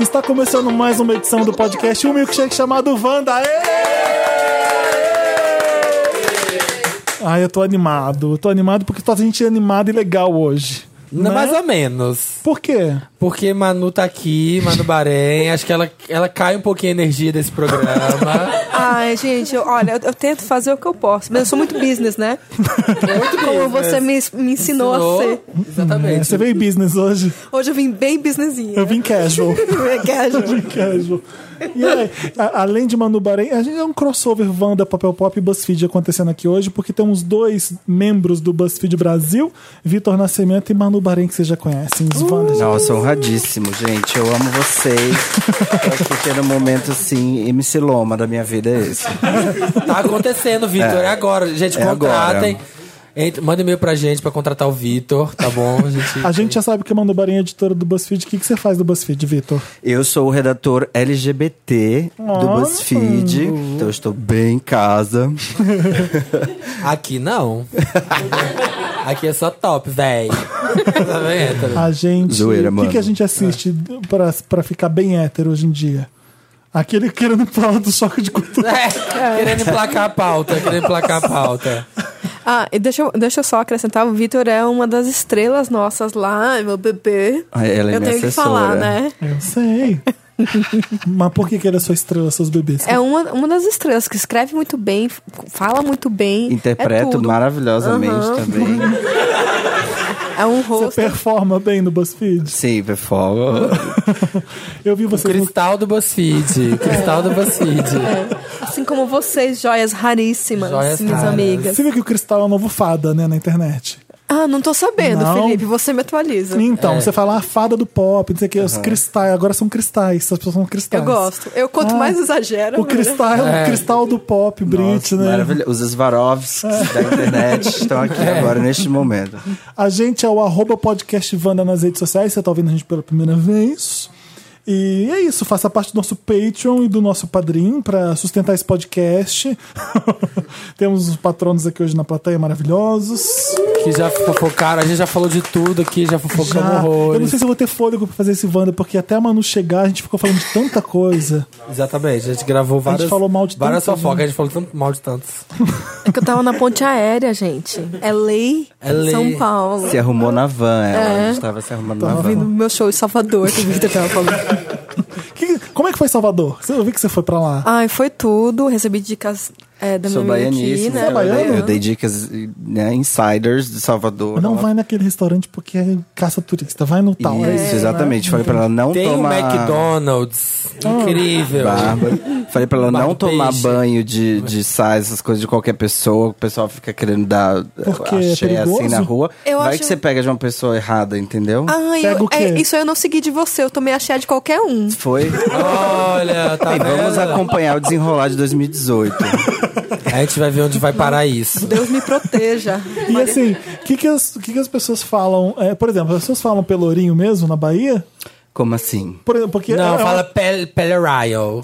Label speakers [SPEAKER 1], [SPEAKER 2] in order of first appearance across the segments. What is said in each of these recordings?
[SPEAKER 1] Está começando mais uma edição do podcast Um Milkshake chamado Wanda. Aê! Ai, eu tô animado. Eu tô animado porque tá a gente animada e legal hoje.
[SPEAKER 2] Não,
[SPEAKER 1] né?
[SPEAKER 2] Mais ou menos.
[SPEAKER 1] Por quê?
[SPEAKER 2] Porque Manu tá aqui, Manu Bahrein. acho que ela, ela cai um pouquinho a energia desse programa.
[SPEAKER 3] Ai, gente, eu- olha, eu, eu tento fazer o que eu posso, mas eu sou muito business, né? Como você me, me ensinou
[SPEAKER 2] Ensinou.
[SPEAKER 3] a ser.
[SPEAKER 2] Exatamente.
[SPEAKER 1] É, você veio business hoje?
[SPEAKER 3] Hoje eu vim bem businessinha.
[SPEAKER 1] Eu vim casual. Eu vim casual. E aí, a- além de Manu Bahrein, a gente é um crossover Wanda, Papel Pop e BuzzFeed acontecendo aqui hoje, porque temos dois membros do BuzzFeed Brasil, Vitor Nascimento e Manu Bahrein, que vocês já conhecem, os Wanda.
[SPEAKER 4] Nossa, honradíssimo, gente. Eu amo vocês. Eu acho que no momento, assim, MC Loma da minha vida é esse.
[SPEAKER 2] Tá acontecendo, Vitor. É. agora. Gente,
[SPEAKER 4] É
[SPEAKER 2] contratem.
[SPEAKER 4] agora.
[SPEAKER 2] Entra- manda e-mail pra gente pra contratar o Vitor, tá bom? A gente,
[SPEAKER 1] A gente já sabe que a Manu Bahrein é editora do BuzzFeed. O que, que você faz do BuzzFeed, Vitor?
[SPEAKER 4] Eu sou o redator LGBT do
[SPEAKER 1] Olha.
[SPEAKER 4] BuzzFeed. Então eu estou bem em casa.
[SPEAKER 2] Aqui não. Aqui é só top, véi. Tá vendo?
[SPEAKER 1] A gente.
[SPEAKER 4] Zoeira,
[SPEAKER 1] o que,
[SPEAKER 4] mano.
[SPEAKER 1] que a gente assiste pra, pra ficar bem hétero hoje em dia? Aquele querendo falar do choque de cultura.
[SPEAKER 2] É, querendo emplacar a pauta, querendo emplacar a pauta.
[SPEAKER 3] Ah, e deixa, eu- deixa eu só acrescentar, o Vitor é uma das estrelas nossas lá, é meu bebê.
[SPEAKER 4] Ah, Ela é
[SPEAKER 3] eu
[SPEAKER 4] minha
[SPEAKER 3] tenho que
[SPEAKER 4] assessora.
[SPEAKER 3] falar, né?
[SPEAKER 1] Eu sei. Mas por que, que ele é sua estrela, seus bebês?
[SPEAKER 3] É uma, uma das estrelas que escreve muito bem, f- fala muito bem. é
[SPEAKER 4] Interpreto
[SPEAKER 3] tudo.
[SPEAKER 4] maravilhosamente também.
[SPEAKER 3] É um
[SPEAKER 1] Você
[SPEAKER 3] rosto.
[SPEAKER 1] performa bem no BuzzFeed.
[SPEAKER 4] Sim,
[SPEAKER 3] É um
[SPEAKER 4] performa.
[SPEAKER 1] Eu vi você no
[SPEAKER 2] Cristal do BuzzFeed. Cristal do BuzzFeed.
[SPEAKER 3] É. Assim como vocês, joias raríssimas,
[SPEAKER 2] Joias
[SPEAKER 3] minhas
[SPEAKER 2] raras.
[SPEAKER 3] amigas.
[SPEAKER 1] Você viu que o Cristal é o novo fada, né, na internet.
[SPEAKER 3] Ah, não tô sabendo,
[SPEAKER 1] Não.
[SPEAKER 3] Felipe. Você me atualiza.
[SPEAKER 1] Então, você fala a fada do pop, não sei o que, os cristais, agora são cristais, as pessoas são cristais.
[SPEAKER 3] Eu gosto. Eu quanto
[SPEAKER 1] Ah,
[SPEAKER 3] mais exagero.
[SPEAKER 1] O cristal, é o cristal do pop, Brit,
[SPEAKER 4] Nossa,
[SPEAKER 1] né?
[SPEAKER 4] maravilha- Os Svarovskis da internet estão aqui
[SPEAKER 3] É.
[SPEAKER 4] agora, neste momento.
[SPEAKER 1] A gente é o arroba podcast Wanda nas redes sociais, você tá ouvindo a gente pela primeira vez. E é isso, faça parte do nosso Patreon e do nosso Padrim para sustentar esse podcast. Temos os patronos aqui hoje na plateia maravilhosos.
[SPEAKER 2] Que já fofocaram, a gente já falou de tudo aqui, já fofocamos
[SPEAKER 1] Já- eu não
[SPEAKER 2] horrores.
[SPEAKER 1] sei se eu vou ter fôlego pra fazer esse Wanda, porque até a Manu chegar a gente ficou falando de tanta coisa.
[SPEAKER 2] Exatamente, a gente gravou várias.
[SPEAKER 1] falou mal de
[SPEAKER 2] várias
[SPEAKER 1] tantas,
[SPEAKER 2] fofocas,
[SPEAKER 1] né?
[SPEAKER 2] a gente falou tanto mal de tantos.
[SPEAKER 3] É que eu tava na ponte aérea, gente. É lei.
[SPEAKER 2] LA.
[SPEAKER 3] São Paulo.
[SPEAKER 4] Se arrumou na van, ela.
[SPEAKER 3] É.
[SPEAKER 4] A gente tava se arrumando na
[SPEAKER 3] Tava vindo
[SPEAKER 4] van.
[SPEAKER 3] meu show em Salvador, que o Victor tava falando.
[SPEAKER 1] Que- como é que foi Salvador? Você- Eu vi que você foi pra lá.
[SPEAKER 3] Ai, foi tudo. Recebi dicas é, da
[SPEAKER 4] Sou
[SPEAKER 3] minha amiga aqui,
[SPEAKER 4] baianíssimo.
[SPEAKER 3] né?
[SPEAKER 1] é
[SPEAKER 4] então eu dei-
[SPEAKER 1] baiana?
[SPEAKER 4] Eu dei dicas, né, insiders de Salvador.
[SPEAKER 1] não
[SPEAKER 4] Ela-
[SPEAKER 1] vai naquele restaurante porque é caça turista, vai no tal. é
[SPEAKER 4] Isso, exatamente. Falei pra ela não
[SPEAKER 2] Tem
[SPEAKER 4] tomar...
[SPEAKER 2] o McDonald's.
[SPEAKER 1] Ah.
[SPEAKER 2] Incrível.
[SPEAKER 4] Bárbara. Falei pra ela
[SPEAKER 2] Bar
[SPEAKER 4] não
[SPEAKER 2] do
[SPEAKER 4] tomar
[SPEAKER 2] peixe.
[SPEAKER 4] banho de, de sais, essas coisas de qualquer pessoa. O pessoal fica querendo dar
[SPEAKER 1] Porque é
[SPEAKER 4] axé
[SPEAKER 1] perigoso?
[SPEAKER 4] assim na rua.
[SPEAKER 3] Eu
[SPEAKER 4] Vai
[SPEAKER 3] acho-
[SPEAKER 4] que você pega de uma pessoa errada, entendeu?
[SPEAKER 3] Ai,
[SPEAKER 1] Pega
[SPEAKER 3] eu-
[SPEAKER 1] o quê?
[SPEAKER 3] é, isso eu não segui de você. Eu tomei a cheia de qualquer um.
[SPEAKER 4] Foi.
[SPEAKER 2] Olha, tá
[SPEAKER 4] Bem, vamos
[SPEAKER 2] vendo?
[SPEAKER 4] acompanhar o desenrolar de 2018.
[SPEAKER 2] A gente vai ver onde vai parar isso.
[SPEAKER 3] Deus me proteja.
[SPEAKER 1] E assim, o que, que, as- que que as pessoas falam? é, por exemplo, as pessoas falam pelourinho mesmo na Bahia?
[SPEAKER 4] Como assim?
[SPEAKER 1] Por exemplo, porque
[SPEAKER 2] Não,
[SPEAKER 1] é,
[SPEAKER 2] fala pel, Pelerial.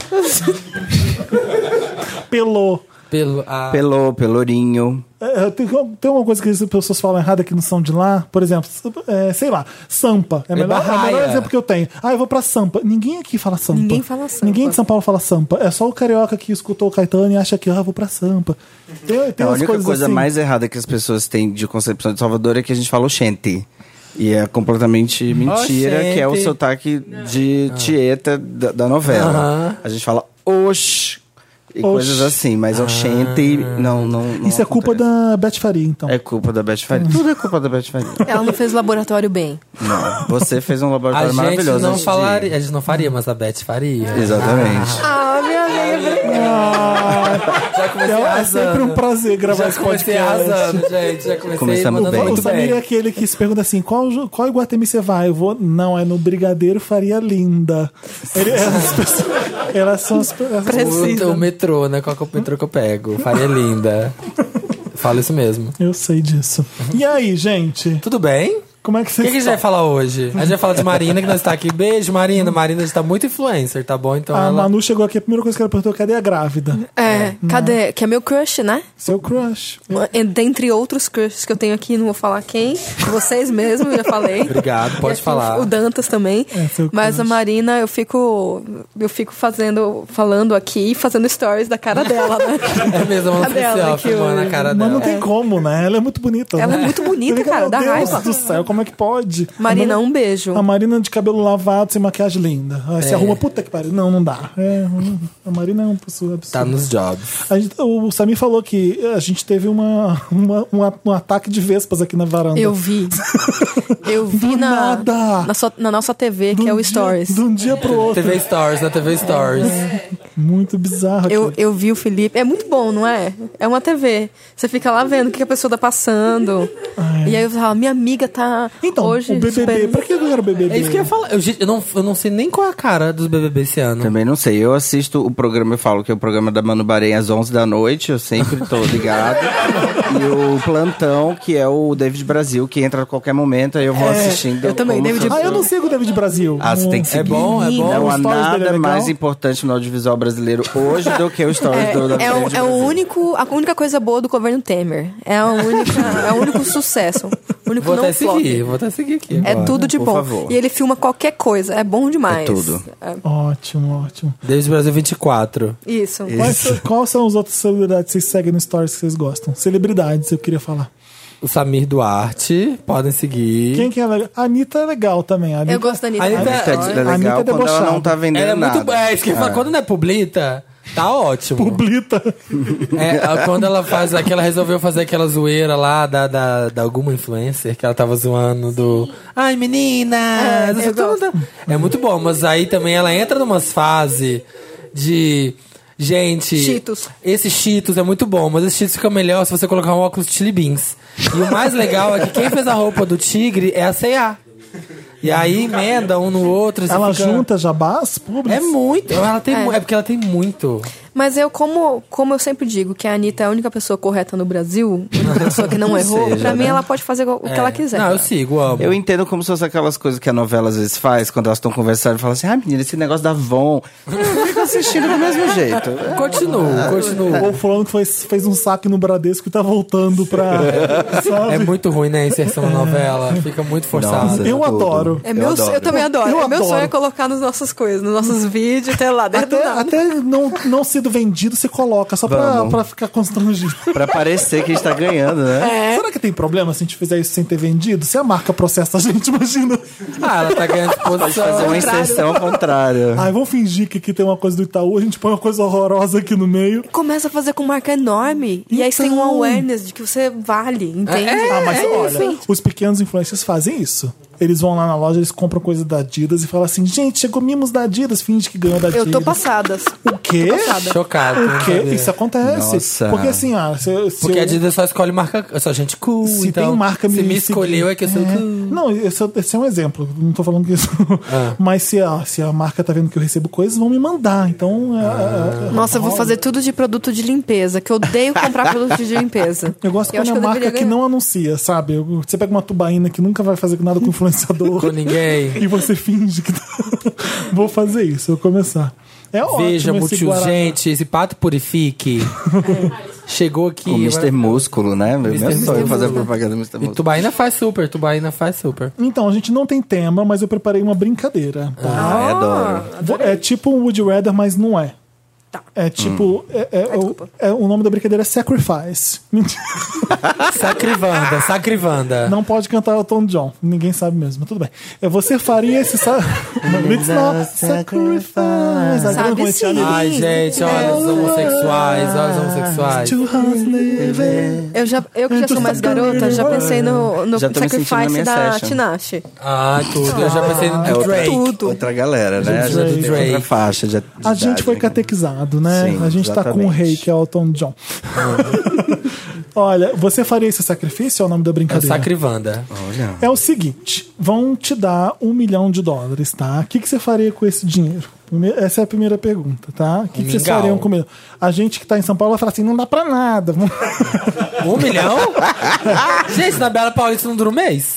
[SPEAKER 1] é pelô.
[SPEAKER 2] Pelo, ah,
[SPEAKER 4] Pelô, pelourinho.
[SPEAKER 1] É, é, tem, tem uma coisa que as pessoas falam errada que não são de lá? Por exemplo, é, sei lá, Sampa. É o melhor, é o
[SPEAKER 2] Barraia.
[SPEAKER 1] melhor exemplo que eu tenho. Ah, eu vou pra Sampa. Ninguém aqui fala Sampa.
[SPEAKER 3] Ninguém fala Sampa.
[SPEAKER 1] Ninguém de São Paulo fala Sampa. É só o carioca que escutou o Caetano e acha que, ah, eu vou pra Sampa. Tem, tem
[SPEAKER 4] É a
[SPEAKER 1] umas
[SPEAKER 4] única
[SPEAKER 1] coisas
[SPEAKER 4] coisa
[SPEAKER 1] assim.
[SPEAKER 4] mais errada que as pessoas têm de concepção de Salvador é que a gente fala oxente. E é completamente mentira, que é o
[SPEAKER 2] Oxente.
[SPEAKER 4] sotaque de tieta da, da novela. A gente fala ox e coisas assim, mas oxente não, não, não
[SPEAKER 1] Isso é culpa
[SPEAKER 4] acontece.
[SPEAKER 1] da Beth Faria, então.
[SPEAKER 4] É culpa da Beth Faria. Tudo é culpa da Beth Faria.
[SPEAKER 3] Ela não fez o laboratório bem.
[SPEAKER 4] Não, você fez um
[SPEAKER 2] a
[SPEAKER 4] laboratório
[SPEAKER 2] gente
[SPEAKER 4] maravilhoso.
[SPEAKER 2] não
[SPEAKER 4] antes de-
[SPEAKER 2] falaria, a gente não faria, mas a Beth faria.
[SPEAKER 4] Exatamente.
[SPEAKER 3] Ah, minha amiga,
[SPEAKER 2] Já comecei
[SPEAKER 1] É, é
[SPEAKER 2] arrasando.
[SPEAKER 1] sempre um prazer gravar
[SPEAKER 2] Já
[SPEAKER 1] esse
[SPEAKER 2] comecei
[SPEAKER 1] podcast.
[SPEAKER 2] arrasando, gente. Já comecei
[SPEAKER 4] Começamos
[SPEAKER 2] mandando
[SPEAKER 4] bem.
[SPEAKER 1] O
[SPEAKER 2] muito
[SPEAKER 1] Samir é
[SPEAKER 2] bem.
[SPEAKER 1] aquele que se pergunta assim: qual, ju- qual Iguatemi você vai? Eu vou. Não, é no Brigadeiro Faria Linda. Ele- elas, elas são as, as-
[SPEAKER 2] O, o metrô, né? Qual que é o metrô que eu pego? Faria linda. Falo isso mesmo.
[SPEAKER 1] Eu sei disso. E aí, gente?
[SPEAKER 2] Tudo bem?
[SPEAKER 1] Como é que
[SPEAKER 2] O
[SPEAKER 1] vocês
[SPEAKER 2] que, que a gente
[SPEAKER 1] estão?
[SPEAKER 2] vai falar hoje? A gente vai falar de Marina, que nós tá aqui. Beijo, Marina. Marina está muito influencer, tá bom? Então
[SPEAKER 1] A
[SPEAKER 2] ela.
[SPEAKER 1] Manu chegou aqui, a primeira coisa que ela perguntou, cadê a grávida?
[SPEAKER 3] É, cadê? Que é meu crush, né?
[SPEAKER 1] Seu crush.
[SPEAKER 3] E Dentre outros crushes que eu tenho aqui, não vou falar quem. Vocês mesmo, já falei.
[SPEAKER 2] Obrigado,
[SPEAKER 3] E assim,
[SPEAKER 2] pode
[SPEAKER 3] aqui
[SPEAKER 2] falar.
[SPEAKER 3] O, o Dantas também.
[SPEAKER 1] É, seu
[SPEAKER 3] Mas a
[SPEAKER 1] crush.
[SPEAKER 3] Marina, eu fico. Eu fico fazendo. falando aqui, fazendo stories da cara dela, né?
[SPEAKER 2] É mesmo,
[SPEAKER 3] A
[SPEAKER 2] mano,
[SPEAKER 3] dela,
[SPEAKER 2] oficial,
[SPEAKER 3] que
[SPEAKER 2] filmando a
[SPEAKER 3] o-
[SPEAKER 2] cara
[SPEAKER 1] Mas não
[SPEAKER 2] dela.
[SPEAKER 1] tem como, né? Ela é muito bonita.
[SPEAKER 3] Ela
[SPEAKER 1] né?
[SPEAKER 3] é muito bonita,
[SPEAKER 1] Você fica,
[SPEAKER 3] cara,
[SPEAKER 1] meu
[SPEAKER 3] dá
[SPEAKER 1] Deus
[SPEAKER 3] raiva.
[SPEAKER 1] do céu, como é que pode?
[SPEAKER 3] Marina,
[SPEAKER 1] A
[SPEAKER 3] um beijo.
[SPEAKER 1] A Marina de cabelo lavado, sem maquiagem linda. Aí se
[SPEAKER 2] É.
[SPEAKER 1] arruma, puta que pariu. Não, não dá. É, hum, a Marina é uma pessoa absurda.
[SPEAKER 2] Tá nos jobs.
[SPEAKER 1] A gente- o Samir falou que a gente teve uma, uma- um a- um ataque de vespas aqui na varanda.
[SPEAKER 3] Eu vi. Eu vi
[SPEAKER 1] Do
[SPEAKER 3] na,
[SPEAKER 1] nada.
[SPEAKER 3] na, sua- na nossa TV,
[SPEAKER 1] De um
[SPEAKER 3] que é o
[SPEAKER 1] dia-
[SPEAKER 3] Stories.
[SPEAKER 1] De um dia pro outro.
[SPEAKER 2] TV Stories,
[SPEAKER 3] né?
[SPEAKER 2] na TV Stories.
[SPEAKER 1] Muito bizarro.
[SPEAKER 3] Eu,
[SPEAKER 1] aquilo.
[SPEAKER 3] eu vi o Felipe. É muito bom, não é? É uma TV. Você fica lá vendo o que que a pessoa tá passando. E aí eu falo, minha amiga tá
[SPEAKER 1] Ah, é. Então,
[SPEAKER 3] hoje.
[SPEAKER 1] o BBB.
[SPEAKER 3] super-
[SPEAKER 1] Pra que eu quero BBB?
[SPEAKER 2] É isso que eu ia falar. Eu, gente, eu não, eu não sei nem qual é a cara dos BBB esse ano.
[SPEAKER 4] Também não sei. Eu assisto o programa, eu falo que é o programa da Manu Bahrein às 11 da noite, eu sempre tô ligado. e o Plantão, que é o David Brasil, que entra a qualquer momento, aí eu vou assistindo.
[SPEAKER 3] eu também,
[SPEAKER 4] como
[SPEAKER 3] David
[SPEAKER 4] se eu
[SPEAKER 1] Ah, eu não
[SPEAKER 4] fosse-
[SPEAKER 1] sigo o David Brasil.
[SPEAKER 4] Ah, você tem que
[SPEAKER 2] É
[SPEAKER 4] seguir.
[SPEAKER 2] bom, é bom.
[SPEAKER 4] Não
[SPEAKER 1] o
[SPEAKER 4] há
[SPEAKER 1] stories dele é
[SPEAKER 4] nada
[SPEAKER 1] legal.
[SPEAKER 4] mais importante no audiovisual brasileiro hoje do que o stories do da
[SPEAKER 3] É, é, o,
[SPEAKER 4] David
[SPEAKER 3] é o
[SPEAKER 4] Brasil.
[SPEAKER 3] único, a única coisa boa do governo Temer. É, a única, é o único sucesso. O único
[SPEAKER 2] Vou
[SPEAKER 3] não
[SPEAKER 2] até
[SPEAKER 3] flop.
[SPEAKER 2] seguir, vou até seguir aqui.
[SPEAKER 3] É
[SPEAKER 2] agora.
[SPEAKER 3] tudo de
[SPEAKER 4] Por
[SPEAKER 3] bom.
[SPEAKER 4] favor.
[SPEAKER 3] E ele filma qualquer coisa. É bom demais.
[SPEAKER 4] É tudo.
[SPEAKER 3] É,
[SPEAKER 1] Ótimo, ótimo.
[SPEAKER 2] Desde o Brasil 24.
[SPEAKER 3] isso.
[SPEAKER 1] Quais, são- quais são os outros celebridades que vocês seguem no Stories que vocês gostam? Celebridades, eu queria falar.
[SPEAKER 2] O Samir Duarte, podem seguir.
[SPEAKER 1] Quem que é legal? A Anitta é legal também. A Anitta,
[SPEAKER 3] Eu gosto da Anitta.
[SPEAKER 2] Anitta-
[SPEAKER 4] Isso é
[SPEAKER 2] Olha,
[SPEAKER 4] legal
[SPEAKER 1] a Anitta é
[SPEAKER 4] quando ela não tá
[SPEAKER 1] debochada.
[SPEAKER 4] vendendo
[SPEAKER 2] Ela é
[SPEAKER 4] nada.
[SPEAKER 2] muito boa. É isso que eu ia falar. Quando não é publita, tá ótimo.
[SPEAKER 1] Publita.
[SPEAKER 2] É, a- quando ela faz aquela, resolveu fazer aquela zoeira lá da, da, da alguma influencer que ela tava zoando do. Ai, menina!
[SPEAKER 3] É, eu gosto.
[SPEAKER 2] É muito bom, mas aí também ela entra numas fases de. Gente.
[SPEAKER 3] Cheetos.
[SPEAKER 2] Esse Cheetos é muito bom, mas esse Cheetos fica melhor se você colocar um óculos Chili Beans. E o mais legal é que quem fez a roupa do tigre é a C&A. E aí emenda um no outro. você
[SPEAKER 1] Ela
[SPEAKER 2] fica-
[SPEAKER 1] junta jabás públicos?
[SPEAKER 2] É muito. Ela tem, mu- é porque ela tem muito.
[SPEAKER 3] Mas eu, como, como eu sempre digo, que a Anitta é a única pessoa correta no Brasil, a única pessoa que não errou,
[SPEAKER 4] seja,
[SPEAKER 3] pra mim
[SPEAKER 4] né?
[SPEAKER 3] ela pode fazer o que
[SPEAKER 2] É.
[SPEAKER 3] ela quiser.
[SPEAKER 2] Não, eu sigo, amo.
[SPEAKER 4] Eu entendo como se fosse aquelas coisas que a novela às vezes faz, quando elas estão conversando e falam assim, ai menina, esse negócio da Von. Eu fico assistindo do mesmo jeito. É
[SPEAKER 2] Continuo,
[SPEAKER 1] Ah,
[SPEAKER 2] continuo.
[SPEAKER 1] Ou fulano que fez, fez um saque no Bradesco e tá voltando pra. sabe?
[SPEAKER 2] É muito ruim, né? A inserção na novela. Fica muito forçada.
[SPEAKER 1] eu
[SPEAKER 4] tudo.
[SPEAKER 1] adoro.
[SPEAKER 3] É meu, eu,
[SPEAKER 4] adoro.
[SPEAKER 3] também adoro.
[SPEAKER 1] Eu
[SPEAKER 3] é meu
[SPEAKER 1] adoro.
[SPEAKER 3] sonho é colocar nos nossos coisas, nos nossos vídeos, até lá,
[SPEAKER 1] Até,
[SPEAKER 3] dentro do nada.
[SPEAKER 1] até não, não sendo vendido, você coloca, só pra,
[SPEAKER 4] Vamos.
[SPEAKER 1] pra ficar constrangido.
[SPEAKER 4] Pra parecer que a gente tá ganhando, né?
[SPEAKER 3] É.
[SPEAKER 1] Será que tem problema se a gente fizer isso sem ter vendido? Se a marca processa a gente, imagina.
[SPEAKER 2] Ah, ela tá ganhando
[SPEAKER 3] É,
[SPEAKER 4] Fazer um
[SPEAKER 2] exposição.
[SPEAKER 4] uma inserção ao contrário.
[SPEAKER 1] Ai, vamos fingir que aqui tem uma coisa do Itaú, a gente põe uma coisa horrorosa aqui no meio.
[SPEAKER 3] Começa a fazer com marca enorme. E aí você tem um
[SPEAKER 1] Então.
[SPEAKER 3] awareness de que você vale, entende?
[SPEAKER 2] é,
[SPEAKER 1] Ah, mas olha, os pequenos influencers fazem isso. Eles vão lá na loja, eles compram coisa da Adidas e falam assim: gente, chegou mimos da Adidas, finge que ganhou da Adidas.
[SPEAKER 3] Eu tô passadas.
[SPEAKER 1] O quê?
[SPEAKER 2] Chocado. não
[SPEAKER 1] O quê?
[SPEAKER 2] sabia.
[SPEAKER 1] Isso é acontece.
[SPEAKER 4] Nossa.
[SPEAKER 1] Porque assim, ah, se, se
[SPEAKER 2] Porque
[SPEAKER 1] eu-
[SPEAKER 2] a Adidas só escolhe marca. Só gente cool.
[SPEAKER 1] se
[SPEAKER 2] então,
[SPEAKER 1] tem marca
[SPEAKER 2] Se me
[SPEAKER 1] seguir-
[SPEAKER 2] escolheu é que eu sou
[SPEAKER 1] É.
[SPEAKER 2] cool.
[SPEAKER 1] Não, esse, é- esse é um exemplo. Não tô falando que isso.
[SPEAKER 2] Ah.
[SPEAKER 1] Mas se a, se a marca tá vendo que eu recebo coisas, vão me mandar. Então. é- é- é-
[SPEAKER 3] Nossa, eu vou fazer tudo de produto de limpeza, que eu odeio comprar produto de limpeza.
[SPEAKER 1] Eu gosto quando é
[SPEAKER 3] acho eu
[SPEAKER 1] marca
[SPEAKER 3] deveria
[SPEAKER 1] que
[SPEAKER 3] ganhar.
[SPEAKER 1] não anuncia, sabe? Eu- Você pega uma tubaína que nunca vai fazer nada com influenciador.
[SPEAKER 2] Com ninguém.
[SPEAKER 1] E você finge que. tá- Vou fazer isso, eu vou começar. É ótimo.
[SPEAKER 2] Veja,
[SPEAKER 1] esse
[SPEAKER 2] multi
[SPEAKER 1] Guaraná.
[SPEAKER 2] gente, esse pato purifique. Chegou aqui.
[SPEAKER 4] O Mr. Músculo, né? Meu
[SPEAKER 2] Mr.
[SPEAKER 4] sonho
[SPEAKER 2] Músculo.
[SPEAKER 4] fazer propaganda do Mr.
[SPEAKER 2] E
[SPEAKER 4] Músculo.
[SPEAKER 2] Tubaína faz super, Tubaína faz super.
[SPEAKER 1] Então, a gente não tem tema, mas eu preparei uma brincadeira. tá?
[SPEAKER 3] Ah,
[SPEAKER 4] Ai, Ah, é adoro.
[SPEAKER 1] Vo- É tipo um Would You Rather, mas não é.
[SPEAKER 3] Tá.
[SPEAKER 1] É
[SPEAKER 4] Hum.
[SPEAKER 1] tipo. É, é- o, é- o nome da brincadeira é Sacrifice. Mentira.
[SPEAKER 2] Sacrivanda, sacrivanda.
[SPEAKER 1] Não pode cantar o Tom John. Ninguém sabe mesmo. mas Tudo bem. É, Você faria esse. Sa... It's not sacrifice. A
[SPEAKER 3] Sabe
[SPEAKER 1] grande
[SPEAKER 3] sim.
[SPEAKER 1] Whitney
[SPEAKER 2] Ai, gente, olha os homossexuais, olha os homossexuais.
[SPEAKER 1] to us living.
[SPEAKER 3] Eu, já, eu que já sou mais garota, já pensei no, no
[SPEAKER 4] Já tô me sentindo na
[SPEAKER 3] sacrifice
[SPEAKER 4] minha
[SPEAKER 3] da
[SPEAKER 4] session.
[SPEAKER 3] Tinashe.
[SPEAKER 2] Ah, tudo. Eu já pensei no
[SPEAKER 4] É outra,
[SPEAKER 2] Drake.
[SPEAKER 3] Tudo.
[SPEAKER 4] outra galera, né? A gente
[SPEAKER 1] Drake.
[SPEAKER 4] tem outra faixa de
[SPEAKER 1] A gente
[SPEAKER 4] idade,
[SPEAKER 1] foi
[SPEAKER 4] né?
[SPEAKER 1] catequizado. errado, né?
[SPEAKER 4] Sim,
[SPEAKER 1] a gente tá com o
[SPEAKER 4] exatamente.
[SPEAKER 1] rei, que é o Elton John. Olha, você faria esse sacrifício? É o nome da
[SPEAKER 2] É o
[SPEAKER 1] brincadeira?
[SPEAKER 2] Sacrivanda.
[SPEAKER 4] Olha.
[SPEAKER 1] É o seguinte, vão te dar um milhão de dólares, tá? O que, que você faria com esse dinheiro? Prime- Essa é a primeira pergunta, tá? O que, que vocês
[SPEAKER 2] Mingau.
[SPEAKER 1] fariam com o milhão? A gente que tá em São Paulo vai falar assim, não dá pra nada. Vamos-
[SPEAKER 2] Um milhão? Gente, na Bela Paulista não dura um mês.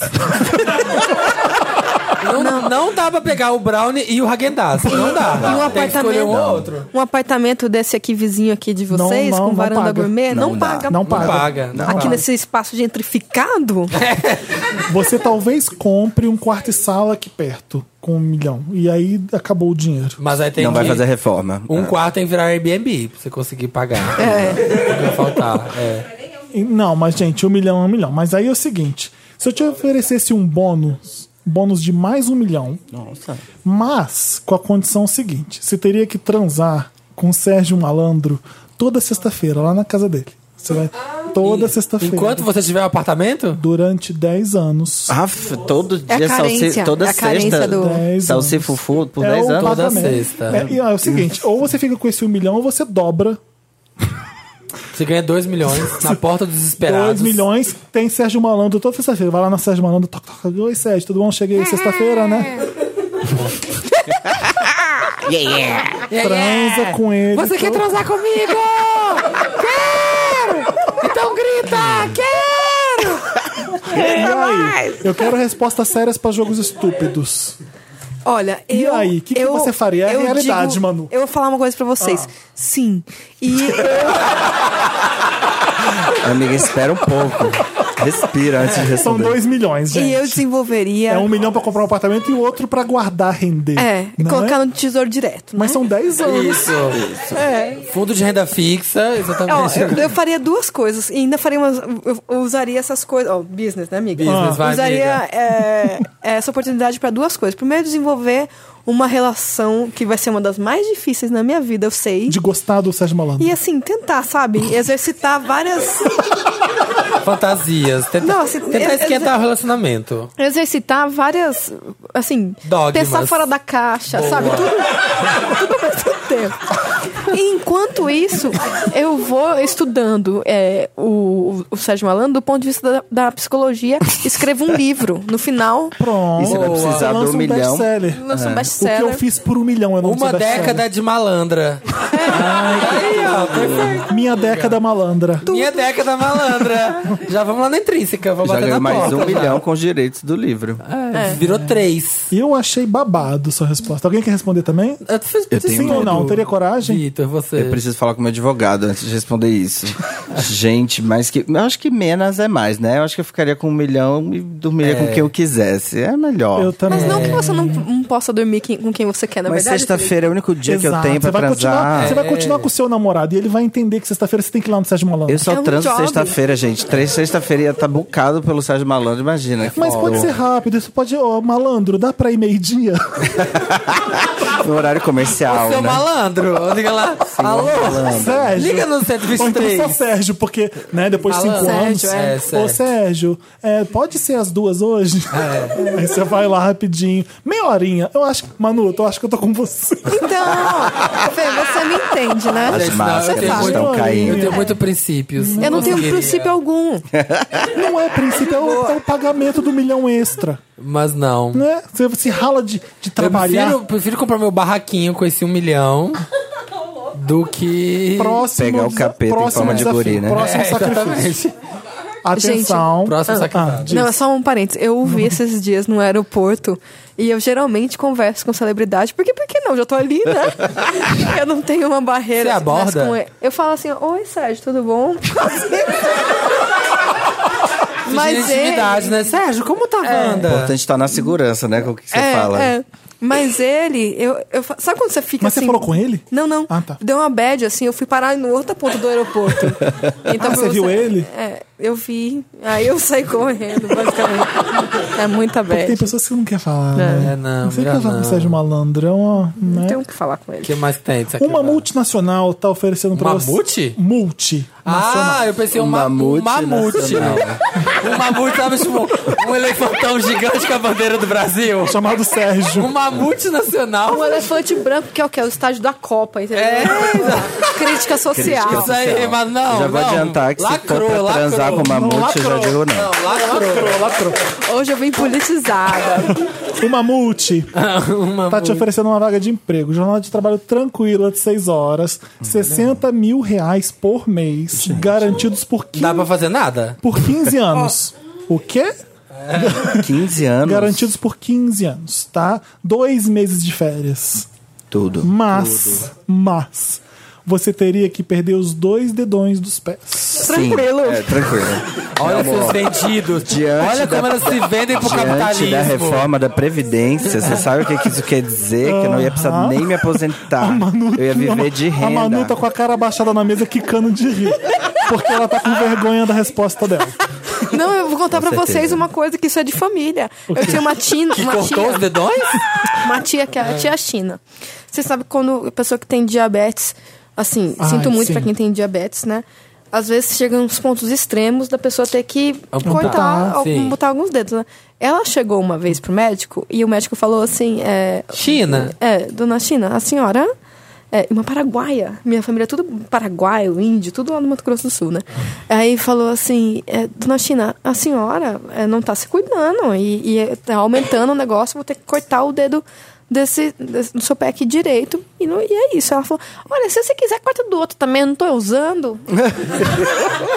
[SPEAKER 2] Não, não dá pra pegar o Brownie e o Hagendaz. Não dá.
[SPEAKER 4] Ah,
[SPEAKER 3] E um
[SPEAKER 2] Tem que escolher
[SPEAKER 3] apartamento.
[SPEAKER 2] um ou outro.
[SPEAKER 3] Um apartamento desse aqui vizinho aqui de vocês,
[SPEAKER 1] Não, não,
[SPEAKER 3] com
[SPEAKER 1] não
[SPEAKER 3] varanda
[SPEAKER 1] paga.
[SPEAKER 3] gourmet, não,
[SPEAKER 4] dá.
[SPEAKER 3] paga.
[SPEAKER 1] Não
[SPEAKER 2] Não
[SPEAKER 1] paga.
[SPEAKER 2] paga. Não
[SPEAKER 3] Aqui
[SPEAKER 2] paga.
[SPEAKER 3] nesse espaço gentrificado?
[SPEAKER 4] É.
[SPEAKER 1] Você talvez compre um quarto e sala aqui perto com um milhão. E aí acabou o dinheiro.
[SPEAKER 2] Mas aí tem
[SPEAKER 4] Não
[SPEAKER 2] que...
[SPEAKER 4] vai fazer reforma. Ah.
[SPEAKER 2] Um quarto tem que virar Airbnb pra você conseguir pagar. É. Vai faltar. É.
[SPEAKER 1] E- Não, mas gente, um milhão é um milhão. Mas aí é o seguinte: se eu te oferecesse um bônus, bônus de mais um milhão,
[SPEAKER 4] Nossa.
[SPEAKER 1] mas com a condição seguinte: você teria que transar com o Sérgio Malandro toda sexta-feira, lá na casa dele. Você vai toda sexta-feira.
[SPEAKER 2] Enquanto você tiver um apartamento,
[SPEAKER 1] Durante 10 anos.
[SPEAKER 4] Aff, todo
[SPEAKER 3] É a
[SPEAKER 4] dia salsi,
[SPEAKER 3] carência,
[SPEAKER 4] toda
[SPEAKER 3] é a carência
[SPEAKER 4] sexta.
[SPEAKER 3] do-
[SPEAKER 1] Dez
[SPEAKER 4] Salsi
[SPEAKER 1] anos.
[SPEAKER 4] fufu por
[SPEAKER 1] é
[SPEAKER 4] 10
[SPEAKER 1] o
[SPEAKER 4] anos.
[SPEAKER 2] toda
[SPEAKER 1] pagamento.
[SPEAKER 2] sexta.
[SPEAKER 1] É, e, ó, é o seguinte: ou você fica com esse um milhão, ou você dobra
[SPEAKER 2] você ganha 2 milhões na porta dos
[SPEAKER 1] 2
[SPEAKER 2] desesperados.
[SPEAKER 1] milhões, tem Sérgio Malandro toda sexta-feira. Vai lá na Sérgio Malandro, toca, toca, oi Sérgio, tudo bom?
[SPEAKER 2] É.
[SPEAKER 1] Cheguei sexta-feira, né?
[SPEAKER 4] Yeah, yeah.
[SPEAKER 2] Yeah, yeah.
[SPEAKER 1] Transa com ele.
[SPEAKER 2] É,
[SPEAKER 1] um
[SPEAKER 2] Você quer
[SPEAKER 1] todo-
[SPEAKER 2] transar comigo? Quero! Então grita! Quero!
[SPEAKER 1] E aí? Eu quero respostas sérias pra jogos estúpidos.
[SPEAKER 3] Olha,
[SPEAKER 1] E
[SPEAKER 3] eu,
[SPEAKER 1] aí, o que que
[SPEAKER 3] eu-
[SPEAKER 1] você faria? É a
[SPEAKER 3] eu
[SPEAKER 1] realidade,
[SPEAKER 3] digo-
[SPEAKER 1] Manu. Ah.
[SPEAKER 3] Eu vou falar uma coisa pra vocês. Sim. E eu,
[SPEAKER 4] Amiga, espera um pouco. Respira antes de
[SPEAKER 1] São
[SPEAKER 4] responder.
[SPEAKER 1] 2 milhões, gente.
[SPEAKER 3] e eu desenvolveria.
[SPEAKER 1] É um milhão pra comprar um apartamento e outro pra guardar, render.
[SPEAKER 3] É,
[SPEAKER 1] Não
[SPEAKER 3] colocar no tesouro direto. né?
[SPEAKER 1] Mas são 10 anos.
[SPEAKER 2] Isso.
[SPEAKER 3] É.
[SPEAKER 2] Fundo de renda fixa,
[SPEAKER 3] Ó,
[SPEAKER 2] exatamente.
[SPEAKER 3] eu, eu faria duas coisas. E ainda faria umas. Eu eu usaria essas coisas. Ó, business, né, amiga?
[SPEAKER 2] Business,
[SPEAKER 3] Eu
[SPEAKER 2] vai,
[SPEAKER 3] usaria é, essa oportunidade para duas coisas. Primeiro, desenvolver uma relação que vai ser uma das mais difíceis na minha vida, eu sei.
[SPEAKER 1] De gostar do Sérgio Malandro.
[SPEAKER 3] E assim, tentar, sabe? Exercitar várias.
[SPEAKER 2] Fantasias. Tenta,
[SPEAKER 3] Não, assim,
[SPEAKER 2] tenta
[SPEAKER 3] eu- eu-
[SPEAKER 2] esquentar o relacionamento.
[SPEAKER 3] exercitar várias. Assim.
[SPEAKER 2] Dogmas.
[SPEAKER 3] Pensar fora da caixa, sabe? Tudo, tudo ao mesmo tempo. E enquanto isso, eu vou estudando é, o, o Sérgio Malandro do ponto de vista da, da psicologia. Escrevo um livro. No final,
[SPEAKER 1] Pronto.
[SPEAKER 4] E você vai precisar
[SPEAKER 1] Lança
[SPEAKER 4] do
[SPEAKER 1] um
[SPEAKER 4] milhão.
[SPEAKER 1] best-seller.
[SPEAKER 3] lança um
[SPEAKER 1] O que eu
[SPEAKER 3] best-seller.
[SPEAKER 1] fiz por um milhão, eu não
[SPEAKER 2] Uma
[SPEAKER 1] sou best-seller.
[SPEAKER 2] década de malandra. Aí, ó, perfeito.
[SPEAKER 1] Minha década malandra.
[SPEAKER 2] Minha década malandra. Já vamos lá na intrínseca, vou
[SPEAKER 4] Já
[SPEAKER 2] bater
[SPEAKER 4] ganhou
[SPEAKER 2] na
[SPEAKER 4] mais
[SPEAKER 2] porta.
[SPEAKER 4] um milhão com os direitos do livro.
[SPEAKER 2] É, Virou três.
[SPEAKER 1] Eu achei babado sua resposta. Alguém quer responder também?
[SPEAKER 2] Eu, fiz-
[SPEAKER 4] Eu
[SPEAKER 2] fiz
[SPEAKER 4] tenho
[SPEAKER 1] Sim ou
[SPEAKER 2] tudo.
[SPEAKER 1] não? Teria coragem?
[SPEAKER 2] Vitor, você.
[SPEAKER 4] Eu preciso falar com meu advogado antes de responder isso. Gente, mas que. Eu acho que menos é mais, né? Eu acho que eu ficaria com um milhão e dormiria com quem eu quisesse. É melhor.
[SPEAKER 1] Eu também.
[SPEAKER 3] Mas não que você não, não possa dormir quem- com quem você quer, na
[SPEAKER 4] mas
[SPEAKER 3] verdade.
[SPEAKER 4] sexta-feira é o único dia que eu
[SPEAKER 1] Exato.
[SPEAKER 4] tenho pra
[SPEAKER 1] você vai continuar,
[SPEAKER 4] transar. é.
[SPEAKER 1] Você vai continuar com o seu namorado e ele vai entender que sexta-feira você tem que ir lá no Sérgio Malandro.
[SPEAKER 4] Eu só
[SPEAKER 3] É um
[SPEAKER 4] transo
[SPEAKER 3] job.
[SPEAKER 4] sexta-feira, gente. Três sexta-feira ia tá bucado pelo Sérgio Malandro, imagina.
[SPEAKER 1] Mas pode ser rápido, isso pode. Ô, malandro, dá pra ir meio-dia?
[SPEAKER 4] No Um horário
[SPEAKER 2] Seu
[SPEAKER 4] comercial, né?
[SPEAKER 2] é malandro. Liga lá. Alô?
[SPEAKER 1] Sérgio.
[SPEAKER 2] Liga no
[SPEAKER 1] Ou então só
[SPEAKER 2] 123.
[SPEAKER 1] Sérgio, porque, né, depois de cinco
[SPEAKER 2] Malandro.
[SPEAKER 1] anos.
[SPEAKER 2] Sérgio, é,
[SPEAKER 1] Ô,
[SPEAKER 2] Sérgio.
[SPEAKER 1] Sérgio, é, pode ser as duas hoje?
[SPEAKER 2] É.
[SPEAKER 1] Aí você vai lá rapidinho. Meia horinha. Eu acho. Manu, eu acho que eu tô com você.
[SPEAKER 3] Então, Fê, você me entende, né?
[SPEAKER 4] As
[SPEAKER 2] Você
[SPEAKER 4] máscaras
[SPEAKER 1] tá
[SPEAKER 2] sabe.
[SPEAKER 4] estão
[SPEAKER 2] Eu
[SPEAKER 4] caindo.
[SPEAKER 2] tenho muito princípios.
[SPEAKER 3] Eu não tenho
[SPEAKER 2] conseguiria.
[SPEAKER 3] princípio algum.
[SPEAKER 1] Não é princípio, é o, é o pagamento do milhão extra.
[SPEAKER 2] Mas não.
[SPEAKER 1] Né? Você se rala de, de
[SPEAKER 2] Eu
[SPEAKER 1] trabalhar.
[SPEAKER 2] prefiro, prefiro comprar meu barraquinho com esse um milhão do que.
[SPEAKER 1] Próximo
[SPEAKER 4] Pegar o
[SPEAKER 1] desa-
[SPEAKER 4] capeta em
[SPEAKER 1] próximo
[SPEAKER 4] forma de
[SPEAKER 1] desafio,
[SPEAKER 4] guri, né?
[SPEAKER 1] Próximo
[SPEAKER 2] É,
[SPEAKER 1] sacrifício.
[SPEAKER 2] exatamente.
[SPEAKER 1] Atenção. Ah,
[SPEAKER 2] Próximo sacrifício. assim,
[SPEAKER 1] diz.
[SPEAKER 3] Não, é só um parênteses. Eu ouvi esses dias no aeroporto e eu geralmente converso com celebridade, porque por que não? Já tô ali, né? Eu não tenho uma barreira.
[SPEAKER 2] Você
[SPEAKER 3] assim, mas
[SPEAKER 2] aborda?
[SPEAKER 3] com ele- Eu falo assim, oi Sérgio, tudo bom?
[SPEAKER 2] Mas
[SPEAKER 3] mas é- ele...
[SPEAKER 2] intimidade, né? Sérgio, como tá a
[SPEAKER 4] O
[SPEAKER 2] banda?
[SPEAKER 4] importante tá na segurança, né? Com o que você
[SPEAKER 3] é,
[SPEAKER 4] fala.
[SPEAKER 3] é. Mas ele, eu, eu fa- sabe quando você fica
[SPEAKER 1] Mas
[SPEAKER 3] assim...
[SPEAKER 1] você falou com ele?
[SPEAKER 3] Não, não.
[SPEAKER 1] Ah, tá.
[SPEAKER 3] Deu uma bad, assim, eu fui parar no outro ponto do aeroporto. Então,
[SPEAKER 1] Ah,
[SPEAKER 3] pra
[SPEAKER 1] você viu ele?
[SPEAKER 3] É, eu vi. Aí eu saí correndo, basicamente. É muita
[SPEAKER 1] Porque tem
[SPEAKER 3] bad.
[SPEAKER 1] pessoas que não quer falar,
[SPEAKER 2] É,
[SPEAKER 1] né?
[SPEAKER 2] não,
[SPEAKER 1] Você
[SPEAKER 2] melhor
[SPEAKER 1] quer falar com o
[SPEAKER 2] não.
[SPEAKER 1] Sérgio um Malandrão, ó, né?
[SPEAKER 3] Não tenho o que falar com ele.
[SPEAKER 2] O que mais que tem? disso aqui, é
[SPEAKER 1] Uma
[SPEAKER 2] Bárbara?
[SPEAKER 1] multinacional tá oferecendo pra você...
[SPEAKER 2] Mamute?
[SPEAKER 1] Multi.
[SPEAKER 2] Ah, eu pensei um mamute. Um
[SPEAKER 4] Mamute
[SPEAKER 2] mamute.
[SPEAKER 4] nacional.
[SPEAKER 2] um mamute, sabe, tipo, um elefantão gigante com a bandeira do Brasil.
[SPEAKER 1] Chamado Sérgio.
[SPEAKER 2] Um mamute nacional.
[SPEAKER 3] Um elefante branco, que é o que? É o estádio da Copa, entendeu?
[SPEAKER 2] É.
[SPEAKER 3] Crítica social.
[SPEAKER 2] Isso aí, mas não.
[SPEAKER 4] é já vou
[SPEAKER 2] não.
[SPEAKER 4] adiantar que se for
[SPEAKER 2] Lacrou,
[SPEAKER 4] pra
[SPEAKER 2] lacrou.
[SPEAKER 4] transar com mamute, eu já digo não.
[SPEAKER 2] Não, lacrou.
[SPEAKER 3] Hoje eu vim politizada.
[SPEAKER 1] Uma multi.
[SPEAKER 2] Uma
[SPEAKER 1] Tá te oferecendo uma vaga de emprego. Jornada de trabalho tranquila de 6 horas. 60 mil reais por mês. Garantidos por, quin-
[SPEAKER 2] Dá pra fazer nada?
[SPEAKER 1] por 15 anos. O quê?
[SPEAKER 4] 15 anos.
[SPEAKER 1] Garantidos por 15 anos, tá? Dois meses de férias.
[SPEAKER 4] Tudo.
[SPEAKER 1] Mas, mas, você teria que perder os dois dedões dos pés.
[SPEAKER 3] Tranquilo.
[SPEAKER 4] É, tranquilo.
[SPEAKER 2] Olha seus vendidos.
[SPEAKER 4] Diante
[SPEAKER 2] Olha como
[SPEAKER 4] da-
[SPEAKER 2] elas se vendem pro
[SPEAKER 4] Diante
[SPEAKER 2] capitalismo.
[SPEAKER 4] da reforma da Previdência, você sabe o que, que isso quer dizer? Que eu não ia precisar nem me aposentar. eu ia viver de
[SPEAKER 1] A
[SPEAKER 4] renda.
[SPEAKER 1] Manu tá com a cara baixada na mesa, quicando de rir. Porque ela tá com vergonha da resposta dela.
[SPEAKER 3] Não, eu vou contar pra
[SPEAKER 4] certeza.
[SPEAKER 3] vocês uma coisa que isso é de família. Eu tinha uma tina.
[SPEAKER 2] Que
[SPEAKER 3] uma
[SPEAKER 2] cortou
[SPEAKER 3] tia-
[SPEAKER 2] os dedões?
[SPEAKER 3] Uma tia que é a tia China. Você sabe quando a pessoa que tem diabetes, assim,
[SPEAKER 1] Ai,
[SPEAKER 3] sinto muito
[SPEAKER 1] sim.
[SPEAKER 3] pra quem tem diabetes, né? Às vezes chegam uns pontos extremos da pessoa ter que
[SPEAKER 2] Amputar.
[SPEAKER 3] cortar, algum-
[SPEAKER 2] Sim.
[SPEAKER 3] botar alguns dedos, né? Ela chegou uma vez pro médico e o médico falou assim: é,
[SPEAKER 2] China.
[SPEAKER 3] é, dona China, a senhora é uma paraguaia. Minha família é tudo paraguaio, índio, tudo lá no Mato Grosso do Sul, né? Aí falou assim, é, dona China, a senhora é, não tá se cuidando e, e é, tá aumentando o negócio, vou ter que cortar o dedo desse, desse- do seu pé aqui direito. E, não- e é isso. Ela falou, olha, se você quiser, corta do outro também, eu não tô usando.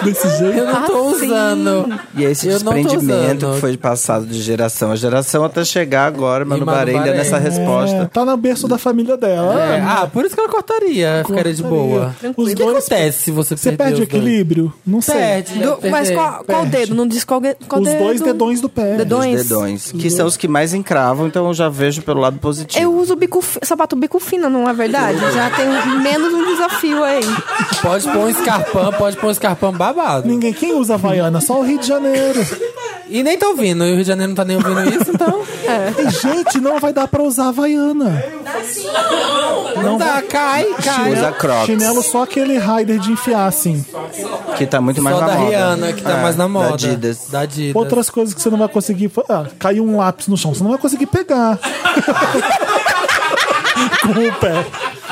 [SPEAKER 1] Desse jeito.
[SPEAKER 2] Eu não tô
[SPEAKER 3] Ah, sim.
[SPEAKER 2] usando.
[SPEAKER 4] E é esse
[SPEAKER 2] Eu não tô
[SPEAKER 4] desprendimento
[SPEAKER 2] usando.
[SPEAKER 4] que foi passado de geração a geração até chegar agora, Manu
[SPEAKER 2] E Manu
[SPEAKER 4] Bahrein, ainda
[SPEAKER 2] Bahrein.
[SPEAKER 4] nessa
[SPEAKER 1] É,
[SPEAKER 4] resposta.
[SPEAKER 1] tá no berço da família dela.
[SPEAKER 2] É, ah, por isso que ela cortaria. Ficaria de boa.
[SPEAKER 1] Os
[SPEAKER 2] O que
[SPEAKER 1] dois-
[SPEAKER 2] acontece se você
[SPEAKER 1] Você
[SPEAKER 2] perder
[SPEAKER 1] perde o
[SPEAKER 2] os dois?
[SPEAKER 1] equilíbrio? Não sei.
[SPEAKER 2] Perde.
[SPEAKER 3] Do-
[SPEAKER 2] deve
[SPEAKER 3] mas
[SPEAKER 2] perder.
[SPEAKER 3] qual, qual dedo? Não diz qual, ge- qual
[SPEAKER 1] Os
[SPEAKER 3] dedo?
[SPEAKER 1] dois dedões do pé.
[SPEAKER 3] Dedões.
[SPEAKER 4] Os dedões, que são os que mais encravam, então eu já vejo pelo lado positivo.
[SPEAKER 3] Eu uso bico, fi- sapato bico fino, não é verdade? Já tem menos um desafio aí.
[SPEAKER 2] Pode pôr um escarpão, pode pôr um escarpão babado.
[SPEAKER 1] Ninguém. Quem usa Havaiana? Só o Rio de Janeiro.
[SPEAKER 2] E nem tá ouvindo, e o Rio de Janeiro não tá nem ouvindo isso, então.
[SPEAKER 1] E, gente, não vai dar pra usar Havaiana.
[SPEAKER 2] Não dá, cai, cai.
[SPEAKER 4] Usa Crocs,
[SPEAKER 1] Chinelo só aquele rider de enfiar, assim.
[SPEAKER 4] que tá muito mais
[SPEAKER 2] Só
[SPEAKER 4] na
[SPEAKER 2] da
[SPEAKER 4] moda.
[SPEAKER 2] Rihanna, que tá
[SPEAKER 4] É,
[SPEAKER 2] mais na moda.
[SPEAKER 4] Da Adidas.
[SPEAKER 2] Da Adidas.
[SPEAKER 1] Outras coisas que você não vai conseguir. Ah, caiu um lápis no chão, você não vai conseguir pegar. Com o pé.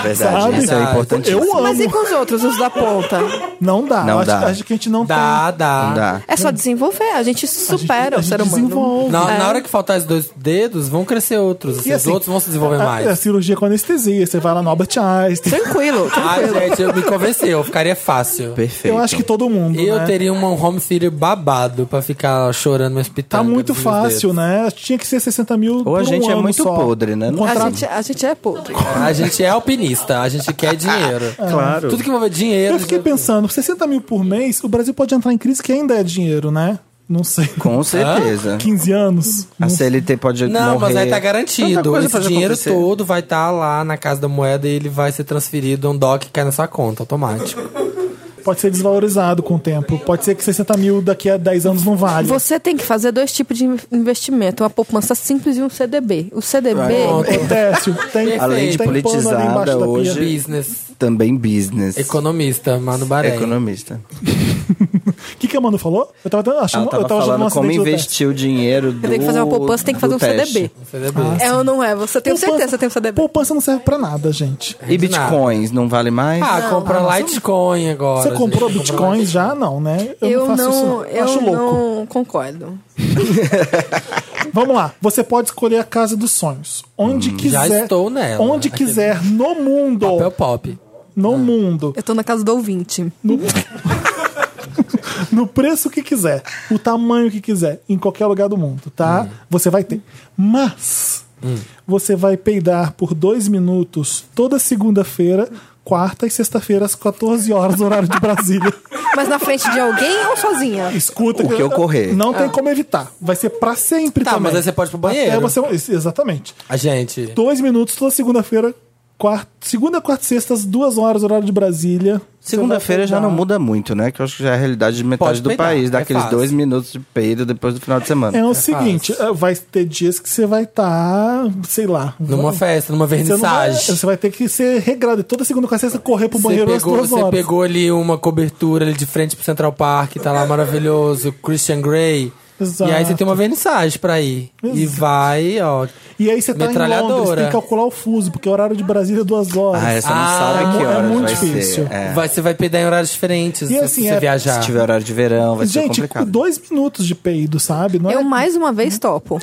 [SPEAKER 4] Verdade,
[SPEAKER 1] Sabe?
[SPEAKER 4] isso é importantíssimo.
[SPEAKER 1] Eu amo.
[SPEAKER 3] Mas é- e com os outros, os da ponta?
[SPEAKER 1] Não dá.
[SPEAKER 4] Não
[SPEAKER 1] acho,
[SPEAKER 4] dá.
[SPEAKER 1] acho que a gente não
[SPEAKER 2] Dá,
[SPEAKER 4] Não
[SPEAKER 2] dá.
[SPEAKER 4] dá.
[SPEAKER 3] É só desenvolver, a gente
[SPEAKER 1] tem.
[SPEAKER 3] supera
[SPEAKER 1] a
[SPEAKER 3] É, o
[SPEAKER 1] gente
[SPEAKER 3] ser humano.
[SPEAKER 1] Desenvolve.
[SPEAKER 2] Na,
[SPEAKER 3] É.
[SPEAKER 2] na hora que faltar os dois dedos, vão crescer outros. Esses
[SPEAKER 1] assim,
[SPEAKER 2] outros vão se desenvolver
[SPEAKER 1] A-
[SPEAKER 2] mais.
[SPEAKER 1] A, cirurgia com anestesia, você vai lá no Albert Einstein.
[SPEAKER 3] Tranquilo,
[SPEAKER 2] Ai,
[SPEAKER 3] tranquilo.
[SPEAKER 2] Ah, gente, eu me convenceu, ficaria fácil.
[SPEAKER 4] Perfeito.
[SPEAKER 1] Eu acho que todo mundo.
[SPEAKER 2] Eu
[SPEAKER 1] né?
[SPEAKER 2] teria um home theater babado pra ficar chorando no hospital.
[SPEAKER 1] Tá muito fácil, né? Tinha que ser 60 mil
[SPEAKER 4] Ou
[SPEAKER 1] por
[SPEAKER 4] a
[SPEAKER 1] um
[SPEAKER 4] gente é
[SPEAKER 1] ano
[SPEAKER 4] muito
[SPEAKER 1] só.
[SPEAKER 4] podre, né?
[SPEAKER 1] Um
[SPEAKER 4] Não
[SPEAKER 3] A
[SPEAKER 1] contrato
[SPEAKER 3] gente, a gente é podre.
[SPEAKER 2] A gente é alpinista, a gente quer dinheiro.
[SPEAKER 4] Claro.
[SPEAKER 2] Tudo que envolve dinheiro.
[SPEAKER 1] Eu fiquei pensando, 60 mil por mês, o Brasil pode entrar em crise que ainda é dinheiro, né? Não sei.
[SPEAKER 4] Com certeza.
[SPEAKER 1] 15 anos.
[SPEAKER 4] A CLT pode
[SPEAKER 2] Não,
[SPEAKER 4] morrer.
[SPEAKER 2] mas aí tá
[SPEAKER 4] Tanta
[SPEAKER 2] garantido.
[SPEAKER 4] coisa
[SPEAKER 2] Esse
[SPEAKER 4] pode
[SPEAKER 2] dinheiro
[SPEAKER 4] acontecer.
[SPEAKER 2] todo vai estar lá na casa da moeda e ele vai ser transferido a um DOC que cai na sua conta, automático.
[SPEAKER 1] Pode ser desvalorizado com o tempo. Pode ser que 60 mil daqui a 10 anos não valha.
[SPEAKER 3] Você tem que fazer dois tipos de in- investimento: uma poupança simples e um CDB. O CDB.
[SPEAKER 2] Pronto.
[SPEAKER 1] Ô, Técio, tem,
[SPEAKER 4] Além de
[SPEAKER 1] tem pano ali
[SPEAKER 4] politizada
[SPEAKER 1] embaixo da pia.
[SPEAKER 4] hoje-
[SPEAKER 2] é Business.
[SPEAKER 4] Também business.
[SPEAKER 2] Economista, Mano Bahrein.
[SPEAKER 4] Economista.
[SPEAKER 1] O que, que a Manu falou? Eu tava achando,
[SPEAKER 4] Ela tava
[SPEAKER 1] eu tava achando um
[SPEAKER 4] falando
[SPEAKER 1] acidente
[SPEAKER 4] como
[SPEAKER 1] do
[SPEAKER 4] investir o dinheiro do
[SPEAKER 3] Tem que fazer uma poupança, tem que fazer
[SPEAKER 4] do
[SPEAKER 3] um
[SPEAKER 4] teste.
[SPEAKER 3] CDB.
[SPEAKER 2] CDB.
[SPEAKER 3] É ou não é? Você tem
[SPEAKER 1] teste.
[SPEAKER 3] certeza que tem um CDB?
[SPEAKER 1] Poupança não serve pra nada, gente.
[SPEAKER 4] E bitcoins, não vale mais?
[SPEAKER 2] Ah, compra Litecoin agora.
[SPEAKER 1] Você
[SPEAKER 2] gente.
[SPEAKER 1] comprou
[SPEAKER 2] Compra
[SPEAKER 1] bitcoins já? Não, né? Eu, não faço isso. Não.
[SPEAKER 3] eu
[SPEAKER 1] acho louco.
[SPEAKER 3] não concordo.
[SPEAKER 1] Vamos lá. Você pode escolher a casa dos sonhos. Onde quiser.
[SPEAKER 2] Hum, já estou nela.
[SPEAKER 1] Onde
[SPEAKER 2] Aquele-
[SPEAKER 1] quiser, no mundo.
[SPEAKER 2] Papel É Ah. pop.
[SPEAKER 1] No mundo.
[SPEAKER 3] Eu tô na casa do ouvinte.
[SPEAKER 1] No preço que quiser. O tamanho que quiser. Em qualquer lugar do mundo,
[SPEAKER 2] Hum.
[SPEAKER 1] tá? Você vai ter. Mas. Você vai peidar por dois minutos toda segunda-feira, quarta e sexta-feira, às 14 horas, horário de Brasília.
[SPEAKER 3] Mas na frente de alguém ou sozinha?
[SPEAKER 1] Escuta
[SPEAKER 4] O que ocorrer.
[SPEAKER 1] Não tem como evitar. Vai ser pra sempre
[SPEAKER 2] Tá,
[SPEAKER 1] também.
[SPEAKER 2] mas aí você pode ir pro
[SPEAKER 1] Até
[SPEAKER 2] banheiro.
[SPEAKER 1] você- Exatamente.
[SPEAKER 2] A gente.
[SPEAKER 1] Dois minutos toda segunda-feira, quarta- segunda, quarta e sexta, às duas horas, horário de Brasília. Você vai
[SPEAKER 4] Segunda-feira já
[SPEAKER 1] peidar.
[SPEAKER 4] não muda muito, né? Que eu acho que já é a realidade de metade
[SPEAKER 2] Pode
[SPEAKER 4] do
[SPEAKER 2] peidar,
[SPEAKER 4] país,
[SPEAKER 2] é
[SPEAKER 4] daqueles
[SPEAKER 2] fácil.
[SPEAKER 4] dois minutos de peido depois do final de semana.
[SPEAKER 1] É o seguinte, eh, vai ter dias que você vai estar, sei lá.
[SPEAKER 2] Numa festa, numa
[SPEAKER 1] Você, não vai,
[SPEAKER 2] vernissagem.
[SPEAKER 1] você vai ter que ser regrado. Toda segunda com a sexta correr pro
[SPEAKER 2] Você
[SPEAKER 1] banheiro
[SPEAKER 2] pegou,
[SPEAKER 1] às duas
[SPEAKER 2] você
[SPEAKER 1] horas.
[SPEAKER 2] pegou ali uma cobertura ali de frente pro Central Park, tá lá maravilhoso, Christian Grey.
[SPEAKER 1] Exato.
[SPEAKER 2] E aí você tem uma vernissagem pra ir. E
[SPEAKER 1] Exato.
[SPEAKER 2] vai, ó.
[SPEAKER 1] E aí você tá em Londres,
[SPEAKER 2] Metralhadora.
[SPEAKER 1] tem que calcular o fuso, porque o horário de Brasília é duas horas.
[SPEAKER 4] Ah, essa não
[SPEAKER 2] Ah,
[SPEAKER 4] sabe
[SPEAKER 2] é
[SPEAKER 4] que
[SPEAKER 1] mu- é
[SPEAKER 4] horas
[SPEAKER 1] muito
[SPEAKER 4] vai
[SPEAKER 1] difícil.
[SPEAKER 4] ser. É.
[SPEAKER 2] Vai, você vai peidar em horários diferentes
[SPEAKER 1] E
[SPEAKER 2] se
[SPEAKER 1] assim,
[SPEAKER 2] você
[SPEAKER 1] é-
[SPEAKER 2] viajar.
[SPEAKER 4] Se tiver horário de verão, vai
[SPEAKER 2] é
[SPEAKER 4] ser
[SPEAKER 1] Gente,
[SPEAKER 4] complicado.
[SPEAKER 1] dois minutos de peido, sabe? Não é-
[SPEAKER 3] Eu mais uma vez topo.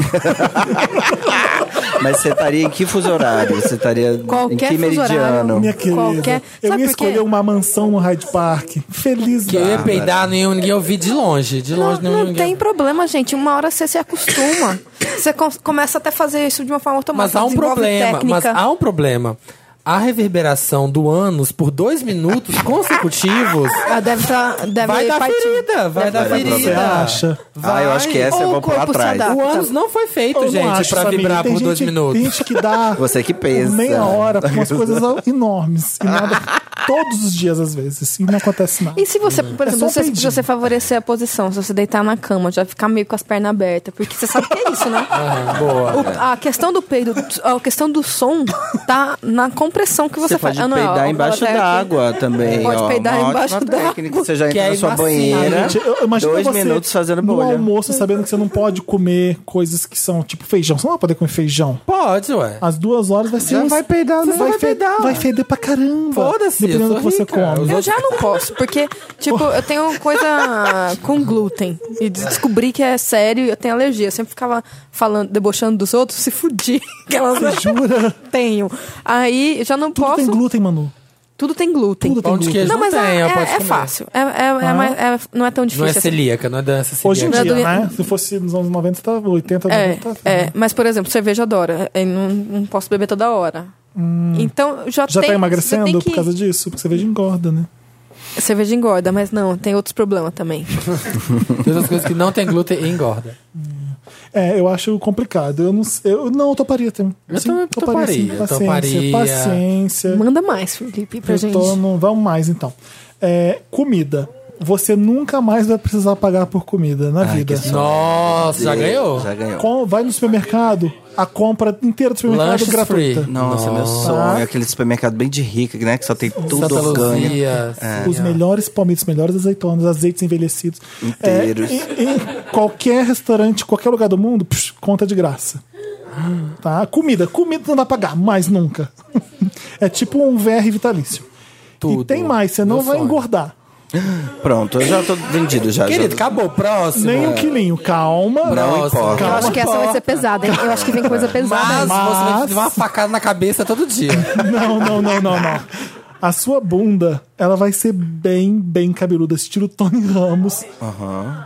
[SPEAKER 4] Mas você estaria em que fuso horário? Você estaria
[SPEAKER 3] Qualquer
[SPEAKER 4] em que
[SPEAKER 3] fuso horário.
[SPEAKER 4] meridiano?
[SPEAKER 1] Minha querida.
[SPEAKER 3] Qualquer-
[SPEAKER 1] Eu
[SPEAKER 3] Sabe
[SPEAKER 1] ia
[SPEAKER 3] por quê?
[SPEAKER 1] escolher uma mansão no Hyde Park. Feliz
[SPEAKER 2] Que eu
[SPEAKER 1] da-
[SPEAKER 2] ia peidar, não ia ninguém ouvir de longe. De
[SPEAKER 3] Não,
[SPEAKER 2] longe não, ia
[SPEAKER 3] não
[SPEAKER 2] ninguém.
[SPEAKER 3] tem problema, gente. Uma hora você se acostuma. Você com- começa até a fazer isso de uma forma automática.
[SPEAKER 2] Mas há um
[SPEAKER 3] desenvolve
[SPEAKER 2] problema. Mas
[SPEAKER 3] técnica.
[SPEAKER 2] há um problema. A reverberação do ânus por dois minutos consecutivos
[SPEAKER 3] Ah, deve tá, deve
[SPEAKER 2] um vai dar
[SPEAKER 3] partir.
[SPEAKER 2] ferida. Vai dar
[SPEAKER 4] problema.
[SPEAKER 2] ferida.
[SPEAKER 1] Você acha?
[SPEAKER 4] Ah, eu acho que essa
[SPEAKER 3] Ou
[SPEAKER 4] eu vou
[SPEAKER 3] o
[SPEAKER 4] pular
[SPEAKER 3] corpo se
[SPEAKER 4] atrás.
[SPEAKER 3] adapta.
[SPEAKER 2] O ânus não foi feito,
[SPEAKER 1] Eu não
[SPEAKER 2] gente,
[SPEAKER 1] acho,
[SPEAKER 2] pra
[SPEAKER 1] Samir.
[SPEAKER 2] vibrar
[SPEAKER 1] Tem
[SPEAKER 2] por dois
[SPEAKER 1] gente-
[SPEAKER 2] minutos.
[SPEAKER 1] Tem gente que dá
[SPEAKER 4] Você que pensa.
[SPEAKER 1] meia hora com umas coisas enormes. E nada, todos os dias, às vezes. E não acontece nada.
[SPEAKER 3] E se você, por
[SPEAKER 2] É
[SPEAKER 1] só um
[SPEAKER 3] exemplo, se você, se
[SPEAKER 1] peidinho.
[SPEAKER 3] você favorecer a posição, se você deitar na cama, já ficar meio com as pernas abertas, porque você sabe que é isso, né?
[SPEAKER 2] Ah, Boa.
[SPEAKER 3] O- a questão do peido, a questão do som tá na compressão que você,
[SPEAKER 4] Você pode
[SPEAKER 3] faz. Ah, não, é
[SPEAKER 4] peidar
[SPEAKER 3] a-
[SPEAKER 4] embaixo
[SPEAKER 3] a-
[SPEAKER 4] d'água também.
[SPEAKER 3] Pode
[SPEAKER 4] ó,
[SPEAKER 3] peidar
[SPEAKER 4] uma
[SPEAKER 3] embaixo
[SPEAKER 4] ótima
[SPEAKER 3] d'água.
[SPEAKER 4] técnica. Você já
[SPEAKER 2] Que
[SPEAKER 4] entra
[SPEAKER 2] é
[SPEAKER 4] na sua
[SPEAKER 2] vacina,
[SPEAKER 4] banheira,
[SPEAKER 1] Gente, eu imagino
[SPEAKER 4] dois
[SPEAKER 1] você
[SPEAKER 4] minutos fazendo
[SPEAKER 1] no
[SPEAKER 4] bolha.
[SPEAKER 1] almoço, sabendo que você não pode comer coisas que são tipo feijão. Você não vai poder comer feijão.
[SPEAKER 2] Pode, ué.
[SPEAKER 1] Às duas horas vai ser.
[SPEAKER 4] Já
[SPEAKER 1] um-
[SPEAKER 4] vai peidar,
[SPEAKER 1] Você
[SPEAKER 4] né?
[SPEAKER 1] vai,
[SPEAKER 4] Vai
[SPEAKER 1] feder,
[SPEAKER 4] peidar.
[SPEAKER 1] vai feder pra caramba.
[SPEAKER 2] Foda-se,
[SPEAKER 1] Dependendo
[SPEAKER 2] eu
[SPEAKER 1] do
[SPEAKER 2] sou
[SPEAKER 1] que você
[SPEAKER 2] rica.
[SPEAKER 1] come.
[SPEAKER 3] Eu já não posso, porque, tipo, eu tenho coisa com glúten. E des- descobri que é sério e eu tenho alergia. Eu sempre ficava falando, debochando dos outros, se fudi. Que elas não
[SPEAKER 1] Jura?
[SPEAKER 3] tenho. Aí eu já não
[SPEAKER 1] Tudo
[SPEAKER 3] posso.
[SPEAKER 1] tem glúten, Manu.
[SPEAKER 3] Tudo tem glúten.
[SPEAKER 1] Tudo tem
[SPEAKER 2] Pão de
[SPEAKER 1] glúten.
[SPEAKER 2] queijo
[SPEAKER 3] Não,
[SPEAKER 2] não,
[SPEAKER 3] mas é-
[SPEAKER 2] tem, eu
[SPEAKER 3] é,
[SPEAKER 2] posso
[SPEAKER 3] é
[SPEAKER 2] comer.
[SPEAKER 3] fácil. É, é- é mais- é- não é tão
[SPEAKER 2] Não é
[SPEAKER 3] difícil. assim.
[SPEAKER 2] celíaca, não é dança
[SPEAKER 1] Hoje em
[SPEAKER 2] celíaca.
[SPEAKER 1] dia,
[SPEAKER 3] Não é do-
[SPEAKER 1] né? Se fosse nos anos 90, tá 80, 90.
[SPEAKER 3] É, é, mas por exemplo, cerveja adora. Eu não, não posso beber toda hora. Então já,
[SPEAKER 1] Hum. Já
[SPEAKER 3] tem,
[SPEAKER 1] tá
[SPEAKER 3] já
[SPEAKER 1] emagrecendo
[SPEAKER 3] tem que-
[SPEAKER 1] por causa disso? Porque cerveja engorda, né?
[SPEAKER 3] Cerveja engorda, mas não, tem outros problemas também.
[SPEAKER 2] Tem outras coisas que não tem glúten e engorda.
[SPEAKER 1] É, eu acho complicado. Eu não sei- eu não eu toparia também.
[SPEAKER 2] Eu também toparia,
[SPEAKER 1] Paciência,
[SPEAKER 2] toparia.
[SPEAKER 1] paciência.
[SPEAKER 3] Manda mais, Felipe, pra
[SPEAKER 1] eu
[SPEAKER 3] gente.
[SPEAKER 1] tô no- vamos mais então. É, comida. Você nunca mais vai precisar pagar por comida na vida.
[SPEAKER 2] Nossa, já ganhou?
[SPEAKER 4] Já é ganhou.
[SPEAKER 1] Com- vai no supermercado, a compra inteira do supermercado é
[SPEAKER 2] Lanches
[SPEAKER 1] gratuita.
[SPEAKER 2] free.
[SPEAKER 4] Nossa, meu sonho. É aquele supermercado bem de rica, né? Que só tem tudo É.
[SPEAKER 2] Santa
[SPEAKER 4] orgânico.
[SPEAKER 2] Luzia.
[SPEAKER 1] Os melhores palmitos, os melhores azeitonas, azeites envelhecidos.
[SPEAKER 4] Inteiros.
[SPEAKER 1] É, em, em qualquer restaurante, qualquer lugar do mundo, psh, conta de graça. Tá? Comida. Comida não dá pra pagar, mais nunca. É tipo um VR vitalício.
[SPEAKER 2] Tudo.
[SPEAKER 1] E tem mais, você não
[SPEAKER 2] Meu
[SPEAKER 1] vai
[SPEAKER 2] sonho.
[SPEAKER 1] engordar.
[SPEAKER 4] Pronto, eu já tô vendido já.
[SPEAKER 2] Querido,
[SPEAKER 4] já...
[SPEAKER 2] acabou. Próximo.
[SPEAKER 1] Nem um quilinho. Calma.
[SPEAKER 4] Não
[SPEAKER 2] Nossa,
[SPEAKER 4] importa.
[SPEAKER 3] Eu acho que essa vai ser
[SPEAKER 2] Porta.
[SPEAKER 3] pesada, hein? Eu acho que vem coisa pesada.
[SPEAKER 2] Mas,
[SPEAKER 3] aí.
[SPEAKER 2] você vai
[SPEAKER 1] Mas-
[SPEAKER 2] ter uma facada na cabeça todo dia.
[SPEAKER 1] Não, não, não, não, não. A sua bunda, ela vai ser bem, bem cabeluda, estilo Tony Ramos.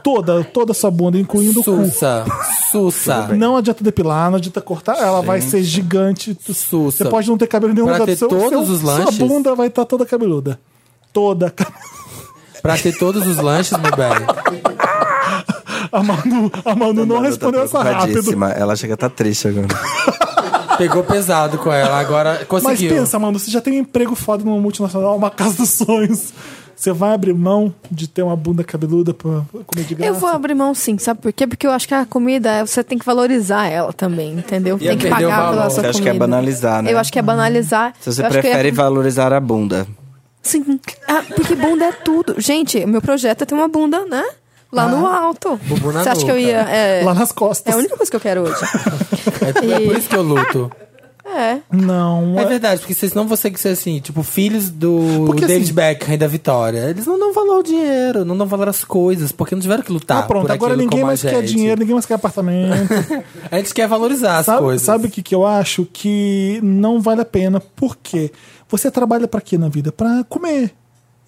[SPEAKER 1] Toda, toda a sua bunda, incluindo o cu.
[SPEAKER 2] Sussa. Sussa.
[SPEAKER 1] Não adianta depilar, não adianta cortar. Ela vai ser gigante.
[SPEAKER 2] Sussa.
[SPEAKER 1] Você pode não ter cabelo em nenhum
[SPEAKER 2] Pra
[SPEAKER 1] lugar
[SPEAKER 2] ter
[SPEAKER 1] do seu,
[SPEAKER 2] todos
[SPEAKER 1] seu-
[SPEAKER 2] os lanches?
[SPEAKER 1] Sua bunda vai estar toda cabeluda. Toda. ca-
[SPEAKER 2] Pra ter todos os lanches, meu bem.
[SPEAKER 1] A Manu, a Manu não
[SPEAKER 4] Manu tá
[SPEAKER 1] respondeu essa rápido.
[SPEAKER 4] preocupadíssima. Ela chega a tá triste agora.
[SPEAKER 2] Pegou pesado com ela. Agora
[SPEAKER 1] Mas
[SPEAKER 2] conseguiu.
[SPEAKER 1] pensa, Manu, você já tem um emprego foda numa multinacional, uma casa dos sonhos. Você vai abrir mão de ter uma bunda cabeluda pra comer de graça?
[SPEAKER 3] Eu vou abrir mão sim, sabe por quê? Porque eu acho que a comida, você tem que valorizar ela também, entendeu? tem que
[SPEAKER 2] perder o
[SPEAKER 3] pagar
[SPEAKER 2] valor.
[SPEAKER 3] pela
[SPEAKER 2] Você
[SPEAKER 3] sua
[SPEAKER 4] acha que
[SPEAKER 3] comida.
[SPEAKER 4] é banalizar, né?
[SPEAKER 3] Eu acho que é banalizar.
[SPEAKER 4] Se você
[SPEAKER 3] Eu acho que eu ia-
[SPEAKER 4] prefere valorizar a bunda.
[SPEAKER 3] Sim. Ah, porque bunda é tudo. Gente, meu projeto é ter uma bunda, né? Lá no alto.
[SPEAKER 2] Bubu na
[SPEAKER 3] Você acha que eu
[SPEAKER 2] nuca.
[SPEAKER 3] ia... É,
[SPEAKER 1] Lá nas costas.
[SPEAKER 3] é a única coisa que eu quero hoje.
[SPEAKER 2] É, é por isso que eu luto.
[SPEAKER 3] É.
[SPEAKER 1] Não, tá
[SPEAKER 2] É verdade, porque vocês não vão ser que ser assim, tipo, filhos do
[SPEAKER 1] Porque,
[SPEAKER 2] David
[SPEAKER 1] assim-
[SPEAKER 2] Beckham e da Vitória. Eles não dão valor ao dinheiro, não dão valor às coisas, porque não tiveram que lutar.
[SPEAKER 1] Ah, pronto,
[SPEAKER 2] por
[SPEAKER 1] agora
[SPEAKER 2] aquilo
[SPEAKER 1] ninguém
[SPEAKER 2] como a
[SPEAKER 1] mais quer
[SPEAKER 2] gente.
[SPEAKER 1] dinheiro, ninguém mais quer apartamento.
[SPEAKER 2] A gente quer valorizar as
[SPEAKER 1] sabe
[SPEAKER 2] coisas.
[SPEAKER 1] sabe o que, que eu acho? Que não vale a pena. Por quê? Você trabalha pra quê na vida? Pra comer.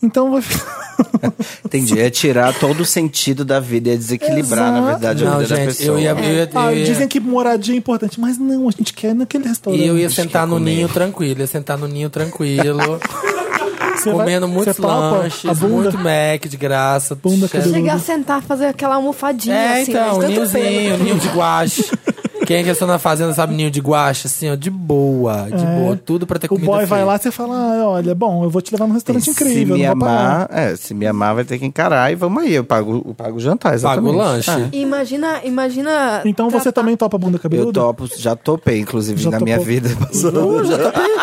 [SPEAKER 1] Então vai
[SPEAKER 4] Entendi. É tirar todo o sentido da vida, é desequilibrar, na
[SPEAKER 1] Exato.
[SPEAKER 4] verdade, a
[SPEAKER 2] Não,
[SPEAKER 4] vida da
[SPEAKER 2] gente,
[SPEAKER 4] pessoa.
[SPEAKER 2] eu ia, eu ia, eu
[SPEAKER 1] Ah,
[SPEAKER 2] ia-
[SPEAKER 1] dizem que moradia é importante, mas não, a gente quer naquele restaurante.
[SPEAKER 2] e eu ia
[SPEAKER 4] Acho que
[SPEAKER 2] sentar
[SPEAKER 4] ia
[SPEAKER 2] no
[SPEAKER 4] comer.
[SPEAKER 2] ninho tranquilo, ia sentar no ninho tranquilo,
[SPEAKER 1] Você vai-
[SPEAKER 2] comendo muitos
[SPEAKER 1] você topa
[SPEAKER 2] lanches,
[SPEAKER 1] a bunda,
[SPEAKER 2] muito Mac de graça.
[SPEAKER 1] Bunda
[SPEAKER 2] chefe.
[SPEAKER 1] cabeluda.
[SPEAKER 3] Chegar a sentar, fazer aquela almofadinha,
[SPEAKER 2] É,
[SPEAKER 1] né?
[SPEAKER 3] assim.
[SPEAKER 2] então,
[SPEAKER 3] mas tanto
[SPEAKER 2] ninhozinho, ninho de guache. Quem é que sou na fazenda sabe ninho de guache, assim, ó, de boa, de
[SPEAKER 1] É.
[SPEAKER 2] boa, tudo pra ter
[SPEAKER 1] O
[SPEAKER 2] comida.
[SPEAKER 1] boy vai
[SPEAKER 2] feita.
[SPEAKER 1] lá e você fala: ah, olha, bom, eu vou te levar num
[SPEAKER 4] Então,
[SPEAKER 1] restaurante
[SPEAKER 4] se
[SPEAKER 1] incrível,
[SPEAKER 4] me
[SPEAKER 1] não vou parar.
[SPEAKER 4] amar, é, se me amar, vai ter que encarar e vamos aí. Eu pago, eu pago o jantar,
[SPEAKER 2] Paga
[SPEAKER 4] exatamente.
[SPEAKER 2] o lanche.
[SPEAKER 4] É.
[SPEAKER 3] Imagina, imagina.
[SPEAKER 1] Então você
[SPEAKER 2] tá,
[SPEAKER 3] tratar-
[SPEAKER 1] também topa a bunda cabeluda?
[SPEAKER 4] Eu topo, É. já topei, inclusive,
[SPEAKER 1] Já
[SPEAKER 4] na minha
[SPEAKER 1] topou.
[SPEAKER 4] vida.
[SPEAKER 2] Uh, já topei,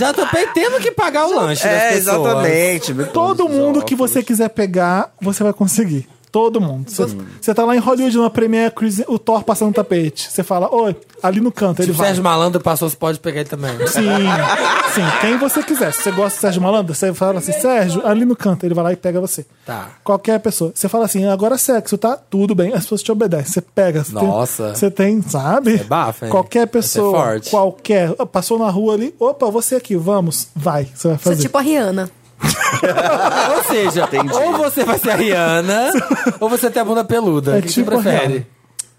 [SPEAKER 2] já topei tendo que pagar o lanche das
[SPEAKER 4] É,
[SPEAKER 2] pessoas.
[SPEAKER 4] exatamente.
[SPEAKER 2] Então,
[SPEAKER 1] Todo mundo que você quiser pegar, você vai conseguir. Todo mundo. Você- Você tá lá em Hollywood, numa Premiere, Chris- o Thor passando o tapete. Você fala, oi, ali no canto, ele
[SPEAKER 2] Tipo,
[SPEAKER 1] vai.
[SPEAKER 2] Sérgio Malandro passou, você pode pegar ele também.
[SPEAKER 1] Sim, sim, quem você quiser. Se você gosta de Sérgio Malandro, você fala assim, Sérgio, ali no canto, ele vai lá e pega você.
[SPEAKER 2] Tá.
[SPEAKER 1] Qualquer pessoa. Você fala assim, agora é sexo, tá? Tudo bem, as pessoas te obedecem. Você pega. Você tem-
[SPEAKER 2] Nossa.
[SPEAKER 1] você tem, sabe? É
[SPEAKER 2] bafo, hein?
[SPEAKER 1] Qualquer
[SPEAKER 2] Vai ser
[SPEAKER 1] pessoa,
[SPEAKER 2] forte.
[SPEAKER 1] qualquer. Passou na rua ali, opa, você aqui, vamos, vai. Você vai
[SPEAKER 3] Você é
[SPEAKER 1] fazer.
[SPEAKER 3] tipo a Rihanna.
[SPEAKER 2] Ou seja, ou você vai ser a Rihanna, ou você tem a bunda peluda.
[SPEAKER 1] É
[SPEAKER 2] O que
[SPEAKER 1] tipo
[SPEAKER 2] você prefere?
[SPEAKER 1] real.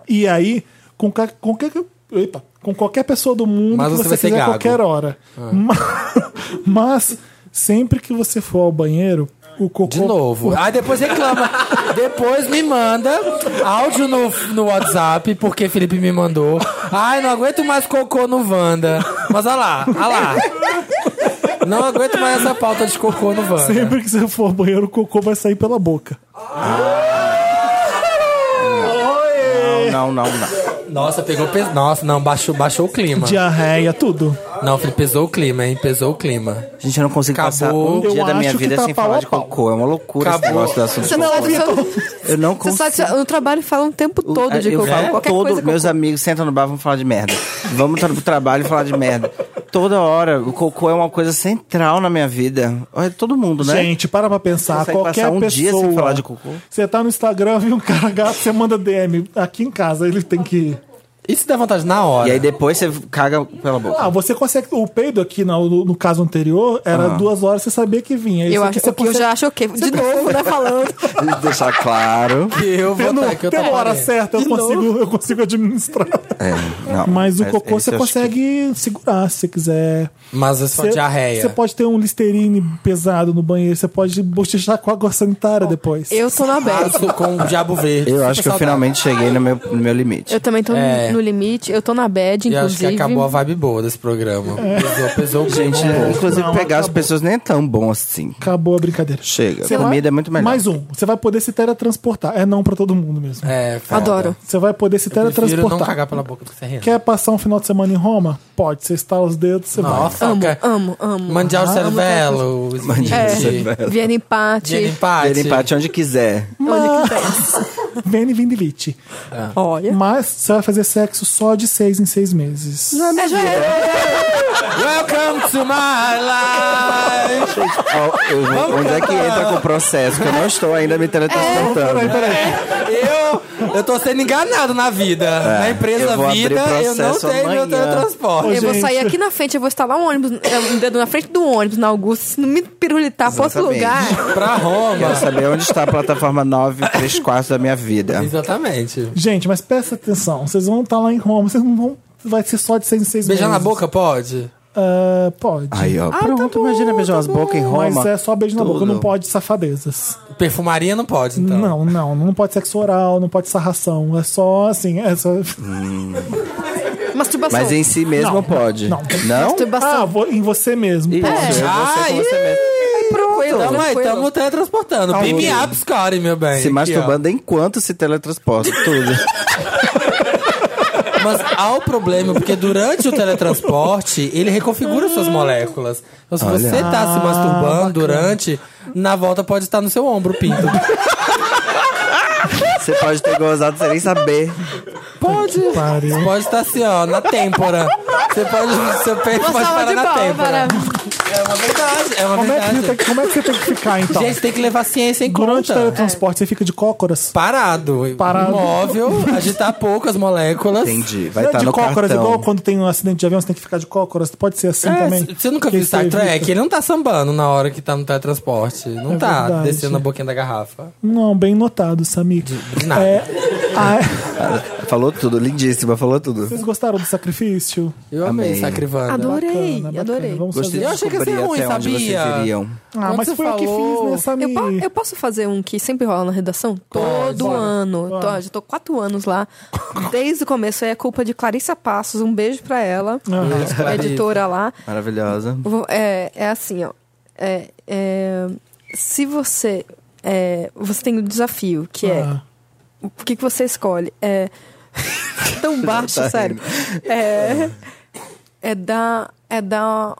[SPEAKER 1] E aí, com, ca- com, que- epa, com qualquer pessoa do mundo
[SPEAKER 2] Mas
[SPEAKER 1] que
[SPEAKER 2] você
[SPEAKER 1] você,
[SPEAKER 2] vai ser
[SPEAKER 1] quiser a
[SPEAKER 2] gago. Ah.
[SPEAKER 1] qualquer hora. Ma- Mas, sempre que você for ao banheiro, o cocô.
[SPEAKER 2] De novo. Aí depois reclama. depois me manda áudio no, no WhatsApp, porque Felipe me mandou. Ai, não aguento mais cocô no Wanda. Mas olha lá, olha lá. Não aguento mais essa pauta de cocô no Wanda.
[SPEAKER 1] Sempre que você for ao banheiro, o cocô vai sair pela boca.
[SPEAKER 4] Não, não, não.
[SPEAKER 2] Nossa, pegou peso. Nossa, não, baixou, baixou o clima.
[SPEAKER 1] Diarreia, tudo.
[SPEAKER 2] Não, Felipe, pesou o clima, hein? Pesou o clima.
[SPEAKER 4] Gente, eu não consigo
[SPEAKER 2] Acabou.
[SPEAKER 4] passar um
[SPEAKER 1] Eu
[SPEAKER 4] dia da minha
[SPEAKER 1] acho que
[SPEAKER 4] vida
[SPEAKER 1] tá
[SPEAKER 4] sem
[SPEAKER 1] pau
[SPEAKER 4] falar
[SPEAKER 1] a
[SPEAKER 4] de
[SPEAKER 1] pau.
[SPEAKER 4] cocô. É uma loucura esse
[SPEAKER 2] Acabou.
[SPEAKER 4] negócio do assunto.
[SPEAKER 3] Você
[SPEAKER 4] de
[SPEAKER 3] não,
[SPEAKER 4] cocô.
[SPEAKER 3] você só,
[SPEAKER 4] Eu não
[SPEAKER 3] você só-
[SPEAKER 4] consigo.
[SPEAKER 3] só- no trabalho falam o tempo todo de
[SPEAKER 4] é, eu
[SPEAKER 3] cocô.
[SPEAKER 4] falo
[SPEAKER 3] Qualquer
[SPEAKER 4] é todo,
[SPEAKER 3] coisa
[SPEAKER 4] meus
[SPEAKER 3] cocô.
[SPEAKER 4] amigos sentam no bar e vão falar de merda. Vamos tra pro trabalho e falar de merda. Toda hora, o cocô é uma coisa central na minha vida. É todo mundo, né?
[SPEAKER 1] Gente, para pra pensar.
[SPEAKER 4] Consegue
[SPEAKER 1] Qualquer
[SPEAKER 4] passar um
[SPEAKER 1] pessoa.
[SPEAKER 4] dia sem falar de cocô?
[SPEAKER 1] Você tá no Instagram, viu um cara gato, você manda DM. Aqui em casa, ele tem que. ir.
[SPEAKER 2] E se der vontade na hora?
[SPEAKER 4] E aí depois você caga pela boca.
[SPEAKER 1] Ah, você consegue. O peido aqui no, no- no caso anterior era
[SPEAKER 2] Ah.
[SPEAKER 1] duas horas, você sabia que vinha. Esse
[SPEAKER 3] Eu,
[SPEAKER 1] aqui
[SPEAKER 3] acho,
[SPEAKER 1] você
[SPEAKER 3] o que eu
[SPEAKER 1] consegue-
[SPEAKER 3] já acho o quê? De novo, né? Falando.
[SPEAKER 4] Deixar claro.
[SPEAKER 2] eu vou
[SPEAKER 1] Eu
[SPEAKER 2] tá
[SPEAKER 1] não,
[SPEAKER 2] aqui, eu
[SPEAKER 1] tem uma hora
[SPEAKER 2] taparei.
[SPEAKER 1] certa, eu consigo, eu consigo administrar.
[SPEAKER 4] Não,
[SPEAKER 1] Mas o
[SPEAKER 4] é-
[SPEAKER 1] cocô
[SPEAKER 4] esse
[SPEAKER 1] você
[SPEAKER 4] eu acho que-
[SPEAKER 1] consegue segurar se você quiser.
[SPEAKER 2] Mas é só
[SPEAKER 1] Você-
[SPEAKER 2] diarreia.
[SPEAKER 1] Você pode ter um listerine pesado no banheiro, você pode bochechar com água sanitária depois.
[SPEAKER 3] Eu tô na bad.
[SPEAKER 2] Arraso Tá com o um diabo verde.
[SPEAKER 4] Eu
[SPEAKER 2] Super
[SPEAKER 4] acho que eu
[SPEAKER 2] saudável.
[SPEAKER 4] finalmente cheguei no meu, no meu limite.
[SPEAKER 3] Eu também tô
[SPEAKER 2] É.
[SPEAKER 3] no limite. Eu tô na bad,
[SPEAKER 2] E tá- acho
[SPEAKER 3] inclusive.
[SPEAKER 2] que acabou a vibe boa desse programa. Pesou, pesou o clima.
[SPEAKER 4] Gente,
[SPEAKER 2] um pouco.
[SPEAKER 4] inclusive
[SPEAKER 1] Não,
[SPEAKER 4] pegar as pessoas nem é tão bom assim.
[SPEAKER 1] Acabou a brincadeira.
[SPEAKER 4] Chega.
[SPEAKER 1] Você
[SPEAKER 4] Comida
[SPEAKER 1] vai-
[SPEAKER 4] é muito melhor.
[SPEAKER 1] Mais um. Você vai poder se teletransportar. É não pra todo mundo mesmo.
[SPEAKER 2] É, foda.
[SPEAKER 3] Adoro.
[SPEAKER 1] Você vai poder se
[SPEAKER 2] Prefiro
[SPEAKER 1] teletransportar.
[SPEAKER 2] não cagar pela boca do Serrano.
[SPEAKER 1] Quer passar um final de semana em Roma? Pode. Você estala os dedos, você vai.
[SPEAKER 2] Nossa, cara.
[SPEAKER 3] Amo, Ah, amo.
[SPEAKER 2] Mandiar o cervelo, o Smith,
[SPEAKER 3] É. Viena empate.
[SPEAKER 2] Jenny Patti.
[SPEAKER 4] Ele empate onde quiser.
[SPEAKER 1] Vene Vindilite.
[SPEAKER 3] Olha.
[SPEAKER 1] Mas você vai fazer sexo só de seis em seis meses.
[SPEAKER 3] É, já era.
[SPEAKER 2] Welcome to my life!
[SPEAKER 4] Ó, eu- onde é que entra com o processo? Que eu não estou ainda me
[SPEAKER 1] É, Peraí,
[SPEAKER 4] teletransportando.
[SPEAKER 1] peraí.
[SPEAKER 2] Eu, eu tô sendo enganado na vida. na empresa
[SPEAKER 4] É, eu vou abrir
[SPEAKER 2] vida, eu não
[SPEAKER 4] processo
[SPEAKER 2] tenho meu
[SPEAKER 4] amanhã.
[SPEAKER 2] teletransporte.
[SPEAKER 1] Ô,
[SPEAKER 3] Eu vou
[SPEAKER 1] gente.
[SPEAKER 3] sair aqui na frente, eu vou instalar um ônibus, é, um dedo na frente do ônibus na Augusta, se não me pirulitar pra outro lugar.
[SPEAKER 4] Exatamente.
[SPEAKER 2] Pra Roma.
[SPEAKER 4] Quero saber onde está a plataforma 9 3 quartos da minha vida.
[SPEAKER 1] Ah,
[SPEAKER 2] Exatamente.
[SPEAKER 1] Gente, mas presta atenção. Vocês vão estar lá em Roma. Vocês não vão. Vai ser só de seis em seis
[SPEAKER 2] Beijar na
[SPEAKER 1] meses.
[SPEAKER 2] boca pode?
[SPEAKER 1] Ah, pode.
[SPEAKER 4] Aí, ó.
[SPEAKER 3] tá
[SPEAKER 4] Pronto,
[SPEAKER 3] bom,
[SPEAKER 4] imagina beijar as bocas em Roma.
[SPEAKER 1] Mas é só beijo na boca,
[SPEAKER 4] Tudo.
[SPEAKER 1] não pode safadezas.
[SPEAKER 2] Perfumaria não pode, então.
[SPEAKER 1] Não, não, não pode sexo oral, não pode sarração. É só assim, é só.
[SPEAKER 3] Masturbação.
[SPEAKER 4] Mas em si mesmo
[SPEAKER 1] Não,
[SPEAKER 4] pode.
[SPEAKER 1] não.
[SPEAKER 4] Não?
[SPEAKER 1] Ah,
[SPEAKER 3] Masturbação.
[SPEAKER 1] vo- em você
[SPEAKER 3] É.
[SPEAKER 1] mesmo.
[SPEAKER 4] Isso,
[SPEAKER 1] Pode.
[SPEAKER 4] eu vou
[SPEAKER 3] Ah,
[SPEAKER 4] ser
[SPEAKER 2] Ai,
[SPEAKER 4] com você mesmo.
[SPEAKER 2] Pronto. Tamo aí,
[SPEAKER 3] tranquilo.
[SPEAKER 2] tamo teletransportando. Beam me up, Scotty, meu bem.
[SPEAKER 4] Tá Se
[SPEAKER 2] Aqui,
[SPEAKER 4] masturbando enquanto se teletransporta. Tudo.
[SPEAKER 2] ó. Mas há o problema, porque durante o teletransporte, ele reconfigura suas moléculas. Então, se você tá se
[SPEAKER 1] Ah,
[SPEAKER 2] masturbando durante, na volta pode estar no seu ombro, pinto.
[SPEAKER 4] Você pode ter gozado sem nem saber.
[SPEAKER 2] Pode.
[SPEAKER 1] pariu.
[SPEAKER 2] Você pode estar assim, ó, na têmpora. Você pode. Seu peito
[SPEAKER 3] Uma
[SPEAKER 2] pode
[SPEAKER 3] salva
[SPEAKER 2] parar
[SPEAKER 3] de
[SPEAKER 2] na
[SPEAKER 3] palmas.
[SPEAKER 2] têmpora. É uma verdade, é uma
[SPEAKER 1] Como é, que
[SPEAKER 2] verdade.
[SPEAKER 1] você tem, como é que você tem que ficar, então?
[SPEAKER 2] Gente, tem que levar a ciência em
[SPEAKER 1] Durante o
[SPEAKER 2] conta.
[SPEAKER 1] teletransporte, você fica de cócoras.
[SPEAKER 2] Parado,
[SPEAKER 1] Parado.
[SPEAKER 2] imóvel, agitar pouco as moléculas.
[SPEAKER 4] Entendi. Vai
[SPEAKER 1] Não é
[SPEAKER 4] estar
[SPEAKER 1] de
[SPEAKER 4] no
[SPEAKER 1] cócoras,
[SPEAKER 4] cartão.
[SPEAKER 1] igual quando tem um acidente de avião, você tem que ficar de cócoras. Pode ser assim
[SPEAKER 2] É,
[SPEAKER 1] também.
[SPEAKER 2] c- Você nunca
[SPEAKER 1] Que
[SPEAKER 2] viu
[SPEAKER 1] isso
[SPEAKER 2] Star
[SPEAKER 1] evita.
[SPEAKER 2] Trek? Ele não tá sambando na hora que tá no teletransporte. Não
[SPEAKER 1] É
[SPEAKER 2] tá
[SPEAKER 1] verdade.
[SPEAKER 2] descendo a boquinha da garrafa.
[SPEAKER 1] É, Não, bem notado, Samir.
[SPEAKER 2] de nada.
[SPEAKER 1] É, a-
[SPEAKER 4] falou tudo, lindíssima, falou tudo.
[SPEAKER 1] Vocês gostaram do sacrifício?
[SPEAKER 2] Eu amei,
[SPEAKER 4] Amei.
[SPEAKER 2] sacrivando.
[SPEAKER 3] Adorei,
[SPEAKER 1] Bacana, bacana.
[SPEAKER 3] adorei.
[SPEAKER 1] Vamos
[SPEAKER 4] Gostei de
[SPEAKER 2] Eu
[SPEAKER 1] fazer.
[SPEAKER 2] achei que ia ser
[SPEAKER 4] descobrir
[SPEAKER 2] ruim,
[SPEAKER 4] até onde vocês
[SPEAKER 2] sabia?
[SPEAKER 4] iriam.
[SPEAKER 1] Ah,
[SPEAKER 2] Quando
[SPEAKER 1] mas
[SPEAKER 2] você
[SPEAKER 1] foi o que
[SPEAKER 2] falou-
[SPEAKER 1] fiz, né, Samir?
[SPEAKER 3] Eu, po- eu posso fazer um que sempre rola na redação? Todo
[SPEAKER 2] bora.
[SPEAKER 3] ano. Tô- já tô quatro anos lá. Desde o começo aí é culpa de Clarissa Passos. Um beijo pra ela,
[SPEAKER 2] Ah, Beijo, Clarice.
[SPEAKER 3] editora lá.
[SPEAKER 4] Maravilhosa.
[SPEAKER 3] Vou- É, é assim, ó. É, é, se você. é, você tem um desafio, que é.
[SPEAKER 1] Ah.
[SPEAKER 3] O que, que você escolhe? É. tão baixo,
[SPEAKER 4] tá
[SPEAKER 3] sério. É.
[SPEAKER 4] Ah.
[SPEAKER 3] É dar. É dar.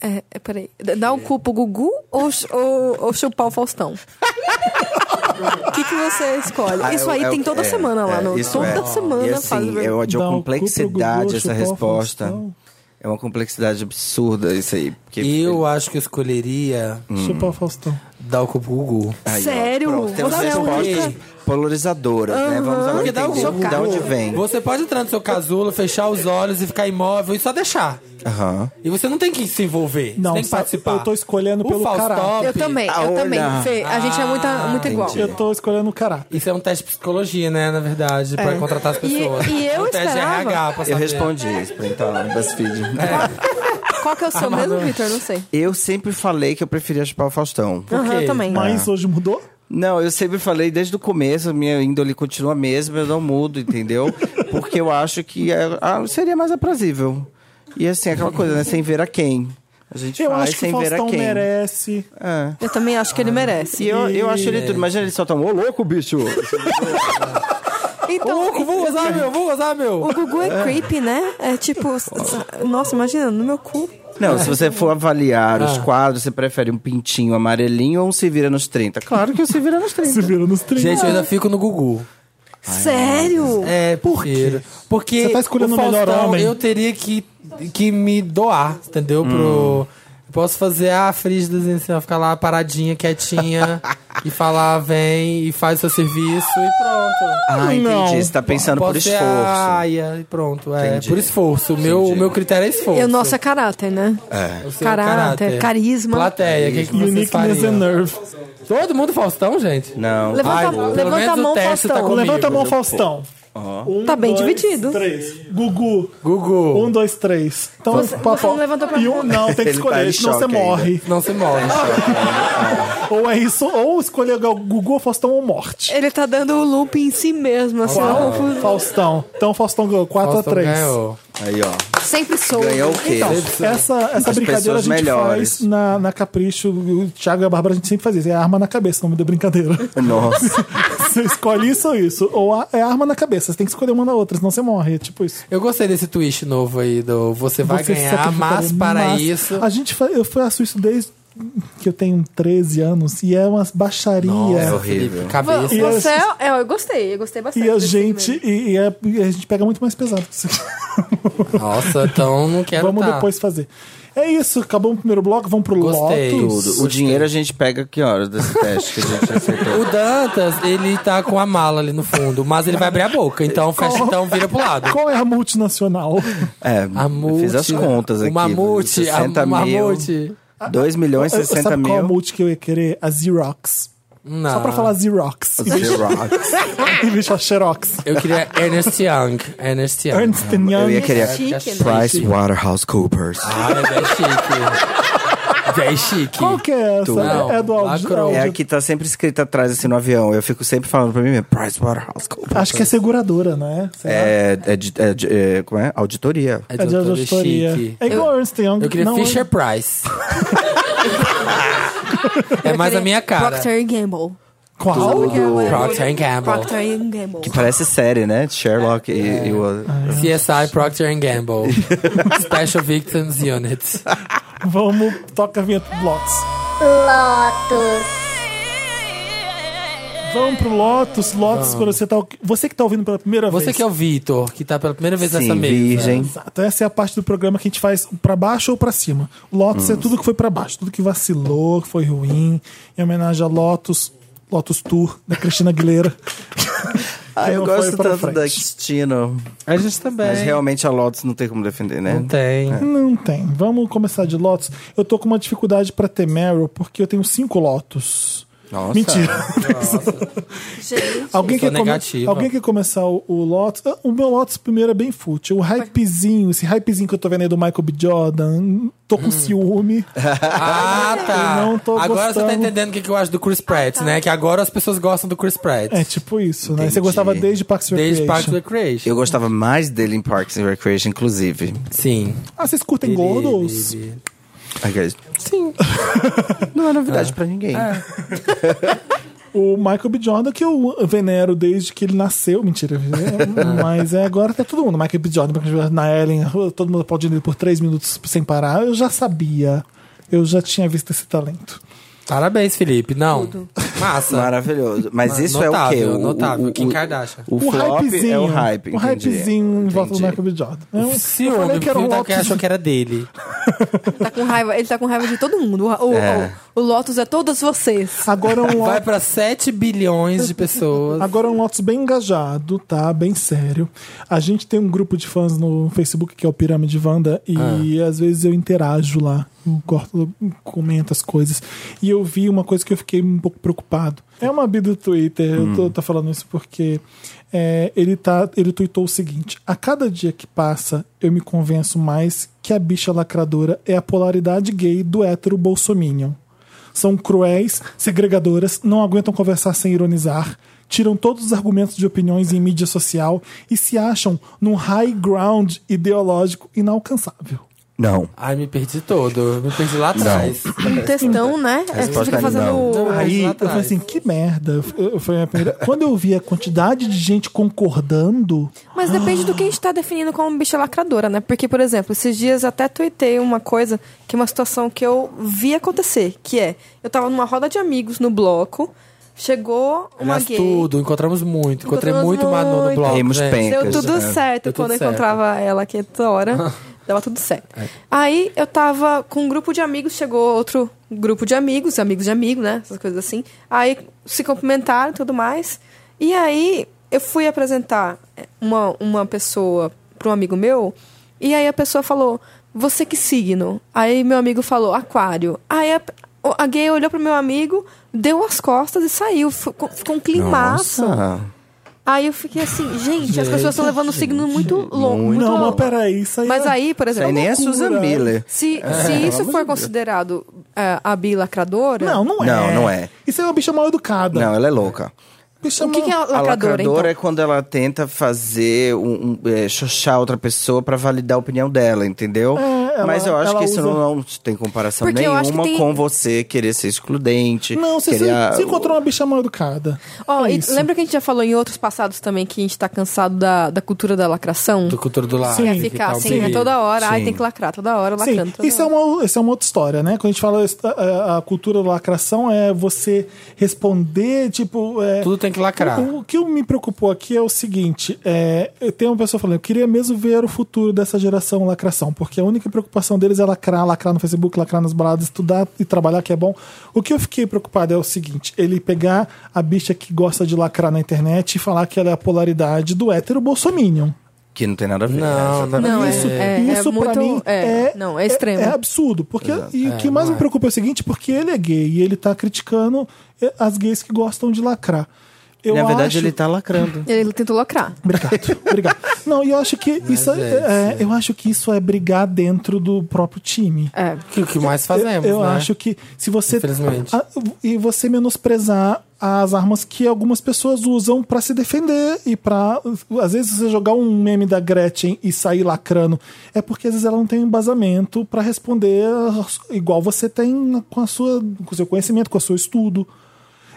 [SPEAKER 3] É, é, peraí. É Dar o cu pro Gugu ou, ch- ou, ou chupar o Faustão? O que, que você escolhe?
[SPEAKER 4] Ah,
[SPEAKER 3] isso
[SPEAKER 4] é o-
[SPEAKER 3] aí
[SPEAKER 4] é o-
[SPEAKER 3] tem toda
[SPEAKER 4] é,
[SPEAKER 3] semana lá.
[SPEAKER 4] é,
[SPEAKER 3] no,
[SPEAKER 4] isso
[SPEAKER 3] toda
[SPEAKER 4] é.
[SPEAKER 3] semana
[SPEAKER 4] E
[SPEAKER 3] faz.
[SPEAKER 4] assim, eu
[SPEAKER 1] Dá
[SPEAKER 4] adio
[SPEAKER 1] um
[SPEAKER 4] a
[SPEAKER 1] cu pro
[SPEAKER 4] complexidade
[SPEAKER 1] Gugu,
[SPEAKER 4] essa
[SPEAKER 1] chupar o
[SPEAKER 4] resposta.
[SPEAKER 1] Faustão.
[SPEAKER 4] É uma complexidade absurda isso aí. Porque
[SPEAKER 2] Eu acho que eu escolheria
[SPEAKER 4] Hum.
[SPEAKER 1] Chupar o Faustão.
[SPEAKER 2] dar o cu pro Gugu.
[SPEAKER 4] Aí, ó,
[SPEAKER 3] Sério?
[SPEAKER 4] pronto, temos
[SPEAKER 3] Você é
[SPEAKER 4] respostas
[SPEAKER 2] única.
[SPEAKER 4] polarizadoras, né? Vamos agora
[SPEAKER 2] Porque dá o
[SPEAKER 4] entender
[SPEAKER 2] Gugu.
[SPEAKER 4] de onde vem.
[SPEAKER 2] Você pode entrar no seu casulo, fechar os olhos e ficar imóvel e só deixar.
[SPEAKER 4] Aham.
[SPEAKER 2] E você não tem que se envolver.
[SPEAKER 1] Não,
[SPEAKER 2] você tem que
[SPEAKER 1] sabe,
[SPEAKER 2] participar.
[SPEAKER 1] eu tô escolhendo
[SPEAKER 2] o
[SPEAKER 1] pelo
[SPEAKER 2] Faustop,
[SPEAKER 1] caráter.
[SPEAKER 3] Eu também,
[SPEAKER 4] Ah,
[SPEAKER 3] eu
[SPEAKER 4] olha.
[SPEAKER 3] também. Fê, a gente é muito, muito igual.
[SPEAKER 4] entendi.
[SPEAKER 1] Eu tô escolhendo o caráter.
[SPEAKER 2] Isso é um teste de psicologia, né? Na verdade, pra contratar as
[SPEAKER 3] E-
[SPEAKER 2] pessoas.
[SPEAKER 3] e
[SPEAKER 2] é
[SPEAKER 3] eu
[SPEAKER 2] um teste de
[SPEAKER 3] esperava-
[SPEAKER 2] RH pra
[SPEAKER 4] Eu
[SPEAKER 2] saber.
[SPEAKER 4] respondi isso pra entrar lá no BuzzFeed.
[SPEAKER 3] Qual que é o seu mesmo, Vitor? Não sei.
[SPEAKER 4] Eu sempre falei que eu preferia chupar o Faustão.
[SPEAKER 3] Aham,
[SPEAKER 2] quê?
[SPEAKER 3] eu também.
[SPEAKER 4] É.
[SPEAKER 1] Mas hoje mudou?
[SPEAKER 4] Não, eu sempre falei desde o começo, minha índole continua a mesma, eu não mudo, entendeu? Porque eu acho que é- ah, seria mais aprazível. E assim, aquela coisa, né? Sem ver a quem. A gente
[SPEAKER 1] Eu
[SPEAKER 4] faz
[SPEAKER 1] acho que o
[SPEAKER 4] Ah, sem ver a
[SPEAKER 1] Faustão
[SPEAKER 4] quem.
[SPEAKER 1] merece.
[SPEAKER 4] É.
[SPEAKER 3] Eu também acho que ele merece.
[SPEAKER 4] E eu, eu acho ele tudo. Imagina ele soltar um ô louco, bicho!
[SPEAKER 2] Ô,
[SPEAKER 3] Então,
[SPEAKER 2] louco, vou usar meu, vou usar meu.
[SPEAKER 3] o Gugu é creepy, né? É tipo, s- s- nossa, imagina, no meu cu.
[SPEAKER 4] Não, se você for avaliar os quadros, você prefere um pintinho amarelinho ou um se vira nos 30? Claro que o se vira nos 30.
[SPEAKER 1] Se vira nos 30.
[SPEAKER 2] Gente, eu ainda fico no Gugu.
[SPEAKER 3] Sério?
[SPEAKER 2] É, por quê? Porque
[SPEAKER 1] Você tá escolhendo
[SPEAKER 2] o
[SPEAKER 1] o melhor
[SPEAKER 2] Faustão,
[SPEAKER 1] homem.
[SPEAKER 2] eu teria que, que me doar, entendeu?
[SPEAKER 4] Hum.
[SPEAKER 2] Pro... eu Posso fazer a frígida assim, ó, ficar lá paradinha, quietinha, e falar, vem, e faz seu serviço, e pronto.
[SPEAKER 4] Ah, entendi.
[SPEAKER 1] Não.
[SPEAKER 4] Você tá pensando
[SPEAKER 2] Posso
[SPEAKER 4] por
[SPEAKER 2] ser ah,
[SPEAKER 4] esforço.
[SPEAKER 2] a aia, e pronto. É,
[SPEAKER 4] Entendi.
[SPEAKER 2] por esforço. O meu, o meu critério é esforço.
[SPEAKER 3] Eu, nosso é caráter, né?
[SPEAKER 2] O seu
[SPEAKER 3] caráter, carisma.
[SPEAKER 2] Plateia, o que, que vocês
[SPEAKER 1] Uniqueness and
[SPEAKER 2] fariam?
[SPEAKER 1] nerve.
[SPEAKER 2] Todo mundo Faustão, gente?
[SPEAKER 4] Não.
[SPEAKER 3] Levanta,
[SPEAKER 2] Ai,
[SPEAKER 3] a-
[SPEAKER 2] pelo
[SPEAKER 3] levanta a
[SPEAKER 2] menos o
[SPEAKER 3] mão,
[SPEAKER 2] teste tá
[SPEAKER 3] Faustão.
[SPEAKER 2] comigo.
[SPEAKER 1] Levanta a mão, Faustão. Um,
[SPEAKER 3] Tá bem
[SPEAKER 1] dois,
[SPEAKER 3] dividido.
[SPEAKER 1] Três. Gugu.
[SPEAKER 2] Gugu.
[SPEAKER 1] Um, dois, três. Então,
[SPEAKER 3] Você-
[SPEAKER 1] papo-
[SPEAKER 3] você não levantou pra
[SPEAKER 1] E um, não, tem que
[SPEAKER 4] Ele tá
[SPEAKER 1] escolher,
[SPEAKER 4] em
[SPEAKER 1] senão você
[SPEAKER 4] choque ainda.
[SPEAKER 1] morre.
[SPEAKER 2] Não se move.
[SPEAKER 1] Ah, Ou é isso, ou escolher o Gugu, ou Faustão ou morte.
[SPEAKER 3] Ele tá dando o loop em si mesmo, assim, ó, confuso.
[SPEAKER 1] Faustão. Então, Faustão ganhou 4 a
[SPEAKER 2] Faustão
[SPEAKER 1] 3
[SPEAKER 2] ganhou.
[SPEAKER 4] Aí, ó.
[SPEAKER 3] Sempre sou.
[SPEAKER 4] Ganhou o quê?
[SPEAKER 1] Essa, essa
[SPEAKER 4] As
[SPEAKER 1] brincadeira a
[SPEAKER 4] pessoas
[SPEAKER 1] gente
[SPEAKER 4] melhores.
[SPEAKER 1] faz na, na Capricho. O Thiago e a Bárbara a gente sempre faz isso. É arma na cabeça, o nome da brincadeira.
[SPEAKER 4] Então, Nossa.
[SPEAKER 1] você escolhe isso ou isso. Ou a- é arma na cabeça. Você tem que escolher uma na outra, senão você morre. É tipo isso.
[SPEAKER 2] Eu gostei desse twist novo aí do Você vai
[SPEAKER 1] Você
[SPEAKER 2] ganhar,
[SPEAKER 1] sacrifica-
[SPEAKER 2] mas para
[SPEAKER 1] mas
[SPEAKER 2] isso.
[SPEAKER 1] A gente, fa- eu faço isso desde que eu tenho 13 anos. E é umas baixaria.
[SPEAKER 4] É
[SPEAKER 2] Nossa,
[SPEAKER 4] horrível.
[SPEAKER 2] Felipe,
[SPEAKER 3] Vo-
[SPEAKER 2] cabeça.
[SPEAKER 1] E
[SPEAKER 3] Você é, é, eu gostei, eu gostei bastante.
[SPEAKER 1] E a
[SPEAKER 3] desse
[SPEAKER 1] gente,
[SPEAKER 3] segmento.
[SPEAKER 1] e, e é- e a gente pega muito mais pesado. que isso.
[SPEAKER 2] Nossa, então não quero.
[SPEAKER 1] vamos
[SPEAKER 2] tá.
[SPEAKER 1] depois fazer. É isso, acabou o primeiro bloco, vamos pro
[SPEAKER 2] Gostei.
[SPEAKER 1] Lotus.
[SPEAKER 4] Tudo. O dinheiro a gente pega que horas desse teste que a gente acertou?
[SPEAKER 2] O Dantas, ele tá com a mala ali no fundo, mas ele vai abrir a boca. Então fecha, então vira pro lado.
[SPEAKER 1] Qual é a multinacional?
[SPEAKER 4] É,
[SPEAKER 2] A multi,
[SPEAKER 4] fiz as contas
[SPEAKER 2] o
[SPEAKER 4] aqui.
[SPEAKER 2] mamute,
[SPEAKER 4] 60
[SPEAKER 2] a- o
[SPEAKER 4] mil,
[SPEAKER 2] mamute.
[SPEAKER 4] 2 milhões e
[SPEAKER 1] Eu-
[SPEAKER 4] 60
[SPEAKER 1] Sabe qual é
[SPEAKER 4] mil.
[SPEAKER 1] multi que eu ia querer? A Xerox.
[SPEAKER 2] Não.
[SPEAKER 1] Só pra falar Xerox.
[SPEAKER 4] é
[SPEAKER 1] Em vez-
[SPEAKER 4] Xerox.
[SPEAKER 1] né? Em vez de falar Xerox.
[SPEAKER 2] Eu queria Ernest Young. Ernest Young.
[SPEAKER 1] Ernst Young.
[SPEAKER 4] Eu ia querer
[SPEAKER 3] Chique, né?
[SPEAKER 4] Price Waterhouse Coopers.
[SPEAKER 2] Ah, é bem chique. Bem chique.
[SPEAKER 1] Qual que é essa?
[SPEAKER 2] Não,
[SPEAKER 1] é do áudio.
[SPEAKER 2] lacrou.
[SPEAKER 4] É a
[SPEAKER 1] áudio.
[SPEAKER 4] que tá sempre escrita atrás, assim, no avião. Eu fico sempre falando pra mim mesmo, Price Waterhouse Coopers.
[SPEAKER 1] Acho que é seguradora, né? Sei lá.
[SPEAKER 4] É, é, de- é de- é, como é? Auditoria.
[SPEAKER 1] É de auditoria.
[SPEAKER 2] chique.
[SPEAKER 1] É igual Ernst Young.
[SPEAKER 2] Eu queria
[SPEAKER 1] não,
[SPEAKER 2] Fisher Price. é mais a minha cara. Tá
[SPEAKER 3] Procter Gamble.
[SPEAKER 1] Qual?
[SPEAKER 2] Procter Gamble.
[SPEAKER 3] Procter and Gamble.
[SPEAKER 4] Parece série, né? Sherlock
[SPEAKER 1] É.
[SPEAKER 4] e, e o...
[SPEAKER 1] Ah,
[SPEAKER 2] CSI Procter Gamble. Special Victims Unit.
[SPEAKER 1] Vamos, toca a vinheta do Lotus.
[SPEAKER 5] Lotus.
[SPEAKER 1] Vamos pro Lotus. Lotus, quando você tá. Você que tá ouvindo pela primeira
[SPEAKER 2] Você
[SPEAKER 1] vez.
[SPEAKER 2] que é o Vitor, que tá pela primeira vez nessa
[SPEAKER 4] Sim,
[SPEAKER 2] mesa.
[SPEAKER 4] assim, virgem.
[SPEAKER 1] Exato. Essa é a parte do programa que a gente faz pra baixo ou pra cima. Lotus
[SPEAKER 2] Hum.
[SPEAKER 1] é tudo que foi pra baixo, tudo que vacilou, que foi ruim. Em homenagem a Lotus, Lotus Tour, da Cristina Aguilera.
[SPEAKER 4] Ah,
[SPEAKER 1] Que
[SPEAKER 4] eu
[SPEAKER 1] não foi
[SPEAKER 4] gosto
[SPEAKER 1] pra
[SPEAKER 4] tanto da
[SPEAKER 1] frente.
[SPEAKER 4] Cristino.
[SPEAKER 2] A gente também.
[SPEAKER 4] Mas realmente a Lotus não tem como defender, né?
[SPEAKER 2] Não tem.
[SPEAKER 1] Não tem. Vamos começar de Lotus. Eu tô com uma dificuldade pra ter Meryl, porque eu tenho cinco Lotus.
[SPEAKER 4] Nossa.
[SPEAKER 1] Mentira.
[SPEAKER 3] Gente.
[SPEAKER 1] Alguém
[SPEAKER 2] Eu sou
[SPEAKER 1] quer, come-
[SPEAKER 2] é negativa.
[SPEAKER 1] alguém quer começar o, o Lotus? Ah, O meu Lotus primeiro é bem fútil. O hypezinho, esse hypezinho que eu tô vendo aí do Michael B. Jordan, tô
[SPEAKER 2] Hum.
[SPEAKER 1] com ciúme.
[SPEAKER 2] Ah, tá.
[SPEAKER 1] Eu não tô
[SPEAKER 2] agora você tá
[SPEAKER 1] gostando.
[SPEAKER 2] entendendo o que que eu acho do Chris Pratt, né? Que agora as pessoas gostam do Chris Pratt.
[SPEAKER 1] É tipo isso, né?
[SPEAKER 4] Entendi.
[SPEAKER 1] Você gostava desde Parks and
[SPEAKER 2] Desde
[SPEAKER 1] Recreation.
[SPEAKER 2] Parks and Recreation.
[SPEAKER 4] Eu gostava mais dele em Parks and Recreation, inclusive.
[SPEAKER 2] Sim.
[SPEAKER 1] Ah, vocês curtem
[SPEAKER 2] Ele-
[SPEAKER 1] gordos?
[SPEAKER 2] ele-
[SPEAKER 4] Aqueles- Sim. Não é novidade pra ninguém.
[SPEAKER 1] O Michael B. Jordan, que eu venero desde que ele nasceu. Mentira. é, Mas é, agora tá todo mundo. Michael B. Jordan, Michael B. Jordan, na Ellen, todo mundo aplaudindo ele por três minutos sem parar. Eu já sabia. Eu já tinha visto esse talento.
[SPEAKER 2] Parabéns, Felipe. Não. Massa.
[SPEAKER 4] Maravilhoso. Mas
[SPEAKER 2] Ma-
[SPEAKER 4] isso é o
[SPEAKER 2] notável,
[SPEAKER 4] quê? O,
[SPEAKER 2] notável. Kim Kardashian.
[SPEAKER 4] O, flop é o hype.
[SPEAKER 1] O
[SPEAKER 4] entendi.
[SPEAKER 1] hypezinho em volta do
[SPEAKER 4] Entendi.
[SPEAKER 1] Michael B. Jordan. Eu,
[SPEAKER 2] Se o
[SPEAKER 1] eu falei
[SPEAKER 2] homem
[SPEAKER 1] que era um
[SPEAKER 2] tá que
[SPEAKER 1] Lotus
[SPEAKER 2] achou que era dele.
[SPEAKER 3] Tá com raiva, ele tá com raiva de todo mundo. O, o-
[SPEAKER 4] É.
[SPEAKER 3] o- o Lotus é todos vocês.
[SPEAKER 1] Agora é um
[SPEAKER 2] Vai
[SPEAKER 1] Lotus,
[SPEAKER 2] pra 7 bilhões de pessoas.
[SPEAKER 1] agora é um Lotus bem engajado, tá? Bem sério. A gente tem um grupo de fãs no Facebook que é o Pirâmide Wanda e às vezes eu interajo lá, eu gosto, eu comento as coisas. E eu vi uma coisa que eu fiquei um pouco preocupado. É uma bi do Twitter, eu tô, tô falando isso porque é, ele, tá, ele tweetou o seguinte: A cada dia que passa, eu me convenço mais que a bicha lacradora é a polaridade gay do hétero bolsominion. São cruéis, segregadoras, não aguentam conversar sem ironizar, tiram todos os argumentos de opiniões em mídia social e se acham num high ground ideológico inalcançável.
[SPEAKER 4] Não.
[SPEAKER 2] Ai, me perdi todo. Me perdi lá atrás.
[SPEAKER 3] Um textão, né? É, você
[SPEAKER 4] resposta
[SPEAKER 3] fica
[SPEAKER 4] é
[SPEAKER 3] fazendo.
[SPEAKER 2] lá
[SPEAKER 1] Aí eu
[SPEAKER 4] não.
[SPEAKER 1] falei
[SPEAKER 2] atrás.
[SPEAKER 1] assim, que merda. Eu- eu- Foi a minha primeira... Quando eu vi a quantidade de gente concordando,
[SPEAKER 3] Mas depende do que a gente tá definindo como bicha lacradora, né? Porque, por exemplo, esses dias até tuitei uma coisa, que é uma situação que eu vi acontecer, que é, eu tava numa roda de amigos no bloco, chegou uma
[SPEAKER 2] Aliás,
[SPEAKER 3] gay.
[SPEAKER 2] tudo. Encontramos muito. Encontrei
[SPEAKER 3] Encontramos
[SPEAKER 2] muito Manu no
[SPEAKER 3] muito.
[SPEAKER 2] blog.
[SPEAKER 4] Rimos
[SPEAKER 2] gente.
[SPEAKER 4] pen.
[SPEAKER 3] Deu
[SPEAKER 4] Pencas,
[SPEAKER 3] tudo
[SPEAKER 4] né?
[SPEAKER 3] certo
[SPEAKER 2] Deu tudo
[SPEAKER 3] quando eu
[SPEAKER 2] certo. É.
[SPEAKER 3] encontrava ela aqui toda hora. dava tudo certo. Aí eu tava com um grupo de amigos, chegou outro grupo de amigos, amigos de amigo, né? Essas coisas assim. Aí se cumprimentaram e tudo mais. E aí eu fui apresentar uma, uma pessoa para um amigo meu. E aí a pessoa falou: Você que signo? Aí meu amigo falou: Aquário. Aí a, a gay olhou pro meu amigo, deu as costas e saiu. Ficou, ficou um climaço.
[SPEAKER 4] Nossa.
[SPEAKER 3] Aí eu fiquei assim, gente, as pessoas estão levando o signo muito longo. Muito
[SPEAKER 1] não, mas
[SPEAKER 3] longo.
[SPEAKER 1] peraí, isso aí
[SPEAKER 3] Mas
[SPEAKER 1] é-
[SPEAKER 3] aí, por
[SPEAKER 4] Isso aí
[SPEAKER 3] exemplo,
[SPEAKER 4] nem é
[SPEAKER 1] loucura.
[SPEAKER 4] Susan Miller.
[SPEAKER 3] se, se isso for considerado é, a bilacradora,
[SPEAKER 1] Não, não é.
[SPEAKER 4] Não, não é.
[SPEAKER 1] Isso é uma bicha mal educada.
[SPEAKER 4] Não, ela é louca.
[SPEAKER 1] Bicha
[SPEAKER 3] o que, que é
[SPEAKER 1] mal-
[SPEAKER 3] a
[SPEAKER 4] a
[SPEAKER 3] lacradora,
[SPEAKER 4] lacradora
[SPEAKER 3] então?
[SPEAKER 4] é quando ela tenta fazer um, um é, xoxar outra pessoa pra validar a opinião dela, entendeu?
[SPEAKER 1] É, ela-
[SPEAKER 4] Mas eu acho
[SPEAKER 1] ela
[SPEAKER 4] que isso
[SPEAKER 1] usa-
[SPEAKER 4] não, não tem comparação
[SPEAKER 3] Porque eu acho que
[SPEAKER 4] nenhuma
[SPEAKER 3] tem-
[SPEAKER 4] com você querer ser
[SPEAKER 3] é
[SPEAKER 4] excludente.
[SPEAKER 1] Não, você,
[SPEAKER 4] querer
[SPEAKER 1] você-
[SPEAKER 4] a-
[SPEAKER 1] você encontrou uma bicha mal educada.
[SPEAKER 3] Ó,
[SPEAKER 1] É
[SPEAKER 3] e
[SPEAKER 1] isso.
[SPEAKER 3] lembra que a gente já falou em outros passados também que a gente tá cansado da, da cultura da lacração?
[SPEAKER 2] Do cultura do lar.
[SPEAKER 1] Sim.
[SPEAKER 3] Quer
[SPEAKER 1] Sim,
[SPEAKER 3] ficar
[SPEAKER 2] tal,
[SPEAKER 3] assim, é
[SPEAKER 2] sim.
[SPEAKER 3] toda hora, ai,
[SPEAKER 4] Sim.
[SPEAKER 3] tem que lacrar, toda hora lacrando.
[SPEAKER 1] Sim,
[SPEAKER 3] toda
[SPEAKER 1] isso é,
[SPEAKER 3] hora.
[SPEAKER 1] uma, isso é uma outra história, né? Quando a gente fala isso, a- a, a cultura da lacração é você responder, tipo. é,
[SPEAKER 2] Tudo tem que lacrar.
[SPEAKER 1] O, o que me preocupou aqui é o seguinte: é, tem uma pessoa falando, eu queria mesmo ver o futuro dessa geração lacração, porque a única preocupação deles é lacrar, lacrar no Facebook, lacrar nas baladas, estudar e trabalhar, que é bom. O que eu fiquei preocupado é o seguinte: ele pegar a bicha que gosta de lacrar na internet e falar que ela é a polaridade do hétero bolsominion.
[SPEAKER 4] Que não tem nada a ver.
[SPEAKER 2] Não, não,
[SPEAKER 3] Não,
[SPEAKER 2] não.
[SPEAKER 1] Isso,
[SPEAKER 3] é, é,
[SPEAKER 1] isso pra
[SPEAKER 3] é muito-
[SPEAKER 1] mim
[SPEAKER 3] é,
[SPEAKER 1] é,
[SPEAKER 3] não, é extremo.
[SPEAKER 1] É, absurdo. Porque, e o que mais me preocupa é o seguinte: porque ele é gay e ele tá criticando eh, as gays que gostam de lacrar. Eu
[SPEAKER 4] Na verdade,
[SPEAKER 1] acho-
[SPEAKER 4] ele tá lacrando.
[SPEAKER 3] Ele tentou lacrar.
[SPEAKER 1] Obrigado, obrigado. Não, e eu acho que isso é,
[SPEAKER 2] é
[SPEAKER 1] é, eu acho que isso é brigar dentro do próprio time.
[SPEAKER 3] É.
[SPEAKER 2] Que, que mais fazemos,
[SPEAKER 1] eu eu
[SPEAKER 2] né?
[SPEAKER 1] acho que se você
[SPEAKER 2] Infelizmente.
[SPEAKER 1] a- e você menosprezar as armas que algumas pessoas usam pra se defender e pra às vezes você jogar um meme da Gretchen e sair lacrando é porque às vezes ela não tem embasamento pra responder igual você tem com a sua com o seu conhecimento, com o seu estudo.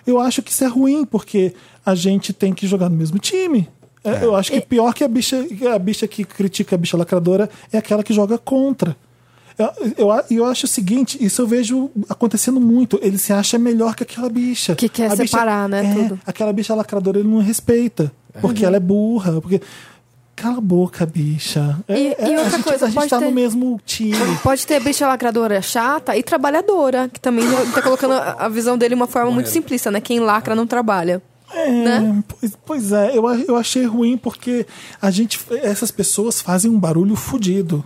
[SPEAKER 1] Eu acho que isso é ruim porque a gente tem que jogar no mesmo time. É, Eu acho que pior que a bicha, a bicha que critica a bicha lacradora é aquela que joga contra. Eu, eu, a- eu acho o seguinte, isso eu vejo acontecendo muito. Ele se acha melhor que aquela bicha.
[SPEAKER 3] Que quer
[SPEAKER 1] A bicha-
[SPEAKER 3] separar, né,
[SPEAKER 1] é,
[SPEAKER 3] tudo. Uhum.
[SPEAKER 1] Aquela bicha lacradora ele não respeita. Porque ela é burra. Porque. Cala a boca, bicha. É-
[SPEAKER 3] E-
[SPEAKER 1] é-
[SPEAKER 3] e outra
[SPEAKER 1] a gente,
[SPEAKER 3] coisa,
[SPEAKER 1] a gente
[SPEAKER 3] pode
[SPEAKER 1] tá
[SPEAKER 3] ter-
[SPEAKER 1] no mesmo time.
[SPEAKER 3] Pode ter bicha lacradora chata e trabalhadora, que também tá colocando a a visão dele de uma forma muito simplista, né? Quem lacra não trabalha.
[SPEAKER 1] É,
[SPEAKER 3] né?
[SPEAKER 1] pois, pois é, eu, a- eu achei ruim porque a gente, essas pessoas fazem um barulho fudido.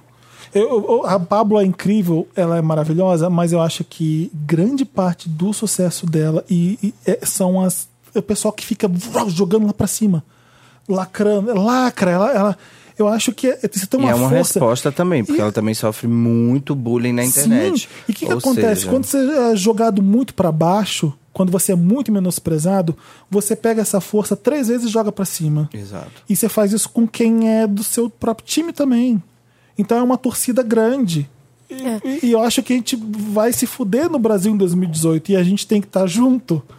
[SPEAKER 1] Eu- eu- a Pablo é incrível, ela é maravilhosa, mas eu acho que grande parte do sucesso dela e, e, é, são as o pessoal que fica vrau, jogando lá pra cima, lacrando, é lacra, ela, ela- eu acho que é, você tem
[SPEAKER 4] E
[SPEAKER 1] uma
[SPEAKER 4] é uma
[SPEAKER 1] força.
[SPEAKER 4] resposta também, porque ela também sofre muito bullying na internet.
[SPEAKER 1] Sim. E o que, que
[SPEAKER 4] Ou
[SPEAKER 1] acontece?
[SPEAKER 4] seja,
[SPEAKER 1] Quando você é jogado muito pra baixo, quando você é muito menosprezado, você pega essa força três vezes e joga pra cima.
[SPEAKER 4] Exato.
[SPEAKER 1] E você faz isso com quem é do seu próprio time também. Então é uma torcida grande. E, e- e eu acho que a gente vai se fuder no Brasil em 2018 e a gente tem que estar junto.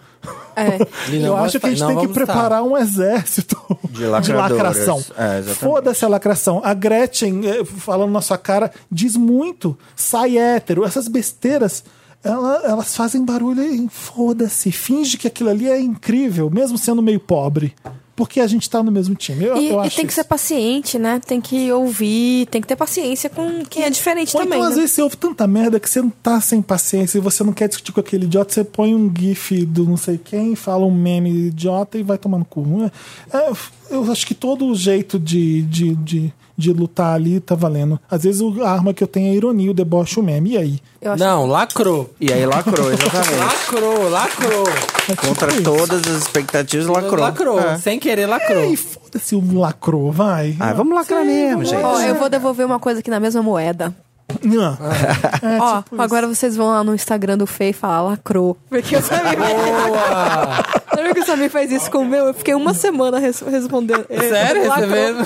[SPEAKER 3] É.
[SPEAKER 2] E não
[SPEAKER 1] eu
[SPEAKER 2] vamos
[SPEAKER 1] acho que a gente
[SPEAKER 2] tá-
[SPEAKER 1] tem
[SPEAKER 2] não
[SPEAKER 1] que
[SPEAKER 2] vamos tá.
[SPEAKER 1] preparar um exército de,
[SPEAKER 4] lacradores.
[SPEAKER 1] lacração.
[SPEAKER 4] É, exatamente.
[SPEAKER 1] Foda-se a lacração. A Gretchen, eh, falando na sua cara, diz muito. Sai hétero. Essas besteiras, ela- elas fazem barulho e foda-se. Finge que aquilo ali é incrível, mesmo sendo meio pobre. Porque a gente tá no mesmo time. Eu,
[SPEAKER 3] E,
[SPEAKER 1] eu
[SPEAKER 3] e
[SPEAKER 1] acho
[SPEAKER 3] tem que
[SPEAKER 1] isso.
[SPEAKER 3] ser paciente, né? Tem que ouvir, tem que ter paciência com quem é diferente
[SPEAKER 1] Ou
[SPEAKER 3] também.
[SPEAKER 1] então, às
[SPEAKER 3] né?
[SPEAKER 1] vezes, você ouve tanta merda que você não tá sem paciência e você não quer discutir com aquele idiota, você põe um gif do não sei quem, fala um meme idiota e vai tomando cu. É, é, eu acho que todo jeito de, de, de, de lutar ali tá valendo. Às vezes o- a arma que eu tenho é a ironia, o deboche, o meme, e aí?
[SPEAKER 3] Eu acho
[SPEAKER 2] Não, lacrou.
[SPEAKER 4] E aí lacrou, exatamente.
[SPEAKER 2] Lacrou, lacrou.
[SPEAKER 1] É tipo
[SPEAKER 4] Contra
[SPEAKER 1] isso.
[SPEAKER 4] todas as expectativas, lacrou.
[SPEAKER 2] Lacrou,
[SPEAKER 4] É.
[SPEAKER 2] sem querer
[SPEAKER 1] E
[SPEAKER 2] lacrou.
[SPEAKER 1] aí, foda-se o lacro, vai.
[SPEAKER 4] Ah, vamos lacrar mesmo, gente.
[SPEAKER 3] Ó, eu vou devolver uma coisa aqui na mesma moeda.
[SPEAKER 1] Não. É,
[SPEAKER 3] Ó,
[SPEAKER 1] tipo
[SPEAKER 3] agora vocês vão lá no Instagram do Fê e falar lacrou. Porque o Samir
[SPEAKER 2] Boa!
[SPEAKER 3] Sabe que o Samir faz isso com o meu? Eu fiquei uma semana res- respondendo. É,
[SPEAKER 2] Sério?
[SPEAKER 3] lacrou.
[SPEAKER 2] Recebendo?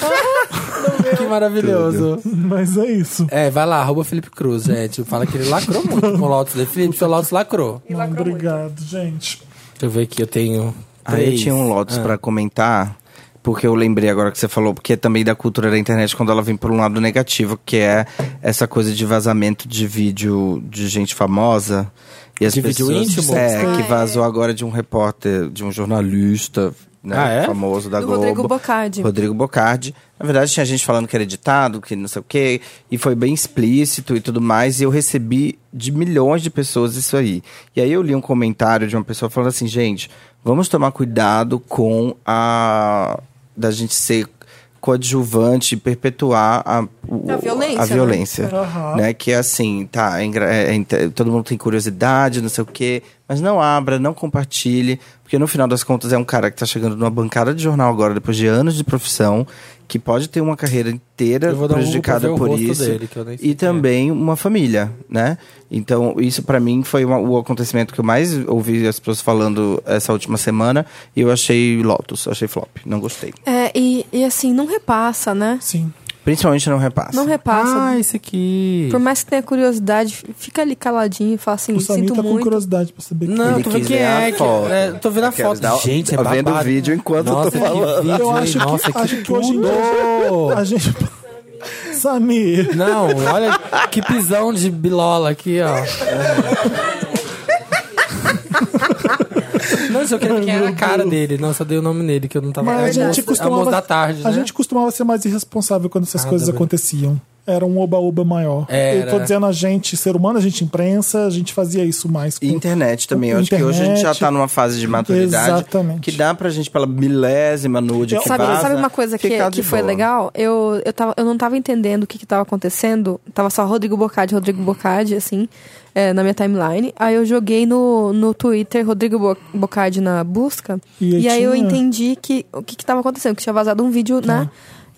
[SPEAKER 2] que maravilhoso.
[SPEAKER 1] isso. Mas é isso.
[SPEAKER 2] É, vai lá, arroba Felipe Cruz, gente. Fala que ele lacrou muito com o Lotus dele. Felipe, seu Lotus lacrou.
[SPEAKER 1] Obrigado, gente.
[SPEAKER 2] Deixa eu ver aqui, eu tenho.
[SPEAKER 4] Aí eu
[SPEAKER 2] três.
[SPEAKER 4] tinha um Lotus
[SPEAKER 2] Ah.
[SPEAKER 4] pra comentar, porque eu lembrei agora que você falou, porque é também da cultura da internet quando ela vem por um lado negativo, que é essa coisa de vazamento de vídeo de gente famosa. E as
[SPEAKER 2] De vídeo
[SPEAKER 4] pessoas,
[SPEAKER 2] íntimo?
[SPEAKER 4] É, que vazou agora de um repórter, de um jornalista né,
[SPEAKER 2] Ah, é?
[SPEAKER 4] famoso da
[SPEAKER 3] Do
[SPEAKER 4] Globo.
[SPEAKER 3] Rodrigo Bocardi.
[SPEAKER 4] Rodrigo Bocardi. Na verdade, tinha gente falando que era editado, que não sei o quê, e foi bem explícito e tudo mais, e eu recebi de milhões de pessoas isso aí. E aí eu li um comentário de uma pessoa falando assim, gente, vamos tomar cuidado com a. da gente ser coadjuvante e perpetuar a, o-
[SPEAKER 3] A violência,
[SPEAKER 4] a
[SPEAKER 3] né?
[SPEAKER 4] violência,
[SPEAKER 1] Aham.
[SPEAKER 4] né? Que é assim, tá, é engra- é- é inte- todo mundo tem curiosidade, não sei o quê, mas não abra, não compartilhe, porque no final das contas é um cara que tá chegando numa bancada de jornal agora, depois de anos de profissão, que pode ter uma carreira inteira
[SPEAKER 2] Eu vou dar um Google pra
[SPEAKER 4] prejudicada
[SPEAKER 2] ver o
[SPEAKER 4] por
[SPEAKER 2] rosto
[SPEAKER 4] isso.
[SPEAKER 2] dele, que eu nem sei
[SPEAKER 4] e
[SPEAKER 2] quem é.
[SPEAKER 4] também uma família, né? Então, isso pra mim foi uma- o acontecimento que eu mais ouvi as pessoas falando essa última semana, e eu achei Lotus, achei flop, não gostei.
[SPEAKER 3] É, e, e assim, não repassa, né?
[SPEAKER 1] Sim.
[SPEAKER 4] Principalmente não repassa.
[SPEAKER 3] Não repassa.
[SPEAKER 2] Ah, esse aqui.
[SPEAKER 3] Por mais que tenha curiosidade, fica ali caladinho e fala assim,
[SPEAKER 1] O Samir
[SPEAKER 3] sinto
[SPEAKER 1] tá com
[SPEAKER 3] muito.
[SPEAKER 1] curiosidade pra saber
[SPEAKER 2] Não,
[SPEAKER 4] Ele
[SPEAKER 2] tô vendo
[SPEAKER 4] quis
[SPEAKER 2] que
[SPEAKER 4] ver a
[SPEAKER 2] é, que,
[SPEAKER 4] foto.
[SPEAKER 2] é, tô vendo a
[SPEAKER 4] Quero
[SPEAKER 2] foto.
[SPEAKER 4] dar-
[SPEAKER 2] Gente, é
[SPEAKER 4] tô Tá vendo
[SPEAKER 2] babado.
[SPEAKER 4] o vídeo enquanto eu tô
[SPEAKER 2] Nossa, que
[SPEAKER 4] falando.
[SPEAKER 2] vídeo,
[SPEAKER 1] Eu
[SPEAKER 2] hein?
[SPEAKER 1] acho que,
[SPEAKER 2] Nossa,
[SPEAKER 1] acho que hoje em
[SPEAKER 2] tudo!
[SPEAKER 1] dia a gente. Samir,
[SPEAKER 2] Não, olha que pisão de bilola aqui, ó. Não, só queria ver quem era é a cara dele. Não, só dei o nome nele, que eu não tava...
[SPEAKER 1] mas a
[SPEAKER 2] é,
[SPEAKER 1] gente
[SPEAKER 2] moço- é moço
[SPEAKER 1] costumava.
[SPEAKER 2] da tarde,
[SPEAKER 1] a
[SPEAKER 2] né?
[SPEAKER 1] gente costumava ser mais irresponsável quando essas
[SPEAKER 2] Ah,
[SPEAKER 1] coisas
[SPEAKER 2] tá bem.
[SPEAKER 1] aconteciam. Era um oba-oba maior.
[SPEAKER 2] Era.
[SPEAKER 1] Eu tô dizendo a gente, ser humano, a gente imprensa, a gente fazia isso mais. Com...
[SPEAKER 4] E internet também. Eu
[SPEAKER 1] com
[SPEAKER 4] acho que hoje a gente já
[SPEAKER 1] internet.
[SPEAKER 4] tá numa fase de maturidade.
[SPEAKER 1] Exatamente.
[SPEAKER 4] Que dá pra gente, pela milésima nude
[SPEAKER 1] Eu-
[SPEAKER 4] que
[SPEAKER 3] Sabe,
[SPEAKER 4] vaza,
[SPEAKER 3] sabe uma coisa que,
[SPEAKER 4] ficar
[SPEAKER 3] que
[SPEAKER 4] de
[SPEAKER 3] foi
[SPEAKER 4] boa.
[SPEAKER 3] legal? Eu, eu, tava, eu não tava entendendo o que, que tava acontecendo. Tava só Rodrigo Bocardi, Rodrigo Bocardi, assim, é, na minha timeline. Aí eu joguei no, no Twitter Rodrigo Bo- Bocardi na busca.
[SPEAKER 1] E aí
[SPEAKER 3] E, aí eu
[SPEAKER 1] tinha- Tá.
[SPEAKER 3] entendi que, o que, que tava acontecendo, que tinha vazado um vídeo, né?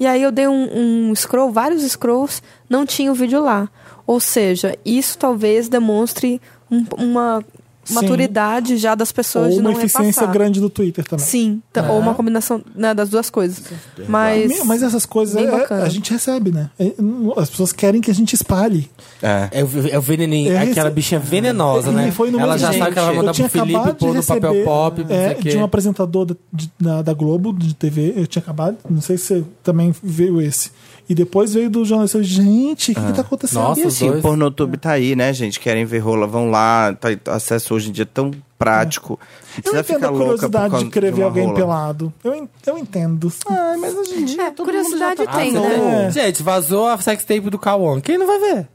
[SPEAKER 3] E aí eu dei um, um scroll, vários scrolls, não tinha o vídeo lá. Ou seja, isso talvez demonstre um- uma
[SPEAKER 1] Sim.
[SPEAKER 3] maturidade já das pessoas
[SPEAKER 1] Ou
[SPEAKER 3] de não
[SPEAKER 1] uma eficiência
[SPEAKER 3] repassar.
[SPEAKER 1] grande do Twitter também.
[SPEAKER 3] Sim, t- ou uma combinação né, das duas coisas. Mas,
[SPEAKER 1] Me- Mas essas coisas
[SPEAKER 3] Bem
[SPEAKER 1] é-
[SPEAKER 3] bacana.
[SPEAKER 1] a gente recebe, né? É, não- As pessoas querem que a gente espalhe.
[SPEAKER 4] É.
[SPEAKER 2] É o, ve- é o veneninho,
[SPEAKER 1] Eu
[SPEAKER 2] é aquela
[SPEAKER 1] recebi-
[SPEAKER 2] bichinha venenosa,
[SPEAKER 1] E
[SPEAKER 2] né?
[SPEAKER 1] foi no
[SPEAKER 2] ela
[SPEAKER 1] mesmo
[SPEAKER 2] já
[SPEAKER 1] dia.
[SPEAKER 2] sabe que ela vai
[SPEAKER 1] Eu
[SPEAKER 2] mandar pro
[SPEAKER 1] tinha
[SPEAKER 2] Felipe
[SPEAKER 1] acabado de
[SPEAKER 2] pôr no papel
[SPEAKER 1] receber,
[SPEAKER 2] pop, não sei
[SPEAKER 1] é,
[SPEAKER 2] o quê.
[SPEAKER 1] de um apresentador da, de- da- da Globo, de TV, eu tinha acabado, não sei se você também veio esse. E depois veio do jornalista, eu, gente, o que, que tá acontecendo?
[SPEAKER 2] Ah. Nossa,
[SPEAKER 4] E assim,
[SPEAKER 2] dois-
[SPEAKER 4] o pornotube tá aí, né, gente? Querem ver rola, vão lá. Tá, acesso hoje em dia é tão prático. Não
[SPEAKER 1] É. Eu
[SPEAKER 4] precisa
[SPEAKER 1] entendo
[SPEAKER 4] ficar
[SPEAKER 1] a
[SPEAKER 4] louca por
[SPEAKER 1] curiosidade
[SPEAKER 4] causa
[SPEAKER 1] de querer ver
[SPEAKER 4] uma
[SPEAKER 1] alguém
[SPEAKER 4] rola.
[SPEAKER 1] pelado. Eu, en- eu entendo. Ah, mas hoje em dia.
[SPEAKER 3] é, curiosidade
[SPEAKER 4] tá-
[SPEAKER 2] Ah,
[SPEAKER 3] tem,
[SPEAKER 2] então,
[SPEAKER 3] né?
[SPEAKER 1] É.
[SPEAKER 2] Gente, vazou a sextape do Kawan. Quem não vai ver?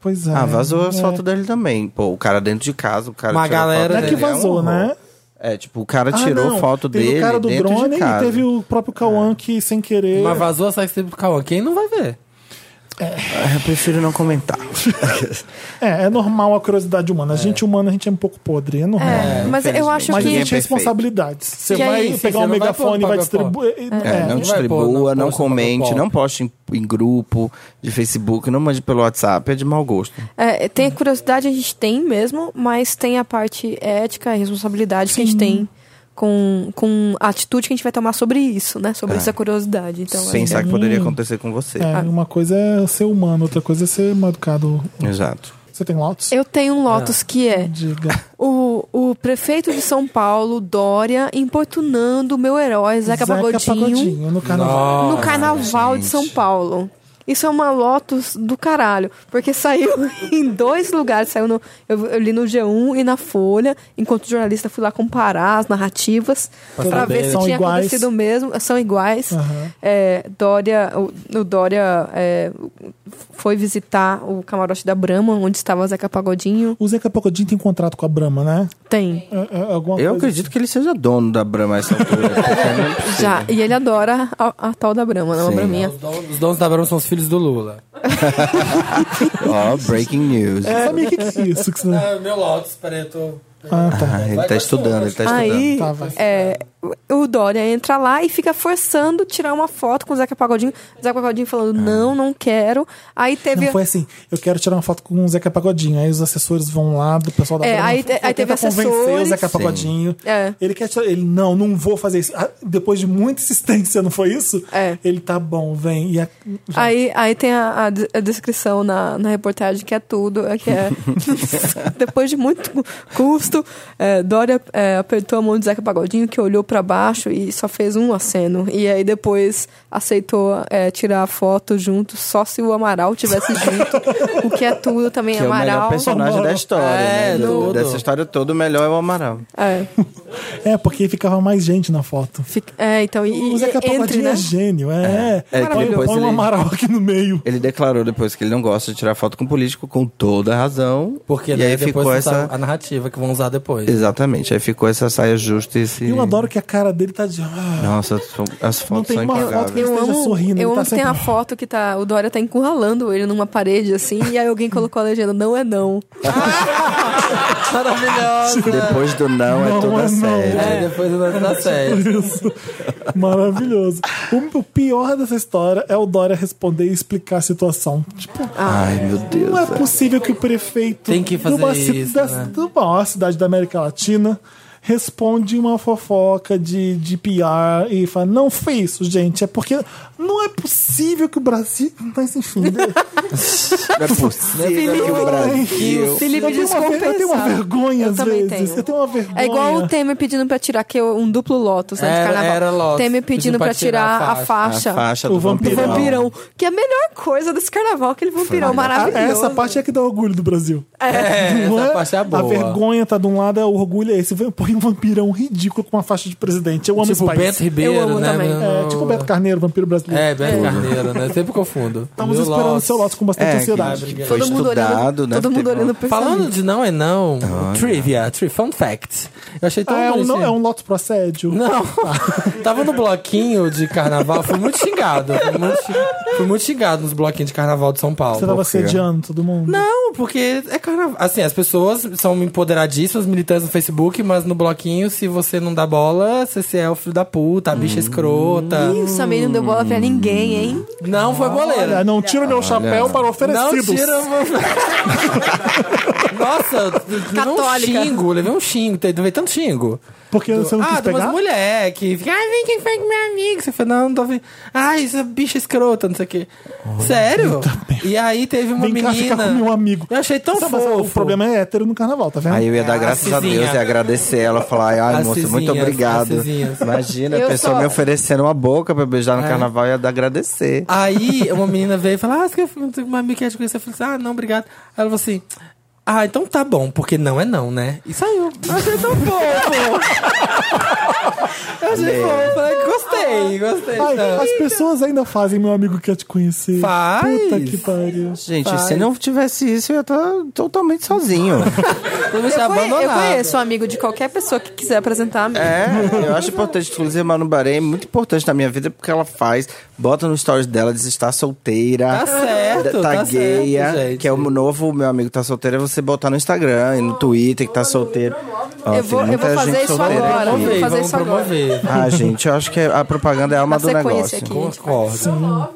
[SPEAKER 1] Pois é.
[SPEAKER 4] Ah, vazou as
[SPEAKER 1] É.
[SPEAKER 4] fotos dele também. Pô, o cara dentro de casa, o cara
[SPEAKER 2] Uma
[SPEAKER 4] tirou
[SPEAKER 2] galera
[SPEAKER 4] foto
[SPEAKER 1] É que
[SPEAKER 4] dele, um
[SPEAKER 1] vazou,
[SPEAKER 4] horror.
[SPEAKER 1] né?
[SPEAKER 4] É, tipo, o cara
[SPEAKER 1] Ah,
[SPEAKER 4] tirou
[SPEAKER 1] não,
[SPEAKER 4] foto
[SPEAKER 1] teve
[SPEAKER 4] dele
[SPEAKER 1] o cara do
[SPEAKER 4] dentro
[SPEAKER 1] drone
[SPEAKER 4] de
[SPEAKER 1] e
[SPEAKER 4] casa. É.
[SPEAKER 1] teve o próprio Cauã que, sem querer.
[SPEAKER 2] Mas vazou a sextape do Kawan. Quem não vai ver?
[SPEAKER 4] Ah, Eu prefiro não comentar.
[SPEAKER 1] É, é normal a curiosidade humana. A gente humana, a gente é um pouco podre, é normal.
[SPEAKER 3] É, mas eu
[SPEAKER 1] Mas a
[SPEAKER 3] acho que.
[SPEAKER 1] gente
[SPEAKER 4] ninguém é
[SPEAKER 1] tem
[SPEAKER 4] perfeito.
[SPEAKER 1] responsabilidades. Você
[SPEAKER 3] Que aí,
[SPEAKER 1] vai
[SPEAKER 3] sim,
[SPEAKER 1] pegar
[SPEAKER 2] você
[SPEAKER 1] um
[SPEAKER 2] não vai
[SPEAKER 1] megafone e
[SPEAKER 2] pôr pra
[SPEAKER 1] vai distribuir.
[SPEAKER 4] É, não
[SPEAKER 2] Não vai pôr,
[SPEAKER 4] distribua,
[SPEAKER 2] não
[SPEAKER 4] não,
[SPEAKER 2] posta, não
[SPEAKER 4] comente,
[SPEAKER 2] coloca.
[SPEAKER 4] não poste em, em grupo de Facebook, não mande pelo WhatsApp, é de mau gosto.
[SPEAKER 3] é, tem a curiosidade, a gente tem mesmo, mas tem a parte ética e responsabilidade que a gente tem com, com a atitude que a gente vai tomar sobre isso, né? Sobre essa curiosidade. Então, é-
[SPEAKER 4] Pensar que poderia acontecer com você.
[SPEAKER 1] É, uma coisa é ser humano, outra coisa é ser mal educado.
[SPEAKER 4] Exato.
[SPEAKER 1] Você tem Lotus?
[SPEAKER 3] Eu tenho um Lotus que é
[SPEAKER 1] Diga.
[SPEAKER 3] o, o prefeito de São Paulo, Dória, importunando o meu herói, Zeca, Pagodinho.
[SPEAKER 1] no carnaval.
[SPEAKER 3] no carnaval de São Paulo. Isso é uma Lotus do caralho, porque saiu em dois lugares, saiu no, eu, eu li no G1 e na Folha, enquanto jornalista fui lá comparar as narrativas para
[SPEAKER 2] saber,
[SPEAKER 3] ver
[SPEAKER 2] né?
[SPEAKER 3] se
[SPEAKER 1] São
[SPEAKER 3] tinha
[SPEAKER 1] iguais.
[SPEAKER 3] acontecido mesmo, são iguais.
[SPEAKER 1] Aham.
[SPEAKER 3] É, Dória, o, o Dória é, foi visitar o camarote da Brahma, onde estava Zeca Pagodinho.
[SPEAKER 1] O Zeca Pagodinho tem contrato com a Brahma, né?
[SPEAKER 3] Tem.
[SPEAKER 1] É, é, alguma
[SPEAKER 4] Eu
[SPEAKER 1] coisa
[SPEAKER 4] acredito que ele seja dono da Brahma a essa altura. porque não é possível.
[SPEAKER 3] Já, e ele adora a, a tal da Brahma, né? não a
[SPEAKER 4] Sim.
[SPEAKER 3] Braminha.
[SPEAKER 2] Os donos, os donos da Brahma são os filhos do Lula.
[SPEAKER 4] Ó, breaking news.
[SPEAKER 1] assim. Sabe o que, que é isso? Que você...
[SPEAKER 2] É, meu Lotus, peraí, eu tô...
[SPEAKER 1] Ah, tá.
[SPEAKER 4] Ah, ele tá estudando, ele tá estudando.
[SPEAKER 3] Aí,
[SPEAKER 1] Tá, vai.
[SPEAKER 3] é, o Dória entra lá e fica forçando tirar uma foto com o Zeca Pagodinho. O Zeca Pagodinho
[SPEAKER 4] Ah.
[SPEAKER 3] falando, não, não quero. Aí teve.
[SPEAKER 1] Não, foi assim, eu quero tirar uma foto com o Zeca Pagodinho. Aí os assessores vão lá do pessoal da
[SPEAKER 3] É,
[SPEAKER 1] Brahma,
[SPEAKER 3] aí te- aí
[SPEAKER 1] tenta
[SPEAKER 3] teve
[SPEAKER 1] convencer o
[SPEAKER 3] assessores.
[SPEAKER 1] Zeca
[SPEAKER 3] Sim.
[SPEAKER 1] Pagodinho.
[SPEAKER 3] É.
[SPEAKER 1] Ele quer tirar, ele não, não vou fazer isso. Ah, depois de muita insistência, não foi isso?
[SPEAKER 3] É.
[SPEAKER 1] Ele tá bom, vem. E a-
[SPEAKER 3] Aí, aí tem a, a de- a descrição na, na reportagem que é tudo, é que é depois de muito custo, é, Dória é, apertou a mão de Zeca Pagodinho que olhou pra baixo e só fez um aceno. E aí depois aceitou é, tirar a foto junto, só se o Amaral tivesse junto, o que é tudo também
[SPEAKER 4] Que é o melhor
[SPEAKER 3] Amaral.
[SPEAKER 4] personagem da história,
[SPEAKER 2] É,
[SPEAKER 4] né? Do-
[SPEAKER 2] tudo.
[SPEAKER 4] dessa história toda, o melhor é o Amaral.
[SPEAKER 3] É.
[SPEAKER 1] é, porque ficava mais gente na foto.
[SPEAKER 3] Fica- É, então, e,
[SPEAKER 1] o Zeca
[SPEAKER 3] e- entre,
[SPEAKER 1] Pagodinho
[SPEAKER 3] né?
[SPEAKER 1] é gênio, é.
[SPEAKER 4] É, que
[SPEAKER 1] Põe-
[SPEAKER 4] depois
[SPEAKER 1] põe um
[SPEAKER 4] ele-
[SPEAKER 1] amaral aqui no meio.
[SPEAKER 4] Ele declarou depois que ele não gosta de tirar foto com político, com toda a razão.
[SPEAKER 2] Porque
[SPEAKER 4] e
[SPEAKER 2] daí
[SPEAKER 4] aí
[SPEAKER 2] depois tá-
[SPEAKER 4] ficou
[SPEAKER 2] essa...
[SPEAKER 4] essa.
[SPEAKER 2] a narrativa que vão usar depois.
[SPEAKER 4] Exatamente, aí ficou essa saia justa e esse.
[SPEAKER 1] E eu adoro que a cara dele tá de. Ah,
[SPEAKER 4] Nossa, são- as
[SPEAKER 1] Não
[SPEAKER 4] fotos
[SPEAKER 1] tem
[SPEAKER 4] são
[SPEAKER 1] uma foto
[SPEAKER 4] impagáveis.
[SPEAKER 1] que ele
[SPEAKER 3] Eu
[SPEAKER 1] esteja
[SPEAKER 3] amo,
[SPEAKER 1] sorrindo,
[SPEAKER 3] eu
[SPEAKER 1] ele tá
[SPEAKER 3] amo que tem a
[SPEAKER 1] sempre-
[SPEAKER 3] foto que tá, o Dória tá encurralando ele numa parede assim, e aí alguém colocou a legenda, não é não.
[SPEAKER 2] Maravilhosa!
[SPEAKER 4] Depois do não,
[SPEAKER 1] Não,
[SPEAKER 4] é toda
[SPEAKER 1] é
[SPEAKER 4] a
[SPEAKER 1] não.
[SPEAKER 4] série.
[SPEAKER 2] É, depois eu entro na série.
[SPEAKER 1] Isso. Maravilhoso. O, o pior dessa história é o Dória responder e explicar a situação. Tipo,
[SPEAKER 4] Ai, meu Deus.
[SPEAKER 1] não é possível que o prefeito
[SPEAKER 2] Tem que fazer
[SPEAKER 1] de, uma ci-
[SPEAKER 2] isso,
[SPEAKER 1] da-
[SPEAKER 2] né?
[SPEAKER 1] de uma maior cidade da América Latina responde uma fofoca de, de PR e fala, não foi isso, gente, é porque não é possível que o Brasil... Mas enfim... né?
[SPEAKER 4] Não é possível que o Brasil.
[SPEAKER 3] Felipe
[SPEAKER 1] eu, tenho uma, ver- eu tenho uma
[SPEAKER 3] descompensado.
[SPEAKER 1] vergonha
[SPEAKER 3] Eu
[SPEAKER 1] às
[SPEAKER 3] também
[SPEAKER 1] vezes.
[SPEAKER 3] tenho.
[SPEAKER 1] Eu tenho uma vergonha.
[SPEAKER 3] É igual o Temer pedindo pra tirar que eu- um duplo Lotus né,
[SPEAKER 2] Era-
[SPEAKER 3] de carnaval.
[SPEAKER 2] era Lotus,
[SPEAKER 3] Temer
[SPEAKER 2] pedindo
[SPEAKER 3] pedindo
[SPEAKER 2] pra
[SPEAKER 3] pra tirar
[SPEAKER 2] tirar
[SPEAKER 3] a
[SPEAKER 4] A
[SPEAKER 3] faixa,
[SPEAKER 4] faixa
[SPEAKER 1] O
[SPEAKER 4] do
[SPEAKER 1] vampirão.
[SPEAKER 3] do
[SPEAKER 4] vampirão.
[SPEAKER 3] vampirão, que é a melhor coisa desse carnaval, aquele vampirão maravilhoso.
[SPEAKER 1] Essa parte é que dá orgulho do Brasil.
[SPEAKER 2] É,
[SPEAKER 1] Não
[SPEAKER 2] essa parte é a boa.
[SPEAKER 1] vergonha tá de um lado, o orgulho é esse. Vem- Põe um vampirão ridículo com uma faixa de presidente. Eu amo esse
[SPEAKER 2] Tipo
[SPEAKER 1] país.
[SPEAKER 2] Beto Ribeiro,
[SPEAKER 3] Eu amo
[SPEAKER 2] né?
[SPEAKER 3] também.
[SPEAKER 2] meu?
[SPEAKER 1] É, tipo o Beto Carneiro, vampiro brasileiro.
[SPEAKER 2] É, Beto Carneiro, né? Sempre confundo.
[SPEAKER 1] Estamos
[SPEAKER 2] Meu
[SPEAKER 1] esperando o
[SPEAKER 2] Lotus. Tá
[SPEAKER 1] seu lote com bastante
[SPEAKER 4] É,
[SPEAKER 1] ansiedade.
[SPEAKER 4] que- que foi
[SPEAKER 3] Todo mundo
[SPEAKER 4] estudado,
[SPEAKER 3] olhando,
[SPEAKER 4] né?
[SPEAKER 3] todo mundo
[SPEAKER 4] Teve
[SPEAKER 3] olhando
[SPEAKER 4] uma-
[SPEAKER 3] pra
[SPEAKER 2] Falando de não é não,
[SPEAKER 4] Ah,
[SPEAKER 2] trivia, tri, fun fact. Eu achei tão
[SPEAKER 1] Ah, é, um,
[SPEAKER 2] bonitinho.
[SPEAKER 1] não, é um lote pro assédio.
[SPEAKER 2] Não. Tava no bloquinho de carnaval, fui muito xingado. Fui muito, xi- fui muito xingado nos bloquinhos de carnaval de São Paulo.
[SPEAKER 1] Você tava assediando todo mundo.
[SPEAKER 2] Não, porque é carnaval. Assim, as pessoas são empoderadíssimas, militantes no Facebook, mas no bloquinho, se você não dá bola, você, você é o filho da puta, a
[SPEAKER 1] Hum.
[SPEAKER 2] bicha é escrota.
[SPEAKER 3] Isso, a menina não deu bola pra ninguém, hein?
[SPEAKER 2] Não foi
[SPEAKER 1] Olha,
[SPEAKER 2] boleira.
[SPEAKER 1] não tira meu chapéu para
[SPEAKER 2] Não
[SPEAKER 1] oferecidos.
[SPEAKER 2] tira. Nossa, levei um
[SPEAKER 3] Católica.
[SPEAKER 2] xingo, levei um xingo, te- levei tanto xingo.
[SPEAKER 1] Porque você não
[SPEAKER 2] ah,
[SPEAKER 1] quis
[SPEAKER 2] tem umas
[SPEAKER 1] pegar?
[SPEAKER 2] mulher que fica, ai, vem quem foi com meu amigo. Você fala, não, não tô vendo. Ai, essa bicha é escrota, não sei o quê. Sério? E aí teve uma
[SPEAKER 1] Vem cá
[SPEAKER 2] menina.
[SPEAKER 1] ficar com meu amigo.
[SPEAKER 2] Eu achei tão
[SPEAKER 1] Sabe, mas
[SPEAKER 2] fofo.
[SPEAKER 1] O problema é hétero no carnaval, tá vendo?
[SPEAKER 4] Aí eu ia dar
[SPEAKER 2] É,
[SPEAKER 4] graças a
[SPEAKER 2] Acizinha.
[SPEAKER 4] Deus e agradecer ela, falar, ai, moça,
[SPEAKER 2] Acizinha,
[SPEAKER 4] muito obrigado.
[SPEAKER 2] Acizinha.
[SPEAKER 4] Imagina,
[SPEAKER 3] Eu
[SPEAKER 4] a pessoa
[SPEAKER 3] só-
[SPEAKER 4] me oferecendo uma boca pra beijar no
[SPEAKER 1] É.
[SPEAKER 4] carnaval, ia dar
[SPEAKER 1] Ah,
[SPEAKER 4] agradecer.
[SPEAKER 2] Aí uma menina veio e falou: Ah, você quer fazer uma amiga de conhecer? Eu falei assim, ah, não, obrigado. Aí ela falou assim. Ah, então tá bom, porque não é não, né? E saiu. Eu Achei tão fofo! Eu achei fofo, falei, gostei, gostei.
[SPEAKER 1] Ai,
[SPEAKER 2] tá.
[SPEAKER 1] as pessoas ainda fazem meu amigo quer te conhecer.
[SPEAKER 2] Faz.
[SPEAKER 1] Puta que pariu.
[SPEAKER 4] Gente,
[SPEAKER 2] Faz.
[SPEAKER 4] se não tivesse isso, eu ia estar totalmente sozinho.
[SPEAKER 2] Todo mundo se
[SPEAKER 3] Eu, conhe- eu
[SPEAKER 2] abandonado.
[SPEAKER 3] conheço um amigo de qualquer pessoa que quiser apresentar amigo.
[SPEAKER 4] É, eu acho importante, inclusive, a Manu Bahrein é muito importante na minha vida, porque ela faz, bota no stories dela, diz está solteira.
[SPEAKER 2] Tá certo,
[SPEAKER 4] tá,
[SPEAKER 2] tá
[SPEAKER 4] gaia,
[SPEAKER 2] certo, gente.
[SPEAKER 4] que é o novo, meu amigo tá solteiro, é você botar no Instagram e no Twitter que tá solteiro. Ó,
[SPEAKER 3] Eu
[SPEAKER 4] tem
[SPEAKER 3] vou- eu
[SPEAKER 4] muita
[SPEAKER 3] vou fazer
[SPEAKER 4] gente
[SPEAKER 3] isso
[SPEAKER 4] solteira
[SPEAKER 3] agora.
[SPEAKER 4] aqui.
[SPEAKER 3] Vamos
[SPEAKER 2] Promover,
[SPEAKER 3] fazer
[SPEAKER 2] vamos
[SPEAKER 3] isso agora.
[SPEAKER 2] promover.
[SPEAKER 4] Ah, gente, eu acho que a propaganda é a alma
[SPEAKER 3] Na
[SPEAKER 4] do
[SPEAKER 3] sequência
[SPEAKER 4] negócio.
[SPEAKER 3] aqui. gente.
[SPEAKER 2] Concordo.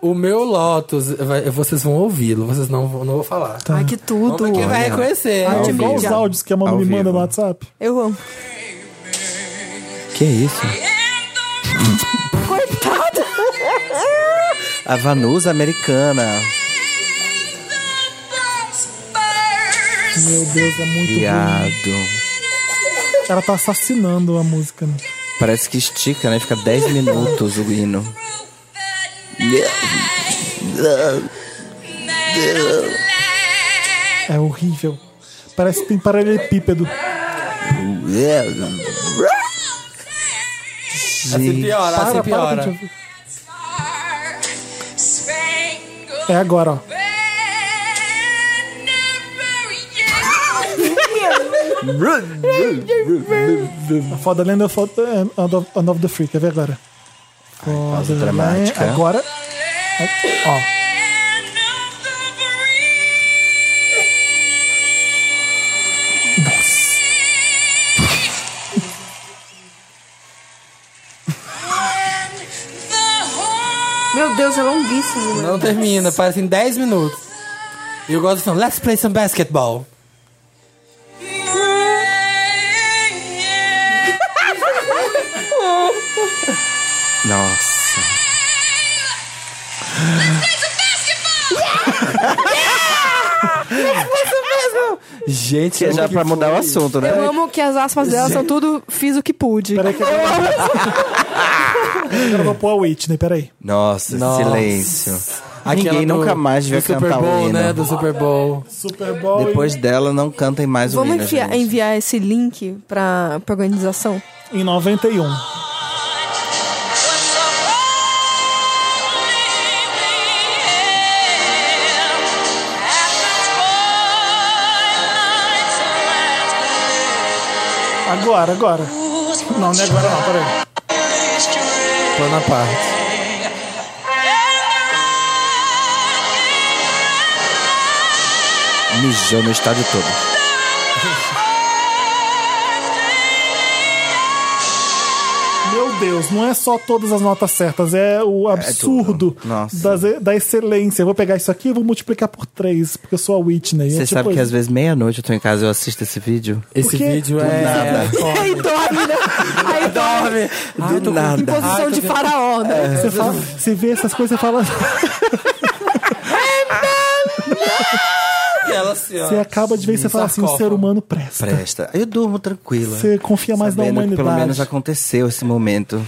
[SPEAKER 2] O meu Lotus, vai- vocês vão ouvi-lo, vocês não, vão- não vou falar.
[SPEAKER 3] Ai, que tudo.
[SPEAKER 2] Quem vai reconhecer?
[SPEAKER 1] Ai,
[SPEAKER 2] hein?
[SPEAKER 1] é igual os
[SPEAKER 3] vivo.
[SPEAKER 1] áudios que a Manu
[SPEAKER 4] Ao
[SPEAKER 1] me manda
[SPEAKER 4] vivo.
[SPEAKER 1] no WhatsApp.
[SPEAKER 3] Eu amo.
[SPEAKER 4] Que é isso?
[SPEAKER 3] Coitado.
[SPEAKER 4] A Vanusa americana.
[SPEAKER 1] Meu Deus, é muito ruim.
[SPEAKER 4] Viado.
[SPEAKER 1] Ela tá assassinando a música. né?
[SPEAKER 4] Parece que estica, né? Fica 10 minutos o hino.
[SPEAKER 1] É horrível. Parece que tem paralelepípedo.
[SPEAKER 2] Se
[SPEAKER 4] Gente,
[SPEAKER 2] piora,
[SPEAKER 1] Para,
[SPEAKER 2] se
[SPEAKER 1] para,
[SPEAKER 2] piora.
[SPEAKER 1] pra gente ouvir. É agora, ó. For the Land of, eh, and of, and of the Free, quer ver agora? For the
[SPEAKER 4] dramática.
[SPEAKER 1] land- Agora. Ó. Nossa.
[SPEAKER 3] Meu Deus, é longuíssimo. né?
[SPEAKER 2] Não termina, parece em 10 minutos. E eu gosto do som, let's play some basketball.
[SPEAKER 4] Nossa. Gente,
[SPEAKER 2] é
[SPEAKER 4] já pra mudar o assunto, né?
[SPEAKER 3] Eu amo que as aspas dela são tudo fiz o que pude.
[SPEAKER 1] Peraí que agora. Agora eu vou pôr a Whitney, peraí.
[SPEAKER 4] Nossa,
[SPEAKER 2] Nossa.
[SPEAKER 4] silêncio.
[SPEAKER 2] Aquela
[SPEAKER 4] Ninguém
[SPEAKER 2] do-
[SPEAKER 4] nunca mais devia
[SPEAKER 2] do Super
[SPEAKER 4] cantar o
[SPEAKER 2] Bowl,
[SPEAKER 4] hino.
[SPEAKER 2] né? Do Super Bowl.
[SPEAKER 1] Super Bowl.
[SPEAKER 4] Depois dela, não cantem mais o
[SPEAKER 3] Vamos
[SPEAKER 4] hino,
[SPEAKER 3] enfiar-
[SPEAKER 4] gente.
[SPEAKER 3] enviar esse link pra, pra organização?
[SPEAKER 1] Em 91. Agora, agora. Não, não é agora não, peraí.
[SPEAKER 2] Tô na parte.
[SPEAKER 4] Mijou no estádio todo.
[SPEAKER 1] Meu Deus, não é só todas as notas certas, é o absurdo
[SPEAKER 4] tudo. Nossa.
[SPEAKER 1] das- da excelência. Eu vou pegar isso aqui e vou multiplicar por três, porque eu sou a Whitney.
[SPEAKER 4] Você
[SPEAKER 1] é tipo
[SPEAKER 4] sabe que
[SPEAKER 1] isso.
[SPEAKER 4] às vezes meia-noite eu tô em casa e eu assisto esse vídeo?
[SPEAKER 2] Esse
[SPEAKER 1] Porque-
[SPEAKER 2] vídeo é...
[SPEAKER 3] Aí dorme, né? Aí dorme.
[SPEAKER 2] Dorme.
[SPEAKER 4] Do
[SPEAKER 3] Em
[SPEAKER 4] nada.
[SPEAKER 3] posição de faraó, né?
[SPEAKER 1] Você, fala, você vê essas coisas e fala.
[SPEAKER 2] E ela assim, ó.
[SPEAKER 1] Você acaba de ver e você fala assim: o
[SPEAKER 2] sarcófago.
[SPEAKER 1] ser humano presta.
[SPEAKER 4] Presta. Eu durmo tranquila.
[SPEAKER 1] Você confia mais na
[SPEAKER 4] Sabendo que
[SPEAKER 1] humanidade.
[SPEAKER 4] pelo menos aconteceu esse momento.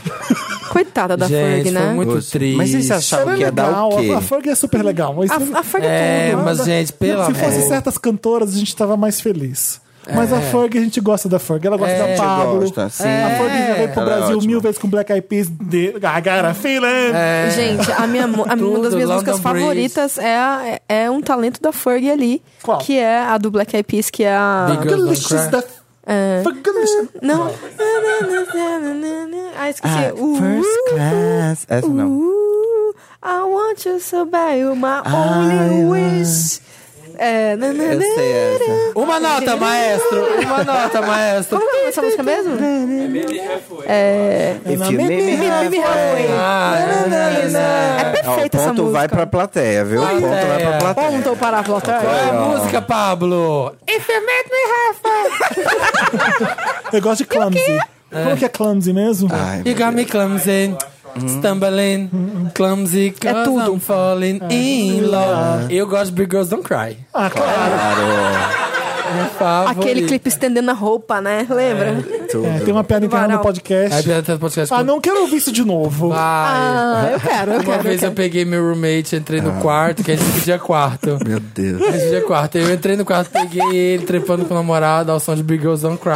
[SPEAKER 3] Coitada da
[SPEAKER 2] É. Gente,
[SPEAKER 3] Ferg, né?
[SPEAKER 2] foi muito
[SPEAKER 4] Poxa,
[SPEAKER 2] triste.
[SPEAKER 4] Mas vocês achavam
[SPEAKER 1] Era
[SPEAKER 4] que ia dar
[SPEAKER 1] legal,
[SPEAKER 4] o quê?
[SPEAKER 1] a- a Ferg é super legal. Mas
[SPEAKER 3] A, a Ferg é
[SPEAKER 2] É,
[SPEAKER 3] tudo.
[SPEAKER 2] mas, gente, pelo
[SPEAKER 1] se
[SPEAKER 2] amor...
[SPEAKER 1] fossem certas cantoras, a gente tava mais feliz. Mas a Ferg, a gente gosta da Ferg. Ela gosta da Pablo.
[SPEAKER 4] gosta, sim.
[SPEAKER 1] A Ferg já veio pro
[SPEAKER 4] Ela é
[SPEAKER 1] Brasil
[SPEAKER 4] ótima.
[SPEAKER 1] mil vezes com Black Eyed Peas. De... Gagara Feeling.
[SPEAKER 3] Gente, a minha, mo- a minha- uma das
[SPEAKER 2] é. Tudo,
[SPEAKER 3] minhas
[SPEAKER 2] London
[SPEAKER 3] músicas
[SPEAKER 2] Breeze.
[SPEAKER 3] favoritas é, a- é um talento da Ferg ali.
[SPEAKER 1] Qual?
[SPEAKER 3] Que é a do Black Eyed Peas, que é a...
[SPEAKER 2] Big Girls Don't
[SPEAKER 1] Delicious
[SPEAKER 2] Cry.
[SPEAKER 1] da...
[SPEAKER 3] é-
[SPEAKER 1] Fergalicious.
[SPEAKER 3] Não. Ah, esqueci.
[SPEAKER 4] Ah,
[SPEAKER 3] Uh,
[SPEAKER 4] first class. Essa não.
[SPEAKER 3] uh, I want you so bad, you're my
[SPEAKER 4] Ah,
[SPEAKER 3] only wish. É, na, na,
[SPEAKER 4] Eu
[SPEAKER 3] na.
[SPEAKER 4] sei essa.
[SPEAKER 2] Uma nota, maestro! Uma nota, maestro!
[SPEAKER 3] Como é o nome dessa música mesmo? É.
[SPEAKER 4] If you make me
[SPEAKER 3] Baby
[SPEAKER 4] happy.
[SPEAKER 3] Halfway.
[SPEAKER 2] Ah,
[SPEAKER 3] É
[SPEAKER 4] é Ó, o
[SPEAKER 3] perfeita essa
[SPEAKER 4] ponto
[SPEAKER 3] música.
[SPEAKER 4] vai pra plateia, viu? O ponto vai pra plateia.
[SPEAKER 3] Ponto Então, para a
[SPEAKER 2] Qual é
[SPEAKER 3] plateia.
[SPEAKER 2] a música, Pablo? If you make me happy,
[SPEAKER 1] Eu gosto de Clumsy. Como que é Clumsy mesmo?
[SPEAKER 4] Ai,
[SPEAKER 2] you got me clumsy, stumbling, clumsy, cause
[SPEAKER 3] É tudo.
[SPEAKER 2] I'm falling in love. Eu gosto de Big Girls Don't Cry.
[SPEAKER 1] Ah, claro.
[SPEAKER 4] claro.
[SPEAKER 2] Favorito.
[SPEAKER 4] É.
[SPEAKER 3] Aquele clipe estendendo a roupa, né? Lembra?
[SPEAKER 4] Tudo.
[SPEAKER 1] É, tem uma piada interna no
[SPEAKER 3] Varal.
[SPEAKER 2] Aí
[SPEAKER 1] podcast.
[SPEAKER 2] pela tanto podcast
[SPEAKER 1] Ah,
[SPEAKER 2] com-
[SPEAKER 1] não quero ouvir isso de novo.
[SPEAKER 2] Vai.
[SPEAKER 3] Ah, eu quero, eu
[SPEAKER 2] Uma
[SPEAKER 3] quero. Eu
[SPEAKER 2] vez eu
[SPEAKER 3] quero.
[SPEAKER 2] peguei meu roommate, entrei no quarto, que a gente pedia quarto.
[SPEAKER 4] Meu Deus.
[SPEAKER 2] A gente pedia
[SPEAKER 3] Ah,
[SPEAKER 2] quarto. Eu entrei no quarto, peguei ele trepando com o namorado ao som de Big Girls Don't Cry.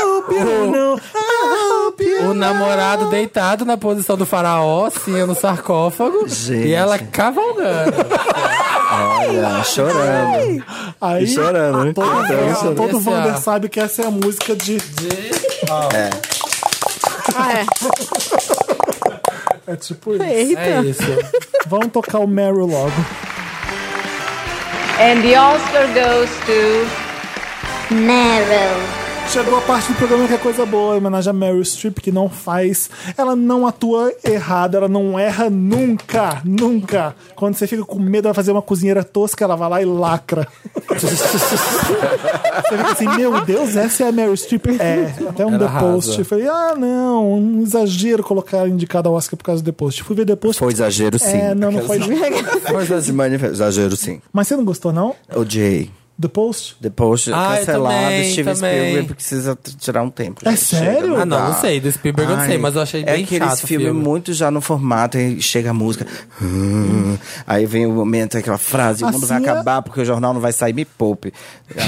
[SPEAKER 1] hope you know. I hope you
[SPEAKER 2] O namorado deitado na posição do faraó, sim, no sarcófago.
[SPEAKER 4] Gente.
[SPEAKER 2] E ela cavalgando.
[SPEAKER 4] Olha, chorando.
[SPEAKER 1] Aí,
[SPEAKER 4] E chorando, né?
[SPEAKER 1] Todo,
[SPEAKER 4] Então,
[SPEAKER 1] todo,
[SPEAKER 2] chorando.
[SPEAKER 1] Vander sabe que essa é a música de.
[SPEAKER 4] é,
[SPEAKER 3] Ah, é.
[SPEAKER 1] É tipo isso.
[SPEAKER 3] Eita.
[SPEAKER 2] É isso.
[SPEAKER 1] Vamos tocar o Meryl logo.
[SPEAKER 6] And the Oscar goes to.
[SPEAKER 5] Meryl.
[SPEAKER 1] Chegou a parte do programa que é coisa boa, em homenagem a Meryl Streep, que não faz. Ela não atua errado, ela não erra nunca, nunca. Quando você fica com medo, ela fazer uma cozinheira tosca, ela vai lá e lacra. Você fica assim, meu Deus, essa é a Meryl Streep? É. Até um
[SPEAKER 2] Ela
[SPEAKER 1] The Post.
[SPEAKER 2] arrasa.
[SPEAKER 1] Eu falei, ah, não, um exagero colocar ela indicada ao Oscar por causa do The Post. Fui ver The Post.
[SPEAKER 4] Foi exagero, sim.
[SPEAKER 1] É, não, não foi.
[SPEAKER 4] Coisas de manifesto. Exagero, sim.
[SPEAKER 1] Mas você não gostou, não?
[SPEAKER 4] Odiei.
[SPEAKER 1] The Post?
[SPEAKER 4] Depois
[SPEAKER 2] Ah, eu
[SPEAKER 4] cancelado,
[SPEAKER 2] também,
[SPEAKER 4] Steven
[SPEAKER 2] também.
[SPEAKER 4] Spielberg precisa t- tirar um tempo.
[SPEAKER 1] É
[SPEAKER 4] gente. Chega,
[SPEAKER 1] sério?
[SPEAKER 2] Ah, não,
[SPEAKER 4] dá.
[SPEAKER 2] não sei. Do Spielberg eu não
[SPEAKER 4] Ai,
[SPEAKER 2] sei, mas eu achei
[SPEAKER 4] é
[SPEAKER 2] bem
[SPEAKER 4] aqueles
[SPEAKER 2] chato o
[SPEAKER 4] filme,
[SPEAKER 2] filme.
[SPEAKER 4] muito já no formato, aí chega a música. hum, aí vem o momento, aquela frase, o mundo vai
[SPEAKER 1] Assim é-
[SPEAKER 4] acabar porque o jornal não vai sair, me poupe. Tipo,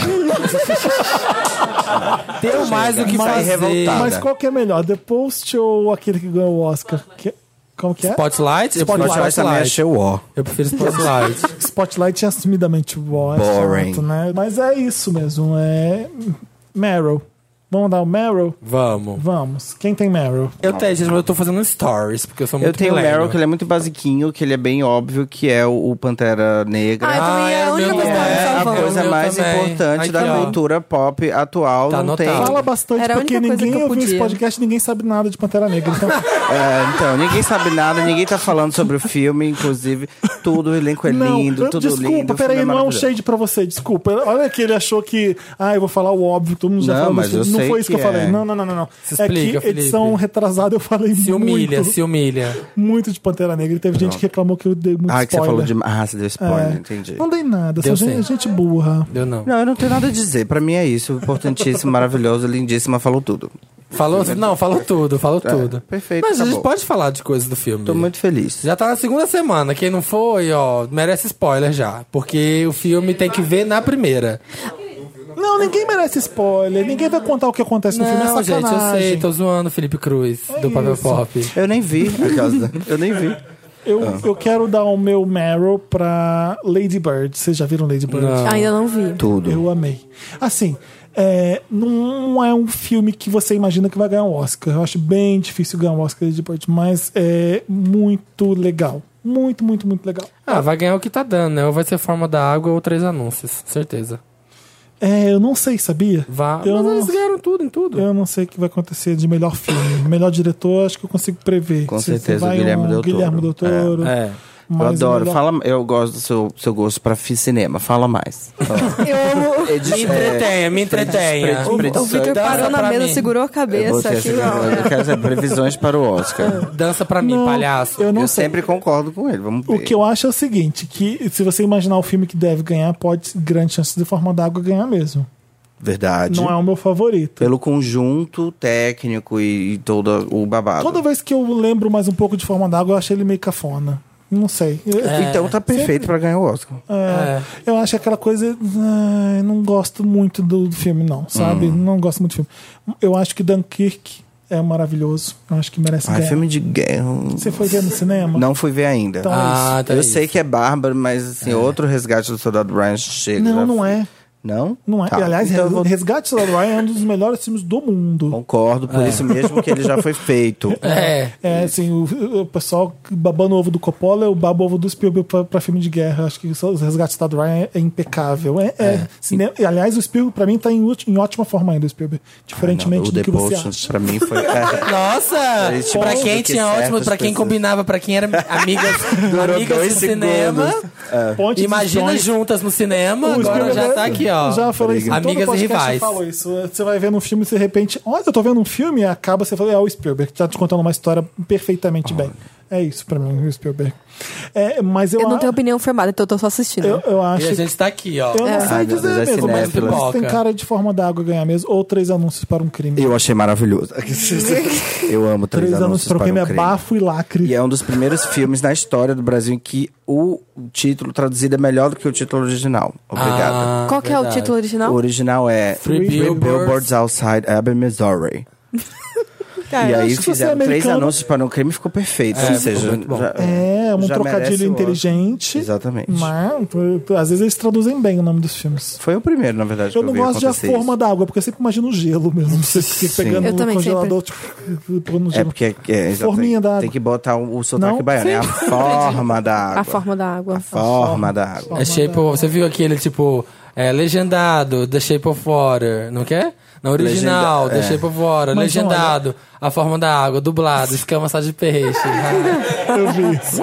[SPEAKER 2] Deu mais do que
[SPEAKER 4] Mas-
[SPEAKER 2] fazer.
[SPEAKER 4] revoltado.
[SPEAKER 1] Mas qual que é melhor, The Post ou aquele que ganhou o Oscar? Que- Como que é?
[SPEAKER 2] Spotlight? Eu prefiro
[SPEAKER 4] Mas eu também
[SPEAKER 2] Spotlight.
[SPEAKER 4] achei o ó.
[SPEAKER 2] Eu prefiro Spotlight.
[SPEAKER 1] Spotlight é assumidamente boa, é
[SPEAKER 4] Boring.
[SPEAKER 1] chato, né? Mas é isso mesmo, é Meryl. Vamos dar o Meryl?
[SPEAKER 2] Vamos.
[SPEAKER 1] Vamos. Quem tem Meryl?
[SPEAKER 2] Eu tenho, gente, mas eu tô fazendo stories, porque eu sou muito
[SPEAKER 4] Eu tenho o
[SPEAKER 2] millennial.
[SPEAKER 4] Meryl, que ele é muito basiquinho, que ele é bem óbvio, que é o, o Pantera Negra.
[SPEAKER 3] Ai, também é a
[SPEAKER 2] era
[SPEAKER 3] única
[SPEAKER 2] meu
[SPEAKER 3] coisa que tava
[SPEAKER 2] Ah,
[SPEAKER 3] me
[SPEAKER 2] é,
[SPEAKER 4] É a
[SPEAKER 3] salvando.
[SPEAKER 4] coisa
[SPEAKER 2] meu
[SPEAKER 4] mais
[SPEAKER 2] também.
[SPEAKER 4] importante
[SPEAKER 2] Aqui,
[SPEAKER 4] da
[SPEAKER 2] ó.
[SPEAKER 4] cultura pop atual.
[SPEAKER 2] Tá
[SPEAKER 4] não tem.
[SPEAKER 2] anotado.
[SPEAKER 1] Fala bastante,
[SPEAKER 3] Era a
[SPEAKER 1] porque
[SPEAKER 3] única coisa
[SPEAKER 1] ninguém
[SPEAKER 3] que eu
[SPEAKER 1] ouviu esse
[SPEAKER 3] podia.
[SPEAKER 1] podcast, ninguém sabe nada de Pantera Negra. Então,
[SPEAKER 4] É, então, ninguém sabe nada, ninguém tá falando sobre o filme, inclusive, tudo, o elenco é
[SPEAKER 1] não,
[SPEAKER 4] lindo,
[SPEAKER 1] eu-
[SPEAKER 4] tudo
[SPEAKER 1] desculpa,
[SPEAKER 4] lindo. o filme
[SPEAKER 1] peraí, não é um
[SPEAKER 4] maravilhoso.
[SPEAKER 1] shade pra você, desculpa. Olha que ele achou que, ah, eu vou falar o óbvio, todo mundo já
[SPEAKER 4] Não,
[SPEAKER 1] falou
[SPEAKER 4] mas
[SPEAKER 1] isso.
[SPEAKER 4] eu
[SPEAKER 1] Não
[SPEAKER 4] sei
[SPEAKER 1] foi isso que,
[SPEAKER 4] que
[SPEAKER 1] eu
[SPEAKER 4] é.
[SPEAKER 1] falei. Não, não, não, não. não.
[SPEAKER 2] Se
[SPEAKER 1] é
[SPEAKER 2] explica,
[SPEAKER 1] que edição
[SPEAKER 2] Felipe.
[SPEAKER 1] retrasada eu falei
[SPEAKER 2] Se humilha,
[SPEAKER 1] muito,
[SPEAKER 2] se humilha.
[SPEAKER 1] muito de Pantera Negra. E teve gente que reclamou que eu dei muito
[SPEAKER 4] Ah, que você
[SPEAKER 1] spoiler.
[SPEAKER 4] falou de. Ah, você deu spoiler,
[SPEAKER 1] É.
[SPEAKER 4] entendi.
[SPEAKER 1] Não dei nada,
[SPEAKER 2] Deu
[SPEAKER 1] sou gente,
[SPEAKER 2] sim.
[SPEAKER 1] gente burra.
[SPEAKER 2] Eu não.
[SPEAKER 4] Não, eu não tenho nada a dizer. Pra mim é isso. Importantíssimo, maravilhoso, lindíssima, falou tudo.
[SPEAKER 2] Falou, não, falou tudo, falou tudo.
[SPEAKER 4] perfeito,
[SPEAKER 2] Mas a gente
[SPEAKER 4] acabou.
[SPEAKER 2] pode falar de coisas do filme.
[SPEAKER 4] Tô muito feliz.
[SPEAKER 2] Já tá na segunda semana. Quem não foi, ó, merece spoiler já. Porque o filme tem que ver na primeira.
[SPEAKER 1] Não, ninguém merece spoiler, ninguém vai contar o que acontece no filme, é
[SPEAKER 2] Não, gente, eu
[SPEAKER 1] sacanagem.
[SPEAKER 2] sei, tô zoando o Felipe Cruz,
[SPEAKER 3] É
[SPEAKER 2] do Papel Pop.
[SPEAKER 4] Eu nem vi. aquelas- eu nem vi.
[SPEAKER 1] eu, eu quero dar o meu Meryl pra Lady Bird. Vocês já viram Lady Bird?
[SPEAKER 2] Não.
[SPEAKER 3] Ainda não vi.
[SPEAKER 4] Tudo.
[SPEAKER 1] Eu amei. Assim, é, não é um filme que você imagina que vai ganhar um Oscar. Eu acho bem difícil ganhar um Oscar de Bird, mas é muito legal. Muito, muito, muito legal.
[SPEAKER 2] Ah, vai ganhar o que tá dando, né? Ou vai ser Forma da Água ou Três Anúncios, certeza.
[SPEAKER 1] É, eu não sei, sabia?
[SPEAKER 2] Vá.
[SPEAKER 1] Eu
[SPEAKER 2] Mas
[SPEAKER 1] não-
[SPEAKER 2] eles ganharam tudo, em tudo.
[SPEAKER 1] Eu não sei o que vai acontecer de melhor filme. Melhor diretor, acho que eu consigo prever.
[SPEAKER 4] Com
[SPEAKER 1] Se- se
[SPEAKER 4] certeza, o
[SPEAKER 1] vai um
[SPEAKER 4] Guilherme Del Toro.
[SPEAKER 1] Guilherme Del Toro.
[SPEAKER 2] É.
[SPEAKER 1] mas
[SPEAKER 4] Eu adoro.
[SPEAKER 1] melhor-
[SPEAKER 4] Fala, eu gosto do seu, seu gosto pra fi- cinema. Fala mais.
[SPEAKER 3] Eu amo.
[SPEAKER 2] Me
[SPEAKER 4] então,
[SPEAKER 2] entretenha, me entretenha. Então
[SPEAKER 3] O Victor
[SPEAKER 4] Dança
[SPEAKER 3] parou na
[SPEAKER 2] pra
[SPEAKER 3] mesa,
[SPEAKER 2] mim.
[SPEAKER 3] segurou a
[SPEAKER 4] É, Eu
[SPEAKER 3] cabeça
[SPEAKER 4] botei
[SPEAKER 3] aqui.
[SPEAKER 4] essa-
[SPEAKER 3] ó.
[SPEAKER 4] eu quero saber previsões para o Oscar.
[SPEAKER 2] Dança pra mim, palhaço.
[SPEAKER 1] Eu não
[SPEAKER 4] Eu
[SPEAKER 1] sei.
[SPEAKER 4] sempre concordo com ele. Vamos ver.
[SPEAKER 1] O que eu acho é o seguinte, que se você imaginar o filme que deve ganhar, pode grande chance de Forma d'Água ganhar mesmo.
[SPEAKER 4] Verdade.
[SPEAKER 1] Não é o meu favorito.
[SPEAKER 4] Pelo conjunto técnico e, e todo o babado.
[SPEAKER 1] Toda vez que eu lembro mais um pouco de Forma d'Água, eu achei ele meio cafona. Não sei.
[SPEAKER 4] Então tá perfeito pra ganhar o Oscar.
[SPEAKER 1] É, Eu acho aquela coisa. ah, eu não gosto muito do, do filme, não,
[SPEAKER 4] Uhum.
[SPEAKER 1] sabe? Não gosto muito do filme. Eu acho que Dunkirk é maravilhoso. Eu acho que merece
[SPEAKER 4] Ah,
[SPEAKER 1] ganhar.
[SPEAKER 4] filme de guerra.
[SPEAKER 1] Você foi ver no cinema?
[SPEAKER 4] Não fui ver ainda.
[SPEAKER 1] Então é
[SPEAKER 2] Ah, tá
[SPEAKER 4] eu
[SPEAKER 2] isso.
[SPEAKER 4] sei que é bárbaro, mas assim, outro resgate do soldado Ryan chega.
[SPEAKER 1] isso. Não,
[SPEAKER 4] já
[SPEAKER 1] não
[SPEAKER 4] fui.
[SPEAKER 1] é.
[SPEAKER 4] Não?
[SPEAKER 1] Não é.
[SPEAKER 4] Tá.
[SPEAKER 1] E, aliás,
[SPEAKER 4] Então eu
[SPEAKER 1] Res-
[SPEAKER 4] vou-
[SPEAKER 1] Resgate do Soldado Ryan é um dos melhores filmes do mundo.
[SPEAKER 4] concordo, por isso mesmo que ele já foi feito.
[SPEAKER 2] É.
[SPEAKER 1] É, assim, o, o pessoal babando o ovo do Coppola, eu babo o ovo do Spielberg pra, pra filme de guerra. Acho que o Resgate do Soldado Ryan é, é impecável. É, é cinema- e, aliás, o Spielberg, pra mim, tá em, ulti- em ótima forma ainda, o Spielberg.
[SPEAKER 4] Ah, Não,
[SPEAKER 1] Diferentemente
[SPEAKER 4] o
[SPEAKER 1] do
[SPEAKER 4] The
[SPEAKER 1] que você acha.
[SPEAKER 4] Potions pra mim foi.
[SPEAKER 2] Nossa!
[SPEAKER 4] Eles
[SPEAKER 2] pra
[SPEAKER 4] falam
[SPEAKER 2] quem
[SPEAKER 4] do que
[SPEAKER 2] tinha
[SPEAKER 4] certas
[SPEAKER 2] ótimo, pra quem
[SPEAKER 4] pessoas.
[SPEAKER 2] combinava, pra quem era amigas,
[SPEAKER 4] Durou
[SPEAKER 2] amigas
[SPEAKER 4] dois
[SPEAKER 2] no cinema.
[SPEAKER 4] segundos.
[SPEAKER 1] Ponte dos
[SPEAKER 2] Imagina
[SPEAKER 1] Sonhos.
[SPEAKER 2] juntas no cinema,
[SPEAKER 1] O
[SPEAKER 2] agora
[SPEAKER 1] Spielberg
[SPEAKER 2] já tá aqui, ó.
[SPEAKER 1] Já falei isso. em todo
[SPEAKER 2] Amigas e
[SPEAKER 1] podcast eu
[SPEAKER 2] rivais.
[SPEAKER 1] falo isso. Você vai vendo um filme e de repente, olha, eu tô vendo um filme e acaba, você fala, é o Spielberg, tá te contando uma história perfeitamente bem. É isso pra mim, o Spielberg. É, mas eu,
[SPEAKER 3] Eu não
[SPEAKER 1] a-
[SPEAKER 3] tenho opinião formada, então eu tô só assistindo.
[SPEAKER 1] eu, eu acho
[SPEAKER 2] E a gente tá aqui, ó.
[SPEAKER 1] Eu não
[SPEAKER 4] Ai,
[SPEAKER 1] sei
[SPEAKER 4] meu
[SPEAKER 1] dizer
[SPEAKER 4] Deus, é
[SPEAKER 1] mesmo, mas,
[SPEAKER 4] cinéfila.
[SPEAKER 1] mas tem
[SPEAKER 2] Pipoca.
[SPEAKER 1] cara de forma d'água ganhar mesmo. Ou três anúncios para um crime.
[SPEAKER 4] Eu achei maravilhoso. Eu amo três,
[SPEAKER 1] três anúncios para um crime é
[SPEAKER 4] crime.
[SPEAKER 1] bafo e lacre.
[SPEAKER 4] E é um dos primeiros filmes na história do Brasil em que o título traduzido é melhor do que o título original. Obrigado.
[SPEAKER 2] Ah,
[SPEAKER 3] Qual que é o
[SPEAKER 2] verdade.
[SPEAKER 3] título original?
[SPEAKER 4] O original é
[SPEAKER 2] Three
[SPEAKER 4] Three
[SPEAKER 2] Billboards.
[SPEAKER 4] Billboards Outside Ebbing, Missouri.
[SPEAKER 3] Cara,
[SPEAKER 4] e
[SPEAKER 1] eu
[SPEAKER 4] aí
[SPEAKER 1] acho que você é
[SPEAKER 4] fizeram três
[SPEAKER 1] americano.
[SPEAKER 4] anúncios para um crime e ficou perfeito.
[SPEAKER 2] É,
[SPEAKER 4] Ou seja,
[SPEAKER 2] ficou muito bom.
[SPEAKER 1] É,
[SPEAKER 4] já-
[SPEAKER 1] um
[SPEAKER 4] já merece
[SPEAKER 1] trocadilho
[SPEAKER 4] o-
[SPEAKER 1] inteligente.
[SPEAKER 4] Exatamente.
[SPEAKER 1] Mas, p- às vezes eles traduzem bem o nome dos filmes.
[SPEAKER 4] Foi o primeiro, na verdade,
[SPEAKER 1] Eu
[SPEAKER 4] que
[SPEAKER 1] não
[SPEAKER 4] eu vi
[SPEAKER 1] gosto de a
[SPEAKER 4] acontecer isso.
[SPEAKER 1] forma da água, porque eu sempre imagino gelo mesmo. Você fica
[SPEAKER 4] Sim.
[SPEAKER 1] pegando
[SPEAKER 3] Eu
[SPEAKER 1] o
[SPEAKER 3] também
[SPEAKER 1] congelador, tipo, pôr no
[SPEAKER 4] É
[SPEAKER 1] gelo.
[SPEAKER 4] porque é, exatamente.
[SPEAKER 1] Forminha da
[SPEAKER 4] tem
[SPEAKER 1] água.
[SPEAKER 4] que botar o, o sotaque
[SPEAKER 1] Não?
[SPEAKER 4] baiano. É a forma da água.
[SPEAKER 3] A forma da água.
[SPEAKER 4] Forma da água.
[SPEAKER 2] É shape of, você viu aquele tipo é, legendado, The Shape of Water, não quer? Não, original,
[SPEAKER 4] Legenda-
[SPEAKER 2] The
[SPEAKER 4] é.
[SPEAKER 2] Shape of Water,
[SPEAKER 1] Mas
[SPEAKER 2] legendado, A Forma da Água, dublado, Escama Sá de Peixe. Ah,
[SPEAKER 1] Eu vi isso.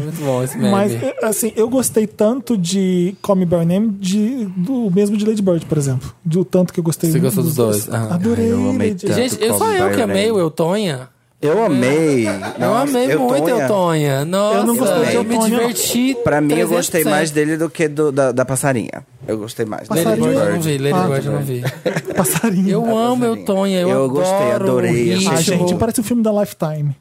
[SPEAKER 2] muito bom esse meme.
[SPEAKER 1] Mas, eh, assim, eu gostei tanto de Call Me By Your Name, de, do mesmo de Lady Bird, por exemplo. Do tanto que eu gostei.
[SPEAKER 2] Você gostou dos dois? Ah,
[SPEAKER 1] Adorei.
[SPEAKER 4] eu amei
[SPEAKER 1] Lady-
[SPEAKER 4] tanto.
[SPEAKER 2] Gente, eu, só
[SPEAKER 4] Call Me
[SPEAKER 2] eu
[SPEAKER 4] By
[SPEAKER 2] que
[SPEAKER 4] Your
[SPEAKER 2] amei
[SPEAKER 4] Name.
[SPEAKER 2] o Eutonha.
[SPEAKER 4] Eu amei.
[SPEAKER 2] Eu
[SPEAKER 4] Nossa,
[SPEAKER 2] amei muito
[SPEAKER 4] Tonha.
[SPEAKER 2] Eutonha. Nossa, eu,
[SPEAKER 1] não gostei de
[SPEAKER 2] me
[SPEAKER 1] Eutonha.
[SPEAKER 2] diverti.
[SPEAKER 4] Pra mim, eu gostei
[SPEAKER 2] 300%.
[SPEAKER 4] mais dele do que do- da, da passarinha. Eu gostei mais. da
[SPEAKER 2] Lady
[SPEAKER 1] Passarinho.
[SPEAKER 2] Bird eu não vi,
[SPEAKER 1] Ah,
[SPEAKER 2] Lady Bird eu não vi.
[SPEAKER 1] Passarinho.
[SPEAKER 2] Eu amo
[SPEAKER 4] passarinho.
[SPEAKER 2] Eutonha, eu,
[SPEAKER 4] Tá Eu
[SPEAKER 2] adoro
[SPEAKER 4] gostei, adorei,
[SPEAKER 2] o
[SPEAKER 4] achei
[SPEAKER 1] Ah,
[SPEAKER 2] ritmo.
[SPEAKER 1] gente, parece um filme da Lifetime.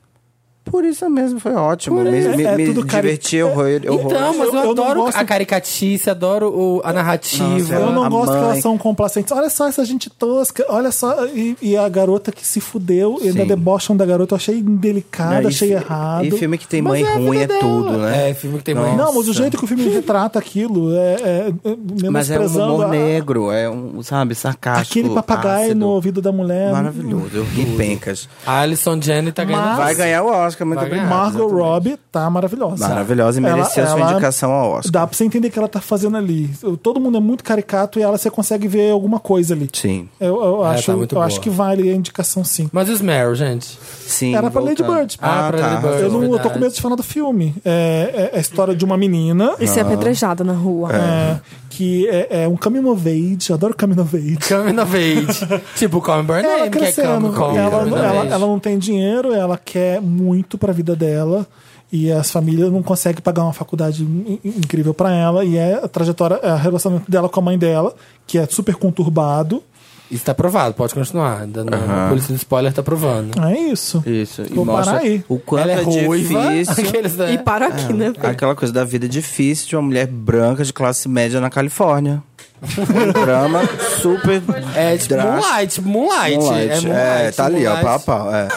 [SPEAKER 4] Por isso mesmo, foi ótimo.
[SPEAKER 1] Por
[SPEAKER 4] Me,
[SPEAKER 1] isso.
[SPEAKER 4] me,
[SPEAKER 1] É,
[SPEAKER 4] me
[SPEAKER 1] tudo cari-
[SPEAKER 4] diverti, eu horror.
[SPEAKER 2] Então, mas eu,
[SPEAKER 1] Eu- eu não
[SPEAKER 2] adoro
[SPEAKER 1] gosto-
[SPEAKER 2] a caricatice, adoro o- a narrativa.
[SPEAKER 4] Nossa,
[SPEAKER 1] Eu não
[SPEAKER 4] É a
[SPEAKER 1] gosto que
[SPEAKER 4] mãe.
[SPEAKER 1] elas são complacentes. Olha só essa gente tosca, olha só. E, e a garota que se fudeu, e ainda
[SPEAKER 4] Sim.
[SPEAKER 1] debocham da garota. Eu achei indelicada, achei errado.
[SPEAKER 4] É, E filme que tem
[SPEAKER 2] Mas
[SPEAKER 4] mãe
[SPEAKER 2] é a
[SPEAKER 4] ruim
[SPEAKER 2] vida
[SPEAKER 4] é
[SPEAKER 2] dela.
[SPEAKER 4] tudo, né?
[SPEAKER 2] É, filme que tem mãe-
[SPEAKER 4] Nossa.
[SPEAKER 1] Não, mas o jeito que o filme retrata aquilo é, é, é
[SPEAKER 4] Mas é um
[SPEAKER 1] menosprezando
[SPEAKER 4] humor
[SPEAKER 1] a-
[SPEAKER 4] negro, é um, sabe, sarcástico.
[SPEAKER 1] aquele papagaio né?
[SPEAKER 4] ácido.
[SPEAKER 1] no ouvido da mulher.
[SPEAKER 4] Maravilhoso, eu ri pencas.
[SPEAKER 2] A Alison Jenny tá ganhando.
[SPEAKER 4] Vai ganhar o Oscar, muito
[SPEAKER 2] Vai ganhar.
[SPEAKER 4] obrigado.
[SPEAKER 1] Margot
[SPEAKER 4] exatamente.
[SPEAKER 1] Robbie tá maravilhosa.
[SPEAKER 4] Maravilhosa e mereceu sua indicação ao Oscar.
[SPEAKER 1] Dá pra você entender o que ela tá fazendo ali. Todo mundo é muito caricato e ela você consegue ver alguma coisa ali.
[SPEAKER 4] Sim,
[SPEAKER 1] Eu, eu
[SPEAKER 2] É,
[SPEAKER 1] acho,
[SPEAKER 2] tá muito
[SPEAKER 1] eu
[SPEAKER 2] boa.
[SPEAKER 1] acho que vale a indicação sim.
[SPEAKER 2] Mas e os Meryl, gente?
[SPEAKER 4] sim.
[SPEAKER 1] Era pra Lady
[SPEAKER 4] voltando. tá.
[SPEAKER 1] Bird.
[SPEAKER 2] Ah, pra Lady Bird.
[SPEAKER 1] Eu, não, eu tô
[SPEAKER 2] Verdade.
[SPEAKER 1] com medo de falar do filme. É, é a história de uma menina
[SPEAKER 3] E ser apedrejado é na rua.
[SPEAKER 1] é, que é, é um coming of age. Eu adoro coming of age.
[SPEAKER 2] Coming of Age. tipo, Come Burn
[SPEAKER 1] Ela
[SPEAKER 2] Name, que é
[SPEAKER 1] crescendo,
[SPEAKER 2] Come Come.
[SPEAKER 1] ela,
[SPEAKER 2] Coming of
[SPEAKER 1] ela-
[SPEAKER 2] Age.
[SPEAKER 1] ela não tem dinheiro, ela quer muito pra vida dela e as famílias não conseguem pagar uma faculdade in- in- incrível pra ela e é a trajetória, é o relacionamento dela com a mãe dela que é super conturbado.
[SPEAKER 2] Isso tá provado, pode continuar. Ainda não- A polícia do spoiler tá provando.
[SPEAKER 1] É isso.
[SPEAKER 4] Isso, e
[SPEAKER 1] Vou
[SPEAKER 4] mostra
[SPEAKER 1] parar aí.
[SPEAKER 4] o quanto
[SPEAKER 2] ela é
[SPEAKER 4] é
[SPEAKER 2] ruiva.
[SPEAKER 4] difícil.
[SPEAKER 2] Aqueles, né?
[SPEAKER 3] E para aqui, né?
[SPEAKER 4] Aquela coisa da vida difícil de uma mulher branca de classe média na Califórnia. Um drama super.
[SPEAKER 2] É tipo
[SPEAKER 4] drástico.
[SPEAKER 2] Moonlight, Moonlight. É,
[SPEAKER 4] Moonlight.
[SPEAKER 2] Moonlight,
[SPEAKER 4] É, tá ali, ó,
[SPEAKER 2] Moonlight.
[SPEAKER 4] pau a pau. É.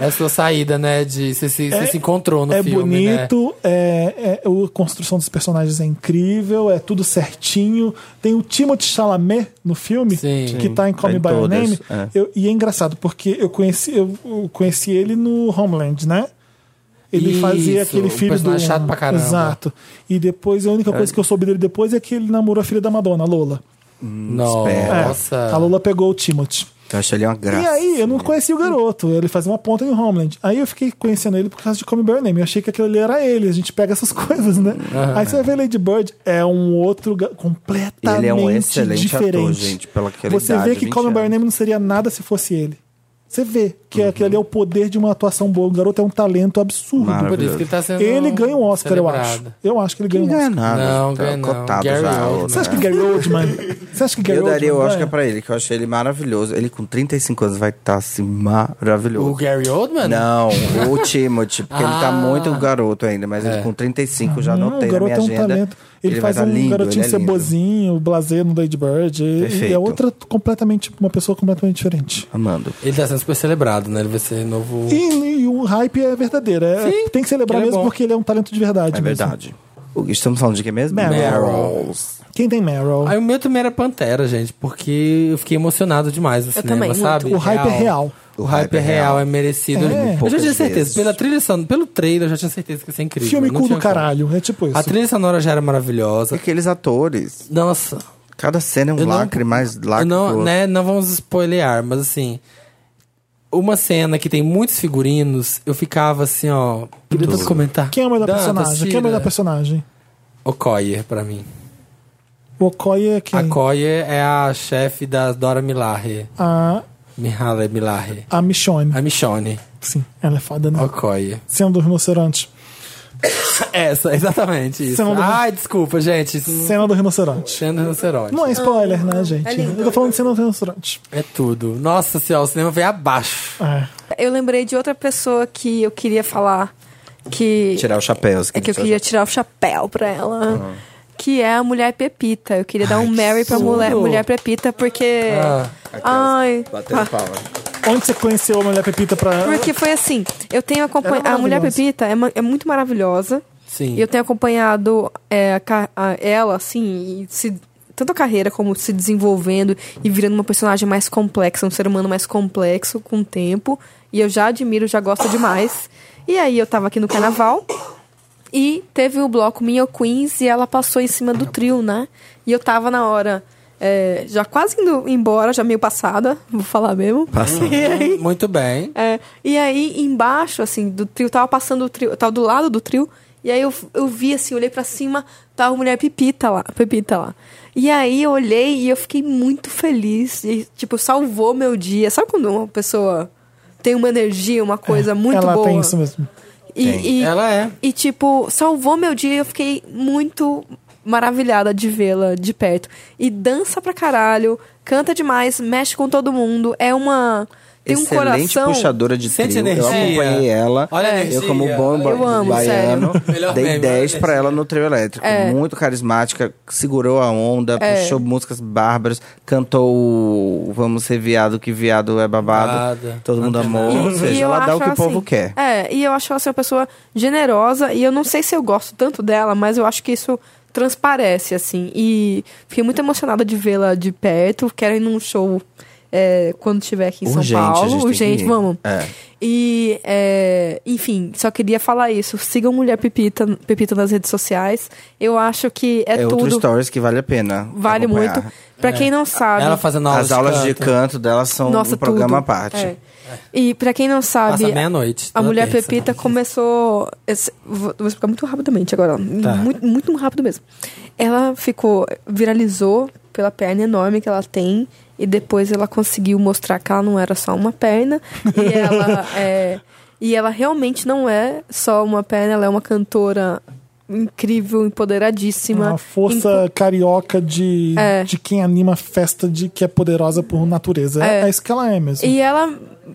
[SPEAKER 2] É a sua saída, né? De, você, se, você se encontrou no
[SPEAKER 1] é
[SPEAKER 2] filme, né?
[SPEAKER 1] bonito, é, é- a construção dos personagens é incrível, é tudo certinho. Tem o Timothée Chalamet no filme,
[SPEAKER 2] Sim.
[SPEAKER 1] que tá em Call Me
[SPEAKER 4] Tem
[SPEAKER 1] By Your
[SPEAKER 4] todas,
[SPEAKER 1] Name.
[SPEAKER 4] é.
[SPEAKER 1] Eu- e é engraçado, porque eu conheci, eu, eu conheci ele no Homeland, né? Ele
[SPEAKER 2] Isso,
[SPEAKER 1] fazia aquele
[SPEAKER 2] o
[SPEAKER 1] filho do...
[SPEAKER 2] personagem chato pra caramba.
[SPEAKER 1] Exato. E depois, a única coisa que eu soube dele depois é que ele namorou a filha da Madonna, a Lola. É,
[SPEAKER 2] Nossa.
[SPEAKER 1] A Lola pegou o Timothée.
[SPEAKER 4] Eu achei ele uma graça.
[SPEAKER 1] E aí, eu não conhecia o garoto. Ele fazia uma ponta em Homeland. Aí eu fiquei conhecendo ele por causa de Come By Your Name. Eu achei que aquilo ali era ele. A gente pega essas coisas, né? Aí você vai ver Lady Bird. É um outro ga- completamente
[SPEAKER 4] Ele é um excelente
[SPEAKER 1] diferente.
[SPEAKER 4] ator, gente, pela aquela
[SPEAKER 1] Você vê
[SPEAKER 4] idade,
[SPEAKER 1] que
[SPEAKER 4] 20
[SPEAKER 1] Come By Your
[SPEAKER 4] anos. Uhum.
[SPEAKER 1] Name não seria nada se fosse ele. Você vê que aquele ali é o poder de uma atuação boa. O garoto é um talento absurdo.
[SPEAKER 4] Maravilhoso.
[SPEAKER 2] Por isso que ele tá sendo.
[SPEAKER 1] Ele ganha um Oscar, eu
[SPEAKER 2] celebrado.
[SPEAKER 1] acho. Eu acho que ele ganha
[SPEAKER 4] Não
[SPEAKER 1] um
[SPEAKER 4] ganha
[SPEAKER 1] Oscar.
[SPEAKER 4] nada.
[SPEAKER 2] Não,
[SPEAKER 4] tá
[SPEAKER 2] ganha não.
[SPEAKER 4] cotado
[SPEAKER 2] Gary
[SPEAKER 4] já.
[SPEAKER 2] Oldman.
[SPEAKER 4] o-
[SPEAKER 1] Você acha que Gary Oldman... Você acha que Gary
[SPEAKER 4] Eu
[SPEAKER 1] Oldman
[SPEAKER 4] daria o
[SPEAKER 1] ganha?
[SPEAKER 4] Oscar pra ele, que é eu achei ele maravilhoso. Ele com 35 anos vai estar assim maravilhoso.
[SPEAKER 2] O Gary Oldman?
[SPEAKER 4] Não, o Timothy, porque ele
[SPEAKER 2] Ah.
[SPEAKER 4] tá muito garoto ainda, mas ele com 35 já
[SPEAKER 1] Não,
[SPEAKER 4] anotei
[SPEAKER 1] o
[SPEAKER 4] na
[SPEAKER 1] garoto
[SPEAKER 4] minha
[SPEAKER 1] é um
[SPEAKER 4] agenda.
[SPEAKER 1] talento. Ele, faz
[SPEAKER 4] vai tá
[SPEAKER 1] um
[SPEAKER 4] lindo,
[SPEAKER 1] garotinho
[SPEAKER 4] ele é lindo.
[SPEAKER 1] cebozinho, o blazer no Lady Bird. E, e é
[SPEAKER 4] Perfeito.
[SPEAKER 1] outra completamente, uma pessoa completamente diferente.
[SPEAKER 4] Amando.
[SPEAKER 2] Ele tá sendo super celebrado, né? Ele vai ser novo.
[SPEAKER 1] E, e o hype é verdadeiro. é-
[SPEAKER 2] Sim,
[SPEAKER 1] tem que celebrar
[SPEAKER 2] ele é
[SPEAKER 1] mesmo
[SPEAKER 2] bom.
[SPEAKER 1] porque ele é um talento de verdade.
[SPEAKER 4] É
[SPEAKER 1] mesmo.
[SPEAKER 4] verdade. O- Estamos falando de quem mesmo?
[SPEAKER 1] Meryl.
[SPEAKER 4] Meryl's.
[SPEAKER 1] Quem tem Meryl?
[SPEAKER 2] Aí o meu também era Pantera, gente, porque eu fiquei emocionado demais no cinema,
[SPEAKER 3] também, muito.
[SPEAKER 2] sabe?
[SPEAKER 1] o hype é real.
[SPEAKER 2] O hype é real, é merecido.
[SPEAKER 1] É.
[SPEAKER 2] Eu já tinha
[SPEAKER 4] Poucas
[SPEAKER 2] certeza,
[SPEAKER 4] vezes.
[SPEAKER 2] pela trilha sonora, pelo trailer, eu já tinha certeza que ia ser incrível.
[SPEAKER 1] Filme
[SPEAKER 2] não
[SPEAKER 1] cu
[SPEAKER 2] tinha
[SPEAKER 1] do
[SPEAKER 2] como.
[SPEAKER 1] caralho. É tipo isso.
[SPEAKER 2] A trilha sonora já era maravilhosa.
[SPEAKER 4] Aqueles atores.
[SPEAKER 2] Nossa,
[SPEAKER 4] Cada cena é um
[SPEAKER 2] Eu não-
[SPEAKER 4] lacre, mais
[SPEAKER 2] eu
[SPEAKER 4] lacre. que o
[SPEAKER 2] não,
[SPEAKER 4] outro.
[SPEAKER 2] né, não vamos spoilear, mas assim, uma cena que tem muitos figurinos, eu ficava assim, ó, queria tanto comentar.
[SPEAKER 1] Quem é o melhor
[SPEAKER 2] Dantas,
[SPEAKER 1] personagem? Quem é o
[SPEAKER 2] Cira.
[SPEAKER 1] melhor personagem?
[SPEAKER 2] Okoye, pra mim.
[SPEAKER 1] O Okoye é quem?
[SPEAKER 2] A Okoye é a chefe da Dora Milaje.
[SPEAKER 1] A,
[SPEAKER 2] Mihaly Milaje.
[SPEAKER 1] a Michonne.
[SPEAKER 2] A Michonne.
[SPEAKER 1] Sim, ela é foda, né?
[SPEAKER 2] Ocoia.
[SPEAKER 1] Cena do rinoceronte.
[SPEAKER 2] Essa, É, exatamente isso.
[SPEAKER 1] Você não-
[SPEAKER 2] Ai, desculpa, gente. Isso não-
[SPEAKER 1] Cena do rinoceronte.
[SPEAKER 2] Sendo rinoceronte.
[SPEAKER 1] Não é spoiler, né, gente?
[SPEAKER 3] lindo.
[SPEAKER 1] Eu tô falando de cena do rinoceronte.
[SPEAKER 2] É tudo. Nossa senhora, o cinema veio abaixo.
[SPEAKER 1] É.
[SPEAKER 3] Eu lembrei de outra pessoa que eu queria falar que
[SPEAKER 4] Tirar o chapéu. assim, tipo,
[SPEAKER 3] é que eu queria tirar o chapéu pra ela. Que é a mulher Pepita. Eu queria dar um Mary pra mulher,
[SPEAKER 2] tudo.
[SPEAKER 3] mulher Pepita, porque.
[SPEAKER 2] Ah.
[SPEAKER 3] Ai.
[SPEAKER 4] Batendo palma.
[SPEAKER 1] Onde você conheceu a mulher Pepita pra.
[SPEAKER 3] Porque foi assim, eu tenho acompanhado.
[SPEAKER 1] Ela é
[SPEAKER 3] A mulher
[SPEAKER 1] maravilhosa.
[SPEAKER 3] Pepita é, ma- é muito maravilhosa.
[SPEAKER 2] Sim.
[SPEAKER 3] E eu tenho acompanhado é, a ca- a- ela, assim, e se, tanto a carreira como se desenvolvendo e virando uma personagem mais complexa, um ser humano mais complexo com o tempo. E eu já admiro, já gosto demais. E aí eu tava aqui no carnaval e teve o bloco Minha Queens e ela passou em cima do trio, né? E eu tava na hora. é, já quase indo embora, já meio passada, vou falar mesmo. Passada. E aí,
[SPEAKER 2] Muito bem.
[SPEAKER 3] é, e aí, embaixo, assim, do trio, tava passando o trio, eu tava do lado do trio, e aí eu, eu vi, assim, olhei pra cima, tava a mulher Pepita lá, Pepita lá. E aí eu olhei e eu fiquei muito feliz, e, tipo, salvou meu dia. Sabe quando uma pessoa tem uma energia, uma coisa muito
[SPEAKER 1] ela
[SPEAKER 3] boa?
[SPEAKER 1] tem isso mesmo.
[SPEAKER 3] E, e-
[SPEAKER 2] Ela é.
[SPEAKER 3] e, tipo, salvou meu dia e eu fiquei muito maravilhada de vê-la de perto. E dança pra caralho, canta demais, mexe com todo mundo, é uma... Tem um
[SPEAKER 4] Excelente
[SPEAKER 3] coração...
[SPEAKER 4] puxadora de
[SPEAKER 2] Sente
[SPEAKER 4] trio. Eu
[SPEAKER 2] energia.
[SPEAKER 4] acompanhei ela.
[SPEAKER 2] Olha a
[SPEAKER 4] eu,
[SPEAKER 2] energia.
[SPEAKER 4] como bom ba-
[SPEAKER 3] Eu amo,
[SPEAKER 4] baiano,
[SPEAKER 2] sério. Melhor
[SPEAKER 4] dei
[SPEAKER 2] meme,
[SPEAKER 4] 10
[SPEAKER 2] olha É.
[SPEAKER 4] pra
[SPEAKER 2] isso.
[SPEAKER 4] ela no trio elétrico. Muito carismática, segurou a onda,
[SPEAKER 2] É.
[SPEAKER 4] puxou músicas bárbaras, cantou o Vamos Ser Viado, que viado é babado.
[SPEAKER 2] Babado.
[SPEAKER 4] Todo mundo amou.
[SPEAKER 2] E-
[SPEAKER 4] Ou seja,
[SPEAKER 3] eu
[SPEAKER 4] ela dá
[SPEAKER 3] acho
[SPEAKER 4] o que o povo
[SPEAKER 3] assim,
[SPEAKER 4] quer.
[SPEAKER 3] É, e eu acho ela ser uma pessoa generosa, e eu não sei se eu gosto tanto dela, mas eu acho que isso transparece, assim. E fiquei muito emocionada de vê-la de perto, quero ir num show é, quando estiver aqui em
[SPEAKER 4] Urgente,
[SPEAKER 3] São
[SPEAKER 4] a gente
[SPEAKER 3] Paulo.
[SPEAKER 4] tem que
[SPEAKER 3] Urgente,
[SPEAKER 4] ir.
[SPEAKER 3] vamos.
[SPEAKER 4] É.
[SPEAKER 3] E, é, enfim, só queria falar isso. Sigam Mulher Pepita, Pepita nas redes sociais. Eu acho que é,
[SPEAKER 4] É, outro
[SPEAKER 3] tudo.
[SPEAKER 4] stories que vale a pena.
[SPEAKER 3] Vale
[SPEAKER 4] acompanhar.
[SPEAKER 3] muito. Pra quem não sabe.
[SPEAKER 2] É. Ela fazendo aulas
[SPEAKER 4] As aulas de
[SPEAKER 2] canto.
[SPEAKER 4] canto delas são
[SPEAKER 3] Nossa,
[SPEAKER 4] um programa à
[SPEAKER 3] tudo.
[SPEAKER 4] parte.
[SPEAKER 3] É. E pra quem não sabe,
[SPEAKER 2] Passa meia-noite.
[SPEAKER 3] a
[SPEAKER 2] toda
[SPEAKER 3] mulher
[SPEAKER 2] terça. né?
[SPEAKER 3] Pepita começou. esse- Vou vou explicar muito rapidamente agora.
[SPEAKER 2] Tá.
[SPEAKER 3] Muito, muito rápido mesmo. Ela ficou. viralizou pela perna enorme que ela tem. E depois ela conseguiu mostrar que ela não era só uma perna. E ela é, E ela realmente não é só uma perna, ela é uma cantora incrível, empoderadíssima.
[SPEAKER 1] Uma força carioca de,
[SPEAKER 3] É.
[SPEAKER 1] de quem anima festa de que é poderosa por natureza. É, é isso que ela é mesmo.
[SPEAKER 3] E ela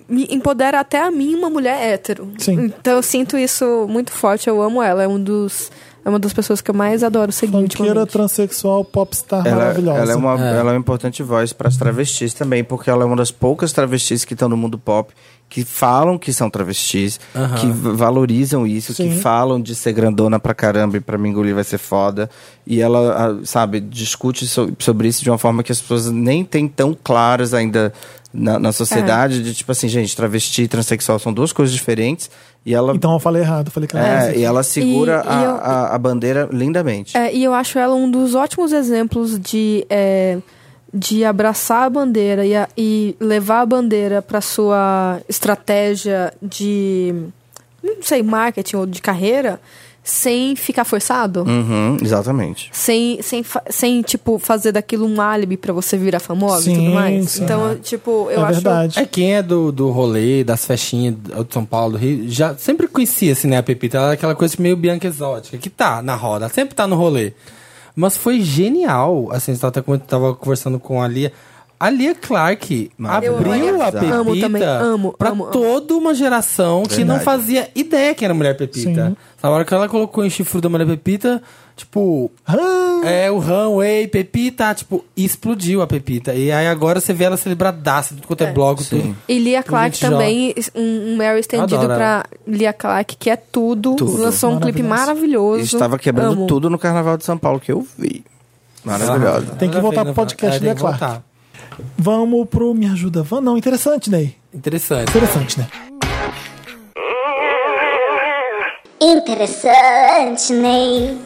[SPEAKER 3] me empodera até a mim, uma mulher hétero.
[SPEAKER 1] Sim.
[SPEAKER 3] Então eu sinto isso muito forte, eu amo ela. É um dos. É uma das pessoas que eu mais adoro seguir
[SPEAKER 1] Funkeira
[SPEAKER 3] ultimamente.
[SPEAKER 1] transexual popstar
[SPEAKER 4] Ela,
[SPEAKER 1] maravilhosa.
[SPEAKER 4] ela é uma,
[SPEAKER 2] É.
[SPEAKER 4] ela é uma importante voz para as travestis também, porque ela é uma das poucas travestis que estão no mundo pop que falam que são travestis,
[SPEAKER 2] Aham.
[SPEAKER 4] que v- valorizam isso,
[SPEAKER 1] Sim.
[SPEAKER 4] que falam de ser grandona pra caramba e pra me engolir vai ser foda. E ela, ah, sabe, discute so- sobre isso de uma forma que as pessoas nem têm tão claras ainda na, na
[SPEAKER 3] É.
[SPEAKER 4] sociedade, de tipo assim, gente, travesti e transexual são duas coisas diferentes. E ela,
[SPEAKER 1] Então eu falei errado, falei que ela
[SPEAKER 4] é,
[SPEAKER 1] é,
[SPEAKER 4] e ela segura
[SPEAKER 3] E- e
[SPEAKER 4] a,
[SPEAKER 3] eu-
[SPEAKER 4] a- a bandeira lindamente.
[SPEAKER 3] É, e eu acho ela um dos ótimos exemplos de, é, de abraçar a bandeira e, a- e levar a bandeira para sua estratégia de, não sei, marketing ou de carreira, sem ficar forçado.
[SPEAKER 4] Uhum, exatamente.
[SPEAKER 3] Sem, sem, fa- sem, tipo, fazer daquilo um álibi pra você virar famosa e
[SPEAKER 1] Sim,
[SPEAKER 3] tudo mais.
[SPEAKER 1] sim.
[SPEAKER 3] Então, tipo, eu
[SPEAKER 1] é
[SPEAKER 3] acho.
[SPEAKER 1] verdade.
[SPEAKER 2] É quem é do, do rolê, das festinhas do de São Paulo, do Rio, já sempre conhecia assim, né, a Pepita. Ela é aquela coisa meio bianca exótica, que tá na roda, ela sempre tá no rolê. Mas foi genial, assim, eu tava, tava conversando com a Lia. A Lia Clark
[SPEAKER 4] Maravilhosa.
[SPEAKER 2] abriu a Pepita
[SPEAKER 4] Eu
[SPEAKER 3] amo também, amo,
[SPEAKER 2] pra
[SPEAKER 3] amo, amo.
[SPEAKER 2] toda uma geração que não
[SPEAKER 4] Verdade.
[SPEAKER 2] fazia ideia que era mulher Pepita.
[SPEAKER 1] Sim.
[SPEAKER 2] Na hora que ela colocou o chifre da mulher Pepita, tipo,
[SPEAKER 1] Ah,
[SPEAKER 2] é, o Han, ei, Pepita, tipo, explodiu a Pepita. E aí agora você vê ela celebradaça, tudo quanto é, bloco, tudo.
[SPEAKER 3] E Lia Clark
[SPEAKER 2] Gente, já-
[SPEAKER 3] também, um, um Mary estendido
[SPEAKER 2] Adoro
[SPEAKER 3] pra Lia Clark, que é tudo.
[SPEAKER 4] Tudo.
[SPEAKER 3] Lançou um clipe maravilhoso.
[SPEAKER 4] Estava quebrando
[SPEAKER 3] Amo.
[SPEAKER 4] tudo no Carnaval de São Paulo, que eu vi. Maravilhosa.
[SPEAKER 1] Tem que
[SPEAKER 2] Ela
[SPEAKER 1] voltar
[SPEAKER 2] veio,
[SPEAKER 1] pro podcast né,
[SPEAKER 2] ela né? É, tem
[SPEAKER 1] da
[SPEAKER 2] que
[SPEAKER 1] Clark.
[SPEAKER 2] voltar.
[SPEAKER 1] Vamos pro Me Ajuda Van. Não, interessante, Ney.
[SPEAKER 2] Interessante.
[SPEAKER 1] Interessante, né?
[SPEAKER 5] Interessante, Ney.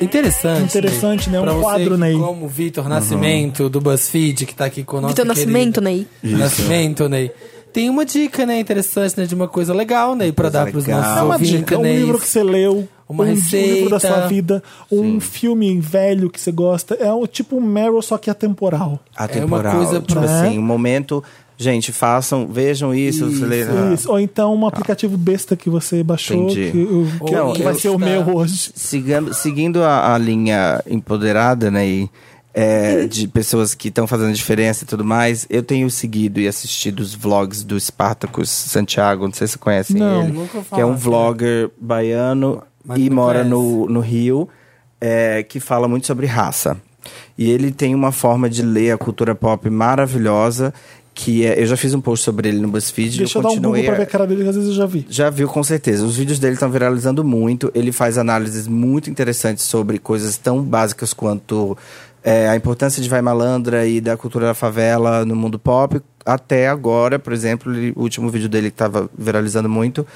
[SPEAKER 2] Interessante.
[SPEAKER 1] né? Interessante, né? Uhum. Um
[SPEAKER 2] Pra você
[SPEAKER 1] quadro, Ney.
[SPEAKER 2] Como o Vitor Nascimento, do BuzzFeed, que tá aqui com o nosso
[SPEAKER 3] Vitor
[SPEAKER 2] querido
[SPEAKER 3] Nascimento, né? Ney.
[SPEAKER 2] Nascimento, Ney. Tem uma dica, né? Interessante, né? De uma coisa legal, Ney, pra dar pros
[SPEAKER 4] legal.
[SPEAKER 2] nossos
[SPEAKER 1] É uma
[SPEAKER 2] ouvintes, né?
[SPEAKER 1] dica, é um
[SPEAKER 2] Ney.
[SPEAKER 1] livro que você leu,
[SPEAKER 2] Uma
[SPEAKER 1] um livro da
[SPEAKER 2] receita.
[SPEAKER 1] sua vida, um filme velho que você gosta. É um, tipo um Meryl, só que atemporal.
[SPEAKER 4] Atemporal.
[SPEAKER 2] É uma coisa
[SPEAKER 4] tipo
[SPEAKER 1] pra-
[SPEAKER 4] assim, um momento Gente, façam, vejam isso.
[SPEAKER 2] Isso,
[SPEAKER 4] leram.
[SPEAKER 1] Isso. Ou então um aplicativo besta que você baixou,
[SPEAKER 4] É. Entendi.
[SPEAKER 1] que, o- que
[SPEAKER 4] Não,
[SPEAKER 1] que vai
[SPEAKER 4] eu-
[SPEAKER 1] ser o meu hoje.
[SPEAKER 4] Sigando- seguindo a, a linha empoderada, né? E, é, de pessoas que estão fazendo diferença e tudo mais, eu tenho seguido e assistido os vlogs do Spartacus Santiago, não sei se conhecem
[SPEAKER 1] Não,
[SPEAKER 4] ele.
[SPEAKER 2] nunca ouvi
[SPEAKER 4] que é
[SPEAKER 2] falar.
[SPEAKER 4] um vlogger baiano
[SPEAKER 2] Mas
[SPEAKER 4] e
[SPEAKER 2] não
[SPEAKER 4] mora
[SPEAKER 2] conhece.
[SPEAKER 4] no, no Rio, é, que fala muito sobre raça. E ele tem uma forma de ler a cultura pop maravilhosa. Que é, eu já fiz um post sobre ele no BuzzFeed.
[SPEAKER 1] Deixa eu dar um Google
[SPEAKER 4] continuei
[SPEAKER 1] pra
[SPEAKER 4] a-
[SPEAKER 1] ver a cara dele, que às vezes eu já vi.
[SPEAKER 4] já viu com certeza. Os vídeos dele estão viralizando muito. Ele faz análises muito interessantes sobre coisas tão básicas quanto é, a importância de Vai Malandra e da cultura da favela no mundo pop. Até agora, por exemplo, ele- o último vídeo dele que estava viralizando muito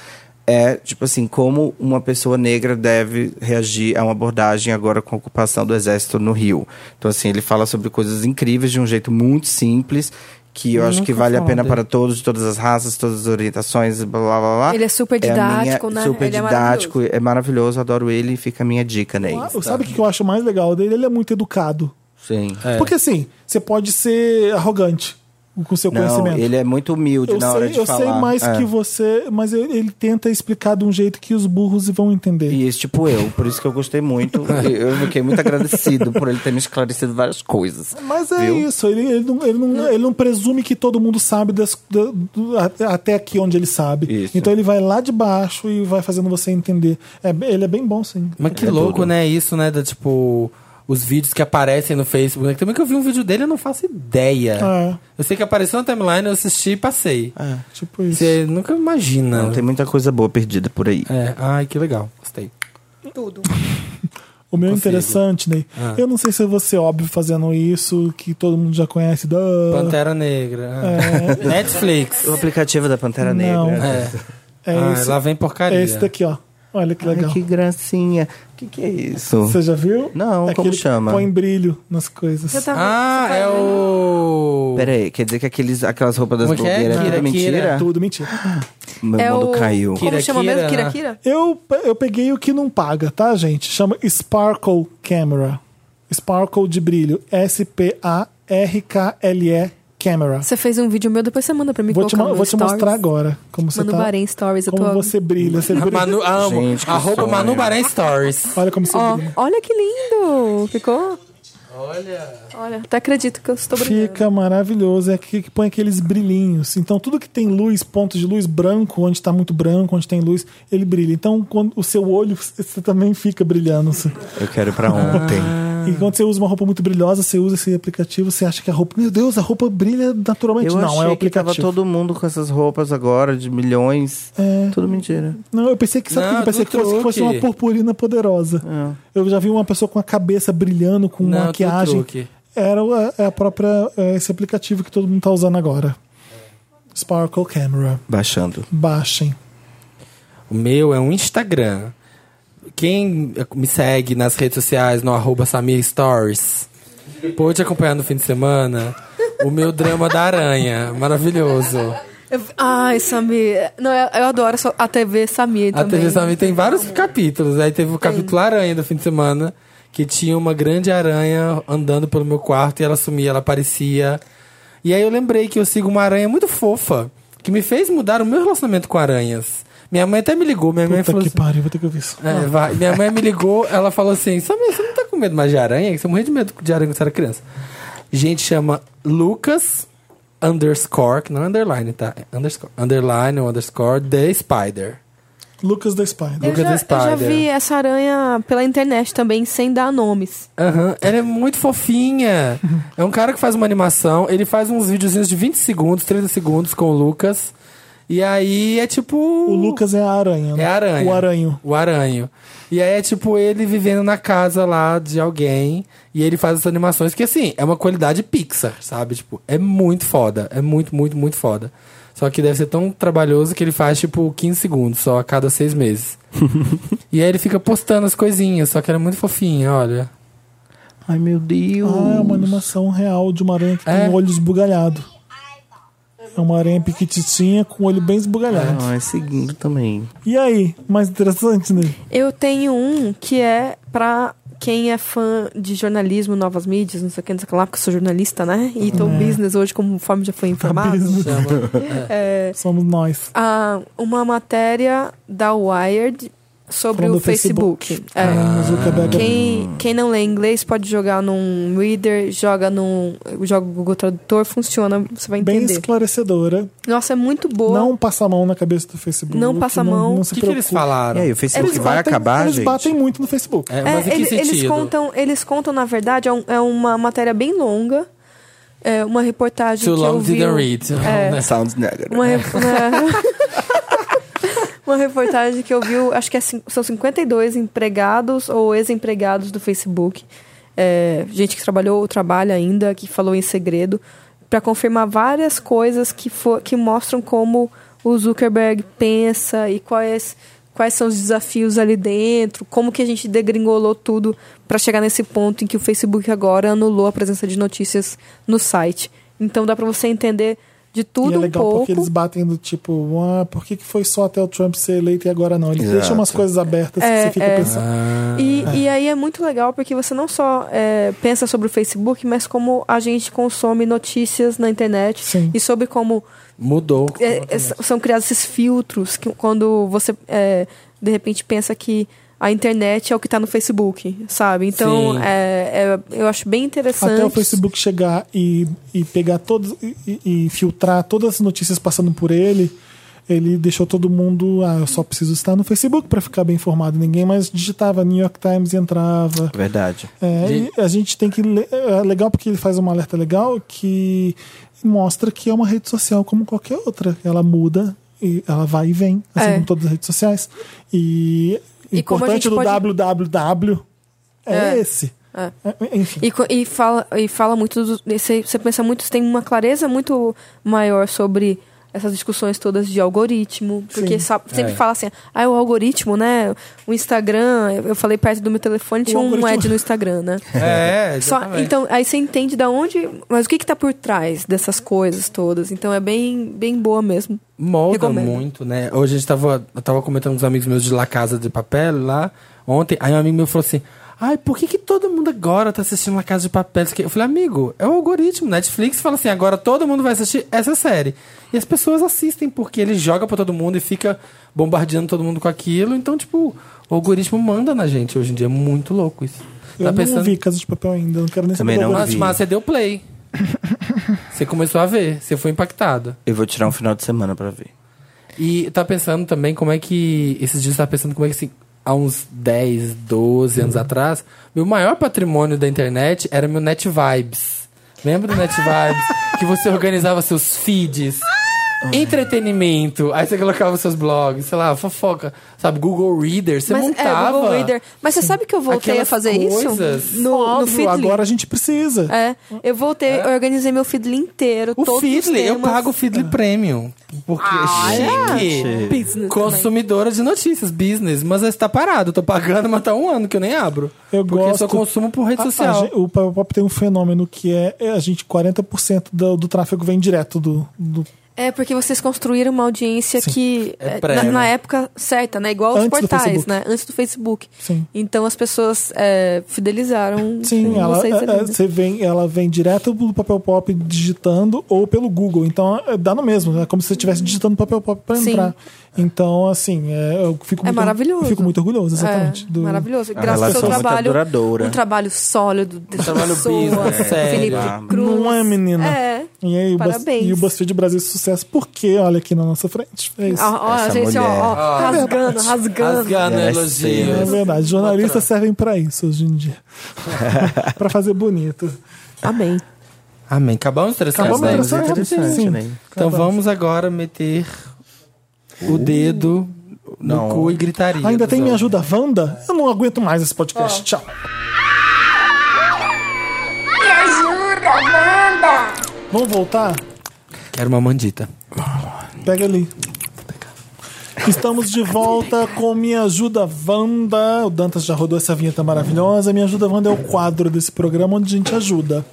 [SPEAKER 4] é, tipo assim, como uma pessoa negra deve reagir a uma abordagem agora com a ocupação do exército no Rio. Então, assim, ele fala sobre coisas incríveis de um jeito muito simples. Que eu, acho que
[SPEAKER 2] nunca
[SPEAKER 4] vale a
[SPEAKER 2] ouvi falar
[SPEAKER 4] pena
[SPEAKER 2] dele.
[SPEAKER 4] para todos, de todas as raças, todas as orientações, blá blá blá. blá.
[SPEAKER 3] Ele é super
[SPEAKER 4] a
[SPEAKER 3] didático, né?
[SPEAKER 4] Super
[SPEAKER 3] Ele é
[SPEAKER 4] didático, é maravilhoso, adoro ele e fica a minha dica, Ney.
[SPEAKER 1] Ah, Sabe o que eu acho mais legal dele? Ele é muito educado.
[SPEAKER 4] Sim.
[SPEAKER 1] Porque assim, você pode ser arrogante com seu
[SPEAKER 4] Não,
[SPEAKER 1] conhecimento.
[SPEAKER 4] ele é muito humilde
[SPEAKER 1] eu
[SPEAKER 4] na hora
[SPEAKER 1] sei,
[SPEAKER 4] de
[SPEAKER 1] eu
[SPEAKER 4] falar.
[SPEAKER 1] sei mais
[SPEAKER 4] É.
[SPEAKER 1] que você, mas eu- ele tenta explicar de um jeito que os burros vão entender.
[SPEAKER 4] E esse tipo eu, por isso que eu gostei muito. e eu fiquei muito agradecido por ele ter me esclarecido várias coisas.
[SPEAKER 1] Mas é
[SPEAKER 4] Viu?
[SPEAKER 1] isso, ele, ele, não, ele, não, ele não presume que todo mundo sabe das- da- do- a- até aqui onde ele sabe.
[SPEAKER 4] Isso.
[SPEAKER 1] Então ele vai lá de baixo e vai fazendo você entender. É, ele é bem bom, sim.
[SPEAKER 2] Mas que louco, né? Isso, né? Da, tipo, os vídeos que aparecem no Facebook. né? Também que eu vi um vídeo dele, eu não faço ideia.
[SPEAKER 1] É.
[SPEAKER 2] Eu sei que apareceu na timeline, eu assisti e passei.
[SPEAKER 1] Tipo isso.
[SPEAKER 2] Você nunca imagina.
[SPEAKER 4] Não, tem muita coisa boa perdida por aí.
[SPEAKER 2] É, ai, que legal. Gostei.
[SPEAKER 7] Tudo.
[SPEAKER 1] O meu é
[SPEAKER 2] Consigo.
[SPEAKER 1] interessante, Ney.
[SPEAKER 2] Ah.
[SPEAKER 1] Eu não sei se eu vou ser óbvio fazendo isso, que todo mundo já conhece. Da...
[SPEAKER 2] Pantera Negra. ah.
[SPEAKER 1] É,
[SPEAKER 2] Netflix.
[SPEAKER 4] O aplicativo da Pantera
[SPEAKER 1] Não.
[SPEAKER 4] Negra.
[SPEAKER 2] É.
[SPEAKER 1] É
[SPEAKER 2] Ah,
[SPEAKER 1] esse,
[SPEAKER 2] lá vem porcaria.
[SPEAKER 1] é esse daqui, ó. Olha que legal.
[SPEAKER 4] Ai, que gracinha. O que, que é isso?
[SPEAKER 1] Você já viu?
[SPEAKER 4] Não,
[SPEAKER 1] é
[SPEAKER 4] como
[SPEAKER 1] que ele
[SPEAKER 4] chama?
[SPEAKER 1] Põe brilho nas coisas.
[SPEAKER 3] Eu tava-
[SPEAKER 2] Ah, é o.
[SPEAKER 4] Peraí, quer dizer que aqueles, aquelas roupas das
[SPEAKER 2] Como que é?
[SPEAKER 4] blogueiras é
[SPEAKER 2] Kira,
[SPEAKER 4] tudo mentira?
[SPEAKER 2] Kira.
[SPEAKER 1] Tudo, mentira.
[SPEAKER 4] Meu
[SPEAKER 3] é
[SPEAKER 4] mundo
[SPEAKER 3] o...
[SPEAKER 4] caiu.
[SPEAKER 3] Como chama
[SPEAKER 2] Kira,
[SPEAKER 3] mesmo? Kira
[SPEAKER 2] né?
[SPEAKER 3] Kira?
[SPEAKER 1] Eu, eu peguei o que não paga, tá, gente? Chama Sparkle Camera. Sparkle de brilho. S-P-A-R-K-L-E Camera.
[SPEAKER 3] Você fez um vídeo meu, depois você manda pra mim
[SPEAKER 1] Vou te,
[SPEAKER 3] colocar
[SPEAKER 1] ma-
[SPEAKER 3] no
[SPEAKER 1] vou te
[SPEAKER 3] stories.
[SPEAKER 1] mostrar agora como você
[SPEAKER 3] Manda
[SPEAKER 1] tá.
[SPEAKER 3] um barém stories, eu
[SPEAKER 1] como
[SPEAKER 3] tô-
[SPEAKER 1] você brilha. Você
[SPEAKER 2] A
[SPEAKER 1] brilha.
[SPEAKER 2] Manu, amo.
[SPEAKER 4] Gente, que
[SPEAKER 2] Arroba
[SPEAKER 4] sonho.
[SPEAKER 2] Manu Barém Stories.
[SPEAKER 1] Olha como você
[SPEAKER 3] Ó,
[SPEAKER 1] brilha.
[SPEAKER 3] olha que lindo! Ficou?
[SPEAKER 2] Olha.
[SPEAKER 3] Olha, até acredito que eu estou brilhando.
[SPEAKER 1] Fica maravilhoso. É aqui que põe aqueles brilhinhos. Então, tudo que tem luz, ponto de luz branco, onde tá muito branco, onde tem luz, ele brilha. Então, quando o seu olho, você também fica brilhando. assim.
[SPEAKER 4] Eu quero pra ontem.
[SPEAKER 1] E quando você usa uma roupa muito brilhosa, você usa esse aplicativo, você acha que a roupa. Meu Deus, a roupa brilha naturalmente.
[SPEAKER 4] Eu
[SPEAKER 1] não,
[SPEAKER 4] achei
[SPEAKER 1] é o
[SPEAKER 4] que
[SPEAKER 1] aplicativo.
[SPEAKER 4] tava todo mundo com essas roupas agora de milhões.
[SPEAKER 1] É.
[SPEAKER 4] Tudo mentira.
[SPEAKER 1] Não, eu pensei que sabe o que
[SPEAKER 2] Não,
[SPEAKER 1] eu pensei
[SPEAKER 2] do
[SPEAKER 1] que fosse, que fosse
[SPEAKER 2] truque. Ah.
[SPEAKER 1] uma purpurina poderosa. Eu já vi uma pessoa com a cabeça brilhando, com
[SPEAKER 2] Não, do
[SPEAKER 1] maquiagem.
[SPEAKER 2] truque.
[SPEAKER 1] Era o- é a própria. é esse aplicativo que todo mundo tá usando agora. Sparkle Camera.
[SPEAKER 4] Baixando.
[SPEAKER 1] Baixem.
[SPEAKER 2] O meu é um Instagram. Quem me segue nas redes sociais no arroba Samir Stories, pode acompanhar no fim de semana o meu drama da aranha. Maravilhoso.
[SPEAKER 3] Eu- Ai, Samir. Não, eu, eu adoro só- a TV Samir
[SPEAKER 2] A
[SPEAKER 3] também.
[SPEAKER 2] TV Samir tem vários capítulos. Aí teve o capítulo aranha do fim de semana, que tinha uma grande aranha andando pelo meu quarto e ela sumia, ela aparecia. E aí eu lembrei que eu sigo uma aranha muito fofa, que me fez mudar o meu relacionamento com aranhas. Minha mãe até me ligou, minha mãe
[SPEAKER 1] Puta
[SPEAKER 2] falou
[SPEAKER 1] que
[SPEAKER 2] assim,
[SPEAKER 1] pariu, vou ter que ouvir isso.
[SPEAKER 2] É, vai. Minha mãe me ligou, ela falou assim: Samir, você não tá com medo mais de aranha? Você morria de medo de aranha quando você era criança. Gente, chama Lucas underscore, que não é underline, tá? É underscore, underline ou underscore The Spider.
[SPEAKER 1] Lucas da Spider.
[SPEAKER 3] Eu
[SPEAKER 2] Lucas
[SPEAKER 3] já, eu já
[SPEAKER 2] Spider.
[SPEAKER 3] vi essa aranha pela internet também, sem dar nomes.
[SPEAKER 2] Aham, ela é muito fofinha. É um cara que faz uma animação, ele faz uns videozinhos de 20 segundos, 30 segundos com o Lucas. E aí é tipo.
[SPEAKER 1] O Lucas é a aranha. né?
[SPEAKER 2] É a aranha.
[SPEAKER 1] O aranho.
[SPEAKER 2] O aranho. E aí é tipo ele vivendo na casa lá de alguém. E ele faz essas animações que, assim, é uma qualidade Pixar, sabe? Tipo, é muito foda. É muito, muito, muito foda. Só que deve ser tão trabalhoso que ele faz, tipo, 15 segundos só a cada seis meses. e aí ele fica postando as coisinhas, só que ela é muito fofinha, olha.
[SPEAKER 4] Ai, meu Deus.
[SPEAKER 1] Ah, é uma animação real de uma aranha que
[SPEAKER 2] É.
[SPEAKER 1] tem o olho esbugalhado. É uma aranha piquititinha com o olho bem esbugalhado.
[SPEAKER 4] Ah, é seguindo também.
[SPEAKER 1] E aí? Mais interessante, né?
[SPEAKER 3] Eu tenho um que é pra quem é fã de jornalismo, novas mídias, não sei o que, não sei o que lá, porque eu sou jornalista, né? E tô business hoje, como forma já foi informado.
[SPEAKER 1] business.
[SPEAKER 2] Chama. É.
[SPEAKER 1] Somos nós.
[SPEAKER 3] Ah, uma matéria da Wired sobre
[SPEAKER 1] Falando
[SPEAKER 3] o
[SPEAKER 1] do Facebook.
[SPEAKER 3] Facebook. É.
[SPEAKER 1] Ah, Zuckerberg.
[SPEAKER 3] Quem, quem não lê inglês pode jogar num Reader, joga num. Joga o Google Tradutor, funciona, você vai
[SPEAKER 1] Bem
[SPEAKER 3] entender.
[SPEAKER 1] esclarecedora.
[SPEAKER 3] Nossa, é muito boa.
[SPEAKER 1] Não passa a mão na cabeça do Facebook.
[SPEAKER 3] Não passa a mão.
[SPEAKER 1] Não
[SPEAKER 2] O
[SPEAKER 1] se
[SPEAKER 2] que, que eles
[SPEAKER 1] preocupe.
[SPEAKER 4] E
[SPEAKER 2] falaram?
[SPEAKER 4] aí, o Facebook
[SPEAKER 3] Eles
[SPEAKER 4] vai
[SPEAKER 1] Batem-
[SPEAKER 4] acabar,
[SPEAKER 1] Eles
[SPEAKER 4] gente?
[SPEAKER 1] batem muito no Facebook.
[SPEAKER 2] É,
[SPEAKER 3] É,
[SPEAKER 2] mas em que
[SPEAKER 3] ele-
[SPEAKER 2] sentido?
[SPEAKER 3] eles contam, eles contam, na verdade, é, um- é uma matéria bem longa. É uma reportagem
[SPEAKER 2] Too
[SPEAKER 3] que eu
[SPEAKER 2] long
[SPEAKER 3] vi
[SPEAKER 2] didn't
[SPEAKER 3] um-
[SPEAKER 2] read.
[SPEAKER 3] É.
[SPEAKER 4] Sounds negative.
[SPEAKER 3] Uma, re-
[SPEAKER 2] É.
[SPEAKER 3] uma- uma reportagem que eu vi, acho que é cin- são 52 empregados ou ex-empregados do Facebook. É, gente que trabalhou ou trabalha ainda, que falou em segredo, para confirmar várias coisas que, fo- que mostram como o Zuckerberg pensa e quais, quais são os desafios ali dentro, como que a gente degringolou tudo para chegar nesse ponto em que o Facebook agora anulou a presença de notícias no site. Então dá para você entender de tudo
[SPEAKER 1] e é
[SPEAKER 3] um
[SPEAKER 1] legal
[SPEAKER 3] pouco.
[SPEAKER 1] porque eles batem do tipo, ah, por que, que foi só até o Trump ser eleito e agora não? Eles
[SPEAKER 4] Exato.
[SPEAKER 1] deixam umas coisas abertas
[SPEAKER 3] É,
[SPEAKER 1] que você fica
[SPEAKER 3] é.
[SPEAKER 1] pensando.
[SPEAKER 3] E,
[SPEAKER 1] Ah.
[SPEAKER 3] e aí é muito legal porque você não só é, pensa sobre o Facebook, mas como a gente consome notícias na internet
[SPEAKER 1] Sim.
[SPEAKER 3] e sobre como
[SPEAKER 2] Mudou.
[SPEAKER 3] é, é, s- são criados esses filtros que quando você é, de repente pensa que a internet é o que está no Facebook, sabe? Então
[SPEAKER 2] Sim.
[SPEAKER 3] é, é- eu acho bem interessante.
[SPEAKER 1] Até o Facebook chegar e, e pegar todos e, e- e filtrar todas as notícias passando por ele, ele deixou todo mundo, ah, eu só preciso estar no Facebook para ficar bem informado. Ninguém mais digitava New York Times e entrava.
[SPEAKER 4] Verdade.
[SPEAKER 1] É,
[SPEAKER 2] De-
[SPEAKER 1] e a gente tem que. le- É legal porque ele faz um alerta legal que mostra que é uma rede social como qualquer outra. Ela muda, e ela vai e vem, assim
[SPEAKER 3] É.
[SPEAKER 1] como todas as redes sociais. E o
[SPEAKER 3] E como a
[SPEAKER 1] importante
[SPEAKER 3] gente
[SPEAKER 1] do
[SPEAKER 3] pode-
[SPEAKER 1] www é,
[SPEAKER 3] É.
[SPEAKER 1] esse.
[SPEAKER 3] É.
[SPEAKER 1] É, enfim.
[SPEAKER 3] E, co- e fala, e fala muito. do- Você você pensa muito, você tem uma clareza muito maior sobre essas discussões todas de algoritmo. Porque
[SPEAKER 1] Sim.
[SPEAKER 3] sa- sempre
[SPEAKER 2] É.
[SPEAKER 3] fala assim, ah, o algoritmo, né? O Instagram, eu eu falei perto do meu telefone, tinha um
[SPEAKER 1] algoritmo-
[SPEAKER 3] ad no Instagram, né?
[SPEAKER 2] É,
[SPEAKER 3] Só-
[SPEAKER 2] exatamente.
[SPEAKER 3] então, aí você entende da onde. Mas o que, que tá por trás dessas coisas todas? Então é bem, bem boa mesmo.
[SPEAKER 2] Molda
[SPEAKER 3] Recomendo.
[SPEAKER 2] muito, né? Hoje a gente tava, eu tava comentando com os amigos meus de La Casa de Papel lá ontem. Aí um amigo meu falou assim: Ai, por que, que todo mundo agora tá assistindo La Casa de Papel? Eu falei, amigo, é o algoritmo. Netflix fala assim: agora todo mundo vai assistir essa série. E as pessoas assistem porque ele joga pra todo mundo e fica bombardeando todo mundo com aquilo. Então, tipo, o algoritmo manda na gente hoje em dia. É muito louco isso. Tá
[SPEAKER 1] Eu não vi Casa de Papel ainda, não quero nem
[SPEAKER 4] Tá Também
[SPEAKER 1] saber. do
[SPEAKER 4] não
[SPEAKER 1] algoritmo.
[SPEAKER 2] Mas, mas
[SPEAKER 4] vi.
[SPEAKER 2] você deu play. você começou a ver, você foi impactado.
[SPEAKER 4] Eu vou tirar um final de semana pra ver.
[SPEAKER 2] E tá pensando também como é que. Esses dias eu tava pensando como é que assim, há uns 10, 12
[SPEAKER 3] Uhum.
[SPEAKER 2] anos atrás, meu maior patrimônio da internet era meu Net Vibes. Lembra do Net Vibes? que você organizava seus feeds. Entretenimento, aí você colocava seus blogs, sei lá, fofoca, sabe? Google Reader, você
[SPEAKER 3] mas
[SPEAKER 2] montava.
[SPEAKER 3] é, Google Reader. Mas você sabe que eu voltei
[SPEAKER 2] Aquelas
[SPEAKER 3] a fazer
[SPEAKER 2] coisas.
[SPEAKER 3] isso? No, no
[SPEAKER 1] Óbvio,
[SPEAKER 3] Feedly.
[SPEAKER 1] agora a gente precisa.
[SPEAKER 3] É, eu voltei, eu organizei meu Feedly inteiro,
[SPEAKER 2] O
[SPEAKER 3] todos os
[SPEAKER 2] Feedly, eu
[SPEAKER 3] temas.
[SPEAKER 2] pago o Feedly Premium. Porque é chique.
[SPEAKER 3] Business
[SPEAKER 2] Consumidora de notícias, business. Mas está parado, eu tô pagando, mas tá um ano que eu nem abro.
[SPEAKER 1] Eu
[SPEAKER 2] porque
[SPEAKER 1] gosto.
[SPEAKER 2] eu só consumo por rede
[SPEAKER 1] A- a
[SPEAKER 2] social.
[SPEAKER 1] gen- o Power Pop tem um fenômeno que é, é a gente 40% do, do tráfego vem direto do, do
[SPEAKER 3] É, porque vocês construíram uma audiência que.
[SPEAKER 2] É
[SPEAKER 3] eh,
[SPEAKER 2] pré,
[SPEAKER 3] na,
[SPEAKER 2] né?
[SPEAKER 3] na época certa, né? Igual os
[SPEAKER 1] Antes do
[SPEAKER 3] portais,
[SPEAKER 1] Facebook.
[SPEAKER 3] né? Antes do Facebook.
[SPEAKER 1] Sim.
[SPEAKER 3] Então as pessoas eh, fidelizaram
[SPEAKER 1] Sim,
[SPEAKER 3] com
[SPEAKER 1] ela,
[SPEAKER 3] vocês
[SPEAKER 1] é-
[SPEAKER 3] ali,
[SPEAKER 1] é,
[SPEAKER 3] né?
[SPEAKER 1] você vem, ela vem direto do papel pop digitando ou pelo Google. Então é, dá no mesmo, é como se você estivesse digitando papel pop para
[SPEAKER 3] Sim.
[SPEAKER 1] entrar. Então, assim, é, eu fico
[SPEAKER 3] É
[SPEAKER 1] muito,
[SPEAKER 3] maravilhoso.
[SPEAKER 1] eu fico muito orgulhoso, exatamente.
[SPEAKER 3] É,
[SPEAKER 1] do-
[SPEAKER 3] Maravilhoso.
[SPEAKER 4] A
[SPEAKER 3] Graças ao seu
[SPEAKER 4] relação muito
[SPEAKER 3] trabalho.
[SPEAKER 4] duradoura.
[SPEAKER 3] Um trabalho sólido de
[SPEAKER 2] trabalho
[SPEAKER 3] pessoas.
[SPEAKER 2] business, sério.
[SPEAKER 3] Felipe
[SPEAKER 4] Ah,
[SPEAKER 3] Cruz.
[SPEAKER 1] Não é, menina?
[SPEAKER 3] É.
[SPEAKER 1] E aí, o Buzz-
[SPEAKER 3] Parabéns.
[SPEAKER 1] e o BuzzFeed Brasil é sucesso, porque olha aqui na nossa frente. É isso.
[SPEAKER 3] Ó, ó,
[SPEAKER 4] Essa
[SPEAKER 3] gente, ó, ó,
[SPEAKER 4] mulher.
[SPEAKER 3] rasgando, rasgando.
[SPEAKER 2] Rasgando
[SPEAKER 4] É,
[SPEAKER 1] É
[SPEAKER 2] elogios.
[SPEAKER 1] verdade, jornalistas servem pra isso hoje em dia. pra fazer bonito.
[SPEAKER 3] Amém.
[SPEAKER 2] Amém. Acabamos de interessar.
[SPEAKER 1] Acabamos
[SPEAKER 2] né?
[SPEAKER 1] de
[SPEAKER 4] Mas
[SPEAKER 1] interessar.
[SPEAKER 4] é interessante,
[SPEAKER 1] Sim.
[SPEAKER 4] né?
[SPEAKER 2] Então vamos agora meter o dedo no
[SPEAKER 4] Não.
[SPEAKER 2] cu e gritaria.
[SPEAKER 1] Ainda
[SPEAKER 2] dos
[SPEAKER 1] tem Me
[SPEAKER 2] outros.
[SPEAKER 1] Ajuda Wanda? Eu não aguento mais esse podcast. Tchau.
[SPEAKER 5] Me ajuda, Wanda!
[SPEAKER 1] Vamos voltar?
[SPEAKER 2] Quero uma mandita.
[SPEAKER 1] Pega ali. Estamos de volta com Me Ajuda Wanda. O Dantas já rodou essa vinheta maravilhosa. Me Ajuda Wanda é o quadro desse programa onde a gente ajuda.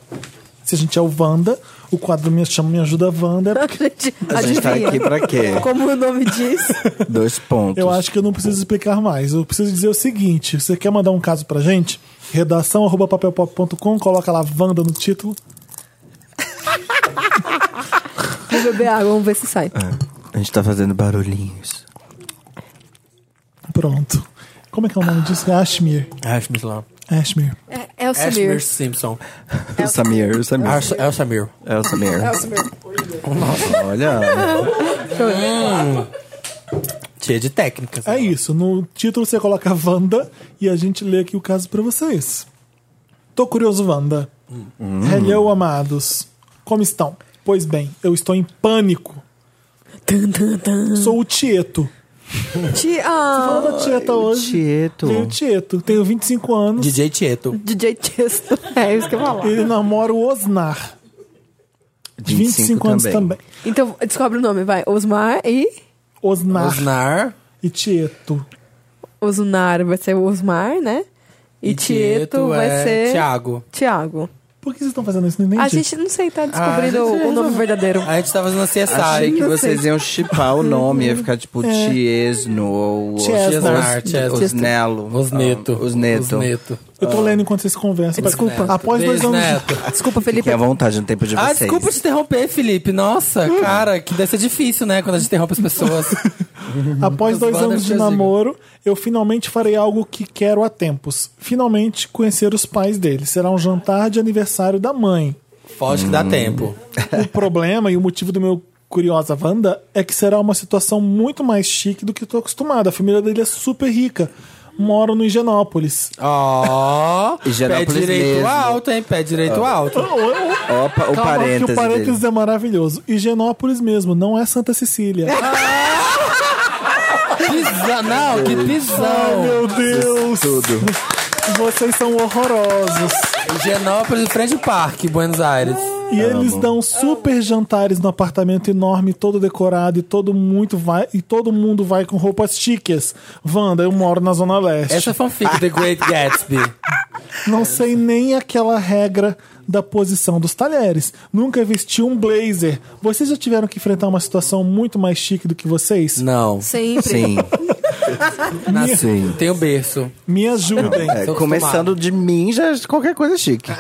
[SPEAKER 1] Se a gente é o Wanda, o quadro me chama Me Ajuda Wanda. é
[SPEAKER 3] A
[SPEAKER 1] porque
[SPEAKER 3] gente,
[SPEAKER 4] A gente tá
[SPEAKER 3] adivinha.
[SPEAKER 4] aqui pra quê?
[SPEAKER 3] Como o nome diz.
[SPEAKER 4] Dois pontos.
[SPEAKER 1] Eu acho que eu não preciso explicar mais. Eu preciso dizer o seguinte: você quer mandar um caso pra gente? redação arroba papelpop.com, coloca lá Wanda no título.
[SPEAKER 3] Vou beber água, vamos ver se sai.
[SPEAKER 4] A gente tá fazendo barulhinhos.
[SPEAKER 1] Pronto. Como é que é o nome disso? É Ashmir.
[SPEAKER 2] Ashmir lá.
[SPEAKER 1] Ashmir.
[SPEAKER 3] É, é o
[SPEAKER 2] Ashmir
[SPEAKER 3] Samir.
[SPEAKER 2] Simpson.
[SPEAKER 4] O Samir, o Samir.
[SPEAKER 2] Ash- É o Samir.
[SPEAKER 4] É o Samir. Olha.
[SPEAKER 2] Cheia de técnicas.
[SPEAKER 1] É isso. No título você coloca Wanda e a gente lê aqui o caso pra vocês. Tô curioso, Wanda. Hello, amados. Como estão? Pois bem, eu estou em pânico.
[SPEAKER 3] Tum, tum, tum.
[SPEAKER 1] Sou o Tieto.
[SPEAKER 3] Ti- ah,
[SPEAKER 1] Fala da Tieta hoje.
[SPEAKER 4] Tieto.
[SPEAKER 1] Veio o Tieto. Tenho 25 anos
[SPEAKER 2] DJ Tieto.
[SPEAKER 3] DJ Tiesto. É isso que eu ia falar.
[SPEAKER 1] e namoro o Osnar. De 25 anos também.
[SPEAKER 3] Então, descobre o nome, vai. Osmar e
[SPEAKER 2] Ah.
[SPEAKER 1] Osnar
[SPEAKER 2] Osnar.
[SPEAKER 1] e Tieto.
[SPEAKER 3] Osunar vai ser Osmar, né? E, Tieto vai
[SPEAKER 2] é
[SPEAKER 3] ser
[SPEAKER 2] Thiago.
[SPEAKER 3] Tiago.
[SPEAKER 1] Por que vocês estão fazendo isso? Não entendi.
[SPEAKER 3] A gente não sei, tá descobrindo
[SPEAKER 2] Ah, a gente-
[SPEAKER 3] o nome verdadeiro.
[SPEAKER 2] A gente tá fazendo a CSI.
[SPEAKER 4] Achei que
[SPEAKER 3] Não sei.
[SPEAKER 4] vocês iam chipar o nome, ia ficar tipo Tiesno ou
[SPEAKER 1] Tiesnar,
[SPEAKER 4] Os-
[SPEAKER 2] Tiesnar.
[SPEAKER 4] Osnelo. Ah,
[SPEAKER 2] Os Neto.
[SPEAKER 4] Os Neto.
[SPEAKER 2] Neto.
[SPEAKER 1] Eu tô lendo enquanto vocês conversam.
[SPEAKER 3] Desculpa.
[SPEAKER 1] Após dois
[SPEAKER 2] Beijo,
[SPEAKER 1] anos. de-
[SPEAKER 2] Neto.
[SPEAKER 3] Desculpa, Felipe.
[SPEAKER 4] Fiquem à vontade no tempo de vocês.
[SPEAKER 2] Ah, desculpa te interromper, Felipe. Nossa, cara, que deve ser difícil, né? Quando a gente interrompe as pessoas.
[SPEAKER 1] Após
[SPEAKER 2] Os
[SPEAKER 1] dois
[SPEAKER 2] brothers
[SPEAKER 1] anos de
[SPEAKER 2] Tiazinho.
[SPEAKER 1] namoro, eu finalmente farei algo que quero há tempos. Finalmente conhecer os pais dele. Será um jantar de aniversário da mãe.
[SPEAKER 2] Foge que dá tempo.
[SPEAKER 1] O problema e o motivo do meu curiosa Wanda é que será uma situação muito mais chique do que estou acostumado. A família dele é super rica. Moram no Higienópolis.
[SPEAKER 2] Ó,
[SPEAKER 4] E
[SPEAKER 2] pé
[SPEAKER 4] Genópolis
[SPEAKER 2] direito
[SPEAKER 4] mesmo.
[SPEAKER 2] alto, hein? Pé direito alto.
[SPEAKER 4] Opa, Então, o
[SPEAKER 1] Calma, que
[SPEAKER 4] parênteses.
[SPEAKER 1] o parênteses
[SPEAKER 4] dele.
[SPEAKER 1] é maravilhoso. Higienópolis mesmo, não é Santa Cecília.
[SPEAKER 2] Pisa, não, que pisão.
[SPEAKER 1] Meu Deus!
[SPEAKER 4] Tudo.
[SPEAKER 1] Vocês são horrorosos.
[SPEAKER 2] Genópolis, em frente ao parque, Buenos Aires.
[SPEAKER 1] E eles dão super jantares no apartamento enorme, todo decorado, e todo muito vai, e todo mundo vai com roupas chiques. Wanda, eu moro na Zona Leste.
[SPEAKER 2] Essa é fanfic, The Great Gatsby.
[SPEAKER 1] Não sei nem aquela regra da posição dos talheres. Nunca vesti um blazer. Vocês já tiveram que enfrentar uma situação muito mais chique do que vocês?
[SPEAKER 2] Não,
[SPEAKER 3] Sempre.
[SPEAKER 4] Sim. Sim.
[SPEAKER 2] tem o berço.
[SPEAKER 1] Me ajudem.
[SPEAKER 4] É,
[SPEAKER 2] Tô
[SPEAKER 4] começando de mim, já é qualquer coisa chique.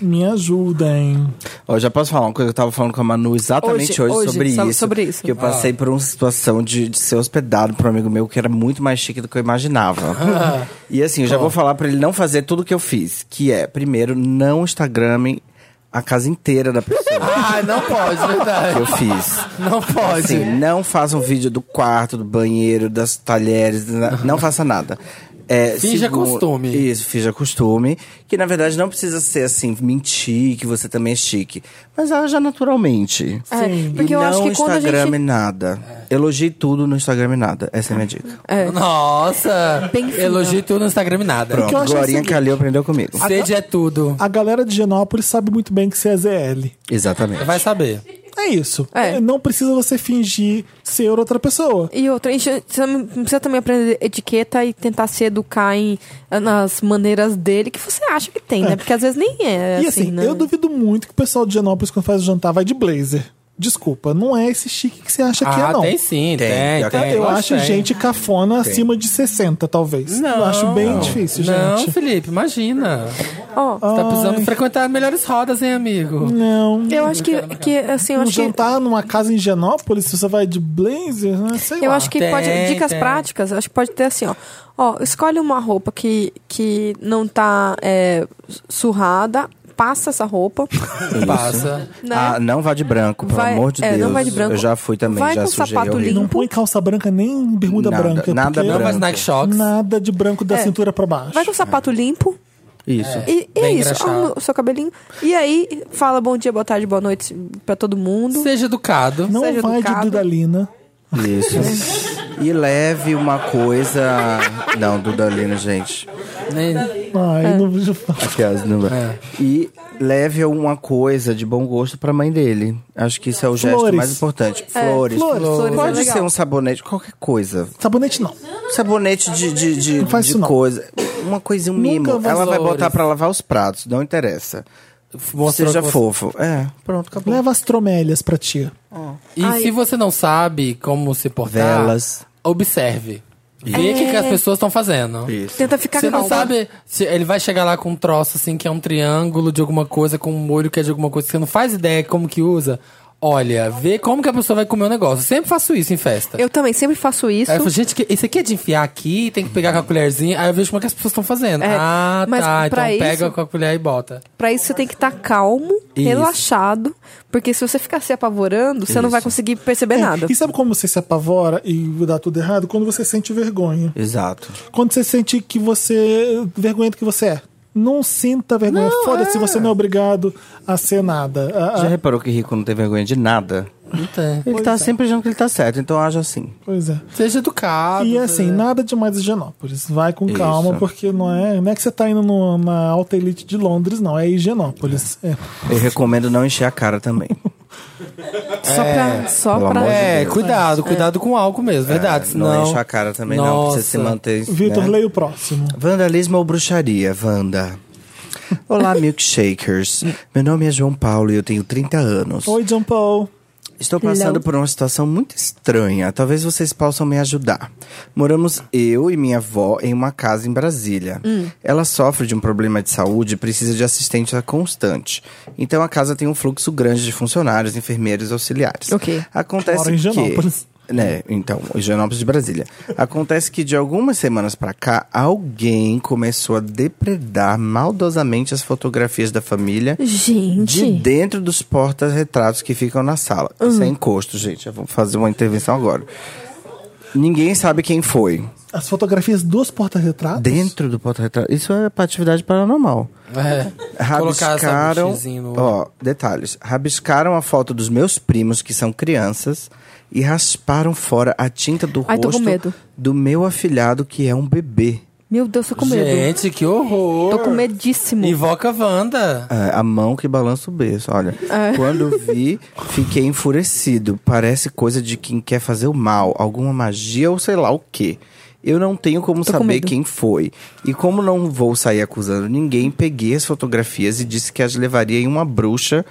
[SPEAKER 1] Me ajudem.
[SPEAKER 4] Ó, já posso falar uma coisa que eu tava falando com a Manu exatamente
[SPEAKER 3] Hoje,
[SPEAKER 4] hoje,
[SPEAKER 3] hoje,
[SPEAKER 4] sobre,
[SPEAKER 3] sabe
[SPEAKER 4] isso,
[SPEAKER 3] sobre isso?
[SPEAKER 4] Que eu passei por uma situação de, de ser hospedado por um amigo meu que era muito mais chique do que eu
[SPEAKER 3] Ah.
[SPEAKER 4] imaginava. e assim, eu já vou falar pra ele não fazer tudo que eu fiz. Que é, primeiro, não Instagramem a casa inteira da pessoa
[SPEAKER 2] Ah, não pode,
[SPEAKER 4] que
[SPEAKER 2] verdade.
[SPEAKER 4] eu fiz.
[SPEAKER 2] Não pode.
[SPEAKER 4] Assim, não faça um vídeo do quarto, do banheiro, das talheres, na- não faça nada. É,
[SPEAKER 2] Finja costume.
[SPEAKER 4] Isso, finja costume. Que na verdade não precisa ser assim, mentir que você também é chique. Mas haja naturalmente.
[SPEAKER 3] É, porque
[SPEAKER 4] e
[SPEAKER 3] eu
[SPEAKER 4] não
[SPEAKER 3] acho que quando a
[SPEAKER 4] Instagram e
[SPEAKER 3] gente.
[SPEAKER 4] nada. Elogie tudo no Instagram e nada. Essa é a minha dica.
[SPEAKER 2] Nossa,
[SPEAKER 3] Bem fina.
[SPEAKER 2] elogie tudo no Instagram e nada.
[SPEAKER 3] é
[SPEAKER 4] Pronto,
[SPEAKER 1] eu acho
[SPEAKER 4] Glorinha
[SPEAKER 1] o seguinte-
[SPEAKER 4] Calil aprendeu comigo.
[SPEAKER 2] Sede é tudo.
[SPEAKER 1] A galera de Genópolis sabe muito bem que você é ZL.
[SPEAKER 4] Exatamente.
[SPEAKER 2] Vai saber.
[SPEAKER 1] É isso.
[SPEAKER 3] É.
[SPEAKER 1] Não precisa você fingir ser outra pessoa.
[SPEAKER 3] E outra, a gente você precisa também aprender etiqueta e tentar se educar em, nas maneiras dele que você acha que tem, né? Porque às vezes nem é.
[SPEAKER 1] e assim,
[SPEAKER 3] né?
[SPEAKER 1] eu duvido muito que o pessoal de Genópolis, quando faz o jantar, vai de blazer. Desculpa, não é esse chique que você acha que é,
[SPEAKER 2] Ah,
[SPEAKER 1] não.
[SPEAKER 2] tem sim, tem.
[SPEAKER 4] Tem,
[SPEAKER 2] tem,
[SPEAKER 4] eu
[SPEAKER 1] Eu
[SPEAKER 2] lógico
[SPEAKER 1] acho
[SPEAKER 2] que tem.
[SPEAKER 1] gente cafona acima de 60, talvez. eu acho bem difícil,
[SPEAKER 2] não,
[SPEAKER 1] gente.
[SPEAKER 2] Felipe, imagina.
[SPEAKER 3] Ó,
[SPEAKER 2] Você tá precisando frequentar melhores rodas, hein, amigo?
[SPEAKER 1] Não.
[SPEAKER 3] eu acho que, que assim, eu
[SPEAKER 1] Um
[SPEAKER 3] acho que.
[SPEAKER 1] jantar numa casa em Genópolis, se você vai de blazer, né? Sei
[SPEAKER 3] Eu
[SPEAKER 1] lá.
[SPEAKER 3] acho que
[SPEAKER 2] Tem,
[SPEAKER 3] pode. Dicas
[SPEAKER 2] tem.
[SPEAKER 3] práticas, acho que pode ter assim, ó. Ó, escolhe uma roupa que, que não tá é, surrada, passa essa roupa.
[SPEAKER 2] Passa.
[SPEAKER 3] Né?
[SPEAKER 4] Ah, não vá de branco, pelo
[SPEAKER 3] Vai-
[SPEAKER 4] amor de
[SPEAKER 3] é,
[SPEAKER 4] Deus.
[SPEAKER 3] não vai de branco.
[SPEAKER 4] Eu já fui também,
[SPEAKER 3] Vai
[SPEAKER 4] já
[SPEAKER 3] com
[SPEAKER 4] sujei.
[SPEAKER 3] sapato
[SPEAKER 4] horrível.
[SPEAKER 1] Não põe calça branca nem bermuda
[SPEAKER 4] Nada,
[SPEAKER 1] branca.
[SPEAKER 4] nada
[SPEAKER 1] porque
[SPEAKER 2] Não faz Nike Shox.
[SPEAKER 1] Nada de branco da
[SPEAKER 3] É.
[SPEAKER 1] cintura pra baixo.
[SPEAKER 3] Vai com o sapato limpo.
[SPEAKER 4] Isso.
[SPEAKER 3] E, e é
[SPEAKER 2] Bem
[SPEAKER 3] isso,
[SPEAKER 2] engraxado.
[SPEAKER 3] arruma o seu cabelinho. E aí, fala bom dia, boa tarde, boa noite pra todo mundo.
[SPEAKER 2] Seja educado.
[SPEAKER 1] Não
[SPEAKER 3] seja
[SPEAKER 1] vai
[SPEAKER 3] educado.
[SPEAKER 1] de Dudalina.
[SPEAKER 4] Isso. E leve uma coisa. Não, Dudalina, gente.
[SPEAKER 2] Nem-
[SPEAKER 1] Ai,
[SPEAKER 3] É.
[SPEAKER 1] não vejo
[SPEAKER 4] Aquelas, não vai. É. E leve uma coisa de bom gosto pra mãe dele. Acho que isso é o gesto
[SPEAKER 1] Flores.
[SPEAKER 4] mais importante. Flores.
[SPEAKER 1] flores, flores
[SPEAKER 3] é
[SPEAKER 4] Pode
[SPEAKER 3] legal.
[SPEAKER 4] ser um sabonete, qualquer coisa.
[SPEAKER 1] Sabonete não.
[SPEAKER 4] Sabonete de, de, de,
[SPEAKER 1] faz
[SPEAKER 4] de
[SPEAKER 1] isso, não.
[SPEAKER 4] coisa. Uma coisinha, um mimo.
[SPEAKER 1] vou-
[SPEAKER 4] Ela vai
[SPEAKER 2] Flores.
[SPEAKER 4] botar pra lavar os pratos, não interessa.
[SPEAKER 2] Mostrou
[SPEAKER 4] Seja
[SPEAKER 2] que você-
[SPEAKER 4] fofo. É, pronto, acabou.
[SPEAKER 1] Leva as tromélias pra tia.
[SPEAKER 2] E se você não sabe como se portar,
[SPEAKER 4] Velas.
[SPEAKER 2] observe. Vê o que,
[SPEAKER 1] É.
[SPEAKER 2] que as pessoas estão fazendo.
[SPEAKER 4] Isso.
[SPEAKER 3] Tenta ficar
[SPEAKER 2] Você
[SPEAKER 3] calmo.
[SPEAKER 2] não sabe se ele vai chegar lá com um troço assim, que é um triângulo de alguma coisa, com um molho que é de alguma coisa, que você não faz ideia como que usa. Olha, vê como que a pessoa vai comer o negócio. Eu sempre faço isso em festa.
[SPEAKER 3] Eu também sempre faço isso.
[SPEAKER 2] Aí eu falo, gente, que- esse aqui é de enfiar aqui, tem que pegar com a colherzinha. Aí eu vejo como é que as pessoas estão fazendo.
[SPEAKER 3] É,
[SPEAKER 2] ah,
[SPEAKER 3] mas
[SPEAKER 2] tá. Então
[SPEAKER 3] pra
[SPEAKER 2] pega
[SPEAKER 3] isso-
[SPEAKER 2] com a colher e bota.
[SPEAKER 3] Pra isso você tem que estar calmo,
[SPEAKER 2] Isso.
[SPEAKER 3] relaxado, porque se você ficar se apavorando, você não vai conseguir perceber
[SPEAKER 1] É,
[SPEAKER 3] nada.
[SPEAKER 1] E sabe como você se apavora e dá tudo errado? Quando você sente vergonha.
[SPEAKER 4] Exato.
[SPEAKER 1] Quando você sente que você. vergonha do que você é. Não sinta vergonha. Foda-se, você não é obrigado a ser nada. A- a-
[SPEAKER 4] Já reparou que rico não tem vergonha de nada?
[SPEAKER 2] Não tem.
[SPEAKER 4] Ele tá sempre achando que ele tá certo, então haja assim.
[SPEAKER 1] Pois é.
[SPEAKER 2] Então, Seja educado.
[SPEAKER 1] E assim,
[SPEAKER 2] né?
[SPEAKER 1] nada demais em Higienópolis. Vai com calma,
[SPEAKER 4] Isso.
[SPEAKER 1] porque não é, não é que você tá indo no- na alta elite de Londres, não. É Higienópolis. É.
[SPEAKER 4] Eu recomendo não encher a cara também.
[SPEAKER 3] Só pra. Só
[SPEAKER 4] pelo
[SPEAKER 3] pra...
[SPEAKER 4] amor de
[SPEAKER 2] É,
[SPEAKER 4] Deus.
[SPEAKER 2] cuidado, cuidado com o álcool mesmo, verdade.
[SPEAKER 4] É, não
[SPEAKER 2] senão-
[SPEAKER 4] encher a cara também, não. Pra você se
[SPEAKER 2] Nossa.
[SPEAKER 4] manter.
[SPEAKER 1] Vitor,
[SPEAKER 4] né?
[SPEAKER 1] leia o próximo.
[SPEAKER 4] Vandalismo ou bruxaria, Wanda? Olá, milkshakers. Meu nome é João Paulo e eu tenho 30 anos.
[SPEAKER 1] Oi, John Paul.
[SPEAKER 4] Estou passando
[SPEAKER 3] Hello.
[SPEAKER 4] por uma situação muito estranha. Talvez vocês possam me ajudar. Moramos eu e minha avó em uma casa em Brasília. Ela sofre de um problema de saúde e precisa de assistência constante. Então a casa tem um fluxo grande de funcionários, enfermeiros, auxiliares.
[SPEAKER 3] Ok.
[SPEAKER 4] Acontece
[SPEAKER 1] Mora em Higienópolis.
[SPEAKER 4] que né? Então, Higienópolis de Brasília. Acontece que de algumas semanas pra cá, alguém começou a depredar maldosamente as fotografias da família de
[SPEAKER 3] Gente. Hum.
[SPEAKER 4] dentro dos porta-retratos que ficam na sala. Isso é encosto, gente. Eu vou fazer uma intervenção agora. Ninguém sabe quem foi.
[SPEAKER 1] As fotografias dos porta-retratos.
[SPEAKER 4] Dentro do porta-retrato. Isso é pra atividade paranormal.
[SPEAKER 2] É. Colocar essa
[SPEAKER 4] Rabiscaram.
[SPEAKER 2] buchezinha no...
[SPEAKER 4] Ó, detalhes. Rabiscaram a foto dos meus primos, que são crianças, e rasparam fora a tinta do
[SPEAKER 3] Ai, tô com
[SPEAKER 4] rosto
[SPEAKER 3] medo.
[SPEAKER 4] do meu afilhado, que é um bebê.
[SPEAKER 3] Meu Deus, tô com medo.
[SPEAKER 2] Gente, que horror.
[SPEAKER 3] Tô com medíssimo.
[SPEAKER 2] Invoca a Wanda.
[SPEAKER 4] É, a mão que balança o berço, olha.
[SPEAKER 3] É.
[SPEAKER 4] Quando vi, fiquei enfurecido. Parece coisa de quem quer fazer o mal, alguma magia ou sei lá o quê. Eu não tenho como
[SPEAKER 3] Tô com
[SPEAKER 4] saber
[SPEAKER 3] medo.
[SPEAKER 4] quem foi. E como não vou sair acusando ninguém, peguei as fotografias e disse que as levaria em uma bruxa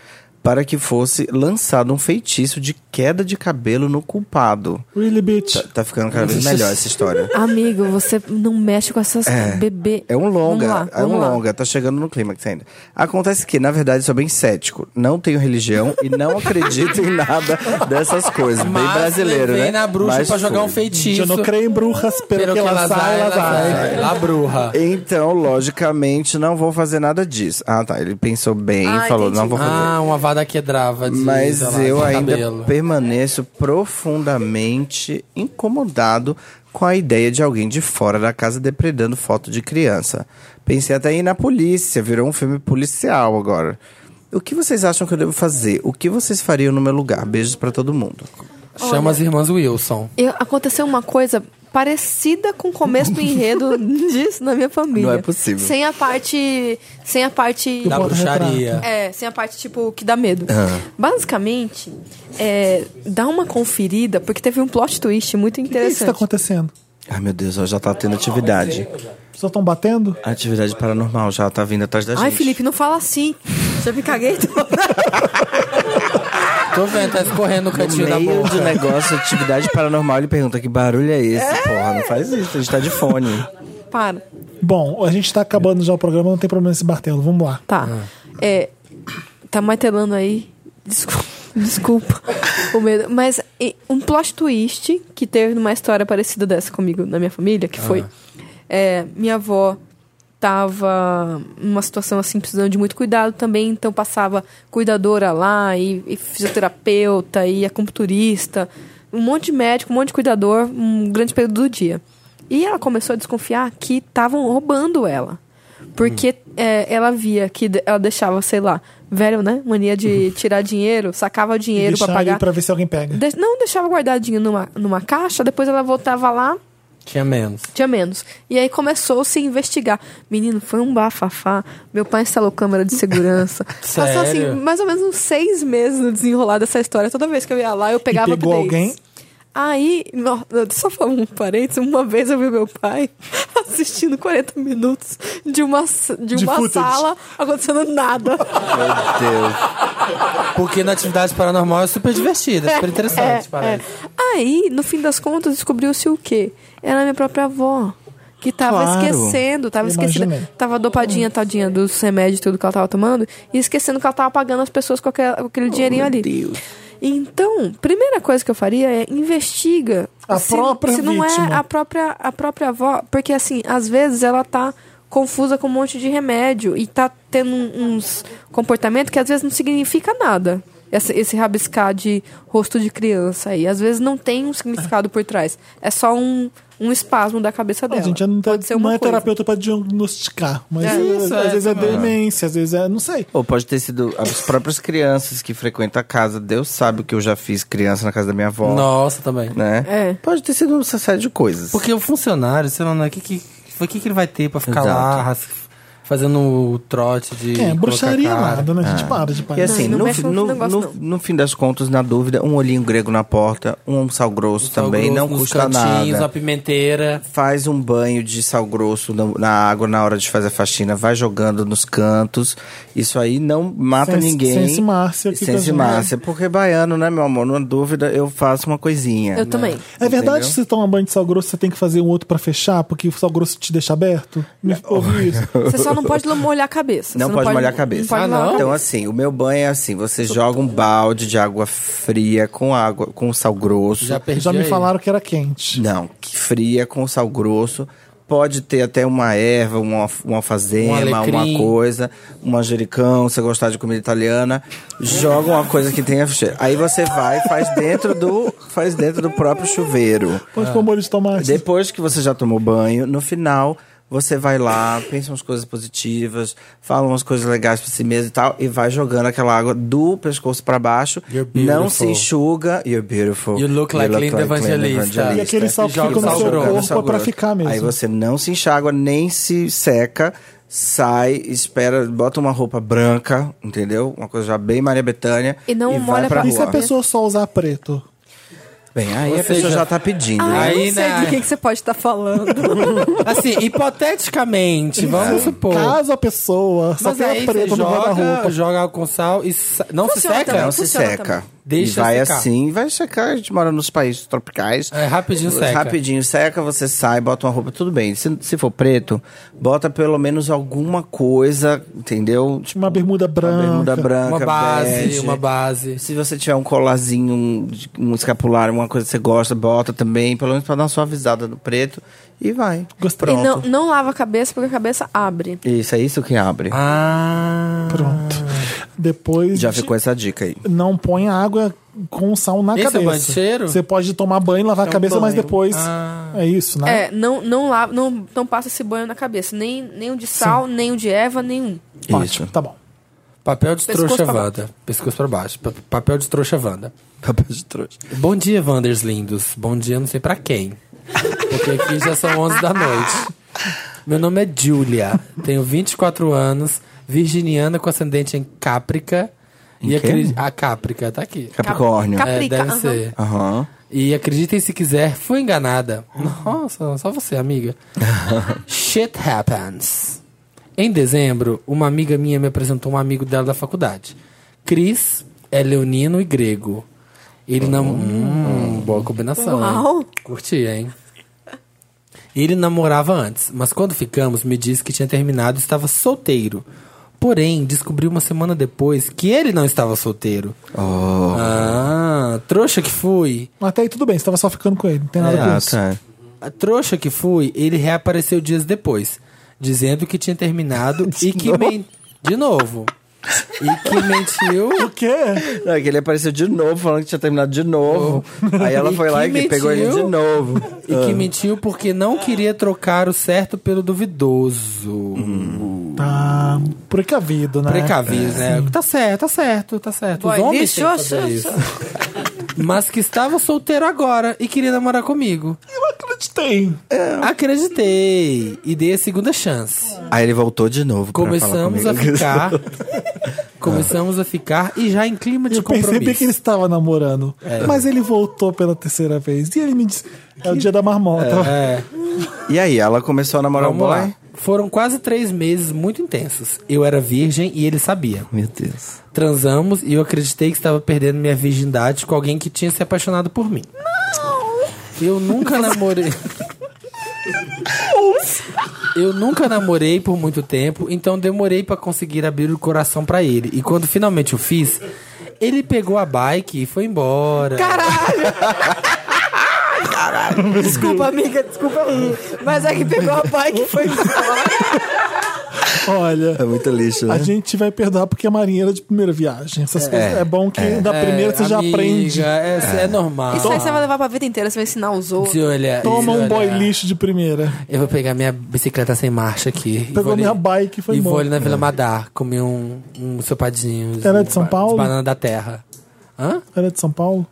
[SPEAKER 4] para que fosse lançado um feitiço de queda de cabelo no culpado.
[SPEAKER 1] Really, bitch.
[SPEAKER 4] Tá, tá ficando cada vez melhor essa história.
[SPEAKER 3] Amigo, você não mexe com essas bebê.
[SPEAKER 4] É um longa,
[SPEAKER 3] Vamos lá,
[SPEAKER 4] é um
[SPEAKER 3] vamos lá.
[SPEAKER 4] longa, tá chegando no clímax ainda. Acontece que, na verdade, sou bem cético, não tenho religião e não acredito em nada dessas coisas. É bem brasileiro,
[SPEAKER 2] levei
[SPEAKER 4] né?
[SPEAKER 2] na bruxa
[SPEAKER 4] Mas
[SPEAKER 2] pra jogar
[SPEAKER 4] fui.
[SPEAKER 2] um feitiço.
[SPEAKER 1] Eu não creio em bruxas, pelo que ela sai, ela sai.
[SPEAKER 2] La
[SPEAKER 4] é
[SPEAKER 2] bruja.
[SPEAKER 4] Então, logicamente, não vou fazer nada disso. Ah, tá. Ele pensou bem
[SPEAKER 3] Ah,
[SPEAKER 4] e falou,
[SPEAKER 3] entendi.
[SPEAKER 4] não vou fazer.
[SPEAKER 2] Ah, uma vada quebrava de
[SPEAKER 4] Mas
[SPEAKER 2] sei lá,
[SPEAKER 4] eu
[SPEAKER 2] de
[SPEAKER 4] ainda
[SPEAKER 2] cabelo.
[SPEAKER 4] permaneço profundamente incomodado com a ideia de alguém de fora da casa depredando foto de criança. Pensei até em ir na polícia, virou um filme policial agora. O que vocês acham que eu devo fazer? O que vocês fariam no meu lugar? Beijos pra todo mundo.
[SPEAKER 2] Chama as irmãs Wilson.
[SPEAKER 3] Eu- aconteceu uma coisa parecida com o começo do enredo disso na minha família.
[SPEAKER 4] Não é possível.
[SPEAKER 3] Sem a parte. Sem a parte.
[SPEAKER 2] Da
[SPEAKER 1] porta-retrato.
[SPEAKER 2] bruxaria.
[SPEAKER 3] É, sem a parte, tipo, que dá medo.
[SPEAKER 4] Ah.
[SPEAKER 3] Basicamente, é, dá uma conferida, porque teve um plot twist muito
[SPEAKER 1] O que é isso que tá
[SPEAKER 3] interessante.
[SPEAKER 1] acontecendo?
[SPEAKER 4] Ai, meu Deus, ó, já tá tendo atividade.
[SPEAKER 1] Só estão batendo?
[SPEAKER 4] Atividade paranormal já tá vindo atrás da gente.
[SPEAKER 3] Ai, Felipe, não fala assim. Já me caguei toda.
[SPEAKER 2] Tô vendo, tá escorrendo o
[SPEAKER 4] No
[SPEAKER 2] cantinho da
[SPEAKER 4] meio
[SPEAKER 2] boca.
[SPEAKER 4] de negócio, atividade paranormal, ele pergunta que barulho é esse? Porra, não faz isso, a gente tá de fone.
[SPEAKER 3] Para.
[SPEAKER 1] Bom, a gente tá acabando já o programa, não tem problema esse martelo. Vamos lá.
[SPEAKER 3] Tá. É, tá martelando aí. Desculpa. Desculpa o medo. Mas e, um plot twist que teve numa história parecida dessa comigo na minha família, que foi. é, minha avó tava numa situação assim, precisando de muito cuidado também, então passava cuidadora lá, e, e fisioterapeuta, e acupunturista, um monte de médico, um monte de cuidador, um grande período do dia. E ela começou a desconfiar que estavam roubando ela. Porque é, ela via que de- ela deixava, sei lá, velho, né? Mania de tirar dinheiro, sacava o
[SPEAKER 1] Uhum. E
[SPEAKER 3] dinheiro pra
[SPEAKER 1] deixar
[SPEAKER 3] pagar.
[SPEAKER 1] ali pra ver se alguém pega.
[SPEAKER 3] De- não deixava guardadinho numa, numa caixa, depois ela voltava lá,
[SPEAKER 2] Tinha menos.
[SPEAKER 3] tinha menos. E aí começou a se investigar. Menino, foi um bafafá. Meu pai instalou câmera de segurança. Passou assim,
[SPEAKER 2] Sério?
[SPEAKER 3] mais ou menos uns seis meses no desenrolar dessa história. Toda vez que eu ia lá, eu pegava
[SPEAKER 1] pegou
[SPEAKER 3] updates.
[SPEAKER 1] alguém?
[SPEAKER 3] Aí, no- só falar um parênteses, uma vez eu vi meu pai assistindo 40 minutos de uma, s- de
[SPEAKER 1] De
[SPEAKER 3] uma
[SPEAKER 1] footage.
[SPEAKER 3] sala acontecendo nada.
[SPEAKER 4] Meu Deus.
[SPEAKER 2] Porque na atividade paranormal é super divertida, super interessante,
[SPEAKER 3] É,
[SPEAKER 2] parece.
[SPEAKER 3] é. Aí, no fim das contas, descobriu-se o quê? Era a minha própria avó. Que tava
[SPEAKER 4] Claro.
[SPEAKER 3] esquecendo, tava
[SPEAKER 1] Imaginei.
[SPEAKER 3] esquecida. Tava dopadinha, tadinha, dos remédios e tudo que ela tava tomando. E esquecendo que ela tava pagando as pessoas com aquela- com
[SPEAKER 1] Oh,
[SPEAKER 3] aquele dinheirinho ali. Então, primeira coisa que eu faria é investiga
[SPEAKER 1] A
[SPEAKER 3] se,
[SPEAKER 1] própria
[SPEAKER 3] se não é
[SPEAKER 1] vítima.
[SPEAKER 3] a própria a própria avó, porque assim, às vezes ela tá confusa com um monte de remédio e tá tendo um- uns comportamentos que às vezes não significa nada. Esse, esse rabiscar de rosto de criança aí, às vezes não tem um significado por trás. É só um, um espasmo da cabeça
[SPEAKER 1] A
[SPEAKER 3] dela.
[SPEAKER 1] gente não,
[SPEAKER 3] Pode ser
[SPEAKER 1] não
[SPEAKER 3] uma
[SPEAKER 1] é
[SPEAKER 3] coisa.
[SPEAKER 1] terapeuta pra diagnosticar, mas
[SPEAKER 3] É,
[SPEAKER 1] às,
[SPEAKER 2] isso,
[SPEAKER 1] às
[SPEAKER 2] é,
[SPEAKER 1] vezes é
[SPEAKER 2] também.
[SPEAKER 1] demência, às vezes é. Não sei.
[SPEAKER 4] Ou pode ter sido as próprias crianças que frequentam a casa. Deus sabe o que eu já fiz criança na casa da minha avó.
[SPEAKER 2] Nossa, também.
[SPEAKER 4] Né?
[SPEAKER 3] É.
[SPEAKER 4] Pode ter sido uma série de coisas.
[SPEAKER 2] Porque o funcionário, sei lá, né, que, que, o que, que ele vai ter pra ficar
[SPEAKER 4] Exato.
[SPEAKER 2] lá ras- fazendo o trote de.
[SPEAKER 1] É, bruxaria
[SPEAKER 2] colocar cara?
[SPEAKER 1] nada, né? A gente para de parar.
[SPEAKER 4] E assim,
[SPEAKER 3] não
[SPEAKER 4] no,
[SPEAKER 3] mexe
[SPEAKER 4] fi-
[SPEAKER 3] no
[SPEAKER 4] no,
[SPEAKER 3] negócio,
[SPEAKER 4] no- no fim das contas, na dúvida, um olhinho grego na porta, um sal grosso
[SPEAKER 2] Sal
[SPEAKER 4] também,
[SPEAKER 2] grosso
[SPEAKER 4] não
[SPEAKER 2] nos
[SPEAKER 4] custa
[SPEAKER 2] cantinhos,
[SPEAKER 4] nada.
[SPEAKER 2] Uma pimenteira.
[SPEAKER 4] Faz um banho de sal grosso na, na água na hora de fazer a faxina, vai jogando nos cantos. Isso aí não mata
[SPEAKER 1] Sense-
[SPEAKER 4] ninguém.
[SPEAKER 1] sense Márcia aqui com a
[SPEAKER 4] Sense
[SPEAKER 1] gente.
[SPEAKER 4] Márcia, porque baiano, né, meu amor? Numa dúvida, eu faço uma coisinha.
[SPEAKER 3] Eu também.
[SPEAKER 1] É verdade
[SPEAKER 4] Entendeu?
[SPEAKER 1] que você toma banho de sal grosso, você tem que fazer um outro pra fechar, porque o sal grosso te deixa aberto? Me ouvi isso.
[SPEAKER 3] Você só não pode molhar a cabeça.
[SPEAKER 4] Não
[SPEAKER 3] Você
[SPEAKER 4] pode, molhar a cabeça.
[SPEAKER 3] Não pode
[SPEAKER 2] Ah,
[SPEAKER 3] molhar a
[SPEAKER 2] não?
[SPEAKER 3] cabeça.
[SPEAKER 4] Então, assim, o meu banho é assim: você joga um balde de água fria com água, com sal grosso.
[SPEAKER 2] Já perdi.
[SPEAKER 1] Já me
[SPEAKER 2] aí.
[SPEAKER 1] falaram que era quente.
[SPEAKER 4] Não, que fria com sal grosso. Pode ter até uma erva, uma, alf- uma
[SPEAKER 2] Um
[SPEAKER 4] alfazema,
[SPEAKER 2] alecrim.
[SPEAKER 4] uma coisa, um manjericão, se gostar de comida italiana, joga uma coisa que tenha cheiro. Aí você vai e faz dentro do faz dentro do próprio chuveiro.
[SPEAKER 1] Pode pôr molho de tomate.
[SPEAKER 4] Depois que você já tomou banho, no final você vai lá, pensa umas coisas positivas, fala umas coisas legais pra si mesmo e tal, e vai jogando aquela água do pescoço pra baixo.
[SPEAKER 2] You're beautiful.
[SPEAKER 4] Não se enxuga. You're beautiful.
[SPEAKER 2] You look like Linda
[SPEAKER 4] é
[SPEAKER 2] Evangelista.
[SPEAKER 1] E aquele sal que
[SPEAKER 2] Joga
[SPEAKER 1] fica
[SPEAKER 2] o
[SPEAKER 1] no
[SPEAKER 2] sal
[SPEAKER 1] seu
[SPEAKER 2] grosso.
[SPEAKER 1] corpo
[SPEAKER 4] Sal
[SPEAKER 1] é pra
[SPEAKER 4] grosso.
[SPEAKER 1] ficar mesmo.
[SPEAKER 4] Aí você não se enxágua, nem se seca, sai, espera, bota uma roupa branca, entendeu? Uma coisa já bem Maria Bethânia.
[SPEAKER 3] E não molha
[SPEAKER 4] vai pra
[SPEAKER 3] pra
[SPEAKER 1] E se a
[SPEAKER 4] rua.
[SPEAKER 1] pessoa só usar preto?
[SPEAKER 4] Bem, aí
[SPEAKER 2] Ou
[SPEAKER 4] a pessoa
[SPEAKER 2] seja,
[SPEAKER 4] já tá pedindo.
[SPEAKER 3] Ah,
[SPEAKER 4] né?
[SPEAKER 3] eu
[SPEAKER 2] Aí,
[SPEAKER 3] não sei
[SPEAKER 2] né?
[SPEAKER 3] do que, que você pode estar falando.
[SPEAKER 2] Assim, hipoteticamente, vamos supor.
[SPEAKER 1] Caso a pessoa só
[SPEAKER 2] Mas aí
[SPEAKER 1] tenha
[SPEAKER 2] você
[SPEAKER 1] preto no
[SPEAKER 2] joga,
[SPEAKER 1] guarda-roupa.
[SPEAKER 2] joga com sal e sa- não
[SPEAKER 3] Funciona
[SPEAKER 2] se seca?
[SPEAKER 3] também.
[SPEAKER 4] Não se
[SPEAKER 3] funciona
[SPEAKER 4] É, seca.
[SPEAKER 3] também.
[SPEAKER 2] Deixa
[SPEAKER 4] e vai
[SPEAKER 2] secar.
[SPEAKER 4] assim, vai secar. A gente mora nos países tropicais.
[SPEAKER 2] É, rapidinho seca.
[SPEAKER 4] Rapidinho seca, você sai, bota uma roupa, tudo bem. Se, se for preto, bota pelo menos alguma coisa, entendeu? Tipo,
[SPEAKER 1] Uma bermuda branca.
[SPEAKER 4] uma bermuda branca,
[SPEAKER 2] Uma base,
[SPEAKER 4] bege.
[SPEAKER 2] uma base.
[SPEAKER 4] Se você tiver um colazinho, um, um escapular, uma coisa que você gosta, bota também, pelo menos pra dar uma suavizada no preto e vai.
[SPEAKER 1] Gostei.
[SPEAKER 4] Pronto.
[SPEAKER 3] E não, não lava a cabeça porque a cabeça abre.
[SPEAKER 4] Isso, é isso que abre.
[SPEAKER 2] Ah.
[SPEAKER 1] Pronto. Depois.
[SPEAKER 4] Já
[SPEAKER 1] de-
[SPEAKER 4] ficou essa dica aí.
[SPEAKER 1] Não põe água com sal na
[SPEAKER 2] Esse é o banho de
[SPEAKER 1] cabeça.
[SPEAKER 2] cheiro? Então
[SPEAKER 1] Você pode tomar banho e lavar a cabeça,
[SPEAKER 2] um.
[SPEAKER 1] mas depois.
[SPEAKER 2] Ah.
[SPEAKER 1] É isso, né?
[SPEAKER 3] É, não, não lava, não, não passa esse banho na cabeça. Nem, nem o de sal, nem um. o de erva, nenhum.
[SPEAKER 1] Ótimo,
[SPEAKER 4] Isso.
[SPEAKER 1] tá bom.
[SPEAKER 2] Papel de
[SPEAKER 3] Pescoço
[SPEAKER 2] trouxa
[SPEAKER 3] pra baixo.
[SPEAKER 2] Wanda. Pescoço pra baixo. Pa- papel de trouxa Wanda.
[SPEAKER 4] Papel de trouxa.
[SPEAKER 2] Bom dia, Wanders lindos. Bom dia, não sei pra quem. Porque aqui já são 11 da noite. Meu nome é Julia, tenho 24 anos, virginiana com ascendente em Cáprica. e
[SPEAKER 4] Em quê?
[SPEAKER 2] acre- A Cáprica tá aqui.
[SPEAKER 4] Capricórnio.
[SPEAKER 3] Cap-
[SPEAKER 2] É,
[SPEAKER 3] Caprica,
[SPEAKER 2] deve
[SPEAKER 3] aham.
[SPEAKER 2] ser.
[SPEAKER 4] Aham.
[SPEAKER 2] E acreditem se quiser, fui enganada. Nossa, só você, amiga. Shit happens. Em dezembro, uma amiga minha me apresentou um amigo dela da faculdade. Cris é leonino e grego. Ele não. Hum, boa combinação. hein?
[SPEAKER 3] Uau.
[SPEAKER 2] Curti, hein? Ele namorava antes, mas quando ficamos, me disse que tinha terminado e estava solteiro. Porém, descobri uma semana depois que ele não estava solteiro. Ah, trouxa que fui.
[SPEAKER 1] Até aí tudo bem, você tava só ficando com ele, não tem nada
[SPEAKER 4] Ah,
[SPEAKER 1] com isso.
[SPEAKER 4] tá.
[SPEAKER 2] A trouxa que fui, ele reapareceu dias depois, dizendo que tinha terminado e que men- de novo. E que mentiu.
[SPEAKER 1] O quê?
[SPEAKER 4] Não, é que ele apareceu de novo, falando que tinha terminado de novo. Aí ela
[SPEAKER 2] E
[SPEAKER 4] foi lá
[SPEAKER 2] que
[SPEAKER 4] e que pegou ele
[SPEAKER 2] mentiu.
[SPEAKER 4] de novo.
[SPEAKER 2] E que
[SPEAKER 1] Ah.
[SPEAKER 2] mentiu porque não queria trocar o certo pelo duvidoso.
[SPEAKER 1] Tá precavido, né?
[SPEAKER 2] Precavido, né? Tá certo, tá certo, tá certo. Os
[SPEAKER 3] Boy,
[SPEAKER 2] homens
[SPEAKER 3] lixo,
[SPEAKER 2] têm que fazer
[SPEAKER 3] lixo.
[SPEAKER 2] isso. Mas que estava solteiro agora e queria namorar comigo.
[SPEAKER 1] Eu acreditei.
[SPEAKER 2] Acreditei e dei a segunda chance.
[SPEAKER 4] Aí ele voltou de novo. pra falar
[SPEAKER 2] Começamos a
[SPEAKER 4] comigo.
[SPEAKER 2] ficar. começamos a ficar e já em clima de
[SPEAKER 1] Eu percebi
[SPEAKER 2] compromisso.
[SPEAKER 1] que ele estava namorando. Mas ele voltou pela terceira vez. E ele me disse: é o dia da marmota.
[SPEAKER 2] É,
[SPEAKER 4] E aí, ela começou a namorar
[SPEAKER 2] vamos
[SPEAKER 4] o um boy?
[SPEAKER 2] lá. Foram quase três meses muito intensos. Eu era virgem e ele sabia.
[SPEAKER 4] Meu Deus.
[SPEAKER 2] Transamos e eu acreditei que estava perdendo minha virgindade com alguém que tinha se apaixonado por mim. Eu nunca namorei. Eu nunca namorei por muito tempo, então demorei pra conseguir abrir o coração pra ele. E quando finalmente eu fiz, ele pegou a bike e foi embora.
[SPEAKER 3] Desculpa, amiga, desculpa. Mas é que pegou a bike e foi
[SPEAKER 1] Olha.
[SPEAKER 4] É muito lixo, né?
[SPEAKER 1] A gente vai perdoar porque é marinheira de primeira viagem. Essas coisas é bom que da primeira você já
[SPEAKER 2] É, Amiga,
[SPEAKER 1] aprende.
[SPEAKER 2] É, é normal.
[SPEAKER 3] Isso aí você vai levar pra vida inteira, você vai ensinar os outros.
[SPEAKER 2] Se olhar-
[SPEAKER 1] Toma
[SPEAKER 2] se
[SPEAKER 1] um boy
[SPEAKER 2] olhar.
[SPEAKER 1] lixo de primeira.
[SPEAKER 2] Eu vou pegar minha bicicleta sem marcha aqui. E
[SPEAKER 1] Pegou
[SPEAKER 2] vou ali-
[SPEAKER 1] minha bike e foi
[SPEAKER 2] E vou
[SPEAKER 1] embora.
[SPEAKER 2] ali na
[SPEAKER 4] É.
[SPEAKER 2] Vila Madar comer um, um sopadinho.
[SPEAKER 1] Ela é de São Paulo?
[SPEAKER 2] De banana da terra. Hã?
[SPEAKER 1] Era de São Paulo?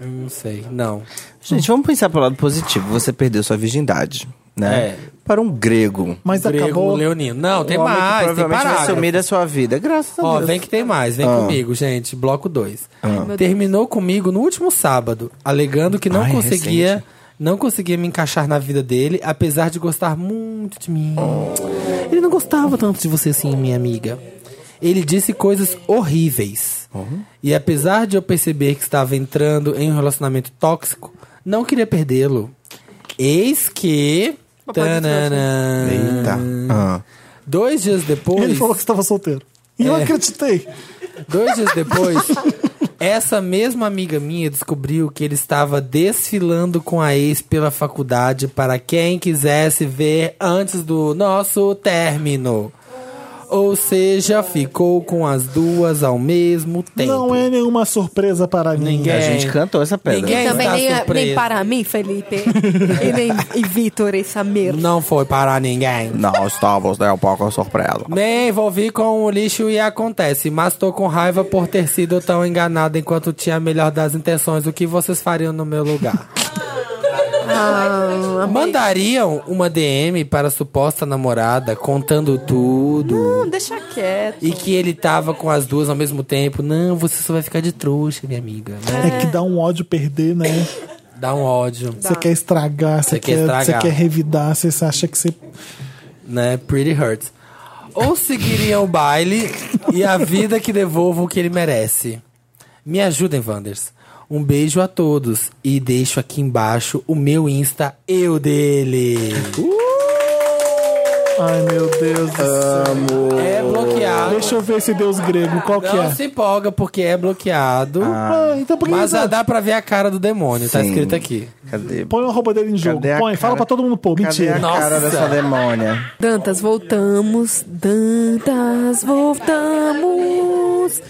[SPEAKER 2] Eu não sei. Não.
[SPEAKER 4] Gente, vamos pensar pro lado positivo. Você perdeu sua virgindade, né?
[SPEAKER 2] É.
[SPEAKER 4] Para um grego.
[SPEAKER 1] Mas
[SPEAKER 2] Grego
[SPEAKER 1] acabou.
[SPEAKER 2] leonino. Não, tem
[SPEAKER 4] um homem que
[SPEAKER 2] mais. Tem
[SPEAKER 4] provavelmente vai
[SPEAKER 2] parágrafo.
[SPEAKER 4] sumir da sua vida. Graças a
[SPEAKER 2] Ó,
[SPEAKER 4] Deus.
[SPEAKER 2] vem que tem mais, vem
[SPEAKER 4] Ah.
[SPEAKER 2] comigo, gente. Bloco 2.
[SPEAKER 3] Deus.
[SPEAKER 2] Terminou comigo no último sábado, alegando que não
[SPEAKER 4] Ai, é
[SPEAKER 2] conseguia.
[SPEAKER 4] recente.
[SPEAKER 2] Não conseguia me encaixar na vida dele, apesar de gostar muito de mim. Ele não gostava tanto de você assim, minha amiga. Ele disse coisas horríveis.
[SPEAKER 4] Uhum.
[SPEAKER 2] E apesar de eu perceber que estava entrando em um relacionamento tóxico, não queria perdê-lo. Eis que.
[SPEAKER 3] Papai do Céu,
[SPEAKER 2] Tananã.
[SPEAKER 4] Eita. Ah.
[SPEAKER 2] Dois dias
[SPEAKER 1] E
[SPEAKER 2] depois.
[SPEAKER 1] ele falou que estava solteiro. E
[SPEAKER 2] É.
[SPEAKER 1] eu acreditei.
[SPEAKER 2] Dois dias depois, essa mesma amiga minha descobriu que ele estava desfilando com a ex pela faculdade para quem quisesse ver antes do nosso término. Ou seja, ficou com as duas ao mesmo tempo.
[SPEAKER 1] Não é nenhuma surpresa para É. ninguém.
[SPEAKER 4] A gente cantou essa pedra.
[SPEAKER 2] É. Ninguém é
[SPEAKER 3] Também
[SPEAKER 2] está
[SPEAKER 3] nem,
[SPEAKER 2] tá surpreso.
[SPEAKER 3] nem para mim, Felipe. e nem e Vitor, essa merda.
[SPEAKER 2] Não foi para ninguém.
[SPEAKER 4] Não, estávamos, né? Um pouco surpresa.
[SPEAKER 2] Me envolvi com o lixo e acontece, mas tô com raiva por ter sido tão enganado enquanto tinha a melhor das intenções. O que vocês fariam no meu lugar? Mandariam uma DM para a suposta namorada contando tudo
[SPEAKER 3] Não, deixa quieto.
[SPEAKER 2] e que ele tava com as duas ao mesmo tempo. Não, você só vai ficar de trouxa, minha amiga. né?
[SPEAKER 1] É que dá um ódio perder, né?
[SPEAKER 2] Dá um ódio,
[SPEAKER 1] Você quer estragar, você
[SPEAKER 2] Você quer
[SPEAKER 1] quer, você
[SPEAKER 2] estragar.
[SPEAKER 1] quer revidar, você acha que você.
[SPEAKER 2] né? Pretty hurts. Ou seguiriam o baile e a vida que devolva o que ele merece. Me ajudem, Wanders. Um beijo a todos e deixo aqui embaixo o meu Insta, eu dele.
[SPEAKER 1] Ai, meu Deus do céu.
[SPEAKER 2] É bloqueado.
[SPEAKER 1] Deixa eu ver esse deus grego, qual que
[SPEAKER 2] Não
[SPEAKER 1] é?
[SPEAKER 2] se empolga porque é bloqueado.
[SPEAKER 1] Ah, então por que
[SPEAKER 2] Mas
[SPEAKER 1] que-
[SPEAKER 2] já dá pra ver a cara do demônio, tá
[SPEAKER 4] Sim.
[SPEAKER 2] escrito aqui.
[SPEAKER 4] Cadê?
[SPEAKER 1] Põe o arroba dele em jogo.
[SPEAKER 4] Cadê a
[SPEAKER 1] Põe, fala pra
[SPEAKER 4] cara-
[SPEAKER 1] todo mundo pô.
[SPEAKER 4] Cadê
[SPEAKER 1] Mentira.
[SPEAKER 4] a cara
[SPEAKER 2] Nossa.
[SPEAKER 4] dessa demônia?
[SPEAKER 3] Dantas, voltamos. Dantas, voltamos.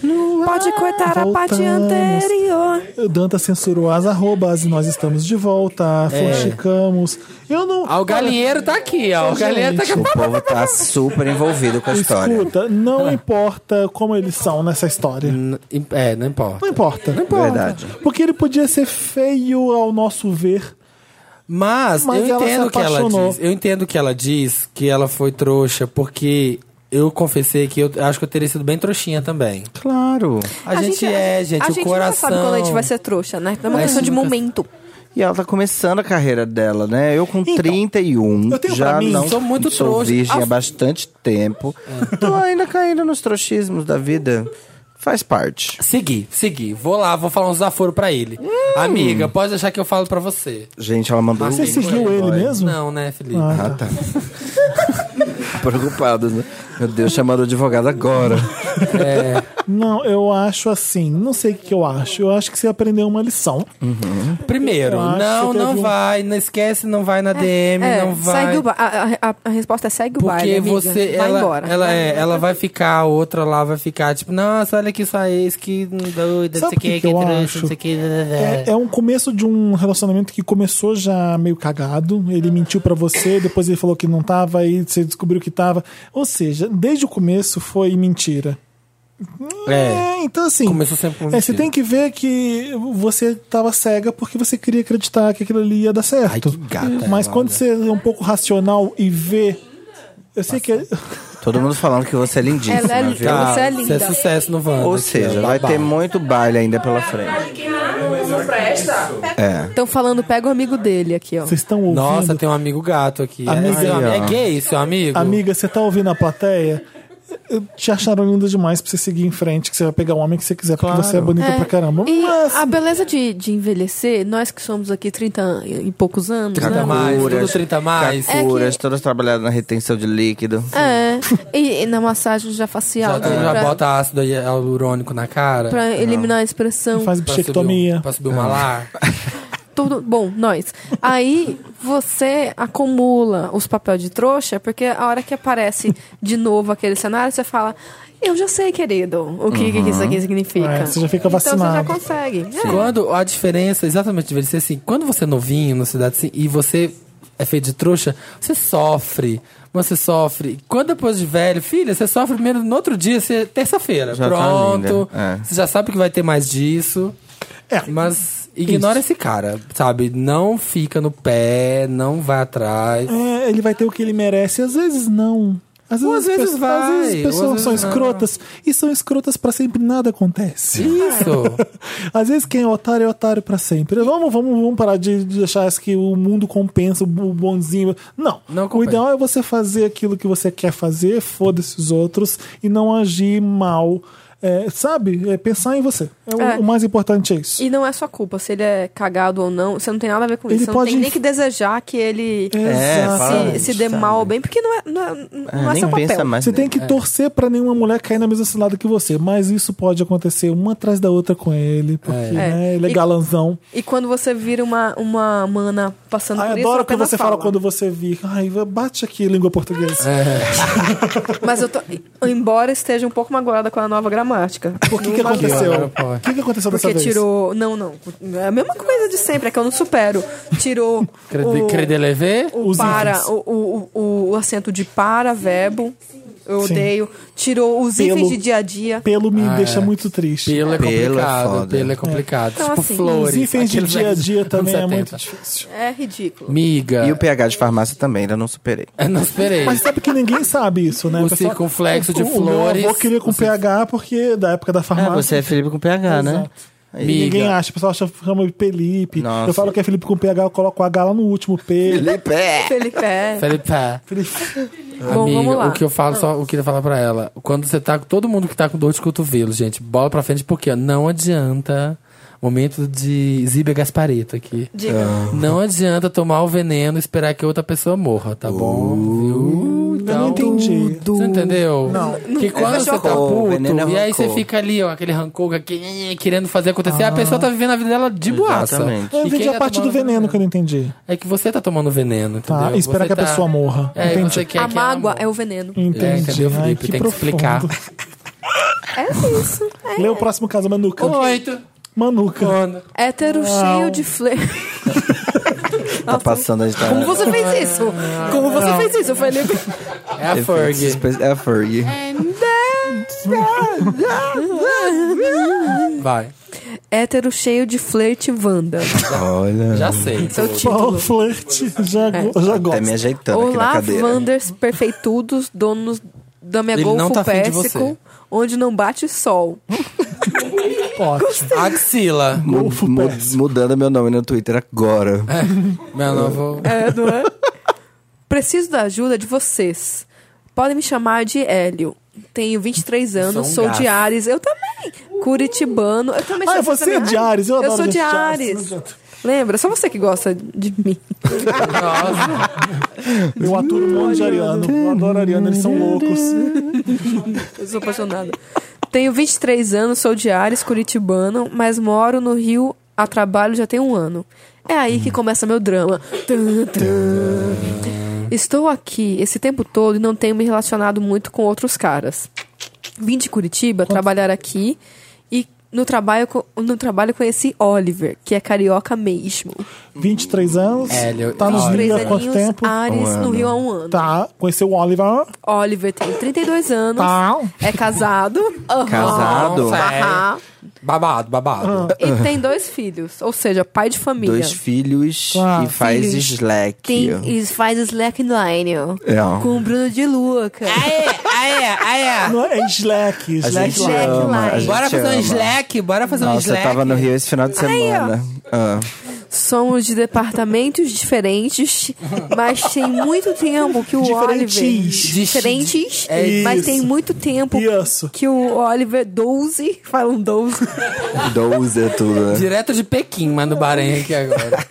[SPEAKER 3] Pode cortar a parte
[SPEAKER 1] Voltamos.
[SPEAKER 3] anterior.
[SPEAKER 1] O Danta censurou as arrobas e nós estamos de volta.
[SPEAKER 2] É.
[SPEAKER 1] Forticamos. Eu não.
[SPEAKER 2] Ah, o galinheiro tá aqui, ó. O galinheiro tá aqui.
[SPEAKER 4] O povo tá super envolvido com a história.
[SPEAKER 1] Escuta, não importa como eles são nessa história.
[SPEAKER 2] N- É, não importa.
[SPEAKER 1] Não importa. Não
[SPEAKER 4] importa. Verdade.
[SPEAKER 1] Porque ele podia ser feio ao nosso ver.
[SPEAKER 2] Mas,
[SPEAKER 1] Mas
[SPEAKER 2] eu
[SPEAKER 1] ela se
[SPEAKER 2] entendo o que ela
[SPEAKER 1] apaixonou.
[SPEAKER 2] diz. Eu entendo que ela diz que ela foi trouxa, porque eu confessei que eu acho que eu teria sido bem trouxinha também.
[SPEAKER 4] Claro.
[SPEAKER 2] A, gente, é, gente,
[SPEAKER 3] a
[SPEAKER 2] o
[SPEAKER 3] gente
[SPEAKER 2] coração.
[SPEAKER 3] nunca sabe quando a gente vai ser trouxa, né? É uma
[SPEAKER 2] É,
[SPEAKER 3] questão de
[SPEAKER 2] nunca-
[SPEAKER 3] momento.
[SPEAKER 4] E ela tá começando a carreira dela, né? Eu com 31,
[SPEAKER 1] Então, eu tenho pra
[SPEAKER 4] já
[SPEAKER 1] mim,
[SPEAKER 4] não
[SPEAKER 2] sou muito
[SPEAKER 4] sou
[SPEAKER 2] trouxa.
[SPEAKER 4] virgem
[SPEAKER 2] Ah,
[SPEAKER 4] há bastante tempo. Tô ainda caindo nos trouxismos da vida. Faz parte.
[SPEAKER 2] Segui, segui. Vou lá, vou falar uns aforo pra ele. Amiga, pode deixar que eu falo pra você.
[SPEAKER 4] Gente, ela mandou... um
[SPEAKER 1] Você seguiu ele mesmo?
[SPEAKER 2] Não, né, Felipe?
[SPEAKER 1] Ah,
[SPEAKER 4] Ah, tá. Preocupado, né? Meu Deus, chamando o advogado agora.
[SPEAKER 1] Não, eu acho assim. Não sei o que eu acho. Eu acho que você aprendeu uma lição.
[SPEAKER 2] Primeiro,
[SPEAKER 1] Eu acho
[SPEAKER 2] não,
[SPEAKER 1] que
[SPEAKER 2] não
[SPEAKER 1] teve um-
[SPEAKER 2] vai, não esquece, não vai na DM,
[SPEAKER 3] É,
[SPEAKER 2] não vai.
[SPEAKER 3] segue o ba- a, a, a resposta é segue o
[SPEAKER 2] Porque
[SPEAKER 3] baile, amiga.
[SPEAKER 2] você,
[SPEAKER 3] vai
[SPEAKER 2] ela,
[SPEAKER 3] embora.
[SPEAKER 2] ela é, ela vai ficar, a outra lá vai ficar, tipo, nossa, olha que sua ex, que doida, não sei
[SPEAKER 1] Sabe
[SPEAKER 2] o
[SPEAKER 1] o que
[SPEAKER 2] que,
[SPEAKER 1] que
[SPEAKER 2] que
[SPEAKER 1] eu
[SPEAKER 2] trouxa,
[SPEAKER 1] acho?
[SPEAKER 2] não sei né, o que.
[SPEAKER 1] É, é um começo de um relacionamento que começou já meio cagado. Ele mentiu pra você, depois ele falou que não tava, aí você descobriu que tava. Ou seja, desde o começo foi mentira.
[SPEAKER 2] É.
[SPEAKER 1] É, então assim.
[SPEAKER 2] Começou sempre com
[SPEAKER 1] é, você
[SPEAKER 2] mentira.
[SPEAKER 1] tem que ver que você tava cega porque você queria acreditar que aquilo ali ia dar certo.
[SPEAKER 4] Ai, que gata,
[SPEAKER 1] Mas quando
[SPEAKER 4] olha.
[SPEAKER 1] você é um pouco racional e vê. Eu sei que. é-
[SPEAKER 4] Todo mundo falando que você é lindíssima,
[SPEAKER 3] Ela é
[SPEAKER 4] viu?
[SPEAKER 3] linda. Você é
[SPEAKER 2] Isso é
[SPEAKER 3] linda.
[SPEAKER 2] sucesso no Wanda.
[SPEAKER 4] Ou
[SPEAKER 2] aqui,
[SPEAKER 4] seja,
[SPEAKER 2] ó,
[SPEAKER 4] vai
[SPEAKER 2] babado.
[SPEAKER 4] ter muito baile ainda pela frente. É.
[SPEAKER 3] Estão falando, pega o amigo dele aqui, ó.
[SPEAKER 1] Vocês estão ouvindo?
[SPEAKER 2] Nossa, tem um amigo gato aqui.
[SPEAKER 1] Amiga-
[SPEAKER 2] é, seu ami-
[SPEAKER 4] Aí, ó.
[SPEAKER 2] é gay, seu amigo?
[SPEAKER 1] Amiga, você tá ouvindo a plateia? Eu- Te acharam linda demais pra você seguir em frente, que você vai pegar o homem que você quiser,
[SPEAKER 4] Claro.
[SPEAKER 1] porque você é bonita
[SPEAKER 3] É.
[SPEAKER 1] pra caramba.
[SPEAKER 3] E
[SPEAKER 1] Mas
[SPEAKER 3] a beleza de, de envelhecer, nós que somos aqui 30 e poucos anos,
[SPEAKER 2] 30
[SPEAKER 3] né?
[SPEAKER 2] mais, tudo
[SPEAKER 4] Cacuras,
[SPEAKER 2] 30 mais.
[SPEAKER 3] É
[SPEAKER 4] Curas, todas trabalhadas na retenção de líquido.
[SPEAKER 3] É. E, e na massagem já facial,
[SPEAKER 2] Já,
[SPEAKER 3] né?
[SPEAKER 2] já
[SPEAKER 3] pra,
[SPEAKER 2] bota ácido hialurônico na cara.
[SPEAKER 3] pra eliminar a expressão.
[SPEAKER 1] faz
[SPEAKER 2] pra subir, um-
[SPEAKER 1] bichectomia.
[SPEAKER 2] pra subir
[SPEAKER 4] Ah.
[SPEAKER 2] um malar.
[SPEAKER 3] Tudo bom, nós. Aí você acumula os papéis de trouxa, porque a hora que aparece de novo aquele cenário, você fala. Eu já sei, querido, o que, que isso aqui significa.
[SPEAKER 1] É, você já fica
[SPEAKER 3] Então você já
[SPEAKER 1] vacinado.
[SPEAKER 3] consegue. É.
[SPEAKER 2] Quando a diferença, exatamente, deveria ser assim, quando você é novinho na cidade assim, e você é feito de trouxa, você sofre. Você sofre. Quando depois de velho, filha, você sofre primeiro no outro dia, você terça-feira.
[SPEAKER 4] Já tá
[SPEAKER 2] Pronto.
[SPEAKER 4] linda, é.
[SPEAKER 2] Você já sabe que vai ter mais disso.
[SPEAKER 1] É.
[SPEAKER 2] Mas ignora esse cara, sabe? Não fica no pé, não vai atrás.
[SPEAKER 1] É, ele vai ter o que ele merece. Às vezes não. Às
[SPEAKER 2] Ou
[SPEAKER 1] vezes,
[SPEAKER 2] às vezes
[SPEAKER 1] as pessoas,
[SPEAKER 2] vai,
[SPEAKER 1] às vezes as
[SPEAKER 2] ou às
[SPEAKER 1] pessoas
[SPEAKER 2] vezes
[SPEAKER 1] são
[SPEAKER 2] não.
[SPEAKER 1] escrotas e são escrotas pra sempre, nada acontece.
[SPEAKER 2] Isso.
[SPEAKER 1] Às vezes quem é otário é otário pra sempre. Vamos, vamos, vamos parar de, de achar que o mundo compensa o bonzinho. Não.
[SPEAKER 2] Não
[SPEAKER 1] o
[SPEAKER 2] compensa.
[SPEAKER 1] ideal é você fazer aquilo que você quer fazer, foda-se os outros e não agir mal. É, sabe? É pensar em você. É o,
[SPEAKER 3] É.
[SPEAKER 1] o mais importante é isso.
[SPEAKER 3] E não é sua culpa se ele é cagado ou não. Você não tem nada a ver com
[SPEAKER 1] Ele
[SPEAKER 3] isso. Você
[SPEAKER 1] pode
[SPEAKER 3] não tem nem
[SPEAKER 1] inf-
[SPEAKER 3] que desejar que ele
[SPEAKER 1] É,
[SPEAKER 3] se-
[SPEAKER 4] fala
[SPEAKER 3] se,
[SPEAKER 4] isso,
[SPEAKER 3] dê
[SPEAKER 4] sabe?
[SPEAKER 3] mal ou bem, porque não é, não é, não é
[SPEAKER 4] É,
[SPEAKER 3] seu
[SPEAKER 4] nem
[SPEAKER 3] papel.
[SPEAKER 4] pensa mais
[SPEAKER 1] Você tem
[SPEAKER 4] nele.
[SPEAKER 1] que
[SPEAKER 2] é.
[SPEAKER 1] torcer pra nenhuma mulher cair na mesma cilada que você, mas isso pode acontecer uma atrás da outra com ele, porque né,
[SPEAKER 3] É.
[SPEAKER 1] ele é
[SPEAKER 3] E-
[SPEAKER 1] galanzão.
[SPEAKER 3] E quando você vira uma, uma mana passando
[SPEAKER 1] Ai,
[SPEAKER 3] por isso,
[SPEAKER 1] adoro que
[SPEAKER 3] apenas
[SPEAKER 1] você fala quando você vir. Ai, bate aqui, língua portuguesa.
[SPEAKER 2] É.
[SPEAKER 3] Mas eu tô. Embora esteja um pouco magoada com a nova gramática.
[SPEAKER 1] Por que, que
[SPEAKER 3] Numa-
[SPEAKER 1] aconteceu?
[SPEAKER 2] agora, pô.
[SPEAKER 1] O que, que aconteceu dessa
[SPEAKER 3] Porque
[SPEAKER 1] vez?
[SPEAKER 3] tirou. Não, não. É a mesma coisa de sempre, é que eu não supero. Tirou.
[SPEAKER 2] Crede-
[SPEAKER 3] o-
[SPEAKER 2] Credelever?
[SPEAKER 3] o
[SPEAKER 1] Os
[SPEAKER 3] para,
[SPEAKER 1] hífens.
[SPEAKER 3] o, o, o, o acento de para, verbo, eu
[SPEAKER 1] Sim.
[SPEAKER 3] odeio. Tirou os
[SPEAKER 1] Pelo.
[SPEAKER 3] hífens de dia a dia.
[SPEAKER 1] Pelo me deixa muito triste.
[SPEAKER 2] Pelo Ah, é
[SPEAKER 4] Pelo é
[SPEAKER 2] complicado,
[SPEAKER 4] foda.
[SPEAKER 2] pelo é complicado.
[SPEAKER 3] Então,
[SPEAKER 2] tipo
[SPEAKER 3] assim,
[SPEAKER 1] Os
[SPEAKER 2] flores.
[SPEAKER 1] hífens de
[SPEAKER 2] aqueles
[SPEAKER 1] dia a dia
[SPEAKER 2] anos
[SPEAKER 1] também é
[SPEAKER 2] 70.
[SPEAKER 1] muito difícil.
[SPEAKER 3] É ridículo.
[SPEAKER 2] Miga.
[SPEAKER 4] E o pH de farmácia também, ainda não superei.
[SPEAKER 2] Eu não esperei.
[SPEAKER 1] Mas sabe que ninguém sabe isso, né?
[SPEAKER 2] O
[SPEAKER 1] Pessoal-
[SPEAKER 2] circunflexo de
[SPEAKER 1] o- O
[SPEAKER 2] flores.
[SPEAKER 1] meu avô queria com
[SPEAKER 2] O cir-
[SPEAKER 1] PH porque da época da
[SPEAKER 4] Ah,
[SPEAKER 1] farmácia.
[SPEAKER 4] você é Felipe com pH, né? Aí.
[SPEAKER 2] Mi-
[SPEAKER 1] Ninguém
[SPEAKER 2] Miga.
[SPEAKER 1] acha, o pessoal acha chama de Felipe.
[SPEAKER 4] Nossa.
[SPEAKER 1] Eu falo que é Felipe com PH, eu coloco o H lá no último P.
[SPEAKER 4] Felipe! é.
[SPEAKER 3] Felipe é.
[SPEAKER 2] Felipe.
[SPEAKER 3] Bom,
[SPEAKER 2] tá. Amiga,
[SPEAKER 3] vamos lá.
[SPEAKER 2] o que eu falo, só o que eu queria falar pra ela. Quando você tá com todo mundo que tá com dor de cotovelo, gente, bola pra frente, porque ó, não adianta. Momento de Zíbia Gaspareto aqui.
[SPEAKER 3] Diga.
[SPEAKER 2] Não adianta tomar o veneno e esperar que outra pessoa morra, tá bom?
[SPEAKER 4] Uh.
[SPEAKER 2] Viu?
[SPEAKER 1] Eu não entendi.
[SPEAKER 2] Você entendeu? Não. Que quando você tá
[SPEAKER 4] O veneno é
[SPEAKER 2] puto, e aí você
[SPEAKER 4] rancor.
[SPEAKER 2] fica ali, ó, aquele rancor que- querendo fazer acontecer, a pessoa tá vivendo a vida dela de boaça. E
[SPEAKER 4] Exatamente.
[SPEAKER 1] Ah. É, Eu entendi
[SPEAKER 2] quem
[SPEAKER 1] a
[SPEAKER 2] tá
[SPEAKER 1] parte do
[SPEAKER 2] tomando
[SPEAKER 1] veneno que eu não entendi.
[SPEAKER 2] É que você tá tomando veneno, entendeu?
[SPEAKER 1] Tá, e espera
[SPEAKER 2] Você
[SPEAKER 1] que a pessoa morra.
[SPEAKER 2] É, e
[SPEAKER 1] Entendi.
[SPEAKER 2] você quer
[SPEAKER 3] A
[SPEAKER 2] que ela
[SPEAKER 3] mágoa
[SPEAKER 2] morra.
[SPEAKER 3] é o veneno.
[SPEAKER 2] É,
[SPEAKER 1] Entendi.
[SPEAKER 2] entendeu,
[SPEAKER 1] Ai,
[SPEAKER 2] Felipe?
[SPEAKER 1] que
[SPEAKER 2] Tem que
[SPEAKER 1] profundo.
[SPEAKER 2] explicar.
[SPEAKER 3] É isso.
[SPEAKER 1] Lê o próximo caso, Manuca.
[SPEAKER 2] Oito.
[SPEAKER 1] Manuca.
[SPEAKER 2] Quando?
[SPEAKER 3] Hétero
[SPEAKER 2] Ah.
[SPEAKER 3] cheio de fle.
[SPEAKER 4] Tá passando a gente. tá-
[SPEAKER 3] Como você fez isso? Como você
[SPEAKER 2] Ah.
[SPEAKER 3] fez isso, Felipe?
[SPEAKER 2] É a
[SPEAKER 4] Efeitos
[SPEAKER 2] Ferg.
[SPEAKER 4] espe- É a Ferg.
[SPEAKER 2] Vai.
[SPEAKER 3] Hétero cheio de flerte Wanda.
[SPEAKER 4] Olha.
[SPEAKER 2] Já sei.
[SPEAKER 3] Seu
[SPEAKER 1] Ó, o
[SPEAKER 3] título.
[SPEAKER 1] flerte. Já, go-
[SPEAKER 2] É.
[SPEAKER 1] já
[SPEAKER 4] Tá me
[SPEAKER 1] gosto.
[SPEAKER 4] ajeitando aqui na
[SPEAKER 3] Olá,
[SPEAKER 4] cadeira.
[SPEAKER 3] Wanders perfeitudos, donos da minha
[SPEAKER 2] Ele não
[SPEAKER 3] Golfo
[SPEAKER 2] tá afim de você.
[SPEAKER 3] Pérsico, onde não bate sol.
[SPEAKER 1] Ótimo.
[SPEAKER 2] Axila.
[SPEAKER 4] Mu-
[SPEAKER 1] Golfo
[SPEAKER 4] mu-
[SPEAKER 1] péssimo.
[SPEAKER 4] mudando meu nome no Twitter agora.
[SPEAKER 2] É. Meu novo.
[SPEAKER 3] É, não é? Preciso da ajuda de vocês. Podem me chamar de Hélio. Tenho 23 anos,
[SPEAKER 2] um
[SPEAKER 3] sou, de
[SPEAKER 2] gato.
[SPEAKER 3] Ares. Eu também. Curitibano. Eu também
[SPEAKER 1] Ah,
[SPEAKER 3] sou
[SPEAKER 1] você é
[SPEAKER 3] também
[SPEAKER 1] de Ares. Eu
[SPEAKER 3] Eu
[SPEAKER 1] adoro
[SPEAKER 3] sou de
[SPEAKER 1] gente
[SPEAKER 3] Ares. Lembra? Só você que gosta de mim.
[SPEAKER 2] Nossa.
[SPEAKER 1] Eu aturo um monte de Ariano. Eu adoro Ariano, eles são loucos.
[SPEAKER 3] Eu sou apaixonada. Tenho 23 anos, sou de Ares, curitibano, mas moro no Rio a trabalho já tem um ano. É aí que começa meu drama. Tum, tum. Estou aqui esse tempo todo e não tenho me relacionado muito com outros caras. Vim de Curitiba trabalhar aqui e no trabalho, co- no trabalho conheci Oliver, que é carioca mesmo.
[SPEAKER 1] 23 anos.
[SPEAKER 4] É,
[SPEAKER 2] Hélio,
[SPEAKER 1] tá nos
[SPEAKER 2] olha.
[SPEAKER 1] liga há
[SPEAKER 3] Três
[SPEAKER 1] quanto
[SPEAKER 3] aninhos,
[SPEAKER 1] tempo?
[SPEAKER 3] Ares, no Rio há um ano.
[SPEAKER 1] Tá. Conheceu o Oliver.
[SPEAKER 3] Oliver tem 32 anos.
[SPEAKER 1] Tá.
[SPEAKER 3] É casado. É. Aham.
[SPEAKER 4] Casado?
[SPEAKER 3] Aham.
[SPEAKER 2] é. Babado, babado.
[SPEAKER 3] E tem dois filhos. Ou seja, pai de família.
[SPEAKER 4] Dois filhos
[SPEAKER 1] Ah,
[SPEAKER 4] e faz
[SPEAKER 3] filhos.
[SPEAKER 4] slack.
[SPEAKER 3] Tem, e faz slackline.
[SPEAKER 4] É.
[SPEAKER 3] Com o Bruno de Luca.
[SPEAKER 2] Aê, aê, aê.
[SPEAKER 1] Não, é Slack.
[SPEAKER 4] A
[SPEAKER 1] Slack.
[SPEAKER 4] gente é.
[SPEAKER 3] slack
[SPEAKER 4] ama.
[SPEAKER 3] line.
[SPEAKER 4] A gente
[SPEAKER 2] Bora fazer
[SPEAKER 4] ama.
[SPEAKER 2] um slack, bora fazer um
[SPEAKER 4] Nossa,
[SPEAKER 2] slack.
[SPEAKER 4] eu tava no Rio esse final de semana. Ah.
[SPEAKER 3] Somos de departamentos diferentes, mas tem muito tempo que o
[SPEAKER 1] Diferentes.
[SPEAKER 3] Oliver.
[SPEAKER 1] Dis-
[SPEAKER 3] Diferentes.
[SPEAKER 1] é
[SPEAKER 3] mas
[SPEAKER 1] isso.
[SPEAKER 3] tem muito tempo
[SPEAKER 1] Isso.
[SPEAKER 3] que o Oliver 12. Falam 12.
[SPEAKER 4] 12 é tudo.
[SPEAKER 2] Direto de Pequim, mas no Bahrein aqui agora.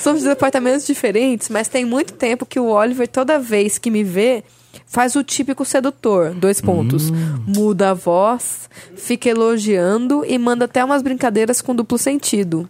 [SPEAKER 3] Somos de departamentos diferentes, mas tem muito tempo que o Oliver, toda vez que me vê, faz o típico sedutor. Dois pontos.
[SPEAKER 4] Hum.
[SPEAKER 3] Muda a voz, fica elogiando e manda até umas brincadeiras com duplo sentido.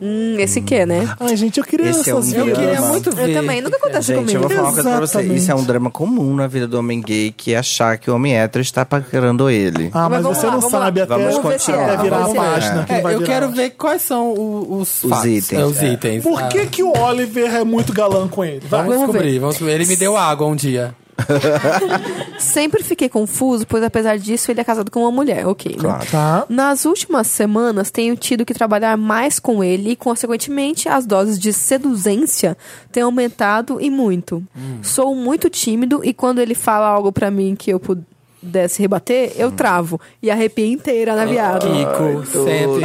[SPEAKER 3] Hum, esse que, né?
[SPEAKER 1] Ai, gente, eu queria
[SPEAKER 4] Esse é
[SPEAKER 1] essas
[SPEAKER 4] um
[SPEAKER 2] Eu
[SPEAKER 1] vidas.
[SPEAKER 2] queria muito ver.
[SPEAKER 3] Eu também, nunca acontece
[SPEAKER 4] Gente,
[SPEAKER 3] comigo.
[SPEAKER 4] eu vou falar uma coisa pra você.
[SPEAKER 1] Exatamente.
[SPEAKER 4] Isso é um drama comum na vida do homem gay que é achar que o homem hétero está paquerando ele.
[SPEAKER 1] Ah, mas,
[SPEAKER 3] Mas vamos
[SPEAKER 1] você
[SPEAKER 3] lá,
[SPEAKER 1] não
[SPEAKER 3] vamos
[SPEAKER 1] sabe
[SPEAKER 3] lá.
[SPEAKER 1] até,
[SPEAKER 4] Vamos
[SPEAKER 1] até
[SPEAKER 4] continuar.
[SPEAKER 1] virar a
[SPEAKER 3] Vamos lá.
[SPEAKER 1] página. que
[SPEAKER 2] É,
[SPEAKER 1] não né? vai
[SPEAKER 2] eu
[SPEAKER 1] virar.
[SPEAKER 2] quero ver quais são o- os, fatos.
[SPEAKER 4] itens,
[SPEAKER 2] É, os
[SPEAKER 4] é.
[SPEAKER 2] itens.
[SPEAKER 1] Por
[SPEAKER 2] Ah,
[SPEAKER 1] que, que o Oliver é muito galã com ele? Vai.
[SPEAKER 2] Vamos descobrir, vamos descobrir. Ele me deu água um dia.
[SPEAKER 3] Sempre fiquei confuso, pois apesar disso, ele é casado com uma mulher. Ok. né?
[SPEAKER 4] Claro.
[SPEAKER 1] Tá.
[SPEAKER 3] Nas últimas semanas, tenho tido que trabalhar mais com ele e, consequentemente, as doses de seduzência têm aumentado e muito.
[SPEAKER 4] Hum.
[SPEAKER 3] Sou muito tímido e quando ele fala algo pra mim que eu pudesse rebater,
[SPEAKER 4] Hum.
[SPEAKER 3] eu travo e arrepio inteira
[SPEAKER 4] Ah,
[SPEAKER 3] na viagem.
[SPEAKER 2] Kiko, sempre.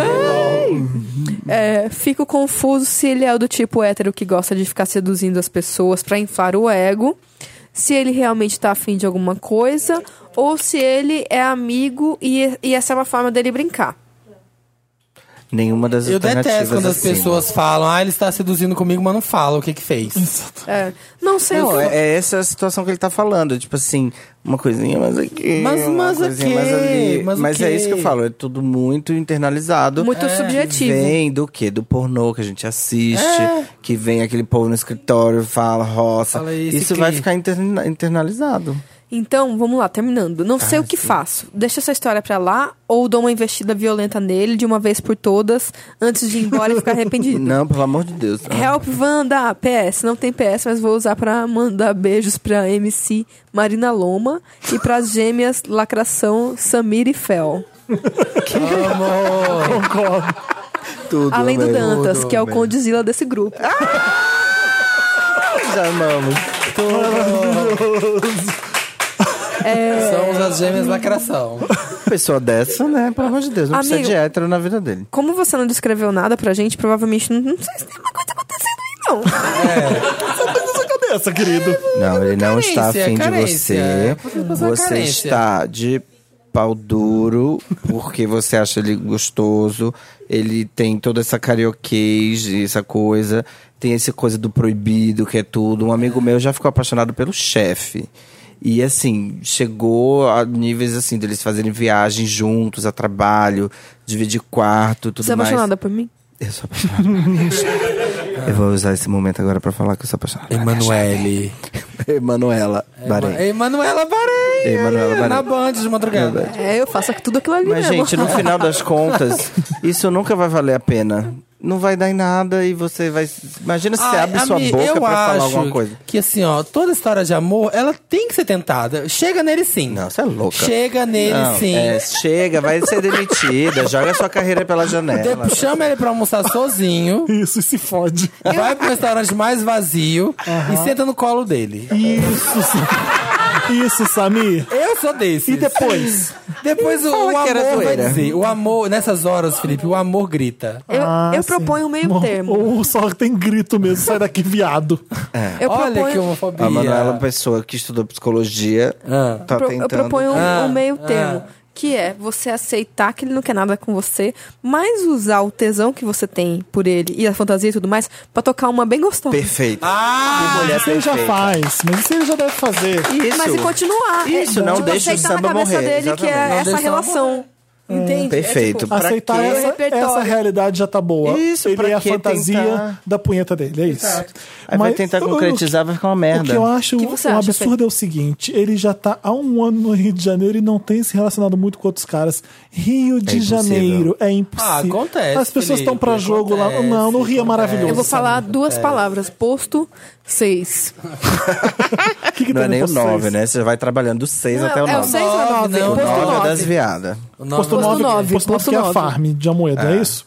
[SPEAKER 3] É, fico confuso se ele é o do tipo hétero que gosta de ficar seduzindo as pessoas pra inflar o ego, se ele realmente tá afim de alguma coisa, ou se ele é amigo e, e essa é uma forma dele brincar.
[SPEAKER 4] Nenhuma das
[SPEAKER 2] Eu
[SPEAKER 4] alternativas
[SPEAKER 2] detesto quando as
[SPEAKER 4] assim.
[SPEAKER 2] pessoas falam, ah, ele está seduzindo comigo, mas não fala o que que fez.
[SPEAKER 3] É, não sei
[SPEAKER 4] Não,
[SPEAKER 3] eu-
[SPEAKER 4] é, é essa a situação que ele tá falando. Tipo assim, uma coisinha mais aqui.
[SPEAKER 2] Mas-
[SPEAKER 4] uma
[SPEAKER 2] mas o
[SPEAKER 4] coisinha
[SPEAKER 2] quê?
[SPEAKER 4] mais ali.
[SPEAKER 2] Mas o
[SPEAKER 4] Mas é
[SPEAKER 2] quê?
[SPEAKER 4] isso que eu falo, é tudo muito internalizado. É.
[SPEAKER 3] Muito subjetivo.
[SPEAKER 4] Vem do quê? Do pornô que a gente assiste, que vem aquele povo no escritório, fala, roça.
[SPEAKER 2] É. Fala isso
[SPEAKER 4] isso
[SPEAKER 2] e
[SPEAKER 4] vai
[SPEAKER 2] cria.
[SPEAKER 4] ficar interna- internalizado.
[SPEAKER 3] Então, vamos lá, terminando.
[SPEAKER 4] Tá,
[SPEAKER 3] Não sei o que faço. Deixo essa história pra lá ou dou uma investida violenta nele de uma vez por todas antes de ir embora e ficar arrependido.
[SPEAKER 4] Não, pelo amor de Deus.
[SPEAKER 3] Help Wanda, PS, não tem PS, mas vou usar pra mandar beijos pra MC Marina Loma e pras gêmeas Lacração Samir e Fel.
[SPEAKER 4] Tudo, Ah!
[SPEAKER 3] Além do
[SPEAKER 4] amém.
[SPEAKER 3] Dantas, que é o
[SPEAKER 4] amém.
[SPEAKER 3] condizila desse grupo.
[SPEAKER 4] Já amamos.
[SPEAKER 2] São as gêmeas lacração.
[SPEAKER 4] Pessoa dessa, né? Pelo amor de Deus, não precisa
[SPEAKER 3] Amigo-
[SPEAKER 4] de hétero na vida dele.
[SPEAKER 3] Como você não descreveu nada pra gente, provavelmente não, não sei se tem uma coisa acontecendo aí, não.
[SPEAKER 1] Essa, querido.
[SPEAKER 4] Não, ele não
[SPEAKER 2] carência,
[SPEAKER 4] está afim
[SPEAKER 2] carência. É,
[SPEAKER 4] de
[SPEAKER 2] por
[SPEAKER 4] você.
[SPEAKER 2] que você é
[SPEAKER 4] Você
[SPEAKER 2] carência?
[SPEAKER 4] está de pau duro porque você acha ele gostoso. Ele tem toda essa carioquês, essa coisa. Tem essa coisa do proibido, que é tudo. Um amigo meu já ficou apaixonado pelo chefe. E assim, chegou a níveis assim, deles fazerem viagens juntos, a trabalho, dividir quarto, tudo
[SPEAKER 3] Você é
[SPEAKER 4] mais.
[SPEAKER 3] apaixonada por mim?
[SPEAKER 4] Eu sou apaixonado. pela minha chefe. eu vou usar esse momento agora pra falar que eu sou apaixonado. pela minha
[SPEAKER 2] Emanuele.
[SPEAKER 4] chefe. Emanuela Bahrein.
[SPEAKER 2] Emanuela Bahrein.
[SPEAKER 4] Emanuela
[SPEAKER 2] ali,
[SPEAKER 4] Bahrein.
[SPEAKER 2] Na Band de madrugada.
[SPEAKER 3] É, eu faço tudo aquilo ali
[SPEAKER 4] Mas,
[SPEAKER 3] mesmo.
[SPEAKER 4] gente, no final das contas, isso nunca vai valer a pena. Não vai dar em nada e você vai. Imagina se você
[SPEAKER 2] Ai,
[SPEAKER 4] abre sua
[SPEAKER 2] amiga,
[SPEAKER 4] boca
[SPEAKER 2] eu
[SPEAKER 4] pra falar
[SPEAKER 2] acho
[SPEAKER 4] alguma coisa.
[SPEAKER 2] Que assim, ó, toda história de amor, ela tem que ser tentada. Chega nele sim.
[SPEAKER 4] Não, você é louca.
[SPEAKER 2] Chega nele
[SPEAKER 4] Não,
[SPEAKER 2] sim.
[SPEAKER 4] é, chega, vai ser demitida, joga sua carreira pela janela.
[SPEAKER 2] De- Chama ele pra almoçar sozinho.
[SPEAKER 1] Isso, e se fode.
[SPEAKER 2] Vai pro restaurante mais vazio e senta no colo dele.
[SPEAKER 1] Isso, Sa- Isso, Samir.
[SPEAKER 2] Eu sou desse.
[SPEAKER 1] E depois?
[SPEAKER 2] Depois o, o
[SPEAKER 4] que era
[SPEAKER 2] amor vai
[SPEAKER 4] zoeira.
[SPEAKER 2] dizer. O amor, nessas horas, Felipe, o amor grita.
[SPEAKER 3] Eu,
[SPEAKER 1] Ah,
[SPEAKER 3] eu
[SPEAKER 1] sim.
[SPEAKER 3] proponho um meio
[SPEAKER 1] Ou-
[SPEAKER 3] termo.
[SPEAKER 1] Ou só tem grito mesmo, sai daqui, viado.
[SPEAKER 3] Eu
[SPEAKER 2] Olha
[SPEAKER 3] proponho,
[SPEAKER 2] que homofobia.
[SPEAKER 4] A Manuela é uma pessoa que estudou psicologia.
[SPEAKER 2] Ah.
[SPEAKER 4] Tá
[SPEAKER 3] pro-
[SPEAKER 4] tentando.
[SPEAKER 3] eu proponho um,
[SPEAKER 2] Ah,
[SPEAKER 3] um meio termo.
[SPEAKER 2] ah.
[SPEAKER 3] Que é você aceitar que ele não quer nada com você, mas usar o tesão que você tem por ele e a fantasia e tudo mais pra tocar uma bem gostosa.
[SPEAKER 4] Perfeito.
[SPEAKER 2] Ah!
[SPEAKER 4] Mulher
[SPEAKER 1] Isso ele já
[SPEAKER 4] perfeita.
[SPEAKER 1] faz, mas isso ele já deve fazer.
[SPEAKER 4] Isso.
[SPEAKER 3] Mas e continuar.
[SPEAKER 4] Isso,
[SPEAKER 3] É,
[SPEAKER 4] não
[SPEAKER 3] tipo,
[SPEAKER 4] deixa o
[SPEAKER 3] aceitar
[SPEAKER 4] samba
[SPEAKER 3] na cabeça
[SPEAKER 4] morrer,
[SPEAKER 3] dele que
[SPEAKER 4] exatamente.
[SPEAKER 3] é
[SPEAKER 4] Não
[SPEAKER 2] deixa
[SPEAKER 3] essa
[SPEAKER 2] o samba
[SPEAKER 3] relação.
[SPEAKER 2] morrer.
[SPEAKER 7] Entende?
[SPEAKER 4] Perfeito.
[SPEAKER 7] É, tipo,
[SPEAKER 4] Pra
[SPEAKER 1] Aceitar
[SPEAKER 4] quê?
[SPEAKER 1] essa,
[SPEAKER 3] Repertório.
[SPEAKER 1] essa realidade já tá boa.
[SPEAKER 4] Isso,
[SPEAKER 1] Ele
[SPEAKER 4] pra
[SPEAKER 1] é a
[SPEAKER 4] que
[SPEAKER 1] fantasia
[SPEAKER 4] tentar?
[SPEAKER 1] da punheta dele, é isso.
[SPEAKER 4] Aí vai tentar
[SPEAKER 1] o-
[SPEAKER 4] concretizar, vai ficar uma
[SPEAKER 1] O que
[SPEAKER 4] merda.
[SPEAKER 1] eu acho
[SPEAKER 3] O que
[SPEAKER 1] um
[SPEAKER 3] você acha,
[SPEAKER 1] absurdo é o seguinte: ele já tá há um ano no Rio de Janeiro e não tem se relacionado muito com outros caras. Rio de
[SPEAKER 4] impossível.
[SPEAKER 1] Janeiro é impossível.
[SPEAKER 2] Ah, acontece,
[SPEAKER 1] As pessoas estão
[SPEAKER 2] Felipe,
[SPEAKER 1] pra jogo lá.
[SPEAKER 2] acontece,
[SPEAKER 1] Não, no Rio é
[SPEAKER 2] acontece.
[SPEAKER 1] maravilhoso.
[SPEAKER 3] Eu vou
[SPEAKER 1] sabe?
[SPEAKER 3] falar
[SPEAKER 2] É.
[SPEAKER 3] duas palavras. Posto 6.
[SPEAKER 1] O que que
[SPEAKER 4] Não
[SPEAKER 1] tem
[SPEAKER 4] é
[SPEAKER 1] no
[SPEAKER 4] nem o
[SPEAKER 1] posto
[SPEAKER 4] 9,
[SPEAKER 1] seis?
[SPEAKER 4] né? Você vai trabalhando do 6
[SPEAKER 3] Não,
[SPEAKER 4] até o
[SPEAKER 3] é o
[SPEAKER 4] 9.
[SPEAKER 3] 6 ou
[SPEAKER 2] Nove,
[SPEAKER 3] 9?
[SPEAKER 2] não,
[SPEAKER 3] Posto
[SPEAKER 2] o nove
[SPEAKER 3] 9.
[SPEAKER 4] é das viadas.
[SPEAKER 2] O
[SPEAKER 1] Posto
[SPEAKER 3] Posto
[SPEAKER 1] 9,
[SPEAKER 3] nove,
[SPEAKER 1] posto 9
[SPEAKER 3] posto
[SPEAKER 1] que é a
[SPEAKER 3] nove.
[SPEAKER 1] farm de Amoeda, é, isso?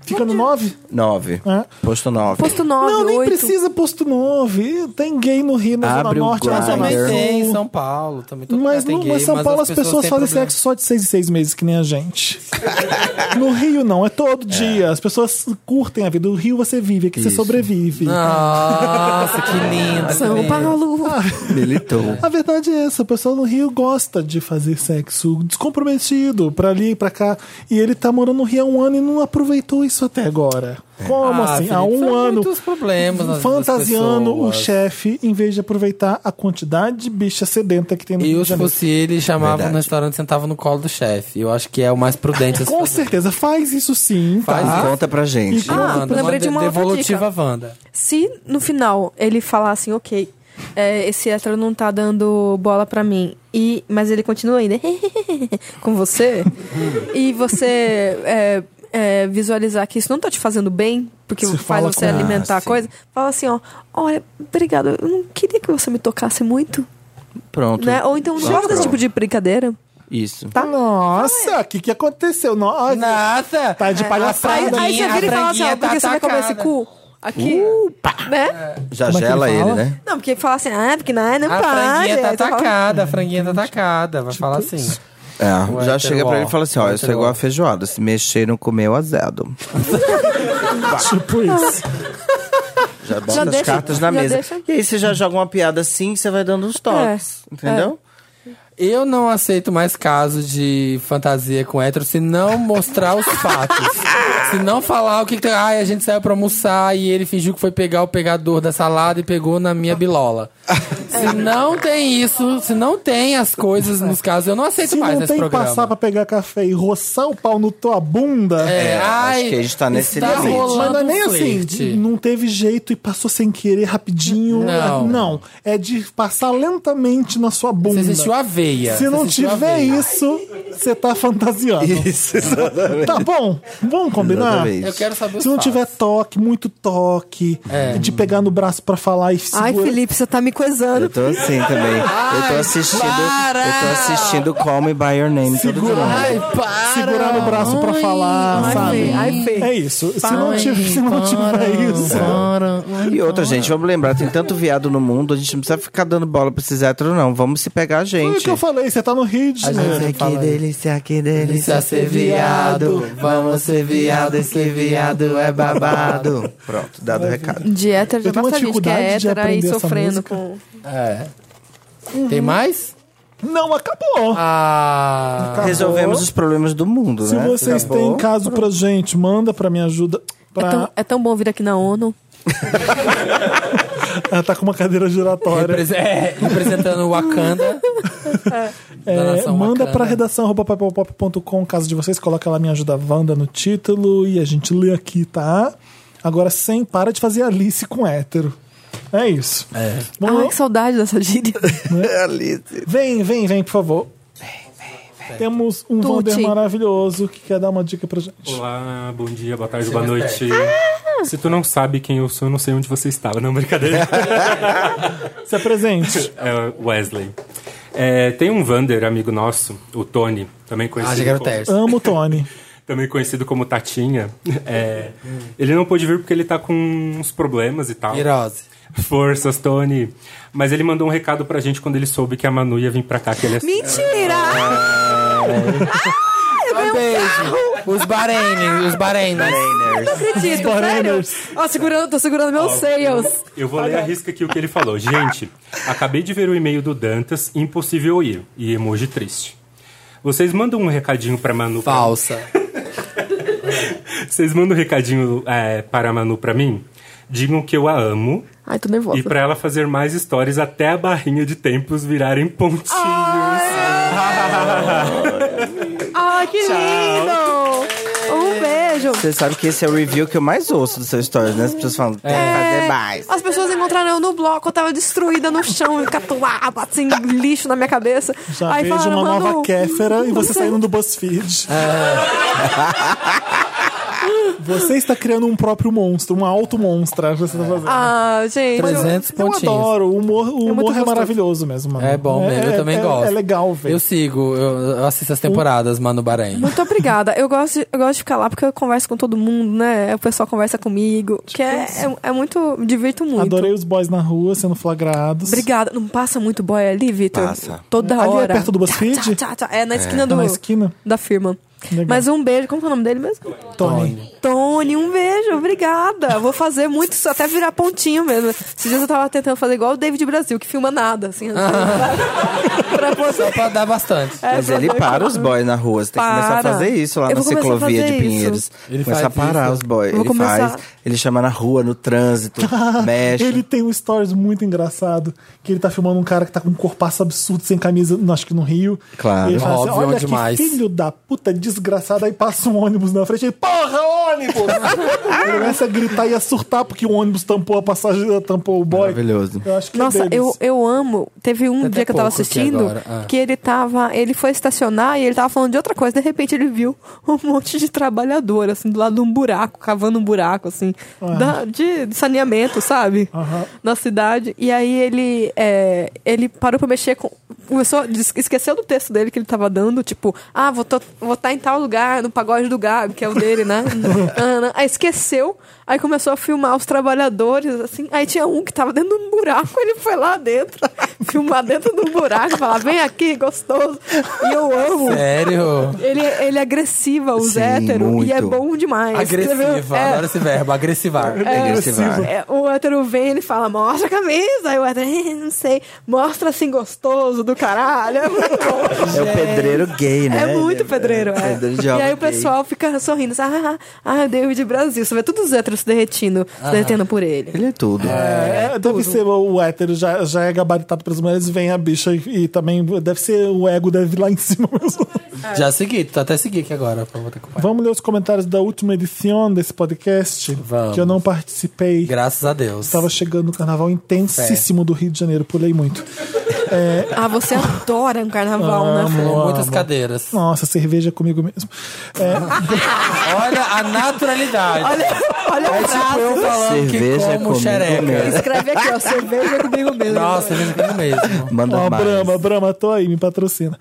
[SPEAKER 1] Fica no 9?
[SPEAKER 4] 9.
[SPEAKER 1] É.
[SPEAKER 4] Posto 9.
[SPEAKER 3] Posto 9,
[SPEAKER 1] Não, nem
[SPEAKER 3] 8.
[SPEAKER 1] precisa posto 9. Tem gay no Rio, na Zona
[SPEAKER 4] Abre o
[SPEAKER 1] Norte, na
[SPEAKER 4] grinder.
[SPEAKER 1] Zona
[SPEAKER 2] Também
[SPEAKER 4] Mas
[SPEAKER 2] tem em
[SPEAKER 1] Sul.
[SPEAKER 2] São Paulo. Também todo
[SPEAKER 1] Mas,
[SPEAKER 2] lugar tem
[SPEAKER 1] no,
[SPEAKER 2] gay,
[SPEAKER 1] mas São Paulo as pessoas,
[SPEAKER 2] têm
[SPEAKER 1] fazem
[SPEAKER 2] problema.
[SPEAKER 1] sexo só de 6 em 6 meses, que nem a gente. no Rio, não, é todo dia. As pessoas curtem a vida. No Rio você vive, aqui você
[SPEAKER 4] Isso.
[SPEAKER 1] sobrevive.
[SPEAKER 2] Nossa, que lindo.
[SPEAKER 3] São
[SPEAKER 2] querido.
[SPEAKER 3] Paulo.
[SPEAKER 2] Ah,
[SPEAKER 4] Militou.
[SPEAKER 1] A verdade é essa, o pessoal no Rio gosta de fazer sexo descomprometido, pra ali e pra cá. E ele tá morando no Rio há um ano e não aproveitou isso até agora. Como
[SPEAKER 2] Ah,
[SPEAKER 1] assim?
[SPEAKER 2] Felipe,
[SPEAKER 1] há um
[SPEAKER 2] são
[SPEAKER 1] ano.
[SPEAKER 2] muitos problemas nas- nas
[SPEAKER 1] fantasiando o
[SPEAKER 2] pessoas.
[SPEAKER 1] chefe em vez de aproveitar a quantidade de bicha sedenta que tem no
[SPEAKER 2] E
[SPEAKER 1] Rio de
[SPEAKER 2] os
[SPEAKER 1] é Janeiro.
[SPEAKER 2] fosse ele, chamava
[SPEAKER 4] Verdade.
[SPEAKER 2] no restaurante, sentava no colo do chefe. Eu acho que é o mais prudente. a se
[SPEAKER 1] Com
[SPEAKER 2] fazer.
[SPEAKER 1] certeza, faz isso sim, tá?
[SPEAKER 2] Faz isso.
[SPEAKER 4] Conta pra gente.
[SPEAKER 1] E-
[SPEAKER 3] Ah,
[SPEAKER 2] Wanda,
[SPEAKER 3] lembrei de uma outra
[SPEAKER 2] devolutiva Wanda.
[SPEAKER 3] Se no final ele falar assim, ok, é, esse hétero não tá dando bola pra mim, e, mas ele continua ainda com você, e você é, é, visualizar que isso não tá te fazendo bem, porque
[SPEAKER 1] Você
[SPEAKER 3] faz
[SPEAKER 1] fala
[SPEAKER 3] você
[SPEAKER 1] com-
[SPEAKER 3] alimentar
[SPEAKER 4] Ah,
[SPEAKER 3] a
[SPEAKER 4] sim.
[SPEAKER 3] coisa, fala assim, ó, olha, obrigado, eu não queria que você me tocasse muito,
[SPEAKER 4] Pronto.
[SPEAKER 3] né? Ou então não gosta desse tipo de brincadeira. tá?"
[SPEAKER 4] Isso.
[SPEAKER 1] Nossa, o que, que aconteceu? Nossa,
[SPEAKER 2] Nossa!
[SPEAKER 1] tá de
[SPEAKER 3] Aí,
[SPEAKER 1] palhaçada. né?
[SPEAKER 2] A
[SPEAKER 3] É, aí você
[SPEAKER 2] franguinha-
[SPEAKER 3] vira e fala assim,
[SPEAKER 2] a
[SPEAKER 3] ó, porque
[SPEAKER 2] franguinha
[SPEAKER 3] você vai
[SPEAKER 2] tá
[SPEAKER 3] comer esse
[SPEAKER 2] atacada.
[SPEAKER 3] cu? Aqui, né?
[SPEAKER 4] Já
[SPEAKER 1] Como é que
[SPEAKER 4] gela
[SPEAKER 1] ele
[SPEAKER 4] ele,
[SPEAKER 1] fala?
[SPEAKER 4] né?
[SPEAKER 3] Não, porque fala assim, ah, porque não, não
[SPEAKER 2] A
[SPEAKER 3] para.
[SPEAKER 2] franguinha tá
[SPEAKER 1] é,
[SPEAKER 3] Aí você fala,
[SPEAKER 2] atacada, a franguinha tá atacada.
[SPEAKER 1] Tipo
[SPEAKER 2] Vai falar assim.
[SPEAKER 4] É.
[SPEAKER 2] O
[SPEAKER 4] já
[SPEAKER 2] hétero
[SPEAKER 4] chega pra ele
[SPEAKER 2] ó.
[SPEAKER 4] e fala assim: ó, eu
[SPEAKER 2] O
[SPEAKER 4] sou
[SPEAKER 2] hétero
[SPEAKER 4] igual
[SPEAKER 2] ó.
[SPEAKER 4] a feijoada. Se mexer, não comeu azedo.
[SPEAKER 1] Tipo isso.
[SPEAKER 4] Já bota as
[SPEAKER 3] deixa-
[SPEAKER 4] cartas na
[SPEAKER 3] já
[SPEAKER 4] mesa.
[SPEAKER 3] deixa-
[SPEAKER 4] E aí você já joga uma piada assim e você vai dando uns toques. Entendeu?
[SPEAKER 2] Eu não aceito mais caso de fantasia com hétero se não mostrar os fatos. se não falar o que, que tem. Ai, a gente saiu pra almoçar e ele fingiu que foi pegar o pegador da salada e pegou na minha bilola. se não tem isso, se não tem as coisas nos casos, eu não aceito
[SPEAKER 1] Se
[SPEAKER 2] mais
[SPEAKER 1] não
[SPEAKER 2] nesse
[SPEAKER 1] tem que
[SPEAKER 2] programa.
[SPEAKER 1] passar pra pegar café e roçar o pau no tua bunda.
[SPEAKER 2] É, ai,
[SPEAKER 4] acho que a gente tá nesse
[SPEAKER 2] está
[SPEAKER 4] limite.
[SPEAKER 1] Mas
[SPEAKER 2] rolando
[SPEAKER 1] não é
[SPEAKER 2] um
[SPEAKER 1] nem
[SPEAKER 2] flerte.
[SPEAKER 1] assim, não teve jeito e passou sem querer rapidinho.
[SPEAKER 2] Não.
[SPEAKER 1] Não, é de passar lentamente na sua
[SPEAKER 2] Você
[SPEAKER 1] bunda.
[SPEAKER 2] assistiu a veia.
[SPEAKER 1] Hum. Se não tiver isso, você tá fantasiando.
[SPEAKER 4] Isso, exatamente.
[SPEAKER 1] Tá bom, vamos combinar?
[SPEAKER 4] Exatamente.
[SPEAKER 2] Eu quero saber os
[SPEAKER 1] Se não
[SPEAKER 2] fatos. É.
[SPEAKER 1] tiver toque, muito toque, de pegar no braço pra falar e
[SPEAKER 3] Ai,
[SPEAKER 1] segura-
[SPEAKER 3] Felipe, você tá me coisando.
[SPEAKER 4] Eu tô assim também. eu tô assistindo.
[SPEAKER 2] para!
[SPEAKER 4] Eu tô assistindo Call Me By Your Name todo dia.
[SPEAKER 2] Ai, para!
[SPEAKER 1] segurar no braço pra falar,
[SPEAKER 3] ai,
[SPEAKER 1] sabe?
[SPEAKER 3] Fê, ai, Fê.
[SPEAKER 1] É isso. Se não
[SPEAKER 2] Ai,
[SPEAKER 1] tiver, se não
[SPEAKER 2] para,
[SPEAKER 1] tiver isso.
[SPEAKER 2] para.
[SPEAKER 4] E outra, gente, vamos lembrar, tem tanto viado no mundo, a gente não precisa ficar dando bola pra esses héteros, não. Vamos se pegar a
[SPEAKER 2] é
[SPEAKER 1] Foi o
[SPEAKER 4] gente.
[SPEAKER 1] que eu falei, você tá no Rio de Janeiro.
[SPEAKER 2] gente- fala aí.
[SPEAKER 4] delícia, que
[SPEAKER 2] Delícia ser viado, vamos ser viado, esse viado é babado.
[SPEAKER 4] Pronto, dado o recado.
[SPEAKER 3] De hétero já
[SPEAKER 1] Eu tenho uma
[SPEAKER 3] basta a gente que
[SPEAKER 1] dificuldade
[SPEAKER 3] é
[SPEAKER 1] de
[SPEAKER 3] hétera e
[SPEAKER 1] aprender essa
[SPEAKER 3] sofrendo
[SPEAKER 1] música.
[SPEAKER 3] com.
[SPEAKER 2] É. Tem mais?
[SPEAKER 1] Não, acabou.
[SPEAKER 2] Ah.
[SPEAKER 4] Resolvemos os problemas do mundo,
[SPEAKER 1] Se
[SPEAKER 4] né?
[SPEAKER 1] vocês
[SPEAKER 4] Acabou.
[SPEAKER 1] têm caso pra gente, manda pra me ajuda.
[SPEAKER 3] É, tão,
[SPEAKER 1] Pra...
[SPEAKER 3] é tão bom vir aqui na ONU.
[SPEAKER 1] Ela tá com uma cadeira giratória.
[SPEAKER 2] Represe- é, representando o Wakanda.
[SPEAKER 1] É,
[SPEAKER 2] da nação
[SPEAKER 1] manda
[SPEAKER 2] Wakanda.
[SPEAKER 1] pra redação arroba papelpop.com, caso de vocês, coloca lá Me Ajuda Wanda no título e a gente lê aqui, tá? Agora sem para de fazer Alice com hétero. É isso. Vamos-
[SPEAKER 3] Ai, que saudade dessa gíria.
[SPEAKER 1] Vem, vem, vem, por favor. Temos um
[SPEAKER 3] Tuti.
[SPEAKER 1] Wander maravilhoso que quer dar uma dica pra gente.
[SPEAKER 8] Olá, bom dia, boa tarde, boa noite. Ah! Se tu não sabe quem eu sou, eu não sei onde você estava. Não, brincadeira.
[SPEAKER 1] Se apresente.
[SPEAKER 8] É Wesley. É, tem um Vander, amigo nosso, o Tony, também
[SPEAKER 2] Ah,
[SPEAKER 8] conhecido,
[SPEAKER 2] já quero
[SPEAKER 8] como,
[SPEAKER 2] teste.
[SPEAKER 1] Amo o Tony.
[SPEAKER 8] também conhecido como Tatinha. É, ele não pôde vir porque ele tá com uns problemas e tal.
[SPEAKER 2] Virose.
[SPEAKER 8] Forças, Tony. Mas ele mandou um recado pra gente quando ele soube que a Manu ia vir pra cá, que ele é
[SPEAKER 3] Mentira!
[SPEAKER 2] Um beijo. Os Bahrein, os Bahrein. né?
[SPEAKER 3] Não acredito, sério. Ó, segurando, tô segurando meus seios.
[SPEAKER 8] Eu vou ler a risca aqui o que ele falou. Gente, acabei de ver o e-mail do Dantas, impossível ir. E emoji triste. Vocês mandam um recadinho pra Manu. pra-
[SPEAKER 2] Falsa.
[SPEAKER 8] Vocês mandam um recadinho é, para a Manu pra mim? Digam que eu a amo
[SPEAKER 3] Ai, tô nervosa.
[SPEAKER 8] e pra ela fazer mais stories até a barrinha de tempos virarem pontinhos.
[SPEAKER 3] Ai, Ah, que lindo! Um beijo.
[SPEAKER 4] Você sabe que esse é o review que eu mais ouço do seu stories, né? As pessoas falam, tem que
[SPEAKER 3] É.
[SPEAKER 4] fazer mais.
[SPEAKER 3] As pessoas encontraram eu no bloco, eu tava destruída no chão, em catuaba, assim, lixo na minha cabeça.
[SPEAKER 1] Já vejo
[SPEAKER 3] falaram,
[SPEAKER 1] uma
[SPEAKER 3] "Manu,
[SPEAKER 1] nova Kéfera e você
[SPEAKER 3] você- É.
[SPEAKER 1] saindo do BuzzFeed. Você está criando um próprio monstro, um alto monstro. é o que Você tá fazendo.
[SPEAKER 3] Ah, gente.
[SPEAKER 1] Mas eu-
[SPEAKER 2] 300
[SPEAKER 1] eu,
[SPEAKER 2] pontinhos.
[SPEAKER 1] adoro, o humor, o
[SPEAKER 3] muito
[SPEAKER 1] humor é,
[SPEAKER 3] gostoso.
[SPEAKER 1] maravilhoso mesmo, mano.
[SPEAKER 2] É bom mesmo, eu também
[SPEAKER 1] é-
[SPEAKER 2] gosto.
[SPEAKER 1] É legal, velho.
[SPEAKER 2] Eu sigo, eu eu assisto as temporadas, mano, Bahrein.
[SPEAKER 3] Muito obrigada. Eu gosto, de, eu gosto de ficar lá porque eu converso com todo mundo, né? O pessoal conversa comigo. Que é, é, é muito. Me divirto muito.
[SPEAKER 1] Adorei os boys na rua sendo flagrados.
[SPEAKER 3] Obrigada. Não passa muito boy ali, Vitor?
[SPEAKER 4] Passa.
[SPEAKER 3] Toda
[SPEAKER 1] Ali é
[SPEAKER 3] hora.
[SPEAKER 1] perto do BuzzFeed?
[SPEAKER 3] Tchá, tchá, tchá. É na esquina do.
[SPEAKER 1] Tá Na esquina.
[SPEAKER 3] Da firma.
[SPEAKER 1] Legal.
[SPEAKER 3] Mas um beijo. Como que é o nome dele mesmo?
[SPEAKER 1] Tony.
[SPEAKER 3] Tony, um beijo, obrigada. Vou fazer muito, isso até virar pontinho mesmo. Esses dias eu tava tentando fazer igual o David Brasil, que filma nada, assim. pra
[SPEAKER 2] Só
[SPEAKER 3] poder.
[SPEAKER 2] pra dar bastante.
[SPEAKER 3] É,
[SPEAKER 4] Mas
[SPEAKER 3] pra
[SPEAKER 4] ele
[SPEAKER 3] poder-
[SPEAKER 4] para os boys na rua. Você tem que começar a
[SPEAKER 3] Para.
[SPEAKER 4] fazer isso lá
[SPEAKER 3] Eu
[SPEAKER 4] na
[SPEAKER 3] vou começar a
[SPEAKER 4] ciclovia de
[SPEAKER 3] fazer isso.
[SPEAKER 4] Pinheiros.
[SPEAKER 2] Ele
[SPEAKER 4] começa a
[SPEAKER 2] faz
[SPEAKER 4] parar
[SPEAKER 2] isso.
[SPEAKER 4] os boys.
[SPEAKER 3] Vou
[SPEAKER 4] Ele
[SPEAKER 3] começar-
[SPEAKER 4] faz, ele chama na rua, no trânsito, mexe.
[SPEAKER 1] Ele tem um stories muito engraçado que ele tá filmando um cara que tá com um corpaço absurdo sem camisa, no- acho que no Rio.
[SPEAKER 4] Claro.
[SPEAKER 1] E ele fala assim,
[SPEAKER 2] Óbvio,
[SPEAKER 1] olha
[SPEAKER 2] é demais."
[SPEAKER 1] que filho da puta desgraçado. Aí passa um ônibus na frente e ele, porra, ônibus! ele começa a gritar e a surtar porque o ônibus tampou a passagem, tampou o boy.
[SPEAKER 4] Maravilhoso.
[SPEAKER 1] Eu acho que é
[SPEAKER 3] Nossa,
[SPEAKER 1] deles.
[SPEAKER 3] eu, eu amo. Teve um
[SPEAKER 2] Tem até
[SPEAKER 3] dia que eu tava
[SPEAKER 2] pouco aqui
[SPEAKER 3] assistindo
[SPEAKER 2] agora, ah.
[SPEAKER 3] que ele tava. Ele foi estacionar e ele tava falando de outra coisa. De repente ele viu um monte de trabalhador, assim, do lado de um buraco, cavando um buraco, assim, da- de saneamento, sabe?
[SPEAKER 1] Aham.
[SPEAKER 3] Na cidade. E aí ele, é, ele parou pra mexer com. Começou, des- esqueceu do texto dele que ele tava dando, tipo, ah, vou estar em tal lugar, no pagode do Gabi, que é o dele, né? Ana. aí esqueceu, aí começou a filmar os trabalhadores, assim, aí tinha um que tava dentro de um buraco, ele foi lá dentro, filmar dentro do buraco, falar, vem aqui, gostoso. E eu
[SPEAKER 1] É.
[SPEAKER 3] amo.
[SPEAKER 2] Sério?
[SPEAKER 3] Ele, ele é agressiva, os
[SPEAKER 4] Sim,
[SPEAKER 3] héteros, e é
[SPEAKER 4] muito.
[SPEAKER 3] bom demais. Entendeu?
[SPEAKER 2] Agressiva,
[SPEAKER 3] É.
[SPEAKER 2] adoro esse verbo,
[SPEAKER 4] É
[SPEAKER 2] agressivar.
[SPEAKER 4] Agressiva.
[SPEAKER 3] É, o hétero vem, ele fala, mostra a camisa. Aí o hétero, "Eh, não sei, mostra assim gostoso do caralho. É muito bom.
[SPEAKER 4] É o pedreiro gay, né?
[SPEAKER 3] É muito
[SPEAKER 4] Ele
[SPEAKER 3] pedreiro, é.
[SPEAKER 4] pedreiro de
[SPEAKER 3] E
[SPEAKER 4] obra
[SPEAKER 3] aí o
[SPEAKER 4] gay.
[SPEAKER 3] pessoal fica sorrindo. assim, Ah, ah, ah, David Brasil. Você vê todos os héteros se derretindo, se derretendo por ele.
[SPEAKER 4] Ele é tudo.
[SPEAKER 1] É, deve ser o hétero, já, já é gabaritado pelas mulheres, vem a bicha e, e também deve ser o ego deve ir lá em cima mesmo.
[SPEAKER 2] Já segui, tô até seguindo aqui agora. pra botar com o pai.
[SPEAKER 1] Vamos ler os comentários da última edição desse podcast,
[SPEAKER 2] Vamos.
[SPEAKER 1] que eu não participei.
[SPEAKER 2] Graças a Deus.
[SPEAKER 1] Estava chegando o carnaval intensíssimo do Rio de Janeiro, pulei muito.
[SPEAKER 3] Ah, você adora um carnaval, né?
[SPEAKER 1] Amo.
[SPEAKER 3] Fran?
[SPEAKER 2] Com muitas
[SPEAKER 1] Amo.
[SPEAKER 2] cadeiras.
[SPEAKER 1] Nossa, cerveja é comigo mesmo. É,
[SPEAKER 2] Olha a naturalidade.
[SPEAKER 3] Olha, olha
[SPEAKER 2] é
[SPEAKER 3] o
[SPEAKER 2] tipo eu
[SPEAKER 3] prazo.
[SPEAKER 2] falando
[SPEAKER 4] Cerveja
[SPEAKER 2] que como
[SPEAKER 4] comigo
[SPEAKER 2] xereca.
[SPEAKER 4] mesmo.
[SPEAKER 3] Escreve aqui, ó, cerveja comigo mesmo.
[SPEAKER 2] Nossa, é comigo mesmo.
[SPEAKER 4] Manda
[SPEAKER 1] Ó,
[SPEAKER 4] mais.
[SPEAKER 1] Brama, Brama, tô aí, me patrocina.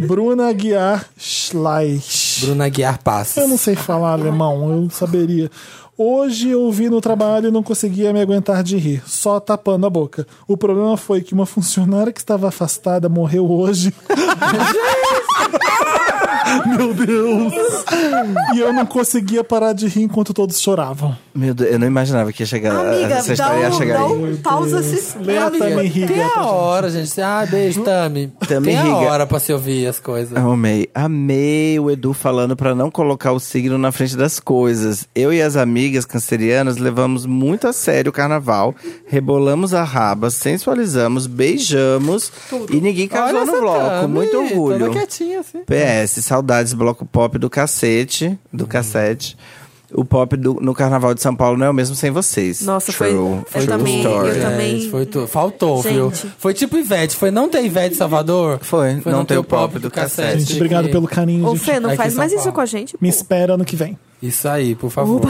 [SPEAKER 1] Bruna Aguiar Schleich.
[SPEAKER 2] Bruna Guiar Passos.
[SPEAKER 1] Eu não sei falar alemão, eu saberia. Hoje eu vi no trabalho e não conseguia me aguentar de rir, só tapando a boca. O problema foi que uma funcionária que estava afastada morreu hoje. Meu Deus! E eu não conseguia parar de rir enquanto todos choravam.
[SPEAKER 4] Meu Deus, eu não imaginava que ia chegar.
[SPEAKER 3] Amiga,
[SPEAKER 4] Ah, essa
[SPEAKER 3] dá
[SPEAKER 4] história ia
[SPEAKER 3] um,
[SPEAKER 4] chegar
[SPEAKER 3] dá
[SPEAKER 4] aí.
[SPEAKER 3] um pausa se
[SPEAKER 1] Lê a
[SPEAKER 2] Amiga,
[SPEAKER 1] Tami Riga.
[SPEAKER 2] Tem a
[SPEAKER 1] pra gente.
[SPEAKER 2] hora, gente. Ah, beijo, Tami.
[SPEAKER 4] Tami
[SPEAKER 2] Tem a
[SPEAKER 4] Riga.
[SPEAKER 2] hora pra se ouvir as coisas.
[SPEAKER 4] Amei, amei o Edu falando pra não colocar o signo na frente das coisas. Eu e as amigas cancerianas levamos muito a sério o carnaval, rebolamos a raba, sensualizamos, beijamos e ninguém casou
[SPEAKER 2] Olha
[SPEAKER 4] no
[SPEAKER 2] essa
[SPEAKER 4] bloco.
[SPEAKER 2] Tami,
[SPEAKER 4] muito orgulho.
[SPEAKER 3] é
[SPEAKER 2] Toda quietinha, assim.
[SPEAKER 4] PS, É, saudades bloco pop do cacete, do cassete. O pop do- no Carnaval de São Paulo não é o mesmo sem vocês.
[SPEAKER 3] Nossa,
[SPEAKER 4] True,
[SPEAKER 3] foi- eu
[SPEAKER 4] true
[SPEAKER 3] também-
[SPEAKER 4] story.
[SPEAKER 3] eu também-
[SPEAKER 2] Gente, foi tu- Faltou,
[SPEAKER 3] Gente.
[SPEAKER 2] viu? Foi tipo Ivete. Foi não ter Ivete em Salvador?
[SPEAKER 4] Foi, não ter
[SPEAKER 2] ter
[SPEAKER 4] o pop do cassete.
[SPEAKER 1] Gente, obrigado
[SPEAKER 2] que-
[SPEAKER 1] pelo carinho.
[SPEAKER 3] Ô,
[SPEAKER 1] gente.
[SPEAKER 3] Fê, não
[SPEAKER 2] Aqui em
[SPEAKER 3] faz
[SPEAKER 2] São
[SPEAKER 3] mais isso
[SPEAKER 2] Paulo.
[SPEAKER 3] com a gente.
[SPEAKER 1] Me
[SPEAKER 3] pô.
[SPEAKER 1] espera ano que vem.
[SPEAKER 2] Isso aí, por favor.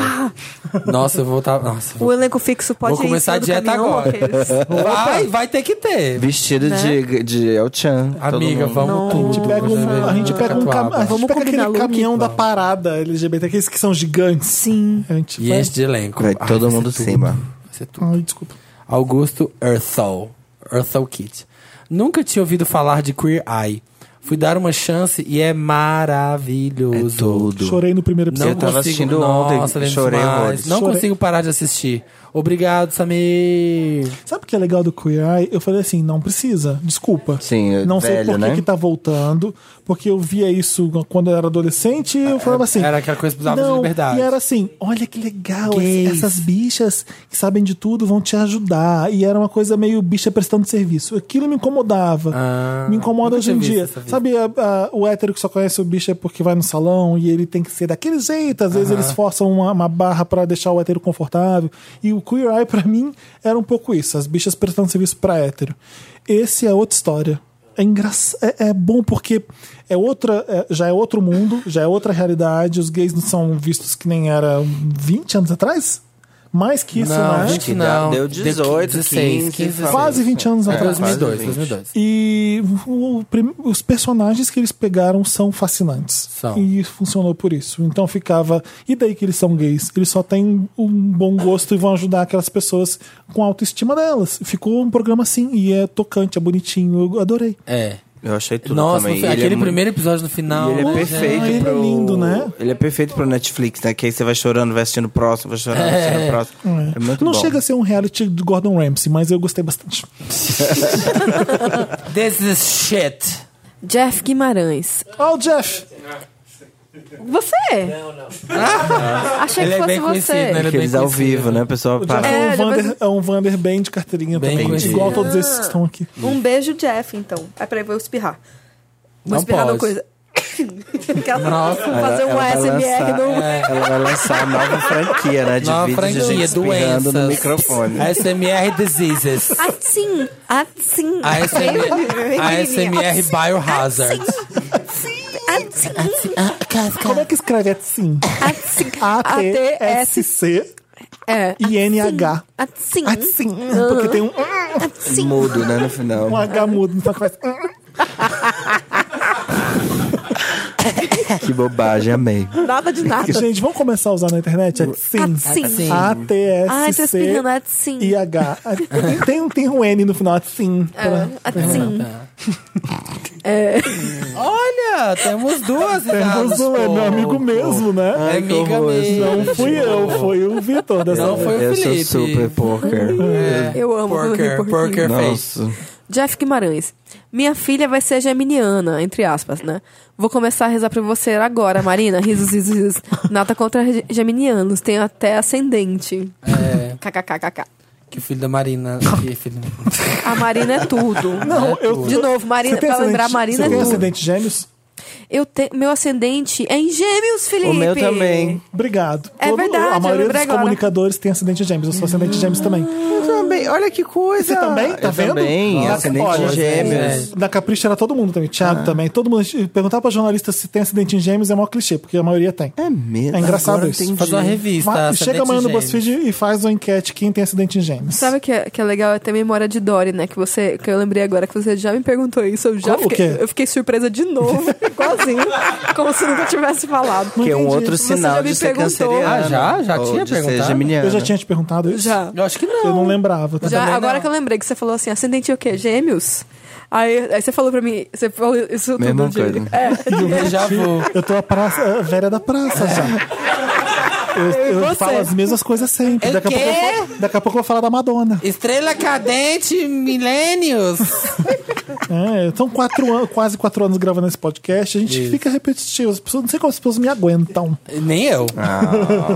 [SPEAKER 2] Nossa, eu vou estar... Nossa,
[SPEAKER 3] O
[SPEAKER 2] vou...
[SPEAKER 3] elenco fixo pode
[SPEAKER 2] Vou começar
[SPEAKER 3] ir em cima
[SPEAKER 2] a
[SPEAKER 3] do
[SPEAKER 2] dieta
[SPEAKER 3] caminhão,
[SPEAKER 2] agora.
[SPEAKER 3] aqueles.
[SPEAKER 2] Vai, vai ter que ter.
[SPEAKER 4] Vestido
[SPEAKER 3] Né?
[SPEAKER 4] de, de El Chan. todo
[SPEAKER 2] Amiga,
[SPEAKER 4] mundo.
[SPEAKER 2] vamos
[SPEAKER 1] A
[SPEAKER 2] tudo.
[SPEAKER 1] gente pega um, a gente pega um cam- a gente
[SPEAKER 2] Vamos
[SPEAKER 1] pega aquele
[SPEAKER 3] combinar look? então.
[SPEAKER 1] caminhão da parada LGBT, aqueles que são gigantes.
[SPEAKER 3] Sim.
[SPEAKER 1] A gente
[SPEAKER 2] E
[SPEAKER 1] vai-
[SPEAKER 2] enche de elenco.
[SPEAKER 4] Vai
[SPEAKER 2] Ai,
[SPEAKER 4] todo
[SPEAKER 2] ser
[SPEAKER 4] mundo
[SPEAKER 2] tudo.
[SPEAKER 4] cima.
[SPEAKER 2] Vai ser tudo.
[SPEAKER 1] Ai, desculpa.
[SPEAKER 2] Augusto Earthal. Earthal Kit. Nunca tinha ouvido falar de Queer Eye. Fui dar uma chance e é maravilhoso.
[SPEAKER 4] É tudo.
[SPEAKER 1] Chorei no primeiro
[SPEAKER 2] Não
[SPEAKER 1] episódio.
[SPEAKER 4] Eu tava
[SPEAKER 2] consigo,
[SPEAKER 4] assistindo ontem,
[SPEAKER 2] nossa, lembro
[SPEAKER 4] chorei
[SPEAKER 2] demais.
[SPEAKER 4] horrores.
[SPEAKER 2] Não
[SPEAKER 1] Chorei.
[SPEAKER 2] consigo parar de assistir. Obrigado, Samir.
[SPEAKER 1] Sabe o que é legal do Queer Eye? Eu falei assim, não precisa, desculpa.
[SPEAKER 4] Sim, é
[SPEAKER 1] Não sei
[SPEAKER 4] velho,
[SPEAKER 1] por que
[SPEAKER 4] né?
[SPEAKER 1] que tá voltando, porque eu via isso quando eu era adolescente e eu falava assim...
[SPEAKER 2] era aquela coisa que precisava de
[SPEAKER 1] não,
[SPEAKER 2] liberdade.
[SPEAKER 1] E era assim, olha que legal,
[SPEAKER 2] Gays.
[SPEAKER 1] ess- essas bichas que sabem de tudo vão te ajudar. E era uma coisa meio bicha prestando serviço. Aquilo me incomodava.
[SPEAKER 2] Ah,
[SPEAKER 1] me incomoda
[SPEAKER 2] nunca
[SPEAKER 1] hoje em
[SPEAKER 2] tinha
[SPEAKER 1] dia.
[SPEAKER 2] visto essa
[SPEAKER 1] Sabe a- a- o hétero que só conhece o bicho é porque vai no salão e ele tem que ser daquele jeito. Às vezes eles forçam uma, uma barra pra deixar o hétero confortável. E o Queer Eye, pra mim, era um pouco isso. As bichas prestando serviço pra hétero. Esse é outra história. É, engraç... é, é bom porque é outra, é- já é outro mundo, já é outra realidade. Os gays não são vistos que nem era 20 anos atrás? Mais que isso,
[SPEAKER 2] Não,
[SPEAKER 1] né?
[SPEAKER 2] gente,
[SPEAKER 4] Que dá-
[SPEAKER 2] Não,
[SPEAKER 4] deu
[SPEAKER 2] de-
[SPEAKER 4] 18,
[SPEAKER 2] 16,
[SPEAKER 4] 15,
[SPEAKER 2] 15,
[SPEAKER 1] Quase 20 anos
[SPEAKER 4] É,
[SPEAKER 1] atrás.
[SPEAKER 2] 2002,
[SPEAKER 4] quase
[SPEAKER 2] 2002.
[SPEAKER 1] E o prim- os personagens que eles pegaram são fascinantes.
[SPEAKER 2] São.
[SPEAKER 1] E funcionou por isso. Então ficava. E daí que eles são gays? Eles só têm um bom gosto e vão ajudar aquelas pessoas com a autoestima delas. Ficou um programa assim. E é tocante, é bonitinho. Eu adorei.
[SPEAKER 2] É.
[SPEAKER 4] Eu achei tudo
[SPEAKER 2] Nossa, no
[SPEAKER 4] também.
[SPEAKER 2] fi-
[SPEAKER 4] Ele é
[SPEAKER 2] aquele
[SPEAKER 4] mu-
[SPEAKER 2] primeiro episódio no final.
[SPEAKER 4] E ele é
[SPEAKER 2] gente.
[SPEAKER 4] perfeito
[SPEAKER 1] Ah, ele é
[SPEAKER 4] pro...
[SPEAKER 1] lindo, né?
[SPEAKER 4] Ele é perfeito pro Netflix, né? Que aí você vai chorando, vai assistindo o próximo, vai chorando, vai assistindo o próximo. É, muito
[SPEAKER 1] Não
[SPEAKER 4] bom.
[SPEAKER 1] chega a ser um reality do Gordon Ramsay, mas eu gostei bastante.
[SPEAKER 2] This is shit.
[SPEAKER 3] Jeff Guimarães.
[SPEAKER 1] Ó, o Jeff!
[SPEAKER 3] Você? Não, não. Achei
[SPEAKER 2] Ele
[SPEAKER 3] que
[SPEAKER 2] é
[SPEAKER 3] fosse
[SPEAKER 2] bem conhecido,
[SPEAKER 3] você.
[SPEAKER 2] né? Ele é
[SPEAKER 4] Aqueles
[SPEAKER 2] bem
[SPEAKER 4] ao
[SPEAKER 2] conhecido,
[SPEAKER 4] vivo, né? O pessoal
[SPEAKER 1] O Jeff
[SPEAKER 4] para.
[SPEAKER 1] é, um
[SPEAKER 3] É,
[SPEAKER 1] Vander,
[SPEAKER 3] depois-
[SPEAKER 1] é um Vander bem de carteirinha
[SPEAKER 2] Bem
[SPEAKER 1] também.
[SPEAKER 2] conhecido.
[SPEAKER 1] Igual todos esses que estão aqui.
[SPEAKER 7] Um beijo, Jeff, então. É pra eu vou espirrar. Vou
[SPEAKER 2] Não
[SPEAKER 7] espirrar
[SPEAKER 2] pode.
[SPEAKER 7] uma coisa. Aquela-
[SPEAKER 2] Nossa.
[SPEAKER 7] fazer um ASMR
[SPEAKER 4] lançar,
[SPEAKER 7] do.
[SPEAKER 4] Ela vai lançar a nova franquia, né? De
[SPEAKER 2] Nova
[SPEAKER 4] vídeo de gente
[SPEAKER 2] franquia,
[SPEAKER 4] espirrando
[SPEAKER 2] doenças.
[SPEAKER 4] no microfone.
[SPEAKER 2] ASMR Diseases.
[SPEAKER 7] Assim, assim.
[SPEAKER 2] ASMR, ASMR Biohazard.
[SPEAKER 7] Assim,
[SPEAKER 1] Como é que escreve assim?
[SPEAKER 7] assim,
[SPEAKER 1] A-T-S-C-I-N-H.
[SPEAKER 3] É.
[SPEAKER 7] assim,
[SPEAKER 1] Assim. Porque tem um,
[SPEAKER 7] assim.
[SPEAKER 4] Mudo, né? No final.
[SPEAKER 1] um H mudo, então que faz.
[SPEAKER 4] Que bobagem, amei.
[SPEAKER 7] Nada de nada.
[SPEAKER 1] Gente, vamos começar a usar na internet? Assim.
[SPEAKER 7] Assim. Ai, tô espirrando. Assim.
[SPEAKER 1] A-T-S-C. E H. Tem, tem um N no final, assim. pra-
[SPEAKER 7] Assim.
[SPEAKER 2] Olha, temos duas idades,
[SPEAKER 1] Temos um, é
[SPEAKER 2] pô.
[SPEAKER 1] meu amigo mesmo, né?
[SPEAKER 2] É
[SPEAKER 4] Ai, que
[SPEAKER 2] amiga
[SPEAKER 4] horror,
[SPEAKER 2] mesmo.
[SPEAKER 1] Não fui eu, foi o Vitor dessa
[SPEAKER 2] Ah, Não
[SPEAKER 1] vez.
[SPEAKER 2] foi o
[SPEAKER 4] Eu
[SPEAKER 2] Felipe.
[SPEAKER 4] sou é super poker.
[SPEAKER 2] É.
[SPEAKER 3] Eu amo
[SPEAKER 2] Porker,
[SPEAKER 3] porquinho.
[SPEAKER 2] porker face.
[SPEAKER 4] Nossa.
[SPEAKER 3] Jeff Guimarães. Minha filha vai ser geminiana, entre aspas, né? Vou começar a rezar pra você agora, Marina. Risos, risos, risos. Nata contra ge- geminianos. Tem até ascendente.
[SPEAKER 2] É,
[SPEAKER 3] KKKKK.
[SPEAKER 2] que filho da Marina. Que filho...
[SPEAKER 3] A Marina é tudo.
[SPEAKER 1] Não, eu.
[SPEAKER 3] De novo, Marina,
[SPEAKER 1] Você tem
[SPEAKER 3] pra lembrar,
[SPEAKER 1] ascendente-
[SPEAKER 3] Marina
[SPEAKER 1] Você
[SPEAKER 3] é
[SPEAKER 1] tem
[SPEAKER 3] tudo.
[SPEAKER 1] ascendente gêmeos?
[SPEAKER 3] Eu te... Meu ascendente é em gêmeos, Felipe.
[SPEAKER 4] O meu também.
[SPEAKER 1] Obrigado.
[SPEAKER 3] É verdade,
[SPEAKER 1] a maioria
[SPEAKER 3] eu
[SPEAKER 1] dos
[SPEAKER 3] lembrei agora.
[SPEAKER 1] comunicadores tem ascendente gêmeos. Eu sou ascendente gêmeos também.
[SPEAKER 4] Eu também. Olha que coisa.
[SPEAKER 1] Você também? Tá
[SPEAKER 4] eu
[SPEAKER 1] vendo?
[SPEAKER 4] também.
[SPEAKER 1] Nossa,
[SPEAKER 4] Ascendente
[SPEAKER 1] olha, é
[SPEAKER 4] de gêmeos.
[SPEAKER 2] gente.
[SPEAKER 1] Na Capricha era todo mundo também. Thiago também. Todo mundo. Perguntar pra jornalista se tem acidente em gêmeos é maior clichê, porque a maioria tem.
[SPEAKER 4] É mesmo.
[SPEAKER 1] É engraçado
[SPEAKER 4] Agora
[SPEAKER 1] isso.
[SPEAKER 4] entendi.
[SPEAKER 2] Fazer uma revista.
[SPEAKER 1] Vai-
[SPEAKER 2] ascendente
[SPEAKER 1] Chega amanhã no
[SPEAKER 2] gêmeos.
[SPEAKER 1] BuzzFeed e faz uma enquete quem tem acidente em gêmeos.
[SPEAKER 3] Sabe o que é, que é legal? É ter memória de Dory, né? Que, você, que eu lembrei agora que você já me perguntou isso. Eu já
[SPEAKER 1] Qual- o
[SPEAKER 3] fiquei,
[SPEAKER 1] quê?
[SPEAKER 3] eu fiquei surpresa de novo, igualzinho. como se nunca tivesse falado.
[SPEAKER 4] Que é um outro
[SPEAKER 3] Você já
[SPEAKER 4] sinal
[SPEAKER 3] me
[SPEAKER 4] de ser
[SPEAKER 3] perguntou.
[SPEAKER 4] canceriano.
[SPEAKER 2] Ah, já? Já
[SPEAKER 4] Ou
[SPEAKER 2] tinha
[SPEAKER 4] de ser
[SPEAKER 2] perguntado?
[SPEAKER 4] geminiano.
[SPEAKER 1] Eu já tinha te perguntado isso?
[SPEAKER 3] Já.
[SPEAKER 2] Eu acho que não.
[SPEAKER 1] Eu não lembrava. tá?
[SPEAKER 3] já
[SPEAKER 2] também
[SPEAKER 3] agora
[SPEAKER 2] não.
[SPEAKER 3] que eu lembrei que você falou assim, ascendente é o quê? Gêmeos? Aí, aí você falou pra mim, você falou isso tudo.
[SPEAKER 4] Mesma
[SPEAKER 3] Júlio.
[SPEAKER 4] coisa.
[SPEAKER 3] É,
[SPEAKER 2] Eu já vou.
[SPEAKER 1] Eu tô a praça, a velha da praça já. Eu, eu
[SPEAKER 3] você?
[SPEAKER 1] falo as mesmas coisas sempre.
[SPEAKER 2] Eu
[SPEAKER 1] Daqui a, pouco eu
[SPEAKER 2] quê?
[SPEAKER 1] vou, daqui a pouco eu vou falar da Madonna.
[SPEAKER 2] Estrela cadente, milênios.
[SPEAKER 1] É, são quatro anos, quase quatro anos gravando esse podcast. A gente fica repetitivo. As pessoas, não sei como as pessoas me aguentam.
[SPEAKER 2] Nem eu.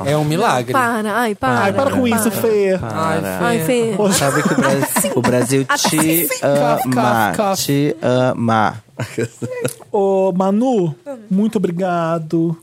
[SPEAKER 2] É um milagre.
[SPEAKER 3] para, ai, Ah, para.
[SPEAKER 1] Ai, para com isso, Fê.
[SPEAKER 2] Ai,
[SPEAKER 3] Ai,
[SPEAKER 2] Fê.
[SPEAKER 3] Fê.
[SPEAKER 4] Sabe que o Brasil, o Brasil te ama.
[SPEAKER 2] cough, cough.
[SPEAKER 4] Te ama.
[SPEAKER 1] Ô, Manu, muito obrigado.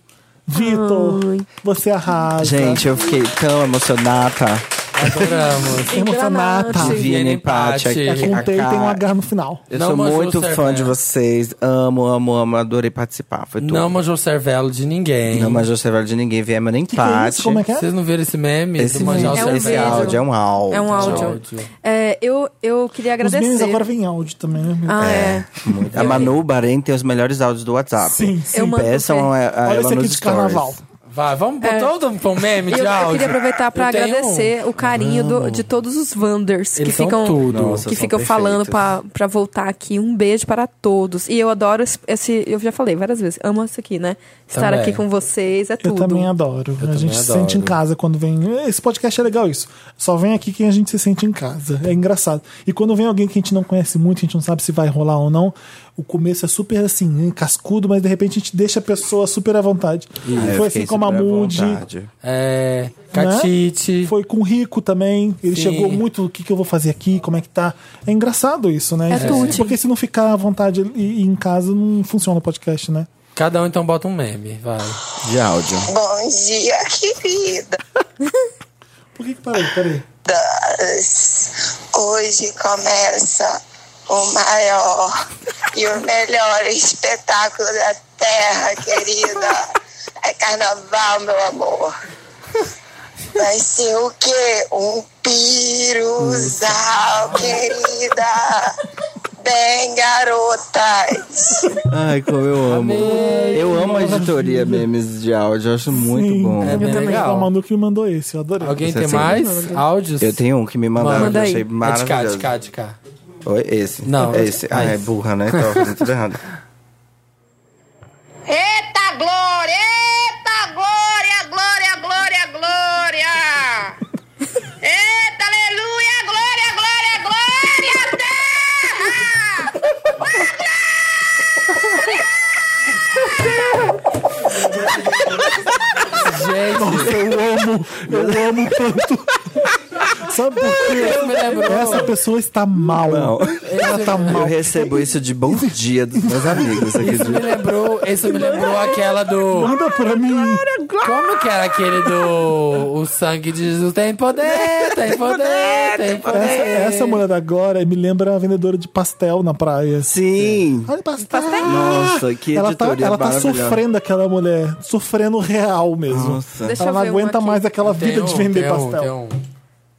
[SPEAKER 1] Vitor, você arrasa.
[SPEAKER 4] Gente, eu fiquei tão emocionada.
[SPEAKER 2] Adoramos.
[SPEAKER 1] emocionada.
[SPEAKER 3] Engranate.
[SPEAKER 4] Devia
[SPEAKER 2] Divino
[SPEAKER 4] empate
[SPEAKER 2] empate.
[SPEAKER 4] aqui.
[SPEAKER 1] É com
[SPEAKER 4] a
[SPEAKER 1] T e tem um
[SPEAKER 4] cara.
[SPEAKER 1] H no final.
[SPEAKER 4] Eu
[SPEAKER 2] Não
[SPEAKER 4] sou
[SPEAKER 2] manjou
[SPEAKER 4] muito
[SPEAKER 2] o
[SPEAKER 4] fã
[SPEAKER 2] cervelho.
[SPEAKER 4] de vocês. Amo, amo, amo. Adorei participar. Foi tudo.
[SPEAKER 2] Não manjou o cervelo de ninguém.
[SPEAKER 4] Não manjou o cerveja de ninguém. Viemos nem
[SPEAKER 1] Que é
[SPEAKER 4] empate.
[SPEAKER 1] isso? Como é que é?
[SPEAKER 2] Vocês não viram esse meme?
[SPEAKER 4] Esse,
[SPEAKER 2] do manjar o
[SPEAKER 4] vídeo,
[SPEAKER 3] um
[SPEAKER 4] esse
[SPEAKER 2] cervelo?
[SPEAKER 3] vídeo.
[SPEAKER 4] áudio é um áudio.
[SPEAKER 3] É um áudio.
[SPEAKER 2] Áudio.
[SPEAKER 3] É, eu, eu queria
[SPEAKER 1] Os
[SPEAKER 3] agradecer.
[SPEAKER 1] memes agora vêm em áudio também, né?
[SPEAKER 3] Ah, é.
[SPEAKER 4] Muito. A Manu Bahrein tem os melhores áudios do WhatsApp.
[SPEAKER 1] Sim, sim.
[SPEAKER 3] Eu mando
[SPEAKER 4] Peçam
[SPEAKER 3] pra
[SPEAKER 4] a, a
[SPEAKER 1] Olha
[SPEAKER 4] ela
[SPEAKER 1] esse aqui
[SPEAKER 4] nos
[SPEAKER 1] de
[SPEAKER 4] stories.
[SPEAKER 1] carnaval.
[SPEAKER 2] Vai, vamos botar todo mundo pra um meme
[SPEAKER 3] E
[SPEAKER 2] de
[SPEAKER 3] eu, eu
[SPEAKER 2] áudio.
[SPEAKER 3] queria aproveitar pra
[SPEAKER 2] Eu tenho um.
[SPEAKER 3] agradecer o carinho do- de todos os Wanders que
[SPEAKER 2] Eles são
[SPEAKER 3] ficam,
[SPEAKER 2] tudo.
[SPEAKER 4] Nossa,
[SPEAKER 3] que
[SPEAKER 4] são
[SPEAKER 3] ficam falando
[SPEAKER 4] perfeitos.
[SPEAKER 3] pra, pra voltar aqui. Um beijo para todos. E eu adoro esse, esse- Eu já falei várias vezes. Amo isso aqui, né? Estar
[SPEAKER 2] Também.
[SPEAKER 3] aqui com vocês é
[SPEAKER 1] Eu
[SPEAKER 3] tudo.
[SPEAKER 1] também adoro. a
[SPEAKER 2] também
[SPEAKER 1] gente se
[SPEAKER 2] adoro.
[SPEAKER 1] sente em casa quando vem. Esse podcast é legal isso. Só vem aqui quem a gente se sente em casa. É engraçado. E quando vem alguém que a gente não conhece muito, a gente não sabe se vai rolar ou não. O começo é super assim, hein, cascudo, mas de repente a gente deixa a pessoa super à vontade.
[SPEAKER 4] É, eu
[SPEAKER 1] Foi
[SPEAKER 4] fiquei
[SPEAKER 1] assim com a
[SPEAKER 4] super à
[SPEAKER 1] Mamude,
[SPEAKER 4] vontade.
[SPEAKER 2] É. Catite.
[SPEAKER 1] Né? foi com o Rico também. Ele
[SPEAKER 2] Sim.
[SPEAKER 1] chegou muito, o que, que eu vou fazer aqui, como é que tá. É engraçado isso, né?
[SPEAKER 3] É
[SPEAKER 1] Isso-
[SPEAKER 3] tudo.
[SPEAKER 1] Porque se não ficar à vontade e, e em casa, não funciona o podcast, né?
[SPEAKER 2] Cada um então bota um meme, vai.
[SPEAKER 4] De áudio.
[SPEAKER 9] Bom dia, queridas.
[SPEAKER 1] Por que que parei? Peraí.
[SPEAKER 9] Hoje começa o maior e o melhor espetáculo da Terra, querida. É carnaval, meu amor. Vai ser o quê? Um piruzal, querida. Bem, garotas.
[SPEAKER 4] Ai, como eu amo. Eu amo a editoria memes de áudio, eu acho muito bom.
[SPEAKER 2] É bem
[SPEAKER 1] Foi o
[SPEAKER 2] legal.
[SPEAKER 1] Manu que me mandou esse, eu adorei.
[SPEAKER 2] Alguém
[SPEAKER 4] Isso é
[SPEAKER 2] tem
[SPEAKER 4] assim.
[SPEAKER 2] mais áudios?
[SPEAKER 4] Eu tenho um que me mandaram,
[SPEAKER 3] Manda
[SPEAKER 4] que eu
[SPEAKER 3] aí.
[SPEAKER 4] achei
[SPEAKER 2] É
[SPEAKER 3] É
[SPEAKER 2] de cá,
[SPEAKER 4] maravilhoso.
[SPEAKER 2] de cá, de cá.
[SPEAKER 4] Oi, esse.
[SPEAKER 2] Não,
[SPEAKER 4] É esse. Ah,
[SPEAKER 2] mas-
[SPEAKER 4] é burra, né? Tava fazendo tudo errado.
[SPEAKER 6] Eita glória! Eita glória, glória, glória, glória! Eita aleluia, glória, glória, glória, terra!
[SPEAKER 2] Gente,
[SPEAKER 1] Eu amo tanto. Sabe por quê?
[SPEAKER 2] me lembrou.
[SPEAKER 1] Essa pessoa está mal.
[SPEAKER 4] Não.
[SPEAKER 1] Ela tá
[SPEAKER 4] Eu
[SPEAKER 1] mal.
[SPEAKER 4] recebo isso de bom dia dos meus amigos aqui.
[SPEAKER 2] Isso me
[SPEAKER 4] De...
[SPEAKER 2] lembrou, isso me lembrou aquela do.
[SPEAKER 1] Manda pra mim.
[SPEAKER 2] Como que era aquele do. O sangue de Jesus tem poder, tem poder, tem
[SPEAKER 1] Essa,
[SPEAKER 2] poder.
[SPEAKER 1] essa mulher da agora me lembra a vendedora de pastel na praia.
[SPEAKER 4] Sim!
[SPEAKER 1] Olha, pastel.
[SPEAKER 4] Nossa, que
[SPEAKER 1] Ah! ela tá,
[SPEAKER 4] editoria
[SPEAKER 1] ela tá
[SPEAKER 4] maravilhosa.
[SPEAKER 1] sofrendo aquela mulher, sofrendo real mesmo.
[SPEAKER 4] Nossa.
[SPEAKER 3] Deixa
[SPEAKER 1] ela
[SPEAKER 3] eu
[SPEAKER 1] não
[SPEAKER 3] ver uma
[SPEAKER 1] aguenta
[SPEAKER 3] aqui.
[SPEAKER 1] mais aquela vida de vender
[SPEAKER 2] tem
[SPEAKER 1] pastel.
[SPEAKER 2] Um, tem um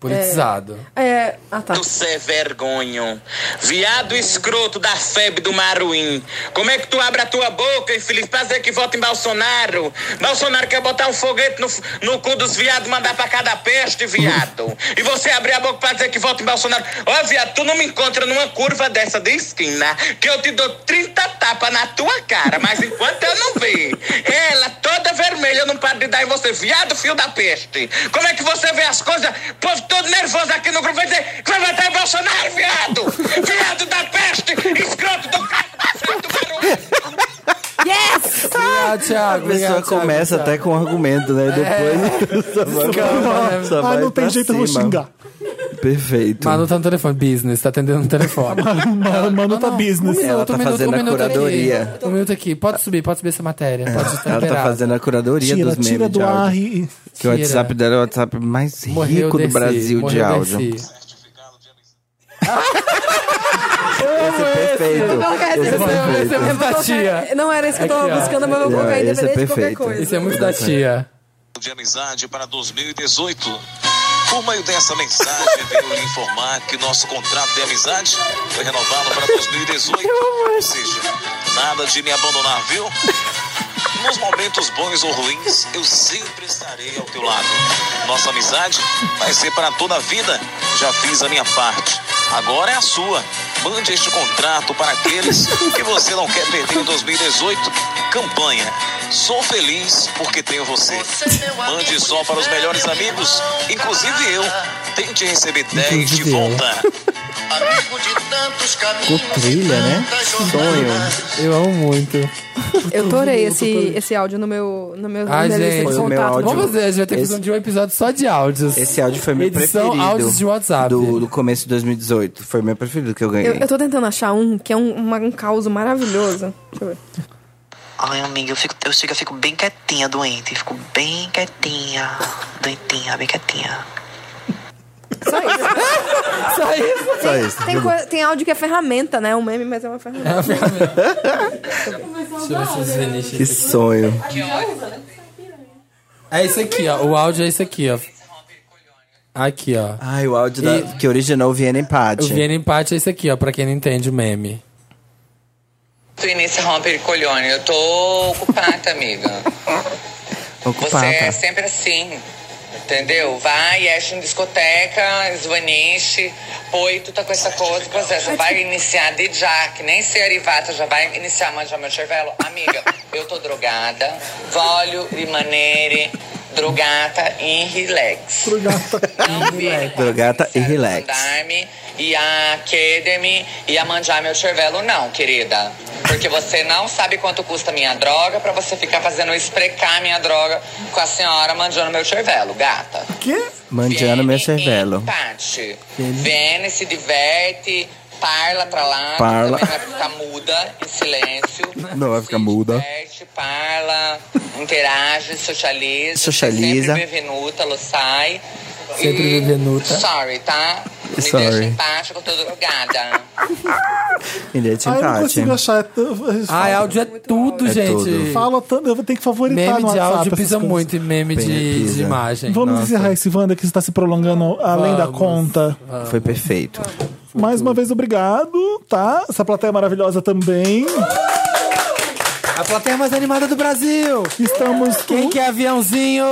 [SPEAKER 2] politizado.
[SPEAKER 3] É, ah, tá.
[SPEAKER 10] Tu é vergonho. Viado escroto da febre do Maruim. Como é que tu abre a tua boca, infeliz, pra dizer que vota em Bolsonaro? Bolsonaro quer botar um foguete no, f- no cu dos viados, mandar pra cada peste, viado. E você abrir a boca pra dizer que vota em Bolsonaro. Ó, viado, tu não me encontra numa curva dessa de esquina, que eu te dou 30 tapas na tua cara, mas enquanto eu não vi, ela toda vermelha, eu não paro de dar em você, viado, filho da peste. Como é que você vê as coisas? O povo todo nervoso aqui no grupo vai dizer que vai votar em Bolsonaro, viado! Viado da peste, escroto do cara da frente do barulho!
[SPEAKER 3] Yes!
[SPEAKER 2] Obrigado,
[SPEAKER 4] A
[SPEAKER 2] Thiago.
[SPEAKER 4] pessoa começa até com argumento, né? Depois só vai-
[SPEAKER 2] Descamba,
[SPEAKER 4] só
[SPEAKER 1] Ah,
[SPEAKER 4] vai
[SPEAKER 1] não tem
[SPEAKER 4] pra
[SPEAKER 1] jeito, eu vou
[SPEAKER 4] cima.
[SPEAKER 1] xingar.
[SPEAKER 4] Perfeito.
[SPEAKER 2] Manu tá no telefone, business, tá atendendo no telefone. um
[SPEAKER 1] Mano, mano tá business.
[SPEAKER 4] Ela tá fazendo a curadoria.
[SPEAKER 2] Aqui. Um minuto aqui. Pode subir, pode subir essa matéria. Pode estar
[SPEAKER 4] Ela tá
[SPEAKER 2] liberado.
[SPEAKER 4] fazendo a curadoria
[SPEAKER 1] Tira,
[SPEAKER 4] dos memes
[SPEAKER 1] tira do
[SPEAKER 4] de áudio.
[SPEAKER 1] ar e.
[SPEAKER 4] Que o
[SPEAKER 2] Tira.
[SPEAKER 4] WhatsApp dela é o WhatsApp mais
[SPEAKER 2] Morreu
[SPEAKER 4] rico do
[SPEAKER 2] Dercy,
[SPEAKER 4] Brasil de
[SPEAKER 2] morreu
[SPEAKER 4] áudio.
[SPEAKER 2] Dercy.
[SPEAKER 4] Perfeito. Esse é perfeito.
[SPEAKER 2] Esse é da tia.
[SPEAKER 3] Não era isso que eu
[SPEAKER 2] Aqui,
[SPEAKER 3] tava
[SPEAKER 2] ó.
[SPEAKER 3] buscando, mas eu vou
[SPEAKER 4] É,
[SPEAKER 3] colocar
[SPEAKER 4] esse é
[SPEAKER 3] independente de qualquer
[SPEAKER 4] perfeito.
[SPEAKER 3] coisa.
[SPEAKER 2] Esse é muito da tia.
[SPEAKER 10] de amizade para 2018. Por meio dessa mensagem, venho lhe informar que nosso contrato de amizade foi renovado para 2018. Ou seja, nada de me abandonar, viu? Nos momentos bons ou ruins, eu sempre estarei ao teu lado. Nossa amizade vai ser para toda a vida. Já fiz a minha parte. Agora é a sua. Mande este contrato para aqueles que você não quer perder em 2018. Campanha. Sou feliz porque tenho você. é Mande só para os melhores amigos, inclusive eu. Tente receber 10 de
[SPEAKER 2] Inclusive eu.
[SPEAKER 10] volta. Amigo de tantos caminhos.
[SPEAKER 4] Trilha, né? Sonho.
[SPEAKER 2] Eu amo muito.
[SPEAKER 3] Eu torei esse, esse áudio no meu, no meu,
[SPEAKER 2] Ai,
[SPEAKER 3] na minha lista
[SPEAKER 2] gente. é
[SPEAKER 3] de
[SPEAKER 4] Foi o meu
[SPEAKER 3] contato.
[SPEAKER 4] áudio.
[SPEAKER 2] Vamos fazer, a gente vai ter que fazer um dia um episódio só de áudios.
[SPEAKER 4] Esse áudio foi meu
[SPEAKER 2] Edição,
[SPEAKER 4] preferido.
[SPEAKER 2] áudios de WhatsApp.
[SPEAKER 4] Do, do começo de 2018. Foi meu preferido que eu ganhei.
[SPEAKER 3] Eu, eu tô tentando achar um que é um, uma- um caos maravilhoso. Deixa eu ver.
[SPEAKER 9] Ai, amiga, eu, fico, eu chego, eu fico bem quietinha, doente. Fico bem quietinha. Doentinha, bem quietinha.
[SPEAKER 3] Só isso.
[SPEAKER 2] Só isso.
[SPEAKER 4] Só isso.
[SPEAKER 3] Tem, coi- tem áudio que é ferramenta, né? É um meme, mas é uma ferramenta.
[SPEAKER 2] Deixa eu ver se os Zenith-
[SPEAKER 4] Que sonho.
[SPEAKER 2] É isso aqui, ó. O áudio é isso aqui, ó. Aqui, ó.
[SPEAKER 4] Ai, o áudio
[SPEAKER 2] E-
[SPEAKER 4] da- que originou o Viena Empate.
[SPEAKER 2] O Viena Empate é isso aqui, ó. Pra quem não entende o meme.
[SPEAKER 10] Vinícius Romper Colione, eu tô ocupada, amiga. Você
[SPEAKER 4] Ocupada.
[SPEAKER 10] é sempre assim, entendeu? Vai, enche uma discoteca, esvaniche, pô, e tu tá com essa coisa, pois é, já vai iniciar de já, que nem ser arivata, já vai iniciar manjar meu cervelo. Amiga, eu tô drogada, volho de maneira
[SPEAKER 11] Drogata em Relax. Drogata em Relax.
[SPEAKER 4] Drogata tá- e relax.
[SPEAKER 11] Mandaime e a Academy e a Manjar meu Cervelo, não, querida. Porque você não sabe quanto custa minha droga pra você ficar fazendo eu esprecar minha droga com a senhora manjando meu Cervelo, gata.
[SPEAKER 1] Que?
[SPEAKER 4] Mandiano meu cervelo.
[SPEAKER 11] Tati,
[SPEAKER 4] Ele-
[SPEAKER 11] Vene se diverte, parla pra lá,
[SPEAKER 4] Parla.
[SPEAKER 11] também vai ficar muda, em silêncio.
[SPEAKER 4] Não vai ficar muda.
[SPEAKER 11] diverte, parla, interage, socializa.
[SPEAKER 4] Socializa.
[SPEAKER 11] Sempre bevenuta, lo sai.
[SPEAKER 2] Sempre
[SPEAKER 11] E-
[SPEAKER 2] bevenuta.
[SPEAKER 11] Sorry, tá? Me
[SPEAKER 4] Sorry.
[SPEAKER 11] deixa em paz, que eu tô drogada.
[SPEAKER 4] Ele é de
[SPEAKER 1] Ah, eu não consigo achar. é tão-
[SPEAKER 2] Ah, áudio é tudo,
[SPEAKER 4] É
[SPEAKER 2] gente.
[SPEAKER 4] tudo.
[SPEAKER 1] Fala tanto, eu vou ter que favoritar
[SPEAKER 2] Meme
[SPEAKER 1] Tá no
[SPEAKER 2] de
[SPEAKER 1] WhatsApp.
[SPEAKER 2] áudio
[SPEAKER 1] essas
[SPEAKER 2] pisa
[SPEAKER 1] coisas.
[SPEAKER 2] muito e meme de,
[SPEAKER 4] Pisa.
[SPEAKER 2] de imagem.
[SPEAKER 1] Vamos encerrar esse Wanda que está se prolongando além da
[SPEAKER 2] Vamos,
[SPEAKER 1] conta.
[SPEAKER 4] Foi perfeito.
[SPEAKER 1] Mais uma vez, obrigado, tá? Essa plateia é maravilhosa também.
[SPEAKER 2] A plateia mais animada do Brasil.
[SPEAKER 1] Estamos
[SPEAKER 2] Quem quer aviãozinho?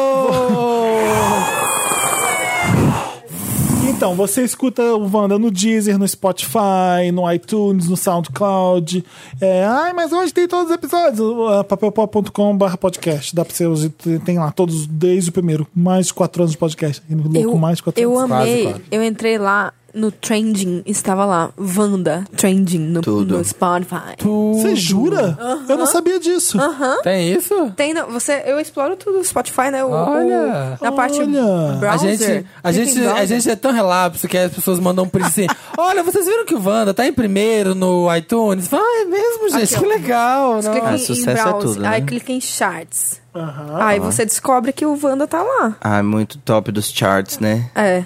[SPEAKER 1] Então, você escuta o Wanda no Deezer, no Spotify, no iTunes, no SoundCloud. É, Ai, mas hoje tem todos os episódios. Uh, Papelpop.com.br podcast. Dá pra você hoje, tem- tem lá todos, desde o primeiro. Mais de quatro anos de podcast. E no louco,
[SPEAKER 3] Eu,
[SPEAKER 1] um mais de quatro
[SPEAKER 3] eu
[SPEAKER 1] anos.
[SPEAKER 3] amei, eu entrei lá no trending, estava lá, Wanda, trending no,
[SPEAKER 4] Tudo.
[SPEAKER 3] no Spotify.
[SPEAKER 1] Você jura? Eu não sabia disso.
[SPEAKER 3] Aham.
[SPEAKER 2] Tem isso?
[SPEAKER 3] Tem, não, você, eu exploro tudo o Spotify, né? O, o-
[SPEAKER 2] Olha.
[SPEAKER 3] na parte
[SPEAKER 1] Olha.
[SPEAKER 3] browser.
[SPEAKER 2] A gente, a,
[SPEAKER 3] Fica em
[SPEAKER 2] gente, a
[SPEAKER 3] browser.
[SPEAKER 2] gente é tão relapso que as pessoas mandam um print assim. Olha, vocês viram que o Wanda tá em primeiro no iTunes? Fala, Ah, é mesmo, gente?
[SPEAKER 3] Aqui, ó.
[SPEAKER 2] que legal.
[SPEAKER 3] Você clica
[SPEAKER 4] Ah,
[SPEAKER 3] em-
[SPEAKER 4] sucesso
[SPEAKER 3] em
[SPEAKER 4] é
[SPEAKER 3] browser,
[SPEAKER 4] tudo, né?
[SPEAKER 3] aí clica em charts.
[SPEAKER 1] Aham.
[SPEAKER 3] Aí você descobre que o Wanda tá lá.
[SPEAKER 4] Ah, muito top dos charts, né?
[SPEAKER 3] É.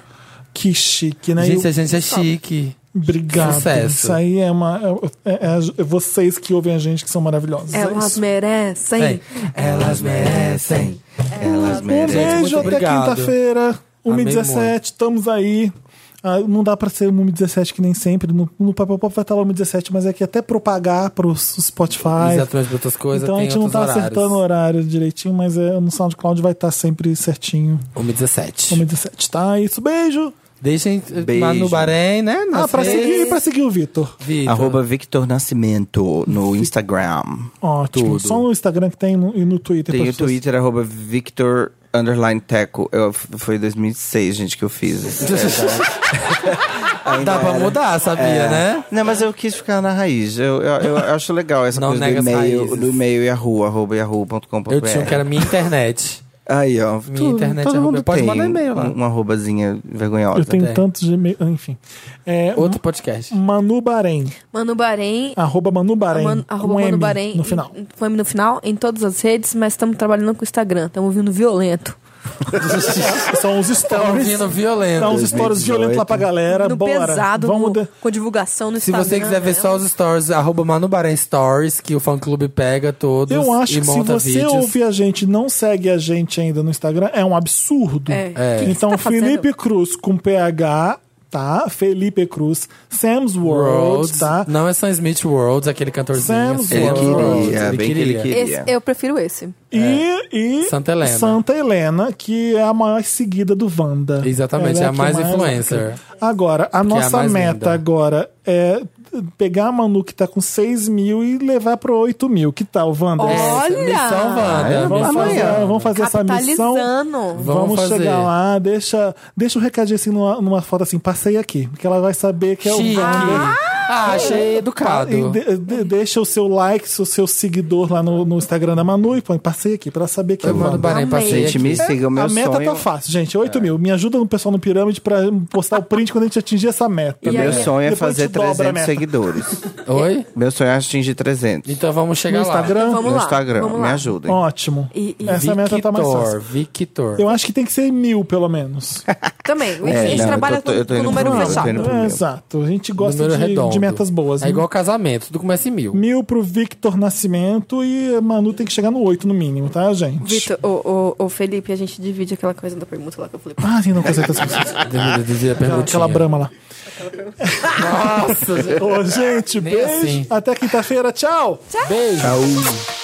[SPEAKER 1] Que chique, né?
[SPEAKER 2] Gente,
[SPEAKER 1] Eu-
[SPEAKER 2] a gente é chique.
[SPEAKER 1] Obrigado.
[SPEAKER 2] Sucesso.
[SPEAKER 1] Isso aí é uma. É, é- é vocês que ouvem a gente que são maravilhosos. É
[SPEAKER 3] Elas
[SPEAKER 1] isso.
[SPEAKER 3] merecem.
[SPEAKER 2] Tem. Elas merecem. Ah,
[SPEAKER 4] Elas
[SPEAKER 1] Um
[SPEAKER 4] merecem.
[SPEAKER 2] muito
[SPEAKER 1] beijo, até
[SPEAKER 2] obrigado.
[SPEAKER 1] quinta-feira,
[SPEAKER 2] Amei
[SPEAKER 1] 1h17, estamos aí. Ah, não dá pra ser 1h17 que nem sempre. No, no Papel Pop vai estar lá 1h17, mas é que até propagar pros Spotify.
[SPEAKER 2] Exatamente, outras coisas.
[SPEAKER 1] Então a
[SPEAKER 2] tem
[SPEAKER 1] gente não
[SPEAKER 2] outros
[SPEAKER 1] tá
[SPEAKER 2] horários.
[SPEAKER 1] acertando o horário direitinho, mas é, no SoundCloud vai estar sempre certinho.
[SPEAKER 2] 1h17.
[SPEAKER 1] 1h17, tá? É Isso, beijo!
[SPEAKER 2] Deixem
[SPEAKER 4] Beijo.
[SPEAKER 2] lá no Bahrein, né? Nas
[SPEAKER 1] Ah, pra
[SPEAKER 2] redes.
[SPEAKER 1] seguir, pra seguir o Vitor.
[SPEAKER 2] Vitor.
[SPEAKER 4] Arroba Victor Nascimento no Instagram.
[SPEAKER 1] Ótimo.
[SPEAKER 4] Tudo.
[SPEAKER 1] Só no Instagram que tem no- e no Twitter.
[SPEAKER 4] Tem
[SPEAKER 1] pra
[SPEAKER 4] o
[SPEAKER 1] pessoas-
[SPEAKER 4] Twitter, arroba Victor underline Teco. Eu, foi em 2006, gente, que eu fiz. É isso.
[SPEAKER 2] Dá pra mudar, sabia, né?
[SPEAKER 4] Não, mas eu quis ficar na raiz. Eu, eu, eu acho legal essa
[SPEAKER 2] Não
[SPEAKER 4] coisa
[SPEAKER 2] nega
[SPEAKER 4] do
[SPEAKER 2] as
[SPEAKER 4] e-mail,
[SPEAKER 2] raízes.
[SPEAKER 4] do e-mail yahoo, arroba yahoo.com.br.
[SPEAKER 2] Eu tinha um que era minha internet.
[SPEAKER 4] Aí,
[SPEAKER 2] Minha
[SPEAKER 4] ó. tudo-
[SPEAKER 2] internet é
[SPEAKER 4] todo
[SPEAKER 2] arroba-
[SPEAKER 4] mundo
[SPEAKER 2] pode
[SPEAKER 4] tem
[SPEAKER 2] mandar e-mail lá.
[SPEAKER 4] um- Uma arrobazinha vergonhosa.
[SPEAKER 1] Eu tenho
[SPEAKER 2] Tem.
[SPEAKER 1] tantos de e-mail. Enfim. É,
[SPEAKER 2] Outro podcast.
[SPEAKER 1] Manu Bahrein.
[SPEAKER 3] Mano Bahrein.
[SPEAKER 1] Arroba Manu Bahrein.
[SPEAKER 3] Man- arroba
[SPEAKER 1] um
[SPEAKER 3] Mano
[SPEAKER 1] M
[SPEAKER 3] Bahrein.
[SPEAKER 1] No final.
[SPEAKER 3] em- Com M no final, em todas as redes, mas estamos trabalhando com o Instagram. Estamos vindo violento. Então.
[SPEAKER 1] São os
[SPEAKER 2] Tão
[SPEAKER 1] stories.
[SPEAKER 2] vindo violento.
[SPEAKER 1] Dá uns stories
[SPEAKER 4] 2018.
[SPEAKER 1] violentos lá pra galera.
[SPEAKER 3] no
[SPEAKER 1] Bora.
[SPEAKER 3] pesado,
[SPEAKER 1] Vamos
[SPEAKER 3] no-
[SPEAKER 1] de-
[SPEAKER 3] com divulgação no
[SPEAKER 2] Se
[SPEAKER 1] tá
[SPEAKER 3] Instagram.
[SPEAKER 2] você quiser ver
[SPEAKER 3] né?
[SPEAKER 2] só os stories, arroba Manu Bahrein Stories, que o fã clube pega todos
[SPEAKER 1] Eu acho
[SPEAKER 2] e
[SPEAKER 1] que se
[SPEAKER 2] monta
[SPEAKER 1] você
[SPEAKER 2] tá vídeos.
[SPEAKER 1] ouve a gente e não segue a gente ainda no Instagram, é um absurdo.
[SPEAKER 3] É. É. Que que
[SPEAKER 1] Então,
[SPEAKER 3] você tá fazendo?
[SPEAKER 1] Felipe Cruz com PH, tá? Felipe Cruz, Sam's World,
[SPEAKER 2] Worlds,
[SPEAKER 1] tá?
[SPEAKER 2] Não é Sam Smith Worlds, aquele cantorzinho.
[SPEAKER 1] Sam's
[SPEAKER 2] assim,
[SPEAKER 4] Ele
[SPEAKER 1] World.
[SPEAKER 2] Worlds,
[SPEAKER 4] queria, bem que ele queria.
[SPEAKER 3] Esse- eu prefiro esse.
[SPEAKER 1] E, e
[SPEAKER 2] É. Santa Helena.
[SPEAKER 1] Santa Helena, que é a maior seguida do Wanda.
[SPEAKER 2] Exatamente, é a
[SPEAKER 1] que
[SPEAKER 2] mais influencer. é
[SPEAKER 1] Agora, a nossa
[SPEAKER 2] mais
[SPEAKER 1] meta
[SPEAKER 2] linda.
[SPEAKER 1] agora é pegar a Manu que tá com 6 mil e levar pro 8 mil. Que tal, Wanda?
[SPEAKER 3] Olha!
[SPEAKER 2] Missão Wanda.
[SPEAKER 1] Vamos
[SPEAKER 2] Missão
[SPEAKER 1] fazer,
[SPEAKER 2] Wanda.
[SPEAKER 1] vamos fazer essa missão.
[SPEAKER 3] Capitalizando.
[SPEAKER 1] Vamos,
[SPEAKER 2] É, Vamos fazer.
[SPEAKER 1] chegar lá, deixa, deixa um recadinho assim numa, numa foto assim, passei aqui, porque ela vai saber que é o
[SPEAKER 2] Chique.
[SPEAKER 1] Wanda.
[SPEAKER 2] Ah, achei
[SPEAKER 1] E
[SPEAKER 2] educado.
[SPEAKER 1] de- de- deixa o seu like, o seu seguidor lá no, no Instagram da Manu e põe, passei aqui, pra ela saber que é
[SPEAKER 2] Eu
[SPEAKER 1] o
[SPEAKER 2] mando
[SPEAKER 1] Wanda.
[SPEAKER 2] Bahrein, passei
[SPEAKER 4] Gente,
[SPEAKER 2] aqui.
[SPEAKER 4] me siga, o meu
[SPEAKER 1] É, a meta
[SPEAKER 4] sonho... é.
[SPEAKER 1] tá fácil, gente. 8 mil. Me ajuda no pessoal no Pirâmide pra postar o print quando a gente atingir essa meta.
[SPEAKER 4] O meu sonho é
[SPEAKER 1] Depois
[SPEAKER 4] fazer
[SPEAKER 1] te dobra a
[SPEAKER 4] 300
[SPEAKER 1] meta.
[SPEAKER 4] seguidores.
[SPEAKER 2] Oi?
[SPEAKER 4] meu sonho é atingir 300.
[SPEAKER 2] Então vamos chegar
[SPEAKER 1] No
[SPEAKER 2] lá.
[SPEAKER 1] Instagram?
[SPEAKER 3] Vamos
[SPEAKER 4] no
[SPEAKER 3] lá,
[SPEAKER 4] Instagram,
[SPEAKER 3] vamos
[SPEAKER 4] me
[SPEAKER 3] lá.
[SPEAKER 4] ajudem.
[SPEAKER 1] Ótimo.
[SPEAKER 3] E- e-
[SPEAKER 1] Essa meta tá mais
[SPEAKER 2] Victor,
[SPEAKER 1] fácil.
[SPEAKER 2] Victor.
[SPEAKER 1] Eu acho que tem que ser mil, pelo menos.
[SPEAKER 3] Também.
[SPEAKER 4] É,
[SPEAKER 3] a gente
[SPEAKER 4] não, eu
[SPEAKER 3] trabalha
[SPEAKER 4] tô- eu tô
[SPEAKER 3] com, com
[SPEAKER 4] indo
[SPEAKER 3] número
[SPEAKER 4] pro mil,
[SPEAKER 3] fechado.
[SPEAKER 4] eu tô indo pro
[SPEAKER 1] É,
[SPEAKER 4] mil.
[SPEAKER 1] exato. A gente gosta
[SPEAKER 2] Número
[SPEAKER 1] de,
[SPEAKER 2] redondo.
[SPEAKER 1] de metas boas.
[SPEAKER 2] É
[SPEAKER 1] né?
[SPEAKER 2] igual casamento, tudo começa em mil.
[SPEAKER 1] Mil pro Victor Nascimento e a Manu tem que chegar no 8 no mínimo, tá, gente?
[SPEAKER 3] Vitor, o, o, o Felipe, a gente divide aquela coisa da pergunta lá que eu falei.
[SPEAKER 1] Ah, sim, não conserta as pessoas. Ah, Aquela, aquela brama lá.
[SPEAKER 2] Nossa, gente.
[SPEAKER 1] Ô, gente,
[SPEAKER 2] Nem
[SPEAKER 1] beijo.
[SPEAKER 2] assim.
[SPEAKER 1] Até quinta-feira. Tchau!
[SPEAKER 2] beijo.